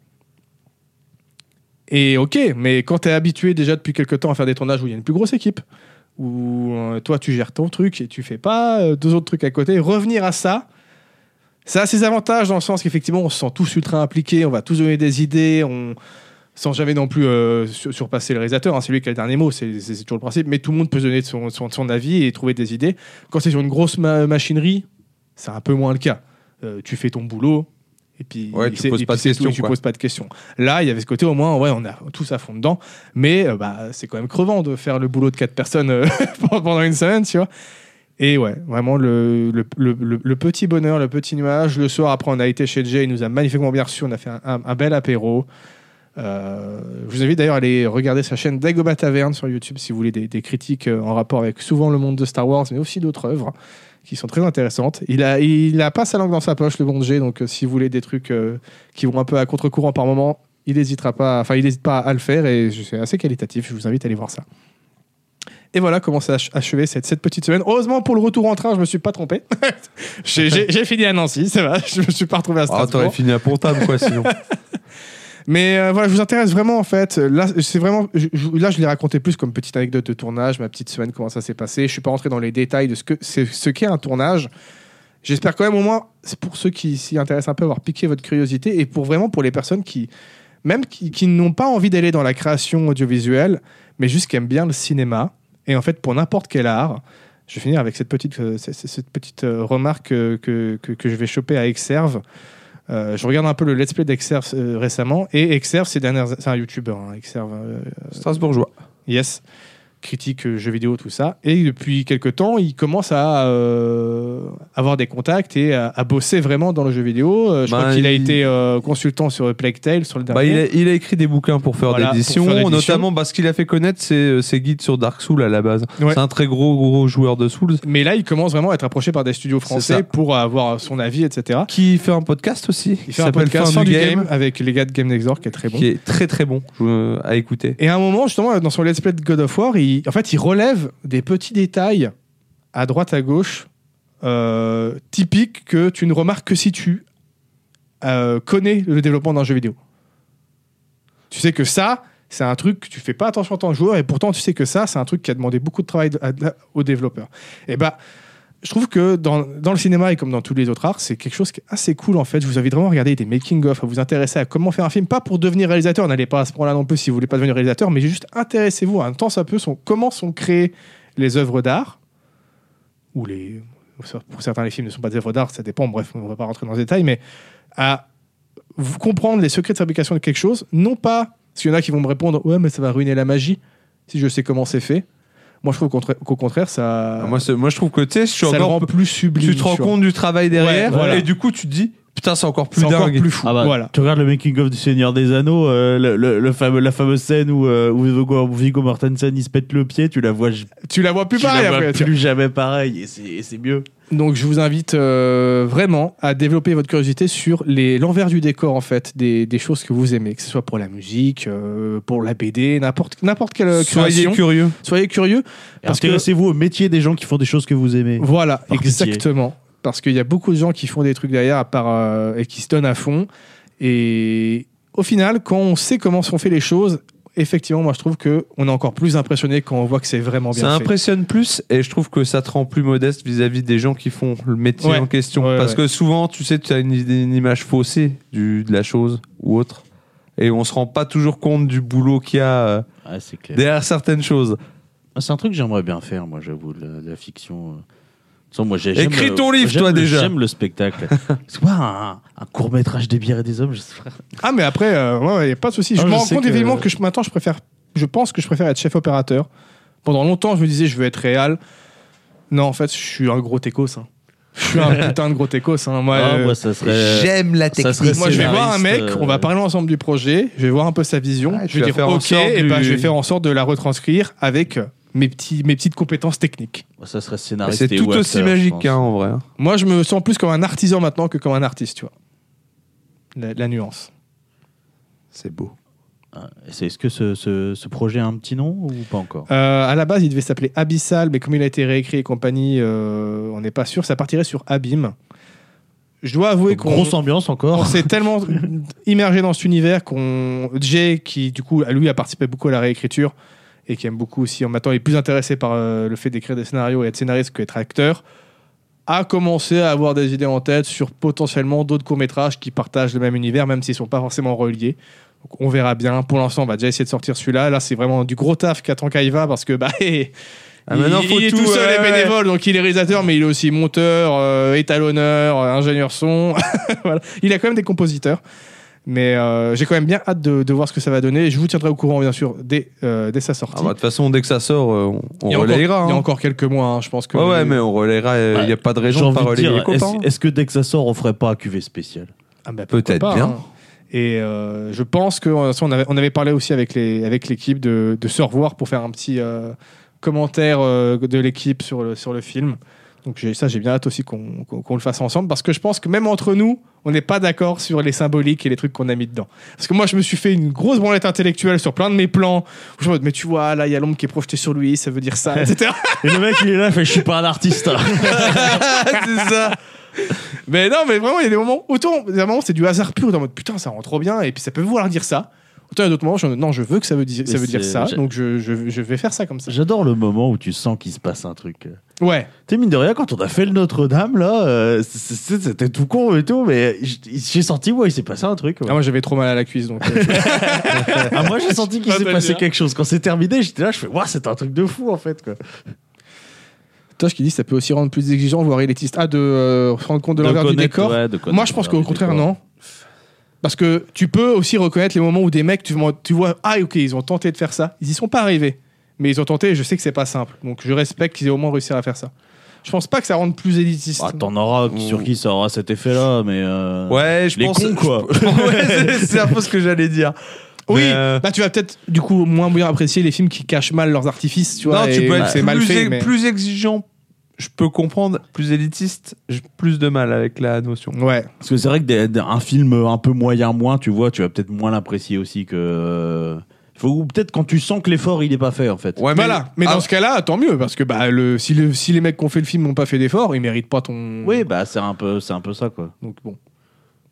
Et ok, mais quand tu es habitué déjà depuis quelques temps à faire des tournages où il y a une plus grosse équipe, où euh, toi tu gères ton truc et tu fais pas euh, deux autres trucs à côté, revenir à ça, ça a ses avantages dans le sens qu'effectivement on se sent tous ultra impliqués, on va tous donner des idées, on sans jamais non plus euh, sur- surpasser le réalisateur, hein, c'est lui qui a le dernier mot, c'est c'est- c'est toujours le principe, mais tout le monde peut se donner de son, son- son avis et trouver des idées. Quand c'est sur une grosse ma- machinerie, c'est un peu moins le cas. Euh, tu fais ton boulot et puis Ouais, et tu c'est- poses et pas puis de c'est tout, questions, et tu quoi. poses pas de questions. Là, il y avait ce côté au moins, ouais, on a tous à fond dedans. Mais euh, bah, c'est quand même crevant de faire le boulot de quatre personnes euh, pendant une semaine, tu vois. Et ouais, vraiment le, le, le- le- le petit bonheur, le petit nuage. Le soir, après, on a été chez Jay, il nous a magnifiquement bien reçus, on a fait un, un- un bel apéro. Euh, je vous invite d'ailleurs à aller regarder sa chaîne Dagobah Taverne sur YouTube si vous voulez des, des critiques euh, en rapport avec souvent le monde de Star Wars, mais aussi d'autres œuvres qui sont très intéressantes. Il a, il a pas sa langue dans sa poche, le bon G, donc euh, si vous voulez des trucs euh, qui vont un peu à contre-courant par moment, il n'hésitera pas, enfin, il n'hésite pas à le faire et je- c'est assez qualitatif. Je vous invite à aller voir ça. Et voilà comment s'est ach- achevé cette, cette petite semaine. Heureusement pour le retour en train, je me suis pas trompé. J'ai- J'ai j'ai fini à Nancy, ça va. Je me suis pas retrouvé à Ah, Strasbourg. t'aurais fini à Pontame, quoi, sinon. Mais euh, voilà, je vous intéresse vraiment en fait. Là, c'est vraiment, je, je- là, je l'ai raconté plus comme petite anecdote de tournage, ma petite semaine, comment ça s'est passé. Je suis pas rentré dans les détails de ce que c'est, ce qu'est un tournage. J'espère quand même au moins, c'est pour ceux qui s'y intéressent un peu, avoir piqué votre curiosité et pour vraiment pour les personnes qui, même qui, qui n'ont pas envie d'aller dans la création audiovisuelle, mais juste qui aiment bien le cinéma. Et en fait, pour n'importe quel art, je vais finir avec cette petite, euh, cette, cette petite euh, remarque euh, que, que, que je vais choper à Exerve. Euh, je regarde un peu le let's play d'Exerve euh, récemment et Exerve, ces dernières, c'est un youtubeur, hein, Exerve, euh, Strasbourgeois. yes, critique euh, jeux vidéo, tout ça. Et depuis quelques temps, il commence à euh, avoir des contacts et à, à bosser vraiment dans le jeu vidéo. Euh, je Bah, crois qu'il a il- été euh, consultant sur Plague Tale, sur le dernier. Bah, il, a, il a écrit des bouquins pour faire Voilà, pour des éditions, faire des éditions. notamment parce qu'il a fait connaître ses, euh, ses guides sur Dark Souls à la base. Ouais. C'est un très gros, gros joueur de Souls Mais là, il commence vraiment à être approché par des studios ça. français pour avoir son avis, etc. qui fait un podcast aussi. Il qui fait un s'appelle podcast Fin fin du game avec les gars de Game Next Door qui est très bon. qui est très très bon je- euh, à écouter. Et à un moment, justement, dans son let's play de God of War, il, en fait, il relève des petits détails à droite, à gauche, euh, typiques que tu ne remarques que si tu euh, connais le développement d'un jeu vidéo. Tu sais que ça, c'est un truc que tu fais pas attention en tant que joueur, et pourtant, tu sais que ça, c'est un truc qui a demandé beaucoup de travail de- à- à- aux développeurs. Et bah, je trouve que dans, dans le cinéma et comme dans tous les autres arts, c'est quelque chose qui est assez cool en fait. Je vous invite vraiment à regarder des making-of, à vous intéresser à comment faire un film, pas pour devenir réalisateur, n'allez pas à ce point-là non plus si vous voulez pas devenir réalisateur, mais juste intéressez-vous un temps ça peu son, comment sont créées les œuvres d'art, ou les. Pour certains, les films ne sont pas des œuvres d'art, ça dépend, bref, on va pas rentrer dans les détails, mais à vous comprendre les secrets de fabrication de quelque chose, non pas. Parce qu'il y en a qui vont me répondre, ouais, mais ça va ruiner la magie si je sais comment c'est fait. Moi, je trouve qu'au contra- qu'au contraire, ça. Ah, Moi, c'est- moi je trouve que tu sais, je suis Euh, ça le encore rend plus sublime. tu te rends vois. compte du travail derrière Ouais, voilà. et du coup tu te dis putain c'est encore plus C'est encore dingue plus fou. Ah bah, Voilà. Tu regardes le making of du Seigneur des Anneaux, euh, le, le- le fameux, la fameuse scène où, euh, où Viggo- Viggo Mortensen il se pète le pied, tu la vois, j- Tu la vois plus tu la pareil vois après. tu vois. plus jamais pareil et c'est- et c'est mieux. Donc je vous invite euh, vraiment à développer votre curiosité sur les- l'envers du décor en fait des, des choses que vous aimez, que ce soit pour la musique, euh, pour la BD, n'importe n'importe quelle euh, soyez création. curieux Soyez curieux. Parce que- Intéressez-vous au métier des gens qui font des choses que vous aimez. Voilà, Par pitié. exactement. Parce qu'il y a beaucoup de gens qui font des trucs derrière à part, euh, et qui se donnent à fond. Et au final, quand on sait comment sont faites les choses, effectivement, moi je trouve que on est encore plus impressionné quand on voit que c'est vraiment bien ça fait. impressionne plus et je trouve que ça te rend plus modeste vis-à-vis des gens qui font le métier Ouais. en question Ouais, parce ouais. que souvent tu sais tu as une, idée- une image faussée du, de la chose ou autre et on se rend pas toujours compte du boulot qu'il y a euh, Ah, c'est clair. derrière certaines choses Ah, C'est un truc que j'aimerais bien faire, moi, j'avoue, la, la fiction. euh. De toute façon, moi, j'ai- j'aime Écris le- ton livre, j'aime toi, le- déjà. J'aime le spectacle. C'est quoi un, court métrage des bières et des hommes je sais pas. Ah mais après, euh, ouais, ouais, y a pas de souci. Je Ah, me je rends sais compte que- évidemment que je, maintenant je préfère, je pense que je préfère être chef opérateur. Pendant longtemps, je me disais je veux être réal. Non, en fait, je suis un gros techos. hein. Je suis un putain de gros techos. hein. Moi, Ah, euh, moi, ça serait. j'aime la ça serait moi, je vais voir un mec, scénariste, euh, on va parler ensemble du projet, je vais voir un peu sa vision, Ah, tu je vais vas dire faire en ok, sorte et du- ben, je vais faire en sorte de la retranscrire avec euh, mes, petits, mes petites compétences techniques. Ça serait scénariste. c'est et tout ou aussi acteur, je magique pense. hein, en vrai hein. Moi, je me sens plus comme un artisan maintenant que comme un artiste, tu vois. La, la nuance. c'est beau Ah, c'est- Est-ce que ce, ce- ce projet a un petit nom ou pas encore Euh, à la base, il devait s'appeler Abyssal, mais comme il a été réécrit et compagnie, euh, on n'est pas sûr. Ça partirait sur Abîme. Je dois avouer qu'on Grosse ambiance on encore. s'est tellement immergé dans cet univers qu'on Jay, qui du coup, lui, a participé beaucoup à la réécriture et qui aime beaucoup aussi, en maintenant, il est plus intéressé par euh, le fait d'écrire des scénarios et être scénariste qu'être acteur, a commencé à avoir des idées en tête sur potentiellement d'autres courts-métrages qui partagent le même univers, même s'ils ne sont pas forcément reliés. Donc, on verra bien. Pour l'instant, on va déjà essayer de sortir celui-là. Là, c'est vraiment du gros taf qu'attend Kaiva parce que, bah, Ah, il, maintenant, faut il est tout, euh, tout seul ouais, et ouais. bénévole, donc il est réalisateur, mais il est aussi monteur, euh, étalonneur, euh, ingénieur son. Voilà. Il a quand même des compositeurs. Mais euh, j'ai quand même bien hâte de, de voir ce que ça va donner. Je vous tiendrai au courant, bien sûr, dès, euh, dès sa sortie. Ah, bah, de toute façon dès que ça sort euh, on, on il, y a encore, relayera il y a hein. encore quelques mois, hein, je pense que. ouais ouais mais on relayera il n'y a pas de J'ai raison de envie pas de relayer dire, les copains. hein. est-ce est-ce que dès que ça sort, on ferait pas un cuvée spécial Ah bah, pourquoi peut-être pas, bien. hein. Et euh, je pense que euh, ça, on avait, on avait parlé aussi avec les avec l'équipe de, de se revoir pour faire un petit euh, commentaire euh, de l'équipe sur le sur le film. Donc j'ai- ça, j'ai bien hâte aussi qu'on qu'on- qu'on le fasse ensemble parce que je pense que même entre nous, on n'est pas d'accord sur les symboliques et les trucs qu'on a mis dedans. Parce que moi, je me suis fait une grosse branlette intellectuelle sur plein de mes plans. Où je me dis, mais tu vois, là, il y a l'ombre qui est projetée sur lui, ça veut dire ça, etc. Et le mec, il est là, il fait Je suis pas un artiste. hein. c'est ça. Mais non, mais vraiment, il y a des moments. Autant, des moments, c'est du hasard pur, dans mode putain, ça rend trop bien, et puis ça peut vouloir dire ça. Autant, il y a d'autres moments, je, non, je veux que ça veut, dire- ça Mais veut dire c'est- ça, j'ai- donc je, je- je vais faire ça comme ça. J'adore le moment où tu sens qu'il se passe un euh, truc. Ouais. Tu sais, mine de rien, quand on a fait le Notre-Dame, là, euh, c'est- c'est- c'était tout con et tout, mais j- j'ai senti, ouais, il s'est passé un truc. ouais. Ah, moi, j'avais trop mal à la cuisse, donc. euh, Ah, moi, j'ai senti qu'il Ah, s'est bah, passé bien. quelque chose. Quand c'est terminé, j'étais là, je fais, waouh, c'est un truc de fou, en fait, quoi. Tosh qui dit ça peut aussi rendre plus exigeant, voire élitiste. Ah, de euh, se rendre compte de l'envers du décor. Moi, je pense qu'au contraire, non. Parce que tu peux aussi reconnaître les moments où des mecs, tu, vois- tu vois, ah ok, ils ont tenté de faire ça, ils y sont pas arrivés, mais ils ont tenté. et Je sais que c'est pas simple, donc je respecte qu'ils aient au moins réussi à faire ça. Je pense pas que ça rende plus élitiste. Ah, t'en auras sur qui ça aura cet effet-là, mais. euh, Ouais, je Les pense. cons, quoi. Ouais, c'est- c'est un peu ce que j'allais dire. oui, Mais, euh, bah tu vas peut-être du coup moins bien apprécier les films qui cachent mal leurs artifices, tu vois. non, tu et peux où être c'est plus, mal fait, ex- mais- plus exigeant. Je peux comprendre. Plus élitiste, j'ai plus de mal avec la notion. Ouais. Parce que c'est vrai que des- des- un film un peu moyen, moins, tu vois, tu vas peut-être moins l'apprécier aussi que. euh, Faut, ou peut-être quand tu sens que l'effort, il est pas fait, en fait. Ouais, voilà. Mais Ah, dans ce cas-là, tant mieux parce que bah le si, le- si les mecs qui ont fait le film n'ont pas fait d'effort, ils méritent pas ton. Oui, bah, c'est un, peu- c'est un peu ça, quoi. Donc bon.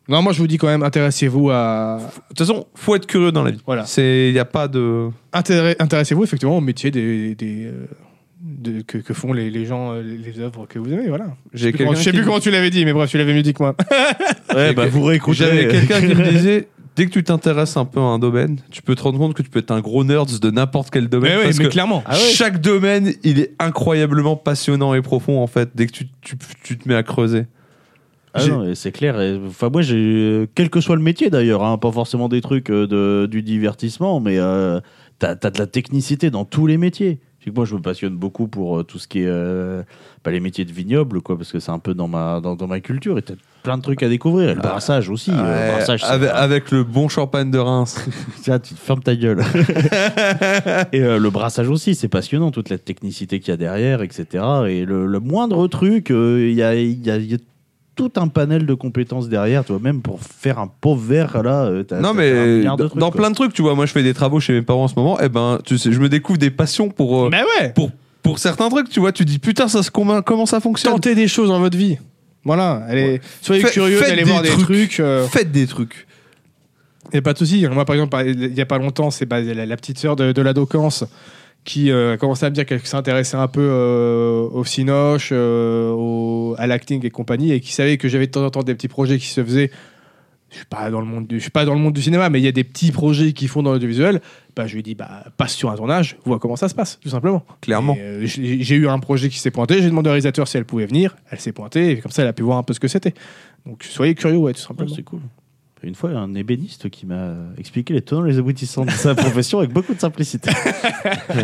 Non, moi je vous dis quand même, intéressez-vous à, De toute façon, faut être curieux dans la vie. Voilà. C'est, y a pas de. Intéré- Intéressez-vous effectivement au métier des, des, euh, de- que, que font les, les gens, euh, les, les œuvres que vous aimez. Voilà. J'ai Je sais qui- plus comment tu l'avais dit, mais bref, tu l'avais mieux dit que moi. Ouais, bah, vous J'avais réécouterez. quelqu'un qui me disait. Dès que tu t'intéresses un peu à un domaine, tu peux te rendre compte que tu peux être un gros nerd de n'importe quel domaine. mais oui, parce mais Ah que clairement. Chaque domaine, il est incroyablement passionnant et profond en fait, dès que tu, tu- tu te mets à creuser. Ah J'ai- non, mais c'est clair. Et, Enfin, moi, j'ai, euh, quel que soit le métier d'ailleurs, hein, pas forcément des trucs euh, de, du divertissement, mais euh, t'as, t'as de la technicité dans tous les métiers. C'est que moi, je me passionne beaucoup pour euh, tout ce qui est euh, bah, les métiers de vignoble, quoi, parce que c'est un peu dans ma, dans, dans ma culture. Et t'as plein de trucs à découvrir. Et le brassage aussi. euh, Ah, Ouais, le brassage, c'est- avec, avec le bon champagne de Reims. Tiens, tu fermes ta gueule. et euh, le brassage aussi, c'est passionnant, toute la technicité qu'il y a derrière, etc. Et le, le moindre truc, euh, il y, a, il y a- il y a tout un panel de compétences derrière, tu vois, même pour faire un pauvre verre, là, euh, t'as- Non t'as mais un dans milliard de trucs, dans quoi. plein de trucs, tu vois, moi je fais des travaux chez mes parents en ce moment, et ben tu sais, je me découvre des passions pour, euh, Mais ouais, pour certains trucs, tu vois, tu dis putain ça se combat- comment ça fonctionne tentez des choses dans votre vie. Voilà, allez, soyez Faites- curieux faites d'aller des voir des trucs. trucs. euh, Faites des trucs. Et pas de souci. Moi, par exemple, il n'y a pas longtemps, c'est bah, la, la petite sœur de, de la Docance qui euh, a commencé à me dire qu'elle s'intéressait un peu euh, au cinoche, euh, au- à l'acting et compagnie, et qui savait que j'avais de temps en temps des petits projets qui se faisaient. Je suis pas dans le monde du, je suis pas dans le monde du cinéma, mais il y a des petits projets qui font dans l'audiovisuel. Bah, je lui ai dit, bah, passe sur un tournage, vois comment ça se passe, tout simplement. Clairement. Et, euh, j'ai j'ai eu un projet qui s'est pointé, j'ai demandé au réalisateur si elle pouvait venir, elle s'est pointée, et comme ça, elle a pu voir un peu ce que c'était. Donc, soyez curieux, ouais, tout Ouais, simplement. c'est cool. Une fois, un ébéniste qui m'a expliqué les tenants et les aboutissants de sa profession avec beaucoup de simplicité.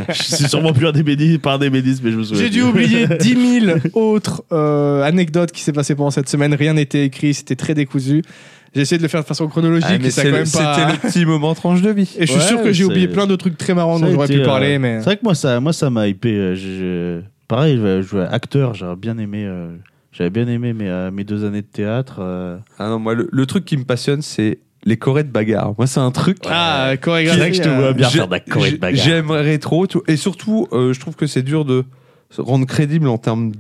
je suis sûrement plus un ébéniste, pas un ébéniste, mais je me souviens. J'ai dû plus. oublier 10 000 autres euh, anecdotes qui s'est passé pendant cette semaine. Rien n'était écrit, c'était très décousu. J'ai essayé de le faire de façon chronologique, Ah, et mais ça a c'est quand le- même c'était pas. le petit moment tranche de vie. Et je suis Ouais, sûr que j'ai c'est- oublié plein de trucs très marrants Ça dont a j'aurais été, pu euh, parler, mais C'est vrai que moi, ça moi, ça m'a hypé. euh, je- je- Pareil, je je jouais acteur, j'aurais bien aimé. euh, J'avais bien aimé mes, euh, mes deux années de théâtre. euh. Ah non, moi le, le truc qui me passionne c'est les chorés de bagarre. Moi c'est un truc. ah euh, C'est chorégraphie. vrai que je te euh, vois bien J'ai- faire de la choré de j'ai- bagarre. J'aimerais trop. tu- Et surtout, euh, je trouve que c'est dur de se rendre crédible en termes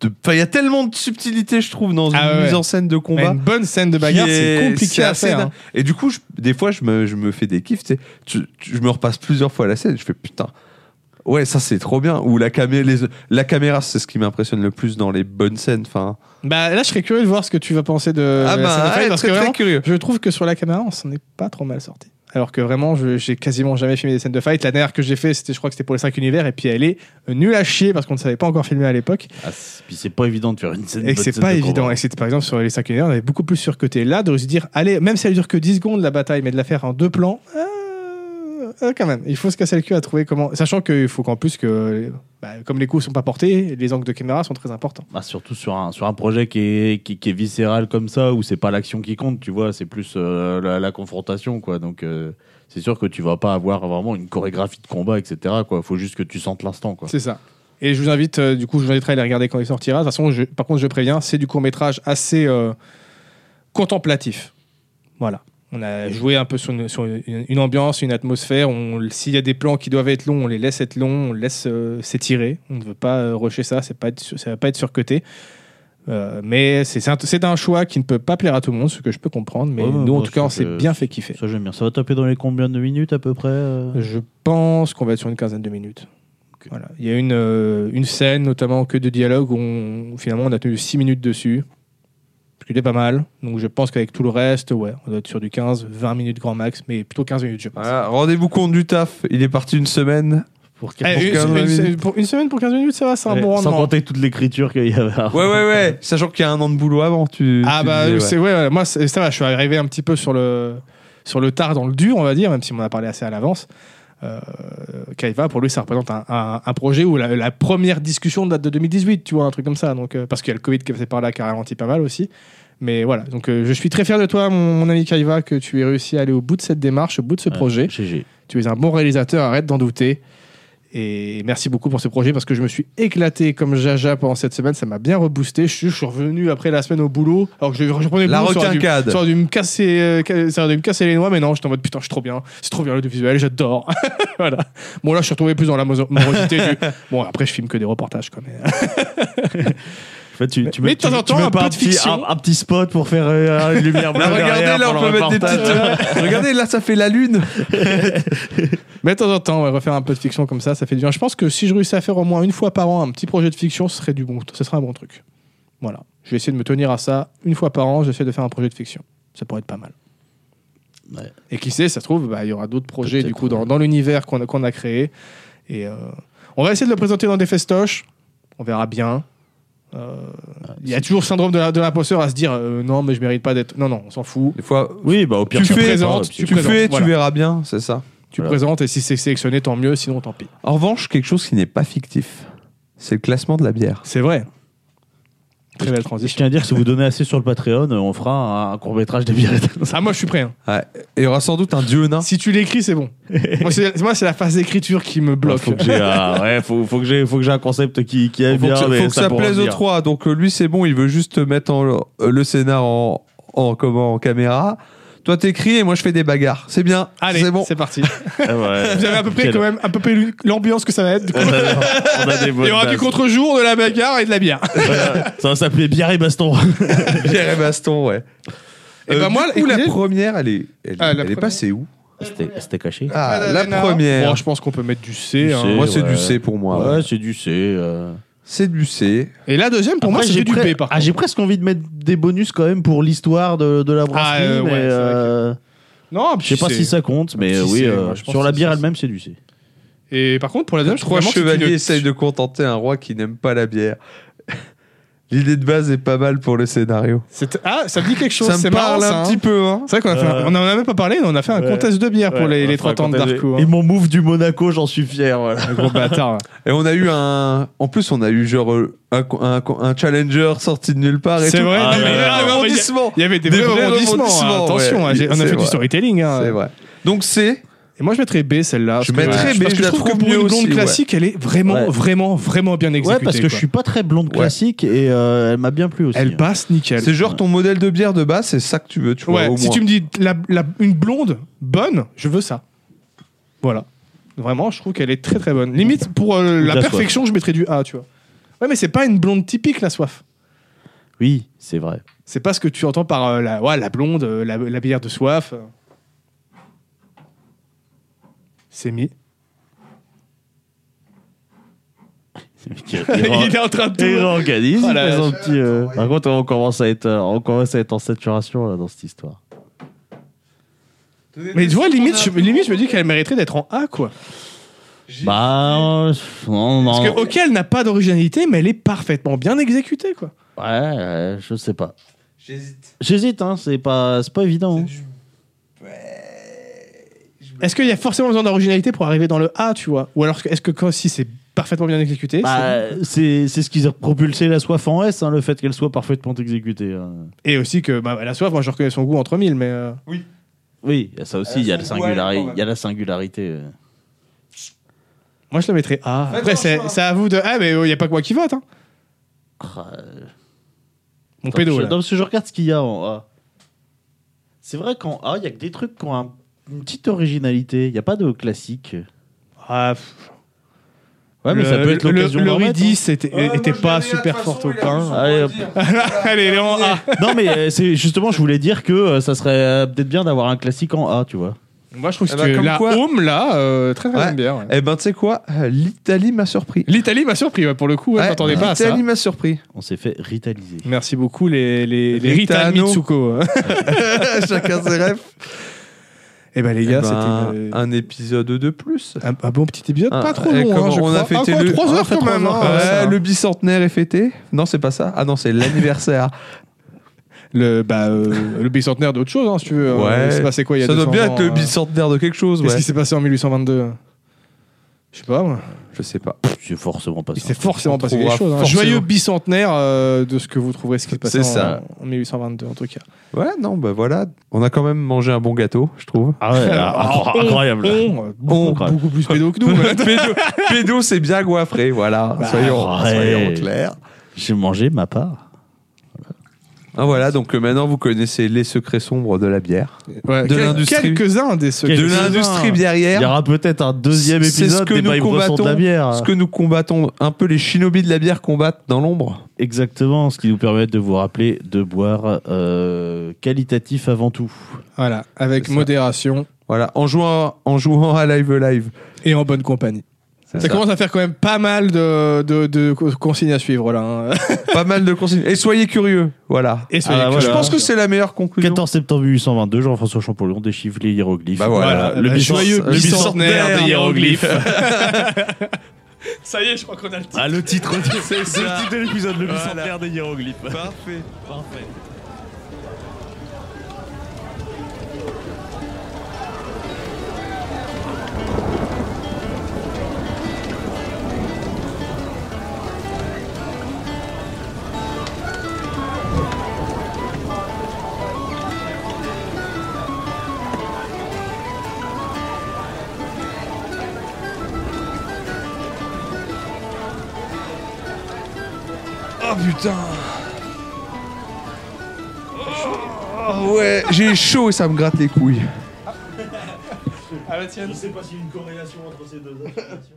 de. Enfin, il y a tellement de subtilité, je trouve, dans Ah une ouais. mise en scène de combat. Une bonne scène de qui bagarre, est- c'est compliqué c'est à assez faire. dingue. hein. Et du coup, je- des fois, je me, je me fais des kiffs. tu sais. Tu- tu- je me repasse plusieurs fois la scène. Je fais putain. Ouais, ça c'est trop bien. Ou la, camé- les- la caméra, c'est ce qui m'impressionne le plus dans les bonnes scènes. Enfin, Bah là, je serais curieux de voir ce que tu vas penser de. ah Euh, la scène de bah, fight, ouais, parce très, que très vraiment, curieux. je trouve que sur la caméra, on s'en est pas trop mal sorti. Alors que vraiment, je- j'ai quasiment jamais filmé des scènes de fight. La dernière que j'ai fait, c'était, je crois que c'était pour les 5 univers, et puis elle est nulle à chier parce qu'on ne savait pas encore filmer à l'époque. Ah, c'est- puis c'est pas évident de faire une scène. Et une que bonne c'est scène pas de évident. combat. Et c'est par exemple sur les 5 univers, on avait beaucoup plus surcoté. Là, de se dire, allez, même si elle dure que 10 secondes la bataille, mais de la faire en deux plans, euh, euh, quand même, il faut se casser le cul à trouver comment. Sachant qu'il faut qu'en plus, que, bah, comme les coups sont pas portés, les angles de caméra sont très importants. Bah, surtout sur un, sur un projet qui est, qui, qui est viscéral comme ça, où c'est pas l'action qui compte, tu vois, c'est plus euh, la, la confrontation, quoi. Donc, euh, c'est sûr que tu vas pas avoir vraiment une chorégraphie de combat, etc., quoi. Faut juste que tu sentes l'instant, quoi. C'est ça. Et je vous invite, euh, du coup, je vous inviterai à les regarder quand il sortira. De toute façon, je- par contre, je préviens, c'est du court-métrage assez euh, contemplatif. Voilà. On a joué un peu sur une, sur une- une ambiance, une atmosphère. On- S'il y a des plans qui doivent être longs, on les laisse être longs, on les laisse euh, s'étirer. On ne veut pas euh, rusher ça, c'est pas être sur- ça ne va pas être surcoté. Euh, mais c'est- c'est un, c'est un choix qui ne peut pas plaire à tout le monde, ce que je peux comprendre. Mais Ouais, nous, moi, en tout cas, je on trouve s'est que- bien fait kiffer. Ça, j'aime bien. Ça va taper dans les combien de minutes, à peu près euh Je pense qu'on va être sur une quinzaine de minutes. Voilà. Il y a une, euh, une scène, notamment que de dialogue, où on- finalement on a tenu 6 minutes dessus. Ce qui était pas mal. Donc je pense qu'avec tout le reste, ouais, on doit être sur du 15, 20 minutes grand max, mais plutôt 15 minutes, je pense. Voilà, rendez-vous compte du taf. Il est parti une semaine. Pour Eh, pour une, 15 une- minutes. une- pour une semaine pour 15 minutes, ça va, c'est un Ouais, bon Eh, Sans rendement. compter toute l'écriture qu'il y avait avant. Ouais, ouais, ouais. Sachant qu'il y a un an de boulot avant, tu. Ah tu bah disais, ouais. c'est ouais, ouais, moi c'est- ça va, je suis arrivé un petit peu sur le sur le tard dans le dur, on va dire, même si on en a parlé assez à l'avance. Euh, Kaiva, pour lui, ça représente un, un- un projet où la, la première discussion date de 2018, tu vois, un truc comme ça. Donc, euh, parce qu'il y a le Covid qui est passé par là, qui a ralenti pas mal aussi. Mais voilà, donc euh, je suis très fier de toi, mon, mon ami Kaiva, que tu aies réussi à aller au bout de cette démarche, au bout de ce Ouais, projet. GG. Tu es un bon réalisateur, arrête d'en douter. Et merci beaucoup pour ce projet parce que je me suis éclaté comme Jaja pendant cette semaine. Ça m'a bien reboosté. Je suis, je suis revenu après la semaine au boulot. Alors que je, je reprenais le La boulot, ça aurait dû- requincade. Ça aurait dû me casser, euh, ca- ça aurait dû me casser les noix, mais non, j'étais en mode putain, je suis trop bien. C'est trop bien l'audiovisuel, j'adore. voilà. Bon, là, je suis retrouvé plus dans la moro- morosité du. Bon, après, je filme que des reportages quand même. En fait, tu, tu Mais mets, de temps tu- en tu temps, mets un pas peu de petit- fiction. Bah, un, un petit spot pour faire euh, une lumière bleue. Là, regardez, derrière là, on pendant peut le mettre des partage. petites. euh, regardez, là, ça fait la lune. Mais de temps en temps, ouais, refaire un peu de fiction comme ça, ça fait du bien. Je pense que si je réussis à faire au moins une fois par an un petit projet de fiction, ce serait du bon, ce serait un bon truc. Voilà. Je vais essayer de me tenir à ça. Une fois par an, j'essaie de faire un projet de fiction. Ça pourrait être pas mal. Ouais. Et qui sait, ça se trouve, bah, il y aura d'autres projets du Peut-être, coup dans, dans l'univers qu'on a, qu'on a créé. Et euh, on va essayer de le présenter dans des festoches. On verra bien. Euh, il y a toujours le syndrome de la- de l'imposteur à se dire euh, non, mais je mérite pas d'être. Non, non, on s'en fout. Des fois, Oui, bah au pire, Tu ça fais- prépare, présentes, et puis- tu, tu présentes, fais, voilà. tu verras bien, c'est ça. Tu Voilà. présentes et si c'est sélectionné, tant mieux. Sinon, tant pis. En revanche, quelque chose qui n'est pas fictif, c'est le classement de la bière. C'est vrai. Très belle Je transition. tiens à dire que si vous donnez assez sur le Patreon, euh, on fera un, court métrage des bières. Ah, moi, je suis prêt. hein. Et il y aura sans doute un dieu nain. Si tu l'écris, c'est bon. moi, c'est moi, c'est la phase d'écriture qui me bloque. Ah, Faut que j'ai un, ouais, faut, faut que j'ai, faut que j'ai un concept qui, qui aille faut bien. que, ça- mais faut que ça pourra plaise aux venir. trois. Donc euh, lui, c'est bon, il veut juste mettre en- euh, le scénar en, en, comment, en caméra. Toi, t'écris et moi, je fais des bagarres. C'est bien. Allez, c'est bon. c'est parti. Ah ouais. Vous avez à peu près Nickel. quand même à peu près l'ambiance que ça va être. on a des Il bonnes y aura du bases. contre-jour, de la bagarre et de la bière. Ah, Voilà. Ça va s'appeler bière et baston. Pierre et Baston, ouais. Et Euh, ben moi, du coup, la écoutez- première, elle est, elle, Ah, la elle est première. passée où C'était, c'était caché. Ah, la, Madalena. première. Bon, je pense qu'on peut mettre du C. Du hein. C. moi, c'est ouais. du C pour moi. Ouais, c'est du C. euh. C'est du C. Et la deuxième, pour moi, Après, c'était j'ai du pre- B, par Ah, j'ai presque envie de mettre des bonus quand même pour l'histoire de, de la brasserie. euh, mais, ouais, c'est vrai euh, contre. Non, je sais pas si ça compte, mais petit euh, oui, C, euh, ouais, je pense sur que la c'est bière ça. elle-même, c'est du C. Et par contre, pour la deuxième, je trouve Trois vraiment que c'est une- chevaliers essayent de contenter un roi qui n'aime pas la bière. L'idée de base est pas mal pour le scénario. C'est- Ah, ça me dit quelque chose. ça c'est me marrant, parle ça, un hein. petit peu. Hein. C'est vrai qu'on a fait un- Euh. on en a même pas parlé, mais on a fait un Ouais. contest de bière pour les, les 30 ans de Darko. Et hein. mon move du Monaco, j'en suis fier. Le gros bâtard. Et on a eu un. En plus, on a eu genre euh, un, co- un co- un challenger sorti de nulle part. et C'est tout. vrai, Des mais- vrais ah, ouais, rebondissements. Il y avait des, Des vrais vrais rebondissements. hein. rebondissements, Attention, ouais. hein, j'ai- on a C'est fait du vrai. storytelling. hein. C'est vrai. Donc c'est. Et moi, je mettrais B, celle-là. Je parce que- mettrais B, Parce que je je la trouve que trouve pour mieux une blonde aussi, ouais. classique, elle est vraiment, Ouais. vraiment, vraiment bien exécutée. ouais, parce que je quoi. suis pas très blonde Ouais. classique et euh, elle m'a bien plu aussi. Elle passe nickel. C'est genre ton modèle de bière de base, c'est ça que tu veux, tu vois. Ouais, au si moins. tu me dis la- la- une blonde bonne, je veux ça. Voilà. Vraiment, je trouve qu'elle est très très bonne. Limite, pour euh, Ou la de la soif. perfection, je mettrais du A, tu vois. Ouais, mais c'est pas une blonde typique, la soif. Oui, c'est vrai. C'est pas ce que tu entends par euh, la, ouais, la blonde, euh, la, la bière de soif. euh. C'est mis. Il est en train de Il tout. réorganise, Oh il la fait son vache. petit, euh, Par contre, on commence à être, euh, on commence à être en saturation là, dans cette histoire. Mais tu vois, limite, je, limite, je me dis qu'elle mériterait d'être en A, quoi. Bah, euh, non, non. Parce que, ok, elle n'a pas d'originalité, mais elle est parfaitement bien exécutée, quoi. Ouais, ouais, je sais pas. J'hésite. J'hésite, hein, c'est pas, c'est pas évident. hein. Ouais, Je Est-ce qu'il y a forcément besoin d'originalité pour arriver dans le A, tu vois Ou alors, est-ce que quand, si c'est parfaitement bien exécuté, Bah, c'est c'est ce qui a propulsé la soif en S, hein, le fait qu'elle soit parfaitement exécutée. hein. c'est- et aussi que bah, la soif, moi je reconnais son goût entre mille, mais euh, Oui, il y a ça aussi, il y, a la singulari- il y a la singularité. euh. moi je le mettrais A. Après, c'est c'est à vous de. Ah, mais il n'y a pas que moi qui vote, hein Ah, euh, Mon Attends, pédo, je- là. Non, parce que je regarde ce qu'il y a en A. C'est vrai qu'en A, il y a que des trucs qui ont un- une petite originalité. Il n'y a pas de classique. Ah, pff. Ouais, mais ça Le- peut être le- l'occasion Le d'en Louis mettre, X était, était pas super fort au pain. Allez, hop. Allez, il est en A. non, mais euh, c'est justement, je voulais dire que euh, ça serait euh, peut-être bien d'avoir un classique en A, tu vois. Moi je trouve Eh que ben, comme la quoi- home, là, euh, très très Ouais. j'aime bien. ouais. Eh ben, tu sais quoi Euh, L'Italie m'a surpris. L'Italie m'a surpris, ouais, pour le coup, ouais, je Ouais, m'attendais pas à ça. L'Italie m'a surpris. On s'est fait ritaliser. Merci beaucoup, les, les, les Rita Ritano. Mitsuko. Chacun ses rêves. Eh ben, les Eh gars, ben, c'était. euh, Un épisode de plus. Un, un bon petit épisode, Un- pas trop eh, long. comment hein, je on a crois. fêté Ah, quoi, le- trois on a heures fait quand trois même. heures, hein, ouais, ça. le bicentenaire est fêté. Non, c'est pas ça. Ah non, c'est l'anniversaire. Le, bah, euh, le bicentenaire d'autre chose, hein, si tu veux. hein. Ouais. Il s'est passé quoi il y a ça doit 200 bien ans, être le hein. bicentenaire de quelque chose. Qu'est-ce Ouais. qui s'est passé en 1822 Je sais pas, moi. Je sais pas. C'est forcément pas Il ça. s'est forcément passé trouvera quelque chose. hein. forcément. Joyeux bicentenaire euh, de ce que vous trouverez ce qui s'est passé en, C'est ça. en 1822, en tout cas. Ouais, non, bah voilà. On a quand même mangé un bon gâteau, je trouve. Ah ouais, Alors, incro- on- incroyable. on, euh, On- beaucoup, beaucoup plus pédo que nous. mais- pédo, pédo, c'est bien goiffré, voilà. Bah, soyons, arrête. soyons clairs. J'ai mangé ma part. Ah, voilà, donc euh, maintenant vous connaissez les secrets sombres de la bière. Ouais, De quel- l'industrie. Quelques-uns des secrets. De De Quelques-uns. l'industrie Il biérière. y aura peut-être un deuxième C'est ce épisode que des nous Baïbressons de la combattons. bière. Ce que nous combattons, un peu les shinobi de la bière combattent dans l'ombre. Exactement, ce qui nous permet de vous rappeler de boire euh, qualitatif avant tout. Voilà, avec C'est ça. modération Voilà, en jouant, en jouant à live live. et en bonne compagnie. Ça, commence à faire quand même pas mal de, de, de co- consignes à suivre, là. hein. Pas mal de consignes. Et soyez curieux, voilà. Et soyez Ah, bah, curieux. Je pense que c'est la meilleure conclusion. 14 septembre 1822, Jean-François Champollion déchiffre les hiéroglyphes. Bah voilà. le bah, bicent- joyeux le bicentenaire bicentenaire des des hiéroglyphes. hiéroglyphes. Ça y est, je crois qu'on a le titre. Ah, le titre, c'est ça. le titre de l'épisode, le bicentenaire des hiéroglyphes. Parfait. Parfait. Ah ouais, j'ai chaud et ça me gratte les couilles. Je sais pas s'il y a une corrélation entre ces deux informations.